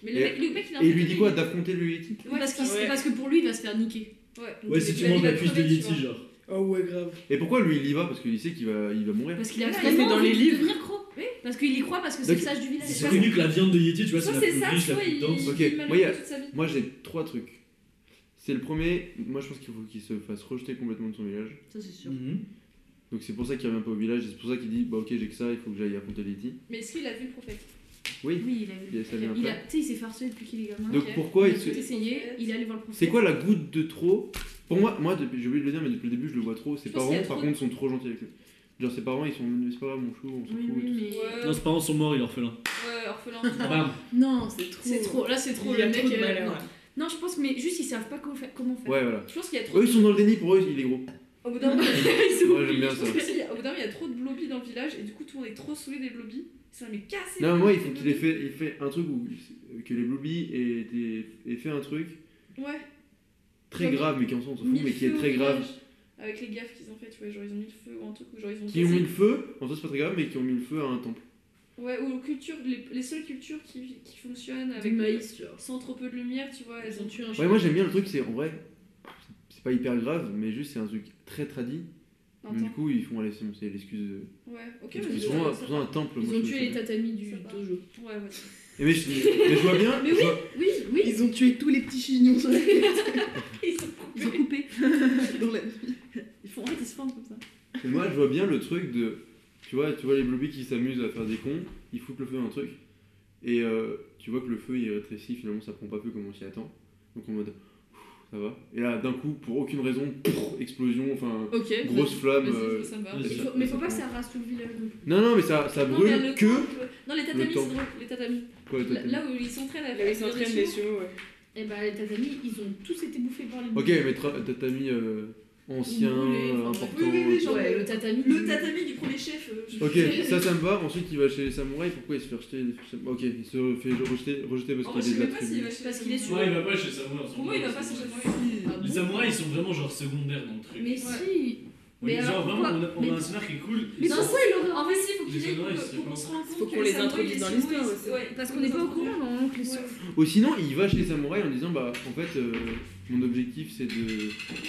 Speaker 1: Mais le
Speaker 3: Et-
Speaker 1: mec, le mec, il a un
Speaker 3: Et il
Speaker 1: peu
Speaker 3: lui
Speaker 1: de
Speaker 3: dit quoi D'affronter le Yeti
Speaker 1: Ouais,
Speaker 4: Parce, qu'il-
Speaker 7: Ouais.
Speaker 4: parce que pour lui, il va se faire niquer.
Speaker 1: Ouais,
Speaker 5: Ouais, si tu manges la cuisse de Yeti, genre.
Speaker 7: Oh ouais, grave.
Speaker 3: Et pourquoi lui il y va Parce qu'il sait qu'il va, il va mourir.
Speaker 4: Parce qu'il a
Speaker 1: Ouais,
Speaker 4: vraiment
Speaker 7: mais dans
Speaker 4: envie
Speaker 7: les
Speaker 4: de
Speaker 7: livres-
Speaker 4: devenir
Speaker 1: Oh,
Speaker 4: gros. Parce qu'il y croit, parce que c'est
Speaker 3: Donc,
Speaker 4: le sage du village.
Speaker 5: C'est connu que la viande de Yeti, tu vois, c'est
Speaker 1: Soit
Speaker 5: la
Speaker 1: c'est
Speaker 5: plus
Speaker 1: ça,
Speaker 5: riche, la
Speaker 1: soit
Speaker 5: plus
Speaker 1: il
Speaker 5: dense.
Speaker 3: Ok,
Speaker 1: il est
Speaker 3: moi, il y a-
Speaker 1: malheureux toute sa vie.
Speaker 3: Moi j'ai trois trucs. C'est le premier, moi je pense qu'il faut qu'il se fasse rejeter complètement de son village.
Speaker 4: Ça, c'est sûr.
Speaker 5: Mhm.
Speaker 3: Donc c'est pour ça qu'il revient pas au village, et c'est pour ça qu'il dit bah ok j'ai que ça, il faut que j'aille affronter le Yeti.
Speaker 1: Mais est-ce qu'il a vu le prophète
Speaker 3: Oui,
Speaker 4: Oui, il a vu.
Speaker 3: il y a ça vient
Speaker 4: Il a-
Speaker 3: après.
Speaker 4: Tu sais, il s'est farcé depuis qu'il est gamin.
Speaker 3: Donc
Speaker 1: ok.
Speaker 3: pourquoi
Speaker 4: il
Speaker 3: il
Speaker 4: a
Speaker 3: se.
Speaker 4: tout essayé, il est allé voir le prophète.
Speaker 3: C'est quoi la goutte de trop Pour moi, moi depuis- j'ai oublié de le dire, mais depuis le début je le vois trop. Ses
Speaker 1: Je pense qu'il y
Speaker 3: parents
Speaker 1: a
Speaker 3: par
Speaker 1: trop-
Speaker 3: contre sont trop gentils avec lui. Genre ses parents ils sont venus, c'est pas grave mon chou, on s'en
Speaker 4: Oui,
Speaker 3: fout. et
Speaker 4: oui,
Speaker 3: tout
Speaker 4: mais.
Speaker 1: Ouais,
Speaker 5: Non, ses parents sont morts, il est orphelin.
Speaker 1: ouais, orphelin.
Speaker 5: Bam.
Speaker 7: Non, c'est trop.
Speaker 4: C'est trop, là c'est trop
Speaker 7: Il y
Speaker 4: le
Speaker 7: a
Speaker 4: mec.
Speaker 7: trop de
Speaker 4: euh,
Speaker 7: malheur.
Speaker 4: non. Non, je pense, mais juste ils savent pas comment faire. Comment
Speaker 3: ça.
Speaker 4: faire.
Speaker 3: Ouais voilà.
Speaker 1: Je pense qu'il y a trop.
Speaker 3: Eux ils sont dans le déni, pour eux il est gros.
Speaker 1: Au bout d'un moment, ils se
Speaker 3: Moi, j'aime bien
Speaker 1: oublient.
Speaker 3: ça.
Speaker 1: Je trouve qu'il y a- Au bout d'un moment, il y a trop de blobbies dans le village et du coup, tout le monde est trop saoulé des blobbies. C'est un mais cassé.
Speaker 3: Non, moi, il faut qu'il ait fait, il fait un truc où que les Bluebies aient, été- aient fait un truc
Speaker 1: Ouais.
Speaker 3: très grave, mais qui en soi on s'en fout,
Speaker 1: Mille
Speaker 3: mais qui est
Speaker 1: feux au
Speaker 3: très grave.
Speaker 1: village, Avec les gaffes qu'ils ont fait, tu vois, genre ils ont mis le feu ou un truc, ou genre ils ont.
Speaker 3: Qui ont
Speaker 1: cassé-
Speaker 3: mis le feu, en soi c'est pas très grave, mais qui ont mis le feu à un temple.
Speaker 1: Ouais, ou culture, les, les seules cultures qui, qui fonctionnent avec
Speaker 2: Avec maïs, tu vois.
Speaker 1: sans trop peu de lumière, tu vois, elles ont tué un
Speaker 3: Ouais, moi j'aime bien le truc, c'est en vrai, c'est pas hyper grave, mais juste c'est un truc très tradit.
Speaker 1: Un
Speaker 3: Donc, du
Speaker 1: temple.
Speaker 3: coup, ils font, allez, c'est bon, c'est l'excuse. de-
Speaker 1: Ouais, ok,
Speaker 3: Mm. Parce
Speaker 1: mais
Speaker 3: que
Speaker 1: ça-
Speaker 3: souvent,
Speaker 1: ça-
Speaker 3: souvent, un temple. moi,
Speaker 2: Ils
Speaker 3: je
Speaker 2: ont
Speaker 3: trouve
Speaker 2: tué
Speaker 3: ça
Speaker 2: les
Speaker 3: bien.
Speaker 2: tatamis du
Speaker 1: Ça va.
Speaker 2: dojo.
Speaker 1: Ouais, ouais.
Speaker 3: Et mais, je, mais je vois bien.
Speaker 2: Mais
Speaker 3: je
Speaker 2: oui,
Speaker 3: vois-
Speaker 2: oui, oui.
Speaker 7: Ils ont tué tous les petits chignons sur la
Speaker 4: Ils ont coupé.
Speaker 7: dans la-
Speaker 1: Ils font ouais, ils se forment comme ça.
Speaker 3: mais moi, je vois bien le truc de. Tu vois, tu vois les bluebies qui s'amusent à faire des cons, ils foutent le feu à un truc, et euh, tu vois que le feu il rétrécit, finalement ça prend pas feu comme on s'y attend. Donc en mode. Ouf, Ça va. Et là, d'un coup, pour aucune raison, pouf, explosion, enfin,
Speaker 1: Ok,
Speaker 3: grosse flamme.
Speaker 1: vas-y,
Speaker 3: euh,
Speaker 1: ça me va.
Speaker 5: vas-y.
Speaker 2: Bah, Il faut- mais faut pas que ça rase tout le village non plus.
Speaker 3: Non, non, mais ça, ça
Speaker 1: Non,
Speaker 3: brûle
Speaker 1: mais le
Speaker 3: que.
Speaker 1: temple- Non, les
Speaker 3: le
Speaker 1: tatamis, c'est
Speaker 3: temple.
Speaker 1: drôle, les tatamis.
Speaker 3: Quoi, le
Speaker 1: Là,
Speaker 3: totem
Speaker 1: là où ils s'entraînent à faire
Speaker 7: Ils s'entraînent les chevaux, ouais.
Speaker 2: Et bah, les tatamis, ils ont tous été bouffés par les
Speaker 3: Ok,
Speaker 2: bouffées.
Speaker 3: mais tra- tatami euh, ancien,
Speaker 2: Brûlé,
Speaker 3: euh,
Speaker 2: enfin,
Speaker 3: important.
Speaker 1: oui, oui, oui, genre-
Speaker 2: Ouais, le tatami.
Speaker 1: Le tatami du premier chef. euh, je-
Speaker 3: Ok, ça, ça me va. Ensuite, il va chez les samouraïs. Pourquoi il se fait rejeter il fait- Ok, il se fait rejeter, rejeter parce
Speaker 1: En vrai, je
Speaker 3: qu'il
Speaker 1: sais
Speaker 3: est de la
Speaker 1: même pas
Speaker 3: tribu.
Speaker 1: s'il va chez
Speaker 2: Parce qu'il est
Speaker 1: sur.
Speaker 2: sûr.
Speaker 5: Ouais, il va pas chez les samouraïs.
Speaker 1: Pour moi, il va pas chez Samouraï.
Speaker 2: Ah bon
Speaker 5: Les samouraïs, ils sont vraiment genre secondaires dans le truc.
Speaker 2: Mais si
Speaker 5: On est
Speaker 2: mais
Speaker 5: genre
Speaker 2: alors
Speaker 5: vraiment, on a,
Speaker 2: pourquoi
Speaker 5: on a
Speaker 2: Mais-
Speaker 5: un scénar qui est cool.
Speaker 2: Mais
Speaker 5: ils sont-
Speaker 2: pourquoi il aurait
Speaker 1: En fait, si, faut
Speaker 5: Les
Speaker 1: qu'il ait
Speaker 5: samouraïs,
Speaker 1: pour-
Speaker 5: c'est
Speaker 1: pour qu'on
Speaker 5: pas-
Speaker 1: se rende compte.
Speaker 7: Faut
Speaker 1: que
Speaker 7: qu'on les
Speaker 1: samouraïs,
Speaker 7: introduise
Speaker 1: les
Speaker 7: dans
Speaker 1: Chinois,
Speaker 7: l'histoire
Speaker 1: ils-
Speaker 7: aussi.
Speaker 1: ouais,
Speaker 4: Parce qu'on est pas au courant, normalement, que les
Speaker 1: Ouais.
Speaker 3: Ou sinon, il va chez les samouraïs en disant Bah, en fait, euh, mon objectif c'est de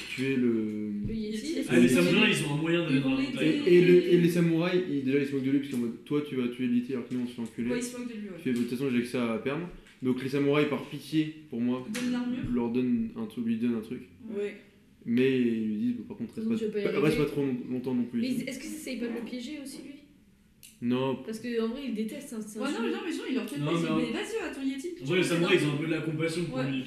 Speaker 3: tuer le.
Speaker 2: Le Yeti
Speaker 5: Ah, les samouraïs, ils ont un moyen d'aller dans la
Speaker 1: Ils ont
Speaker 3: Et,
Speaker 5: montagne.
Speaker 1: été-
Speaker 3: et le- et les samouraïs, ils, déjà ils se moquent de lui parce qu'en mode Toi, tu vas tuer Liti alors que nous on se fait enculer.
Speaker 1: Ouais, il se moque de lui, ouais.
Speaker 3: Tu fais, De toute façon, j'ai que ça à perdre. Donc, les samouraïs, par pitié pour moi,
Speaker 1: Donne une armure.
Speaker 3: leur donne un truc, lui donnent un truc.
Speaker 7: Ouais.
Speaker 3: Mais ils lui disent, par contre,
Speaker 2: Par contre, tu
Speaker 3: reste
Speaker 2: vas
Speaker 3: pas,
Speaker 2: pas y
Speaker 3: pa-
Speaker 2: arriver.
Speaker 3: reste pas trop long- longtemps non plus.
Speaker 2: Mais est-ce qu'ils essayent pas de le piéger aussi, lui
Speaker 3: Non,
Speaker 2: Parce qu'en vrai, hein, il déteste ça.
Speaker 1: Ouais, non, mais non, mais genre, il leur fait pas,
Speaker 5: Non,
Speaker 1: il dit,
Speaker 5: mais en-
Speaker 1: mais vas-y, à ton Yeti.
Speaker 5: En vrai, les samouraïs, ils ont un peu de la compassion pour
Speaker 1: Ouais.
Speaker 5: lui.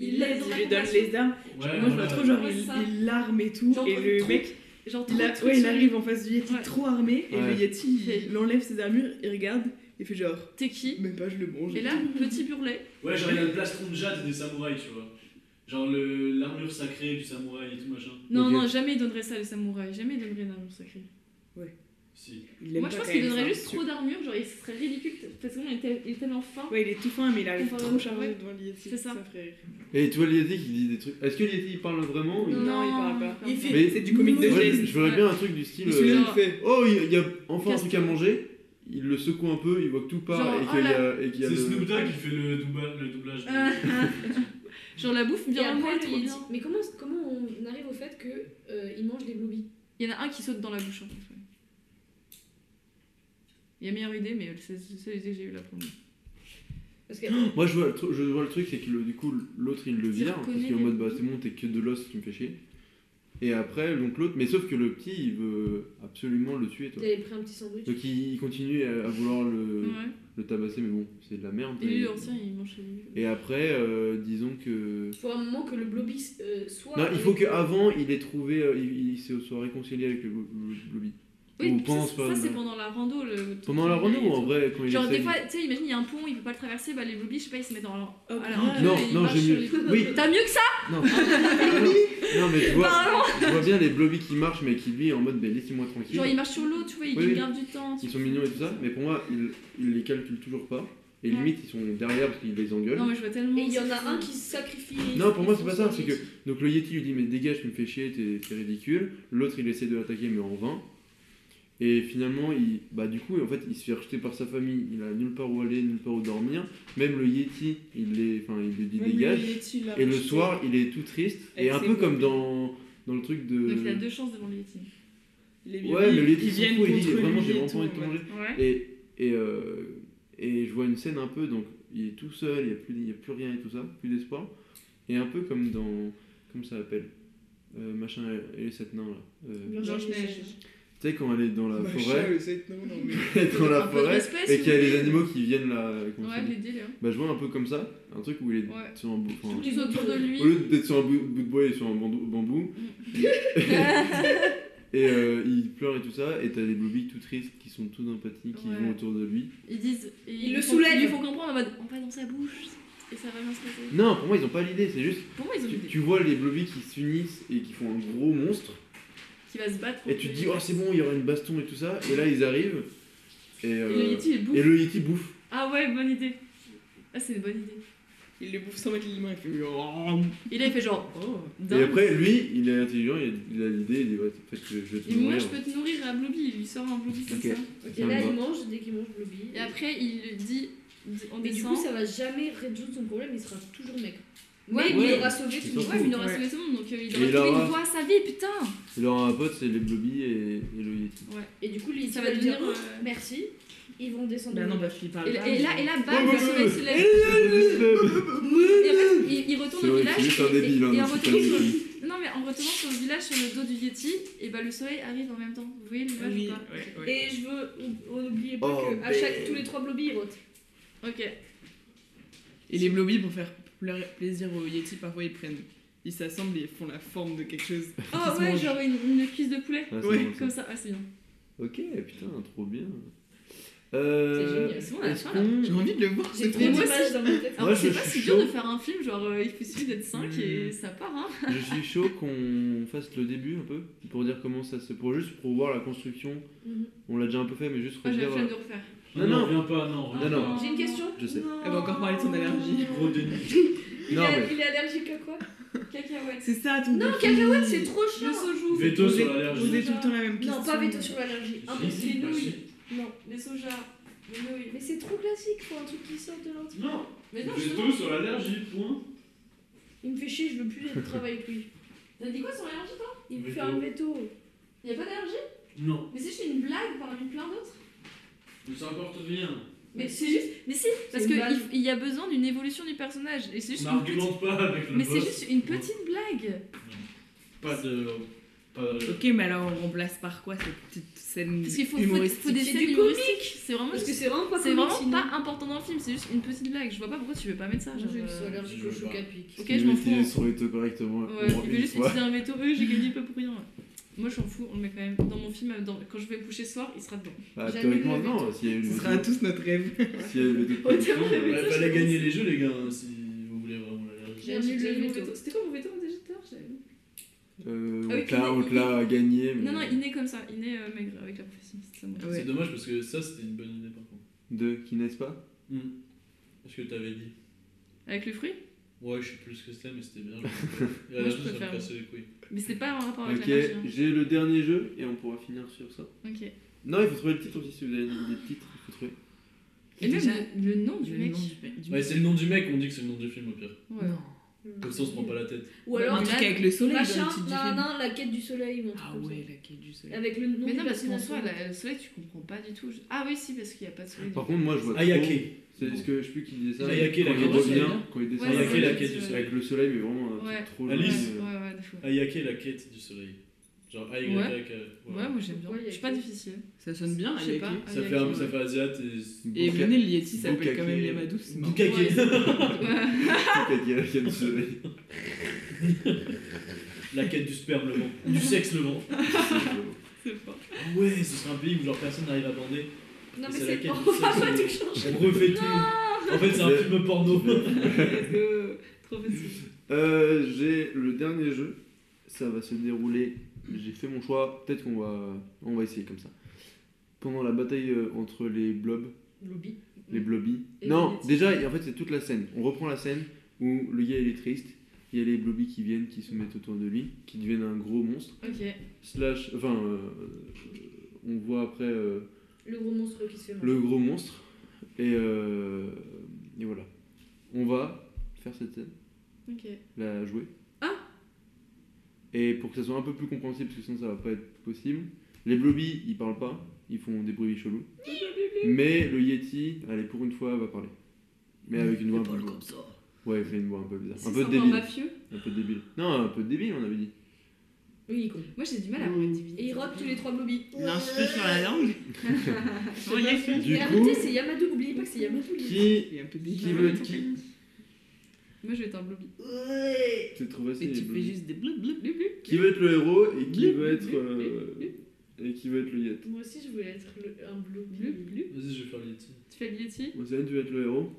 Speaker 1: Il l'aide dans
Speaker 7: Il
Speaker 1: la
Speaker 7: lui donne
Speaker 1: compassion.
Speaker 7: les armes.
Speaker 5: Ouais,
Speaker 7: Moi, je
Speaker 5: voilà.
Speaker 7: vois trop, genre,
Speaker 1: Ouais,
Speaker 7: il
Speaker 1: ça.
Speaker 7: il l'arme et tout.
Speaker 1: Genre,
Speaker 7: Et le
Speaker 1: trop-
Speaker 7: mec,
Speaker 1: Genre, trop
Speaker 7: Il, a-
Speaker 1: de trucs
Speaker 7: ouais, il
Speaker 1: sur lui.
Speaker 7: arrive en face du Yeti
Speaker 1: Ouais.
Speaker 7: trop armé et
Speaker 3: Ouais.
Speaker 7: le Yeti il enlève ses armures, il regarde, il fait genre
Speaker 1: T'es qui
Speaker 7: même pas je le mange.
Speaker 1: Et là, petit burlet.
Speaker 5: Ouais, genre, il a le plastron de jade des samouraïs, tu vois. Genre, le- l'armure sacrée du samouraï et tout machin.
Speaker 1: Non,
Speaker 3: Ok.
Speaker 1: non, jamais il donnerait ça, les samouraïs. Jamais il donnerait une armure sacrée.
Speaker 5: Si.
Speaker 7: Il aime
Speaker 1: Moi,
Speaker 7: pas
Speaker 1: je pense
Speaker 7: quand
Speaker 1: qu'il
Speaker 7: même
Speaker 1: donnerait
Speaker 7: ça.
Speaker 1: juste trop d'armure. Genre, il serait ridicule. Parce que vraiment, il est tel- il est tellement fin.
Speaker 7: Ouais, il est tout fin mais il arrive
Speaker 1: Enfin,
Speaker 7: trop chargé
Speaker 1: ouais.
Speaker 7: devant le Yeti.
Speaker 1: C'est ça.
Speaker 7: frère.
Speaker 3: et tu vois le Yeti qui dit des trucs. Est-ce que le Yeti il parle vraiment
Speaker 7: Non,
Speaker 3: Il-
Speaker 7: il parle pas.
Speaker 1: Il fait-
Speaker 3: Mais-
Speaker 7: C'est du comique de
Speaker 3: Moi, je,
Speaker 7: geste.
Speaker 3: je verrais bien un truc du style.
Speaker 7: Il se lève,
Speaker 3: euh,
Speaker 7: il fait.
Speaker 3: oh, il y a enfin un
Speaker 1: Casse-toi.
Speaker 3: truc à manger. Il le secoue un peu, il voit que tout part
Speaker 1: Genre,
Speaker 3: et
Speaker 1: oh
Speaker 3: qu'il y a. Et qu'il y a
Speaker 5: C'est
Speaker 3: le-
Speaker 5: Snoop Dogg qui fait le, douba- le doublage. de-
Speaker 1: Ah, ah. Genre, la bouffe
Speaker 2: Et
Speaker 1: vient à moi,
Speaker 2: après, le
Speaker 1: trop
Speaker 2: Yeti.
Speaker 1: bien.
Speaker 2: Mais comment, comment on arrive au fait que euh, il mange des bluebies
Speaker 1: Il y en a un qui saute dans la bouche, en fait. ouais. Il y a meilleure idée, mais c'est c'est- c'est l'idée que j'ai eue là pour le moment.
Speaker 2: Parce que
Speaker 3: Moi, je vois le, tru- je vois le truc, c'est que le- du coup, l'autre il le vire. Parce
Speaker 1: reconnais
Speaker 3: qu'il est en
Speaker 1: le
Speaker 3: mode, bah
Speaker 1: Yeti.
Speaker 3: c'est bon, t'es que de l'os, tu me fais chier. Et après, donc l'autre. Mais sauf que le petit il veut absolument le tuer, toi.
Speaker 2: il avait pris un petit sandwich.
Speaker 3: Donc il, il continue à, à vouloir le,
Speaker 1: Ouais.
Speaker 3: le tabasser, mais bon, c'est de la merde.
Speaker 1: Et lui,
Speaker 3: Et-
Speaker 1: l'ancien, il mange chez lui.
Speaker 3: Et après, euh, disons que.
Speaker 2: Il faut un moment que le blobby euh, soit.
Speaker 3: Non, il faut
Speaker 2: avec-
Speaker 3: qu'avant il ait trouvé. euh, il, il se soit réconcilié avec le glo- le lobby.
Speaker 1: Oui,
Speaker 3: Ou
Speaker 1: ça,
Speaker 3: pense
Speaker 1: ça,
Speaker 3: pas,
Speaker 1: ça, c'est
Speaker 3: non.
Speaker 1: pendant la rando. Le...
Speaker 3: Pendant la rando ou en vrai quand il
Speaker 1: Genre,
Speaker 3: essaye
Speaker 1: des fois, tu sais, imagine, il y a un pont, il peut pas le traverser, bah les bluebies, je sais pas, ils se mettent dans leur.
Speaker 7: Oh,
Speaker 1: à la
Speaker 7: grave.
Speaker 1: rando,
Speaker 3: Non,
Speaker 1: et ils
Speaker 3: non,
Speaker 1: marchent
Speaker 3: j'ai
Speaker 1: sur
Speaker 3: mieux.
Speaker 1: les bluebies.
Speaker 3: Oui,
Speaker 1: T'as mieux que ça
Speaker 3: non.
Speaker 1: Ah,
Speaker 3: non, mais je vois, je vois bien les blobbies qui marchent, mais qui lui est en mode, bah, laissez-moi tranquille.
Speaker 1: Genre, ils marchent sur l'eau, tu vois, ils
Speaker 3: Oui, oui.
Speaker 1: gardent du temps. tu
Speaker 3: Ils sont
Speaker 1: vois.
Speaker 3: mignons et tout ça, mais pour moi, il, il les calcule toujours pas. Et
Speaker 1: Ouais.
Speaker 3: limite, ils sont derrière parce qu'il les engueule.
Speaker 1: Non, mais je vois tellement.
Speaker 2: Et il y en a un qui se sacrifie.
Speaker 3: Non, pour moi, c'est pas ça. C'est que donc le Yeti lui dit mais dégage, tu me fais chier, t'es t'es ridicule. L'autre il essaie de l'attaquer mais en vain. Et finalement, il, bah du coup, en fait, il se fait rejeter par sa famille. Il a nulle part où aller, nulle part où dormir. Même le Yeti, il est, enfin, il lui dit
Speaker 7: Même le
Speaker 3: dégage.
Speaker 7: Yeti, il l'a
Speaker 3: Et le
Speaker 7: rejeté.
Speaker 3: soir, il est tout triste.
Speaker 7: Avec
Speaker 3: et un
Speaker 7: ses
Speaker 3: peu comme
Speaker 7: boules.
Speaker 3: dans dans le truc de.
Speaker 1: Donc, il a deux chances devant le Yeti.
Speaker 7: Les
Speaker 3: Ouais, mais le
Speaker 7: ils
Speaker 3: Yeti s'en
Speaker 7: viennent
Speaker 3: fout, il dit
Speaker 7: contre
Speaker 3: vraiment
Speaker 7: lui
Speaker 3: j'ai
Speaker 7: et
Speaker 3: vraiment
Speaker 7: tout,
Speaker 3: pas envie de te
Speaker 7: ouais.
Speaker 3: manger.
Speaker 1: Ouais.
Speaker 3: Et, et, euh, et je vois une scène un peu, donc il est tout seul, il n'y a, plus- il y a plus rien et tout ça, plus d'espoir. Et un peu comme dans. Comment ça s'appelle Euh, Machin et les sept nains là. Euh,
Speaker 1: Blanche-Neige.
Speaker 3: tu sais, quand elle est dans la
Speaker 7: Bah, chat,
Speaker 3: forêt,
Speaker 7: le sept, non, non, mais-
Speaker 3: dans la
Speaker 1: Un peu de
Speaker 3: forêt
Speaker 1: respect,
Speaker 3: et
Speaker 1: s'il
Speaker 3: qu'il y a
Speaker 1: vous
Speaker 3: les
Speaker 1: plaît.
Speaker 3: animaux qui viennent là. euh,
Speaker 4: euh,
Speaker 3: comment ça
Speaker 1: Ouais,
Speaker 3: s'appelle
Speaker 1: les délires.
Speaker 3: Bah, je vois un peu comme ça, un truc où il est
Speaker 1: Ouais.
Speaker 3: sur un bout. enfin,
Speaker 1: Tous les autour de lui.
Speaker 3: au lieu d'être sur un bout, bout de bois, il est sur un bambou. bambou. et euh, il pleure et tout ça, et t'as des bluebies tout tristes qui sont tout empathiques, qui
Speaker 1: Ouais.
Speaker 3: vont autour de lui.
Speaker 1: Ils disent. et
Speaker 2: Ils le
Speaker 1: font-
Speaker 2: soulèvent.
Speaker 1: Ils lui font comprendre en mode on va dans sa bouche et ça va bien se passer.
Speaker 3: Non, pour moi, ils ont pas l'idée, c'est juste.
Speaker 1: Pour moi, ils ont
Speaker 3: Tu,
Speaker 1: l'idée.
Speaker 3: tu vois les bluebies qui s'unissent et qui font un gros monstre,
Speaker 1: qui va se battre.
Speaker 3: Et tu te dis, oh, c'est bon, il y aura une baston et tout ça. Et là, ils arrivent. Et, euh,
Speaker 1: le Yeti, il bouffe.
Speaker 3: Et le Yeti bouffe.
Speaker 1: Ah ouais, bonne idée. Ah, c'est une bonne idée.
Speaker 2: Il le bouffe sans mettre les mains. il fait-
Speaker 1: Et là, il fait genre, oh, dingue.
Speaker 3: Et après, lui, il est intelligent, il a, il a l'idée, il dit, ouais, en fait, je, je vais te
Speaker 2: Et moi,
Speaker 3: nourrir.
Speaker 2: je peux te nourrir à Blobby. Il lui sort un Blobby comme
Speaker 3: Ok.
Speaker 2: ça.
Speaker 11: Ok,
Speaker 3: Ça me
Speaker 11: là,
Speaker 3: va.
Speaker 11: il mange dès qu'il mange Blobby.
Speaker 1: Et après, il dit, on
Speaker 11: Mais du
Speaker 1: descend.
Speaker 11: coup, ça va jamais résoudre son problème, il sera toujours maigre.
Speaker 1: Ouais,
Speaker 11: mais,
Speaker 1: mais-
Speaker 11: il aura sauvé tout
Speaker 3: Ils
Speaker 11: le
Speaker 3: sont
Speaker 11: monde.
Speaker 1: Ouais, mais il aura sauvé tout le monde, donc euh, il aura
Speaker 3: Et il
Speaker 1: trouvé
Speaker 3: aura-
Speaker 1: une voie à sa vie, putain.
Speaker 3: Il aura un pote, c'est les Blobby et, et le Yeti.
Speaker 11: Et du coup, lui,
Speaker 1: Ça
Speaker 11: il
Speaker 1: va
Speaker 11: va lui dire
Speaker 1: devenir, euh,
Speaker 11: Oh, merci. Ils vont descendre.
Speaker 7: Bah non,
Speaker 11: au-
Speaker 7: parce qu'il parle
Speaker 1: Et,
Speaker 7: pas.
Speaker 1: et là, et là, bam,
Speaker 3: Ouais,
Speaker 1: le soleil
Speaker 3: ouais,
Speaker 1: se
Speaker 3: ouais.
Speaker 1: lève. Et en fait, il, il retourne
Speaker 3: C'est
Speaker 1: au
Speaker 3: vrai,
Speaker 1: village.
Speaker 3: c'est juste un
Speaker 1: et- et-
Speaker 3: débile. hein,
Speaker 1: et en
Speaker 3: c'est
Speaker 1: retournant
Speaker 3: pas
Speaker 1: sur-
Speaker 3: le-
Speaker 1: Non, mais en retournant sur le village, sur le dos du Yeti, et bah le soleil arrive en même temps. Vous voyez l'image
Speaker 7: Oui,
Speaker 1: ou pas
Speaker 7: ouais, ouais.
Speaker 11: Et je veux. on- On n'oublie pas
Speaker 3: Oh,
Speaker 11: que à
Speaker 3: ben.
Speaker 11: chaque, tous les trois Blobby, ils rotent.
Speaker 1: Ok.
Speaker 7: Et les blobbies, pour faire pleurer- plaisir aux Yeti, parfois ils prennent. Ils s'assemblent et ils font la forme de quelque chose.
Speaker 1: Oh
Speaker 7: se
Speaker 1: ouais,
Speaker 7: mange.
Speaker 1: genre une, une cuisse de poulet.
Speaker 3: Ah, c'est
Speaker 7: Ouais.
Speaker 3: bon, ça.
Speaker 1: Comme ça, ah c'est bien.
Speaker 3: Ok, putain, trop bien. Euh,
Speaker 1: C'est génial. C'est bon, à la
Speaker 3: est-ce
Speaker 1: fin, là.
Speaker 3: qu'on-
Speaker 7: J'ai envie de le voir,
Speaker 11: J'ai
Speaker 7: c'est
Speaker 11: trop
Speaker 1: Mais
Speaker 7: trop
Speaker 1: moi
Speaker 11: d'images dans ma tête.
Speaker 1: En
Speaker 3: Moi,
Speaker 1: vrai, c'est
Speaker 3: je
Speaker 1: pas si
Speaker 3: suis
Speaker 1: dur
Speaker 3: chaud. Hmm.
Speaker 1: de faire un film, genre euh, il faut suffit d'être 5 et ça part, hein.
Speaker 3: Je suis chaud qu'on fasse le début un peu pour dire comment ça se. Pour juste pour voir la construction.
Speaker 11: Mhm.
Speaker 3: On l'a déjà un peu fait, mais juste
Speaker 1: Moi j'ai la
Speaker 3: redire.
Speaker 1: flemme de refaire.
Speaker 3: Non,
Speaker 5: Non,
Speaker 3: non.
Speaker 5: non, reviens pas, non, reviens
Speaker 3: euh, Non, non.
Speaker 5: pas.
Speaker 11: J'ai une question.
Speaker 3: euh, Je sais.
Speaker 7: Elle va encore parler de son
Speaker 1: Ah,
Speaker 7: allergie.
Speaker 5: Gros déni.
Speaker 11: Il,
Speaker 3: Non,
Speaker 11: est,
Speaker 3: mais-
Speaker 11: il est allergique à quoi
Speaker 1: Cacahuètes.
Speaker 7: C'est ça ton
Speaker 11: Non,
Speaker 7: défi.
Speaker 11: cacahuète, c'est trop chiant. hein.
Speaker 1: Le soja.
Speaker 5: Veto
Speaker 7: Posez-
Speaker 5: sur l'allergie.
Speaker 7: posez tout le temps la même question.
Speaker 11: Non, pas veto sur l'allergie.
Speaker 1: Ah,
Speaker 5: Si,
Speaker 11: Impossible.
Speaker 5: si, bah, si.
Speaker 11: Non.
Speaker 1: Le soja. Les nouilles.
Speaker 11: Mais c'est trop classique pour un truc qui sort de l'intérieur.
Speaker 5: Non,
Speaker 1: Mais non, justement.
Speaker 5: veto sur l'allergie, point.
Speaker 11: Il me fait chier, je veux plus travailler avec lui.
Speaker 1: T'as dit quoi sur l'allergie toi
Speaker 11: Il me fait
Speaker 5: Veto.
Speaker 11: un veto.
Speaker 1: Y'a pas d'allergie
Speaker 5: Non,
Speaker 1: Mais c'est juste une blague parmi plein d'autres.
Speaker 5: mais ça rapporte rien.
Speaker 1: Mais c'est juste. Mais si, parce
Speaker 11: une
Speaker 1: qu'il
Speaker 11: blague.
Speaker 1: il y a besoin d'une évolution du personnage. Et c'est juste. une petite-
Speaker 5: N'argumente pas avec le
Speaker 1: Mais c'est
Speaker 5: boss.
Speaker 1: juste une petite blague.
Speaker 5: Pas de. Pas de...
Speaker 7: Ok, mais alors on remplace par quoi cette petite scène
Speaker 1: Parce qu'il faut, faut,
Speaker 7: humoristique
Speaker 1: faut des
Speaker 11: C'est
Speaker 1: scènes
Speaker 11: du comique.
Speaker 1: humoristiques. C'est vraiment,
Speaker 11: Parce que
Speaker 1: c'est
Speaker 11: c'est vraiment pas
Speaker 1: vraiment
Speaker 11: comique, sinon.
Speaker 1: pas important dans le film. C'est juste une petite blague. Je vois pas pourquoi tu veux pas mettre ça.
Speaker 11: Moi,
Speaker 1: genre,
Speaker 11: je
Speaker 1: euh,
Speaker 11: suis allergique
Speaker 5: je
Speaker 11: au
Speaker 5: veux pas.
Speaker 11: chocapic.
Speaker 1: Ok,
Speaker 3: Le
Speaker 1: je m'en
Speaker 3: Yeti est
Speaker 1: fous.
Speaker 3: sur les taux correctement.
Speaker 1: Ouais,
Speaker 3: pour
Speaker 1: il veut
Speaker 3: une
Speaker 1: juste
Speaker 3: fois.
Speaker 1: utiliser un veto. Oui, j'ai gagné pas pour rien. Moi, je m'en fous. On le met quand même dans mon film. dans- Quand je vais me coucher ce soir, il sera dedans.
Speaker 3: Bah,
Speaker 11: Jamais
Speaker 3: théoriquement,
Speaker 11: le
Speaker 3: non. S'il y a eu le
Speaker 7: Ce sera à
Speaker 3: veto-
Speaker 7: tous notre rêve.
Speaker 3: s'il y a eu le veto de
Speaker 1: Honnêtement,
Speaker 3: production,
Speaker 1: le
Speaker 3: euh,
Speaker 1: veto.
Speaker 5: Ouais, fallait gagner les jeux, les gars, hein, si vous voulez vraiment l'allergie.
Speaker 11: J'ai annulé
Speaker 1: J'ai
Speaker 11: le
Speaker 1: mis
Speaker 11: veto.
Speaker 1: C'était quoi mon veto déjà tout à l'heure J'avais-
Speaker 3: euh,
Speaker 1: Ah oui,
Speaker 3: on te l'a- on te
Speaker 1: il est-
Speaker 3: l'a gagné. mais-
Speaker 1: Non, non, il naît comme ça. Il naît euh, maigre avec la profession. C'est moi.
Speaker 5: C'est dommage parce que ça, c'était une bonne idée par contre.
Speaker 3: De qui n'est-ce pas
Speaker 5: Hum. Parce que t'avais dit.
Speaker 1: Avec le fruit
Speaker 5: Ouais, je sais plus ce que c'était, mais c'était bien. Et
Speaker 1: Moi,
Speaker 5: à
Speaker 1: je
Speaker 5: ça me
Speaker 1: préfère.
Speaker 5: cassait les couilles.
Speaker 1: Mais c'est pas en rapport avec
Speaker 3: Ok,
Speaker 1: la magie. hein.
Speaker 3: j'ai le dernier jeu et on pourra finir sur ça.
Speaker 1: Ok.
Speaker 3: Non, il faut trouver le titre aussi si vous avez des des titres. Il faut trouver.
Speaker 1: Et même
Speaker 7: Déjà,
Speaker 1: le, le nom du
Speaker 7: le
Speaker 1: mec.
Speaker 7: nom du mec.
Speaker 5: Ouais, c'est le nom du mec, on dit que c'est le nom du film au pire.
Speaker 1: Ouais.
Speaker 7: Non.
Speaker 5: Comme ça, on se prend pas la tête.
Speaker 11: Ou
Speaker 1: Non,
Speaker 11: alors,
Speaker 7: Un
Speaker 1: mais
Speaker 7: truc
Speaker 1: là,
Speaker 7: avec le soleil,
Speaker 11: machin,
Speaker 7: dans le titre du
Speaker 11: nan,
Speaker 7: film.
Speaker 11: nan, la quête du soleil, ou un truc
Speaker 7: Ah
Speaker 11: comme ça.
Speaker 7: ouais, la quête du soleil.
Speaker 11: Avec le nom
Speaker 1: Mais
Speaker 11: du
Speaker 1: non, parce qu'en
Speaker 11: personnage.
Speaker 1: soi, la- le soleil, tu comprends pas du tout. Je- Ah oui, si, parce qu'il n'y a pas de soleil.
Speaker 3: Par contre, moi je vois. trop-
Speaker 5: Ayake.
Speaker 3: C'est ce que je sais plus qui disait ça.
Speaker 5: Ayake,
Speaker 3: quand
Speaker 5: la
Speaker 3: il
Speaker 5: quête du
Speaker 3: revient,
Speaker 5: soleil.
Speaker 3: quand il descend.
Speaker 1: Ouais,
Speaker 3: la
Speaker 5: Ayake,
Speaker 1: c'est
Speaker 5: la
Speaker 1: vrai,
Speaker 5: quête
Speaker 1: c'est
Speaker 5: du
Speaker 1: vrai.
Speaker 5: soleil.
Speaker 3: Avec le soleil, mais vraiment un truc
Speaker 1: Ouais.
Speaker 3: trop joli. euh,
Speaker 5: Alice.
Speaker 1: Ouais, ouais, ouais, de fou.
Speaker 5: Ayake, la quête du soleil. Genre euh, Ayake.
Speaker 1: Ouais, moi j'aime bien.
Speaker 11: Pourquoi il y
Speaker 1: Je
Speaker 11: a
Speaker 1: suis pas
Speaker 11: que-
Speaker 1: difficile.
Speaker 7: Ça sonne bien,
Speaker 1: Je sais
Speaker 7: Ayake.
Speaker 1: pas.
Speaker 5: Ça fait
Speaker 1: Ayaki,
Speaker 5: un- ça fait Asiat et.
Speaker 7: Et
Speaker 3: Boucaque.
Speaker 7: venez, le Yeti s'appelle quand
Speaker 3: Boucaque.
Speaker 7: même les Madous. c'est marrant.
Speaker 5: Bukake.
Speaker 1: Ouais.
Speaker 3: Ayake, la quête du soleil.
Speaker 5: La quête du sperme levant. Du sexe levant.
Speaker 1: C'est fort.
Speaker 5: Ah ouais, ce serait un pays où genre personne n'arrive à bander.
Speaker 11: Non,
Speaker 5: Et
Speaker 11: mais
Speaker 5: c'est la
Speaker 11: c'est
Speaker 5: quête
Speaker 11: pas.
Speaker 5: du sexe levant. On refait tout. En fait, c'est un film porno.
Speaker 1: Euh, Trop facile.
Speaker 3: Euh, J'ai le dernier jeu. Ça va se dérouler. J'ai fait mon choix. Peut-être qu'on va, on va essayer comme ça. Pendant la bataille euh, entre les blobs,
Speaker 11: Lobby.
Speaker 3: les blobbies.
Speaker 11: Et
Speaker 3: non,
Speaker 11: les-
Speaker 3: déjà, en fait, c'est toute la scène. On reprend la scène où le gars il est triste. Il y a les blobbies qui viennent, qui se mettent autour de lui, qui deviennent un gros monstre.
Speaker 1: Ok.
Speaker 3: Slash, enfin, euh, on voit après euh,
Speaker 11: Le gros monstre qui se fait manger.
Speaker 3: le gros monstre. Et, euh, et voilà. On va faire cette scène,
Speaker 1: Ok.
Speaker 3: la jouer.
Speaker 1: Ah
Speaker 3: Et pour que ça soit un peu plus compréhensible, parce que sinon ça va pas être possible, les blobbies ils parlent pas, ils font des bruits chelous. Mais le Yeti, allez, pour une fois, va parler. Mais avec une voix un peu bizarre. Ouais, il fait une voix un peu bizarre.
Speaker 1: C'est
Speaker 3: Un peu
Speaker 1: sympa,
Speaker 3: débile.
Speaker 1: mafieux.
Speaker 3: Un peu débile. Non, un peu débile, on avait dit.
Speaker 11: Oui, il compte.
Speaker 1: Moi j'ai du mal à
Speaker 7: Mmh.
Speaker 1: avoir une divinité.
Speaker 11: Et ils rotent tous les trois Blobby.
Speaker 7: L'instru sur la langue. Bon, il y a-
Speaker 3: Du
Speaker 11: Mais
Speaker 3: coup,
Speaker 11: arrêtez, c'est Yamadou. Oubliez pas que c'est Yamadou. lui.
Speaker 3: qui,
Speaker 7: il y a un peu
Speaker 3: qui
Speaker 7: débile.
Speaker 3: veut qui
Speaker 1: Moi je vais être un blobby.
Speaker 9: Ouais.
Speaker 3: C'est trop facile.
Speaker 7: Et
Speaker 3: les
Speaker 7: tu fais
Speaker 3: blobbies.
Speaker 7: juste des blub blub blub blub.
Speaker 3: Qui veut être le héros et qui veut être. euh, et qui veut être le Yeti.
Speaker 11: Moi aussi, je voulais être le- un
Speaker 1: Blub,
Speaker 11: Blobby.
Speaker 1: blub.
Speaker 5: Vas-y, je vais faire le Yeti.
Speaker 1: Tu fais le Yeti
Speaker 3: Bon, Céline, tu veux être le héros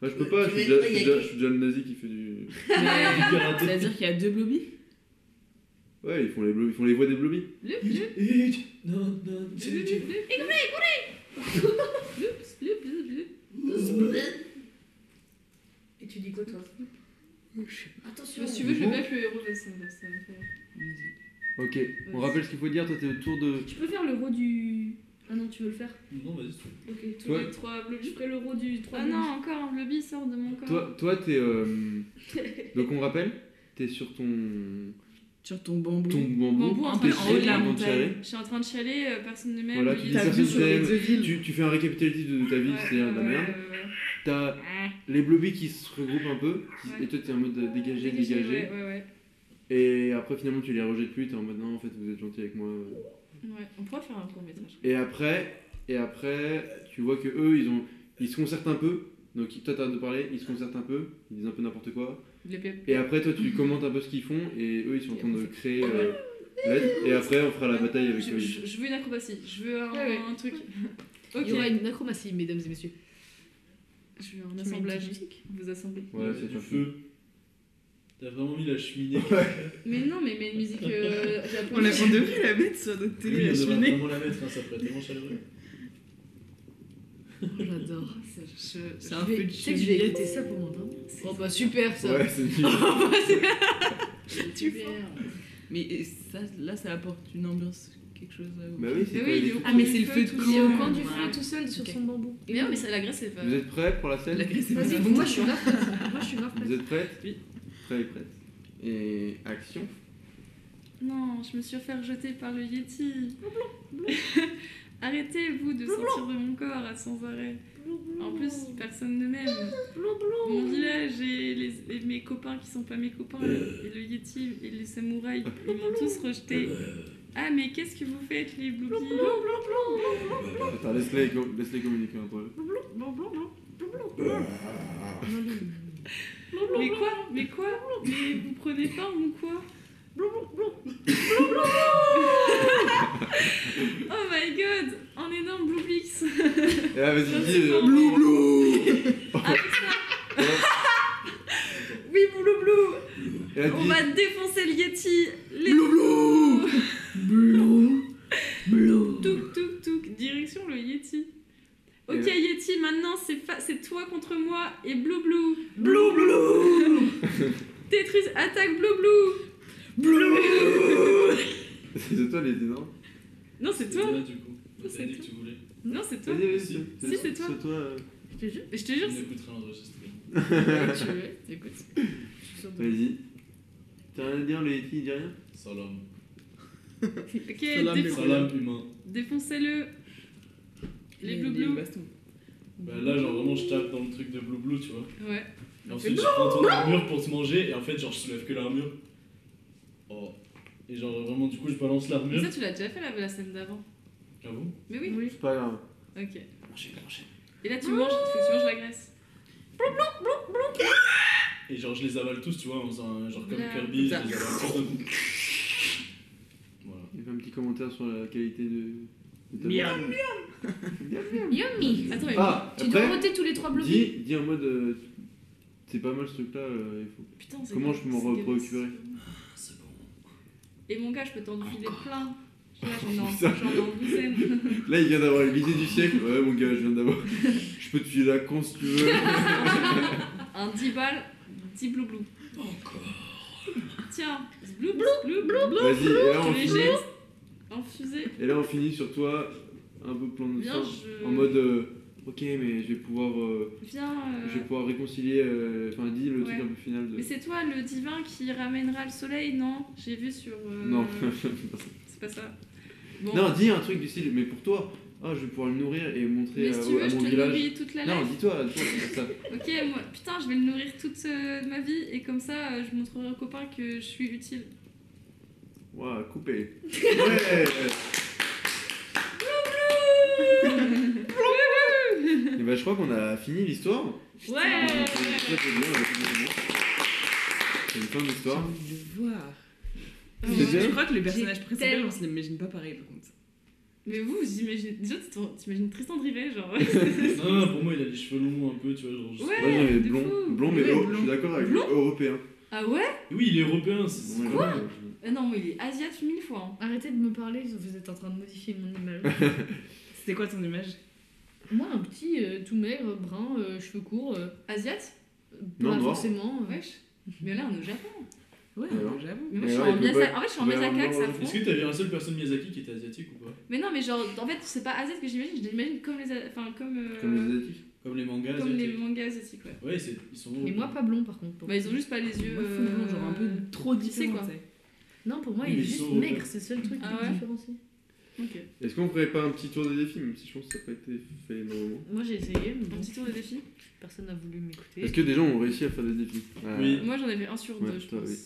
Speaker 3: Moi je peux
Speaker 9: Tu
Speaker 3: pas,
Speaker 9: veux-
Speaker 3: je suis,
Speaker 9: tu
Speaker 3: déjà,
Speaker 9: veux
Speaker 3: je,
Speaker 9: être
Speaker 3: suis déjà,
Speaker 9: Yaki
Speaker 3: je suis déjà le nazi qui fait du.
Speaker 7: Mais-
Speaker 5: Du karaté.
Speaker 7: C'est-à-dire qu'il y a deux blobbies
Speaker 3: Ouais, ils font les, blo- ils font les voix des blobby.
Speaker 2: Lup, lup,
Speaker 5: Non, non,
Speaker 2: lup, lup, lup. Lups, lup, lup, lup.
Speaker 7: Mmh.
Speaker 11: Et tu dis quoi, toi
Speaker 10: Attention.
Speaker 2: Si tu veux, je vais mettre le héros de la scène. ça va faire.
Speaker 3: Ok, on rappelle ce qu'il faut dire, toi t'es autour de.
Speaker 11: Tu peux faire l'euro du. Ah non, tu veux le faire
Speaker 5: Non, vas-y, c'est tout.
Speaker 11: Ok, tous
Speaker 3: Toi-
Speaker 11: les trois bleus. Je ferai l'euro du 3
Speaker 1: Ah non, encore un blobby sort de mon corps.
Speaker 3: Toi, toi t'es. euh, Donc on rappelle, t'es sur ton.
Speaker 7: Sur ton bambou.
Speaker 3: ton bambou.
Speaker 1: Bambou en
Speaker 7: Un
Speaker 1: train
Speaker 7: peu
Speaker 1: de
Speaker 3: t'es
Speaker 7: en haut de
Speaker 1: chialer.
Speaker 7: la
Speaker 3: en
Speaker 7: montagne.
Speaker 3: train de chialer.
Speaker 1: Je suis en train de chialer, euh, personne ne m'aime.
Speaker 3: Voilà, tu
Speaker 1: oui,
Speaker 3: dis
Speaker 7: T'as
Speaker 1: euh,
Speaker 7: vu
Speaker 3: personne
Speaker 7: sur les
Speaker 3: t'aime.
Speaker 7: deux villes.
Speaker 3: Tu, tu fais un récapitulatif de ta vie,
Speaker 1: ouais,
Speaker 3: c'est euh, de la
Speaker 1: ouais,
Speaker 3: merde.
Speaker 1: ouais, ouais, ouais.
Speaker 3: T'as
Speaker 1: Ah,
Speaker 3: les blobbies qui se regroupent un peu, qui-
Speaker 1: Ouais.
Speaker 3: et toi t'es en mode euh, dégagé, dégagé.
Speaker 1: Ouais, ouais, ouais.
Speaker 3: Et après finalement tu les rejettes plus, t'es en mode non, en fait vous êtes gentil avec moi.
Speaker 1: Ouais, On pourrait faire un court métrage.
Speaker 3: Et après, et après, tu vois que eux, ils ont, ils se concertent un peu. Donc toi, t'arrêtes de parler, ils se concertent un peu, ils disent un peu n'importe quoi.
Speaker 1: Le pep.
Speaker 3: Et après, toi, tu commentes un peu ce qu'ils font, et eux, ils sont en train de créer euh, l'aide. Et après, on fera la bataille avec
Speaker 1: Je,
Speaker 3: eux.
Speaker 1: je- je veux une acrobatie, je veux un,
Speaker 2: Ouais, ouais.
Speaker 1: un truc.
Speaker 4: Il y aura une acrobatie, mesdames et messieurs.
Speaker 1: Je veux un assemblage. Vous assemblez.
Speaker 3: Ouais,
Speaker 5: c'est
Speaker 3: c'est
Speaker 5: du
Speaker 3: un
Speaker 5: feu. T'as vraiment mis la cheminée.
Speaker 1: Mais non, mais mais une musique euh, japonaise.
Speaker 7: On, la, on devrait la mettre sur notre
Speaker 5: Oui,
Speaker 7: télé, la
Speaker 5: on devrait
Speaker 7: cheminée.
Speaker 5: vraiment la mettre, hein, ça pourrait être tellement chaleureux.
Speaker 4: J'adore.
Speaker 1: Je- je-
Speaker 7: C'est un peu de
Speaker 4: Tu sais que je vais écouter ça pour m'endormir.
Speaker 2: Oh bah super ça.
Speaker 3: Ouais, c'est du-
Speaker 7: Tu
Speaker 2: Super.
Speaker 7: Mais euh, ça, là, ça apporte une ambiance, quelque chose. euh,
Speaker 3: Bah oui, c'est
Speaker 1: Mais
Speaker 3: pas
Speaker 1: oui,
Speaker 3: du
Speaker 1: il est
Speaker 3: tout.
Speaker 1: au
Speaker 7: Ah, mais c'est le feu de
Speaker 1: tout
Speaker 7: camp.
Speaker 1: seul.
Speaker 7: Il est
Speaker 11: Au coin du
Speaker 7: Voilà.
Speaker 11: feu tout seul sur
Speaker 7: Ok.
Speaker 11: son bambou.
Speaker 1: Mais non, mais ça, la Grèce, c'est pas.
Speaker 3: Vous êtes prêts pour la scène
Speaker 7: La Grèce, c'est pas
Speaker 11: Vas-y,
Speaker 7: bon.
Speaker 11: moi je suis grave prête. Moi je suis grave
Speaker 3: Vous
Speaker 11: prête.
Speaker 3: êtes prêtes
Speaker 7: Oui.
Speaker 3: Prêts et prêtes. Et action.
Speaker 1: Non, je me suis fait rejeter par le Yeti. Arrêtez-vous de sortir de mon corps à sans arrêt. En plus, personne ne m'aime. Mon village et, les, et mes copains qui sont pas mes copains, et le Yeti et les samouraïs, ils m'ont tous rejeté.
Speaker 5: Euh,
Speaker 1: Ah, mais qu'est-ce que vous faites, les bloubis
Speaker 3: Attends, laisse-les com- laisse-les communiquer entre eux.
Speaker 1: Mais quoi Mais quoi Mais vous prenez forme ou quoi Oh my god Un énorme bloublix
Speaker 3: Et là, vas-y,
Speaker 1: Non,
Speaker 3: dis.
Speaker 1: c'est
Speaker 3: euh,
Speaker 1: bon.
Speaker 3: Blou blou
Speaker 1: Avec ça Oui, boulou blou
Speaker 3: Et là,
Speaker 1: On
Speaker 3: dis,
Speaker 1: va défoncer le Yeti Les
Speaker 3: Blou blou Blou Blou
Speaker 1: Touk touk touk Direction le Yeti
Speaker 3: Et
Speaker 1: Ok
Speaker 3: là-
Speaker 1: Yeti, maintenant c'est fa- c'est toi contre moi et blou blou
Speaker 3: Blou blou
Speaker 1: Tetris attaque blou blou
Speaker 3: C'est toi les énormes
Speaker 1: Non c'est toi
Speaker 5: Là, du coup.
Speaker 1: Non,
Speaker 5: T'as
Speaker 1: c'est
Speaker 5: dit que
Speaker 1: toi.
Speaker 5: tu voulais.
Speaker 1: Non c'est toi
Speaker 3: Vas-y, vas-y,
Speaker 5: Si,
Speaker 3: c'est-
Speaker 1: si, c'est toi.
Speaker 3: C'est toi. euh,
Speaker 1: Mais je te jure
Speaker 5: On écoutera l'enregistrement.
Speaker 1: c'est- Tu veux, t'écoutes.
Speaker 3: Vas-y. T'as rien à dire, le Yeti, il dit rien
Speaker 5: Salam.
Speaker 1: Ok, défon-
Speaker 5: Salam humain.
Speaker 1: défoncez-le Les blou blou
Speaker 7: bastons.
Speaker 5: Bah là, genre vraiment, je tape dans le truc de Blue Blue, tu vois.
Speaker 1: Ouais.
Speaker 5: Et
Speaker 1: On
Speaker 5: ensuite, je prends ton armure pour te manger, et en fait, genre, je soulève que l'armure. Oh. Et genre, vraiment, du coup, je balance
Speaker 1: Mais
Speaker 5: l'armure.
Speaker 1: ça, tu l'as déjà fait la, la scène d'avant.
Speaker 5: Ah bon
Speaker 1: Mais oui.
Speaker 3: C'est pas grave.
Speaker 1: Ok. Et là, tu manges, faut que tu manges la graisse.
Speaker 5: Et genre, je les avale tous, tu vois, en faisant un- genre comme
Speaker 1: Là,
Speaker 5: Kirby, je les
Speaker 7: comme
Speaker 5: avale tous d'un coup. Voilà.
Speaker 3: Il y avait un petit commentaire sur la qualité de. de ta
Speaker 7: Miam.
Speaker 3: bouffe.
Speaker 11: Yummy
Speaker 1: Attends, mais
Speaker 3: Ah,
Speaker 11: Tu dois
Speaker 3: après,
Speaker 11: voter tous les trois bleus.
Speaker 3: dis, dis en mode. euh, c'est pas mal ce truc là, il faut.
Speaker 1: putain, c'est
Speaker 3: Comment
Speaker 1: pas-
Speaker 3: je peux m'en
Speaker 1: c'est dégueulasse.
Speaker 3: procurer
Speaker 5: C'est bon.
Speaker 1: Et mon gars, je peux t'en filer plein. Tu vois, J'en ai en-
Speaker 3: Putain.
Speaker 1: j'en ai en douzaine.
Speaker 3: Là, il vient d'avoir l'idée du siècle. Ouais, mon gars, je viens d'avoir. Je peux te tuer la con si tu veux.
Speaker 1: Un 10 balles, 10 blou blou. Tiens, blou blou blou
Speaker 3: Vas-y, et là, on
Speaker 1: les
Speaker 3: finit.
Speaker 1: jette en fusée.
Speaker 3: Et là, on finit sur toi, un peu plan de
Speaker 1: Viens,
Speaker 3: fin.
Speaker 1: je.
Speaker 3: En mode. euh, ok, mais je vais pouvoir. euh,
Speaker 1: Viens. euh,
Speaker 3: Je vais pouvoir réconcilier. euh, Enfin, dis le truc
Speaker 1: Ouais.
Speaker 3: un peu final de.
Speaker 1: Mais c'est toi le divin qui ramènera le soleil, non J'ai vu sur. euh,
Speaker 3: Non.
Speaker 1: C'est pas ça. Bon.
Speaker 3: Non, dis un truc du style, mais pour toi, ah, je vais pouvoir le nourrir et montrer
Speaker 1: Mais
Speaker 3: à,
Speaker 1: si tu veux,
Speaker 3: euh, à
Speaker 1: je
Speaker 3: mon
Speaker 1: te
Speaker 3: village.
Speaker 1: nourris toute la
Speaker 3: Non,
Speaker 1: life.
Speaker 3: dis-toi, dis-toi, ça.
Speaker 1: Ok, moi, putain, je vais le nourrir toute euh, ma vie et comme ça, euh, je montrerai aux copains que je suis utile.
Speaker 3: Ouah, coupé. Ouais Et bah, je crois qu'on a fini l'histoire.
Speaker 1: Ouais
Speaker 3: Ça, c'est bien, on a fini l'histoire. C'est une fin
Speaker 7: J'ai
Speaker 3: d'histoire.
Speaker 7: envie de le voir.
Speaker 3: C'est
Speaker 7: Ah, Je-
Speaker 3: bien
Speaker 7: Je crois que le personnage
Speaker 11: J'ai
Speaker 7: principal,
Speaker 11: tellement-
Speaker 7: on se l'imagine pas pareil par contre.
Speaker 1: Mais vous, vous imaginez. Déjà, tu t'en- t'imagines Tristan de Rivet, genre.
Speaker 5: Non, non, pour moi, il a les cheveux longs un peu, tu vois, genre. juste-
Speaker 1: Ouais.
Speaker 3: Moi j'avais
Speaker 1: de
Speaker 3: blond,
Speaker 1: fou.
Speaker 3: blond mais
Speaker 7: Ouais,
Speaker 3: oh,
Speaker 7: blond.
Speaker 3: je suis d'accord avec
Speaker 1: Blond
Speaker 3: européen.
Speaker 1: ah ouais
Speaker 5: Oui, il est européen, c'est.
Speaker 3: Ouais,
Speaker 5: c'est-
Speaker 3: ouais,
Speaker 1: Euh, non, il est asiatique mille fois. hein.
Speaker 4: Arrêtez de me parler, vous êtes en train de modifier mon image.
Speaker 7: C'était quoi ton image
Speaker 4: Moi, un petit euh, tout maigre, brun, euh, cheveux courts, euh,
Speaker 1: Asiate
Speaker 3: Non,
Speaker 4: pas
Speaker 3: noir.
Speaker 4: forcément. euh,
Speaker 1: Wesh. Mais là, on est au Japon.
Speaker 7: Ouais, bah,
Speaker 3: Alors
Speaker 7: j'avoue.
Speaker 1: Mais moi,
Speaker 3: Mais
Speaker 1: je suis
Speaker 3: ouais,
Speaker 1: en,
Speaker 3: il peut
Speaker 1: Miyazaki-
Speaker 3: pas-
Speaker 1: en fait, je suis en
Speaker 3: il peut pas
Speaker 1: Miyazaki
Speaker 3: avoir-
Speaker 1: avec sa
Speaker 5: Est-ce
Speaker 1: fronde.
Speaker 5: que t'avais un seul personne Miyazaki qui était asiatique ou pas
Speaker 1: Mais non, mais genre, en fait, c'est pas asiatique que j'imagine, je l'imagine comme les. a- Enfin, comme. euh,
Speaker 3: Comme les asiatiques.
Speaker 5: Comme les mangas
Speaker 1: comme les
Speaker 5: asiatiques.
Speaker 1: mangas asiatiques, ouais.
Speaker 5: Ouais, c'est- ils sont.
Speaker 4: Mais moi, pas blond par contre. pour
Speaker 1: Bah, ils ont juste pas les yeux.
Speaker 7: Moi, full blond,
Speaker 1: euh,
Speaker 7: genre un peu trop
Speaker 1: sais
Speaker 7: différent.
Speaker 1: quoi.
Speaker 7: tu sais.
Speaker 4: Non, pour moi,
Speaker 5: Mais
Speaker 4: il est
Speaker 5: ils
Speaker 4: juste
Speaker 5: sont-
Speaker 4: maigre, c'est le seul truc
Speaker 1: Ah
Speaker 4: qui
Speaker 1: ouais
Speaker 4: le différencie.
Speaker 1: Ok.
Speaker 3: Est-ce qu'on ferait pas un petit tour des défis, même si je pense que ça n'a pas été fait normalement
Speaker 4: Moi, j'ai essayé, mais
Speaker 1: Un
Speaker 4: bon,
Speaker 1: petit tour de défi.
Speaker 4: personne n'a voulu
Speaker 3: Est-ce
Speaker 4: m'écouter.
Speaker 3: que des gens ont réussi à faire des défis Ah.
Speaker 5: Oui.
Speaker 1: Moi, j'en ai fait un sur deux,
Speaker 3: Ouais,
Speaker 1: je
Speaker 3: toi,
Speaker 1: pense.
Speaker 3: oui.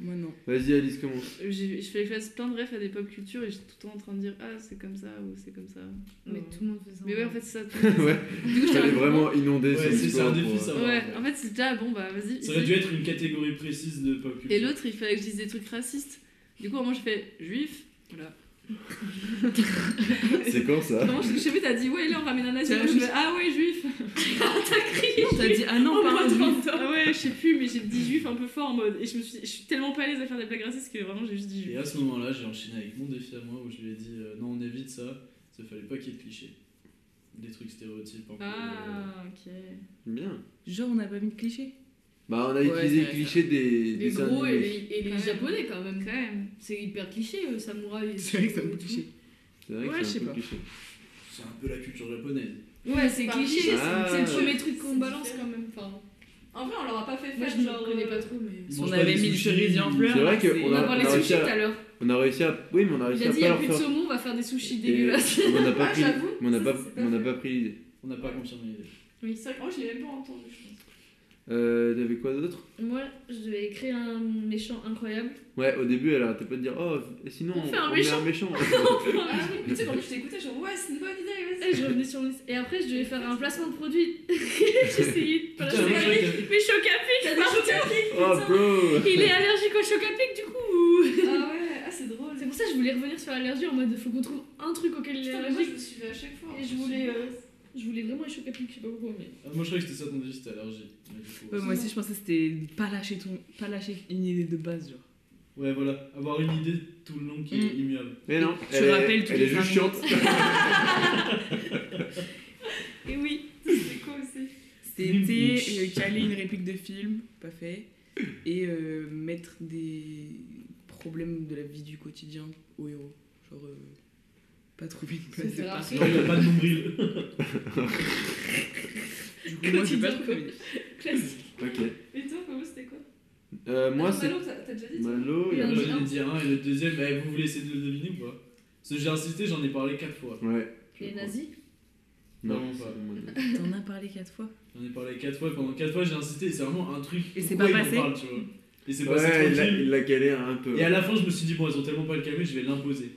Speaker 7: Moi, non.
Speaker 3: Vas-y, Alice, commence.
Speaker 1: J'ai- Je fais je fais plein de refs à des pop culture et j'étais tout le temps en train de dire Ah, c'est comme ça ou c'est comme ça. Euh,
Speaker 4: Mais tout le monde faisait ça.
Speaker 1: Mais ouais, en fait, c'est ça. tout-
Speaker 3: ouais, fallait vraiment inonder
Speaker 5: Ouais,
Speaker 3: son
Speaker 5: c'est- c'est un
Speaker 3: histoire
Speaker 5: défi
Speaker 3: pour, euh,
Speaker 5: ça.
Speaker 1: Ouais, en fait, c'est déjà bon, bah vas-y.
Speaker 5: Ça aurait dû être une catégorie précise de pop culture.
Speaker 1: Et l'autre, il fallait que je dise des trucs racistes. Du coup, moi, je fais juif. Voilà.
Speaker 3: euh, C'est quand ça
Speaker 1: Comment je je sais plus, t'as dit ouais, là on ramène un asiatique.
Speaker 7: T'as
Speaker 1: Je fais, Ah ouais, juif.
Speaker 7: T'as dit, ah non, pas un juif.
Speaker 1: Ah ouais, je sais plus, mais j'ai dit juif un peu fort en mode. Et je me suis, je suis tellement pas à l'aise à faire des blagues racistes que vraiment j'ai juste dit
Speaker 5: Et
Speaker 1: juif.
Speaker 5: à ce moment-là, j'ai enchaîné avec mon défi à moi où je lui ai dit euh, non, on évite ça, ça fallait pas qu'il y ait de clichés. Des trucs stéréotypes un peu, euh,
Speaker 1: Ah, ok.
Speaker 3: Bien.
Speaker 7: Genre, on n'a pas mis de clichés.
Speaker 3: Bah, on a
Speaker 7: Ouais,
Speaker 3: utilisé
Speaker 7: c'est
Speaker 3: le cliché des.
Speaker 2: Les
Speaker 3: dessins
Speaker 2: gros et
Speaker 3: animés.
Speaker 2: les, et les
Speaker 1: Quand même.
Speaker 2: japonais quand même.
Speaker 1: Quand même.
Speaker 2: C'est hyper cliché, euh, samouraï. et
Speaker 7: C'est vrai que ça
Speaker 2: tout,
Speaker 7: me
Speaker 2: et
Speaker 7: cliché.
Speaker 3: C'est vrai que
Speaker 7: Ouais, je
Speaker 3: c'est
Speaker 7: sais
Speaker 3: un peu
Speaker 7: pas.
Speaker 3: cliché.
Speaker 5: C'est un peu la culture japonaise.
Speaker 2: tout. Ouais, c'est
Speaker 1: Par
Speaker 2: cliché,
Speaker 1: cliché,
Speaker 2: c'est-
Speaker 3: Ah.
Speaker 2: c'est le premier truc qu'on
Speaker 1: C'est
Speaker 2: balance
Speaker 1: différent.
Speaker 2: quand même. Enfin,
Speaker 1: En vrai, on leur a pas fait faire
Speaker 2: moi je ne
Speaker 1: genre.
Speaker 2: connais pas
Speaker 1: euh,
Speaker 2: trop, mais.
Speaker 3: Bah,
Speaker 5: Ils
Speaker 7: On
Speaker 5: mangent pas
Speaker 7: avait
Speaker 5: des
Speaker 7: mis le
Speaker 5: sushis.
Speaker 7: cerisier en fleurs. Ah,
Speaker 3: C'est vrai
Speaker 7: là,
Speaker 3: qu'on
Speaker 2: On
Speaker 3: a-
Speaker 2: va voir
Speaker 3: on
Speaker 2: les
Speaker 3: a réussi
Speaker 2: sushis tout
Speaker 3: à-
Speaker 2: à l'heure.
Speaker 3: On a réussi à. Oui, mais on a
Speaker 2: Il
Speaker 3: réussi
Speaker 2: a
Speaker 3: à
Speaker 2: dit il n'y
Speaker 3: pas
Speaker 2: a
Speaker 3: leur
Speaker 2: plus de
Speaker 3: faire.
Speaker 2: saumon, on va faire des sushis
Speaker 3: Et-
Speaker 2: dégueulasses.
Speaker 3: mais on n'a pas
Speaker 1: Ah,
Speaker 3: pris,
Speaker 1: j'avoue,
Speaker 3: mais on n'a
Speaker 1: ça,
Speaker 3: pas,
Speaker 1: c'est pas
Speaker 3: mais on n'a
Speaker 1: fait.
Speaker 3: pas pris l'idée.
Speaker 5: On n'a pas confirmé l'idée.
Speaker 1: Oui, c'est vrai que moi je l'ai même pas entendu, je pense.
Speaker 3: Euh, t'avais quoi d'autre
Speaker 4: Moi, je devais créer un méchant incroyable.
Speaker 3: Ouais, au début, elle arrêtait pas de dire oh, et sinon
Speaker 4: On
Speaker 3: on,
Speaker 4: fait un
Speaker 3: met
Speaker 4: méchant.
Speaker 3: un méchant.
Speaker 1: Ah, mais tu sais, quand je t'écoutais, je suis ouais, c'est une bonne idée, vas-y.
Speaker 4: Et je revenais sur mon liste. Et après, je devais faire un placement de produit. J'essayais de pas
Speaker 5: Putain, moi,
Speaker 4: mais
Speaker 5: j'aurais été-
Speaker 4: Chocapic,
Speaker 3: oh, bro
Speaker 4: il est allergique au Chocapic du coup.
Speaker 1: Ah ouais, ah, c'est drôle.
Speaker 4: C'est pour ça que je voulais revenir sur l'allergie en mode faut qu'on trouve un truc auquel il est
Speaker 1: Putain, mais moi je
Speaker 4: allergique.
Speaker 1: me suivais à chaque fois.
Speaker 4: Et je voulais, euh, je voulais vraiment un Chocapic, je sais pas pourquoi, mais.
Speaker 5: Ah, Moi je croyais que c'était ça ton défi, c'était allergie. Mais du coup,
Speaker 7: Ouais, moi aussi, je pensais que c'était pas lâcher, ton... pas lâcher une idée de base, genre.
Speaker 5: Ouais, voilà, avoir une idée tout le long qui est
Speaker 7: Mm.
Speaker 5: immuable.
Speaker 3: Mais non,
Speaker 7: Je
Speaker 3: elle, est-
Speaker 7: rappelle toutes
Speaker 3: elle
Speaker 7: les
Speaker 3: est juste
Speaker 7: cinq
Speaker 3: chiante.
Speaker 1: Et oui, c'est quoi aussi
Speaker 7: C'était euh, caler une réplique de film, pas fait, et euh, mettre des problèmes de la vie du quotidien au héros. Genre, euh, pas trouver une place
Speaker 2: C'est
Speaker 7: de
Speaker 2: rare.
Speaker 7: parking.
Speaker 5: Genre, il n'y a pas de nombril.
Speaker 7: Du coup, moi, j'ai pas
Speaker 1: Quotidien,
Speaker 7: trouvé.
Speaker 1: Classique.
Speaker 3: Ok.
Speaker 1: Et toi, Fabo, c'était quoi
Speaker 3: Euh, moi,
Speaker 1: Attends,
Speaker 3: c'est.
Speaker 1: Malo, t'as t'as déjà dit toi
Speaker 3: Malo, il y
Speaker 5: Moi
Speaker 3: en
Speaker 5: j'en ai dit un et le deuxième, eh, vous voulez essayer de le deviner ou pas Parce que j'ai insisté, j'en ai parlé 4 fois.
Speaker 3: a- Ouais. je
Speaker 4: Les
Speaker 3: crois.
Speaker 4: nazis
Speaker 3: Non,
Speaker 5: Non,
Speaker 3: c'est
Speaker 5: pas.
Speaker 3: le moins de-
Speaker 7: T'en as parlé quatre fois.
Speaker 5: J'en ai parlé 4 fois, et pendant 4 fois j'ai insisté, et c'est vraiment un truc.
Speaker 7: Et c'est
Speaker 5: pourquoi
Speaker 7: pas
Speaker 5: il en
Speaker 7: passé
Speaker 5: parle, tu vois. Et c'est passé
Speaker 3: Ouais, il l'a-
Speaker 5: tranquille.
Speaker 3: il l'a calé un peu.
Speaker 5: Et à la fin, je me suis dit, bon, ils ont tellement pas le calmé, je vais l'imposer.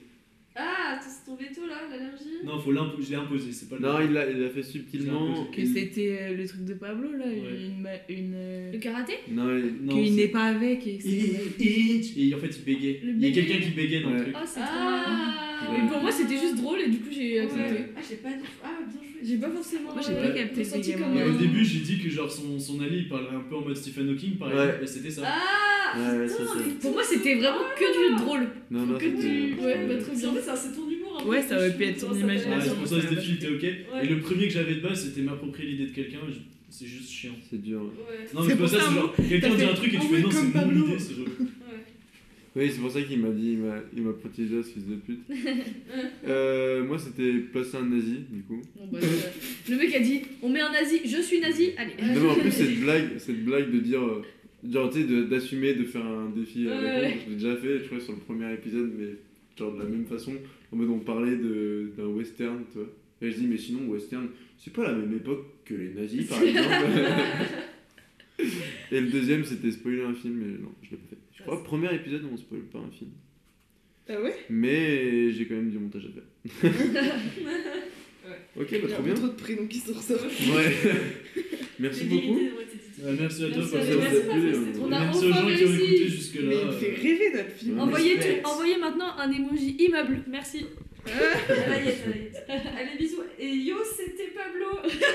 Speaker 1: Ah, c'est ton veto là, l'allergie
Speaker 5: Non, faut l'imposer, je l'ai imposé, c'est pas le.
Speaker 3: Non, il l'a il l'a fait
Speaker 5: Il l'a
Speaker 3: subtilement.
Speaker 7: Que c'était euh, le truc de Pablo, là,
Speaker 5: Ouais.
Speaker 7: une. ma- une euh,
Speaker 4: Le karaté
Speaker 3: Non, il-
Speaker 5: Non,
Speaker 7: Qu'il
Speaker 5: c'est-
Speaker 7: n'est pas avec et c'est-
Speaker 5: Et en fait, il bégait.
Speaker 4: Le
Speaker 5: Il y a
Speaker 4: bégay.
Speaker 5: quelqu'un qui bégait dans le
Speaker 3: Ouais.
Speaker 5: truc.
Speaker 4: Oh, c'est
Speaker 1: Ah
Speaker 3: Ouais.
Speaker 4: Mais pour moi, c'était juste drôle et du coup, j'ai accepté.
Speaker 1: Ouais. Ah, j'ai pas dit. Ah, bien joué.
Speaker 4: J'ai pas forcément.
Speaker 7: Moi, j'ai
Speaker 5: Ouais. Ah
Speaker 7: pas capté ce
Speaker 4: Ressenti comme
Speaker 5: Et
Speaker 7: gamin.
Speaker 5: au début, j'ai dit que genre son, son allié il parlerait un peu en mode Stephen Hawking par
Speaker 3: Ouais.
Speaker 5: exemple, et c'était ça.
Speaker 1: Ah
Speaker 3: Ouais, ouais, c'est ça.
Speaker 4: Pour moi, c'était vraiment que du drôle.
Speaker 3: Non, non,
Speaker 4: que du-
Speaker 3: c'était-
Speaker 4: ouais, bah, très
Speaker 1: C'est
Speaker 4: bien.
Speaker 1: en fait, ça, c'est ton humour. hein. un
Speaker 7: Ouais,
Speaker 1: peu
Speaker 7: ça aurait
Speaker 1: chelou,
Speaker 7: pu être
Speaker 1: genre,
Speaker 7: ton
Speaker 1: ça
Speaker 7: image.
Speaker 1: fait-
Speaker 5: Ouais, Ah, c'est pour ça que ce
Speaker 7: Ouais.
Speaker 5: défi était ok.
Speaker 1: Ouais.
Speaker 5: Et le premier que j'avais de base, c'était m'approprier l'idée de quelqu'un, je- c'est juste chiant.
Speaker 3: C'est dur. hein.
Speaker 1: Ouais.
Speaker 5: Non, mais
Speaker 7: C'est
Speaker 5: c'est pas
Speaker 7: pour
Speaker 5: ça,
Speaker 7: ça,
Speaker 5: c'est
Speaker 7: un
Speaker 5: genre quelqu'un
Speaker 7: t'as
Speaker 5: dit un
Speaker 7: fait,
Speaker 5: truc et
Speaker 7: ah
Speaker 5: tu
Speaker 7: ouais,
Speaker 5: fais non, c'est
Speaker 7: comme
Speaker 5: mon
Speaker 7: Pablo.
Speaker 5: idée, c'est genre.
Speaker 3: Oui, c'est pour ça qu'il m'a dit, il m'a- il m'a protégé à ce fils de pute. Euh, moi, c'était placer un nazi, du coup.
Speaker 4: Bon, bah, je- le mec a dit on met un nazi, je suis nazi, allez.
Speaker 3: Non, mais en plus, cette blague, cette blague de dire. euh, Genre, tu sais, de- d'assumer de, faire un défi à la
Speaker 4: Ouais,
Speaker 3: con, je l'ai déjà fait, je crois, sur le premier épisode, mais genre de la même façon. En mode, on parlait de- d'un western, tu vois. Et je dis, mais sinon, western, c'est pas la même époque que les nazis, par exemple. et le deuxième, c'était spoiler un film, mais non, je l'ai pas fait. Je crois, premier épisode, on spoil pas un film.
Speaker 7: Ah ouais
Speaker 3: Mais j'ai quand même du montage à faire. Ok, bah trop bien.
Speaker 7: trop de prénoms qui se ressortent.
Speaker 3: Ouais. Merci
Speaker 1: Les
Speaker 3: beaucoup.
Speaker 1: vérités devraient être dites.
Speaker 5: Ouais, merci à toi,
Speaker 1: Merci
Speaker 5: Pablo.
Speaker 1: à
Speaker 3: ça
Speaker 1: toi,
Speaker 3: vous a
Speaker 1: merci Fabo, c'était trop
Speaker 3: plu, euh,
Speaker 5: Et
Speaker 4: On a
Speaker 5: merci aux
Speaker 4: enfin
Speaker 5: gens qui ont
Speaker 4: réussi.
Speaker 5: écouté jusque-là.
Speaker 7: Mais il me fait
Speaker 5: euh,
Speaker 7: rêver notre film.
Speaker 3: Ouais.
Speaker 4: Envoyez, tout-
Speaker 7: Respect.
Speaker 4: envoyez maintenant un emoji immeuble, merci.
Speaker 1: Allez, bisous. Et yo, c'était Pablo.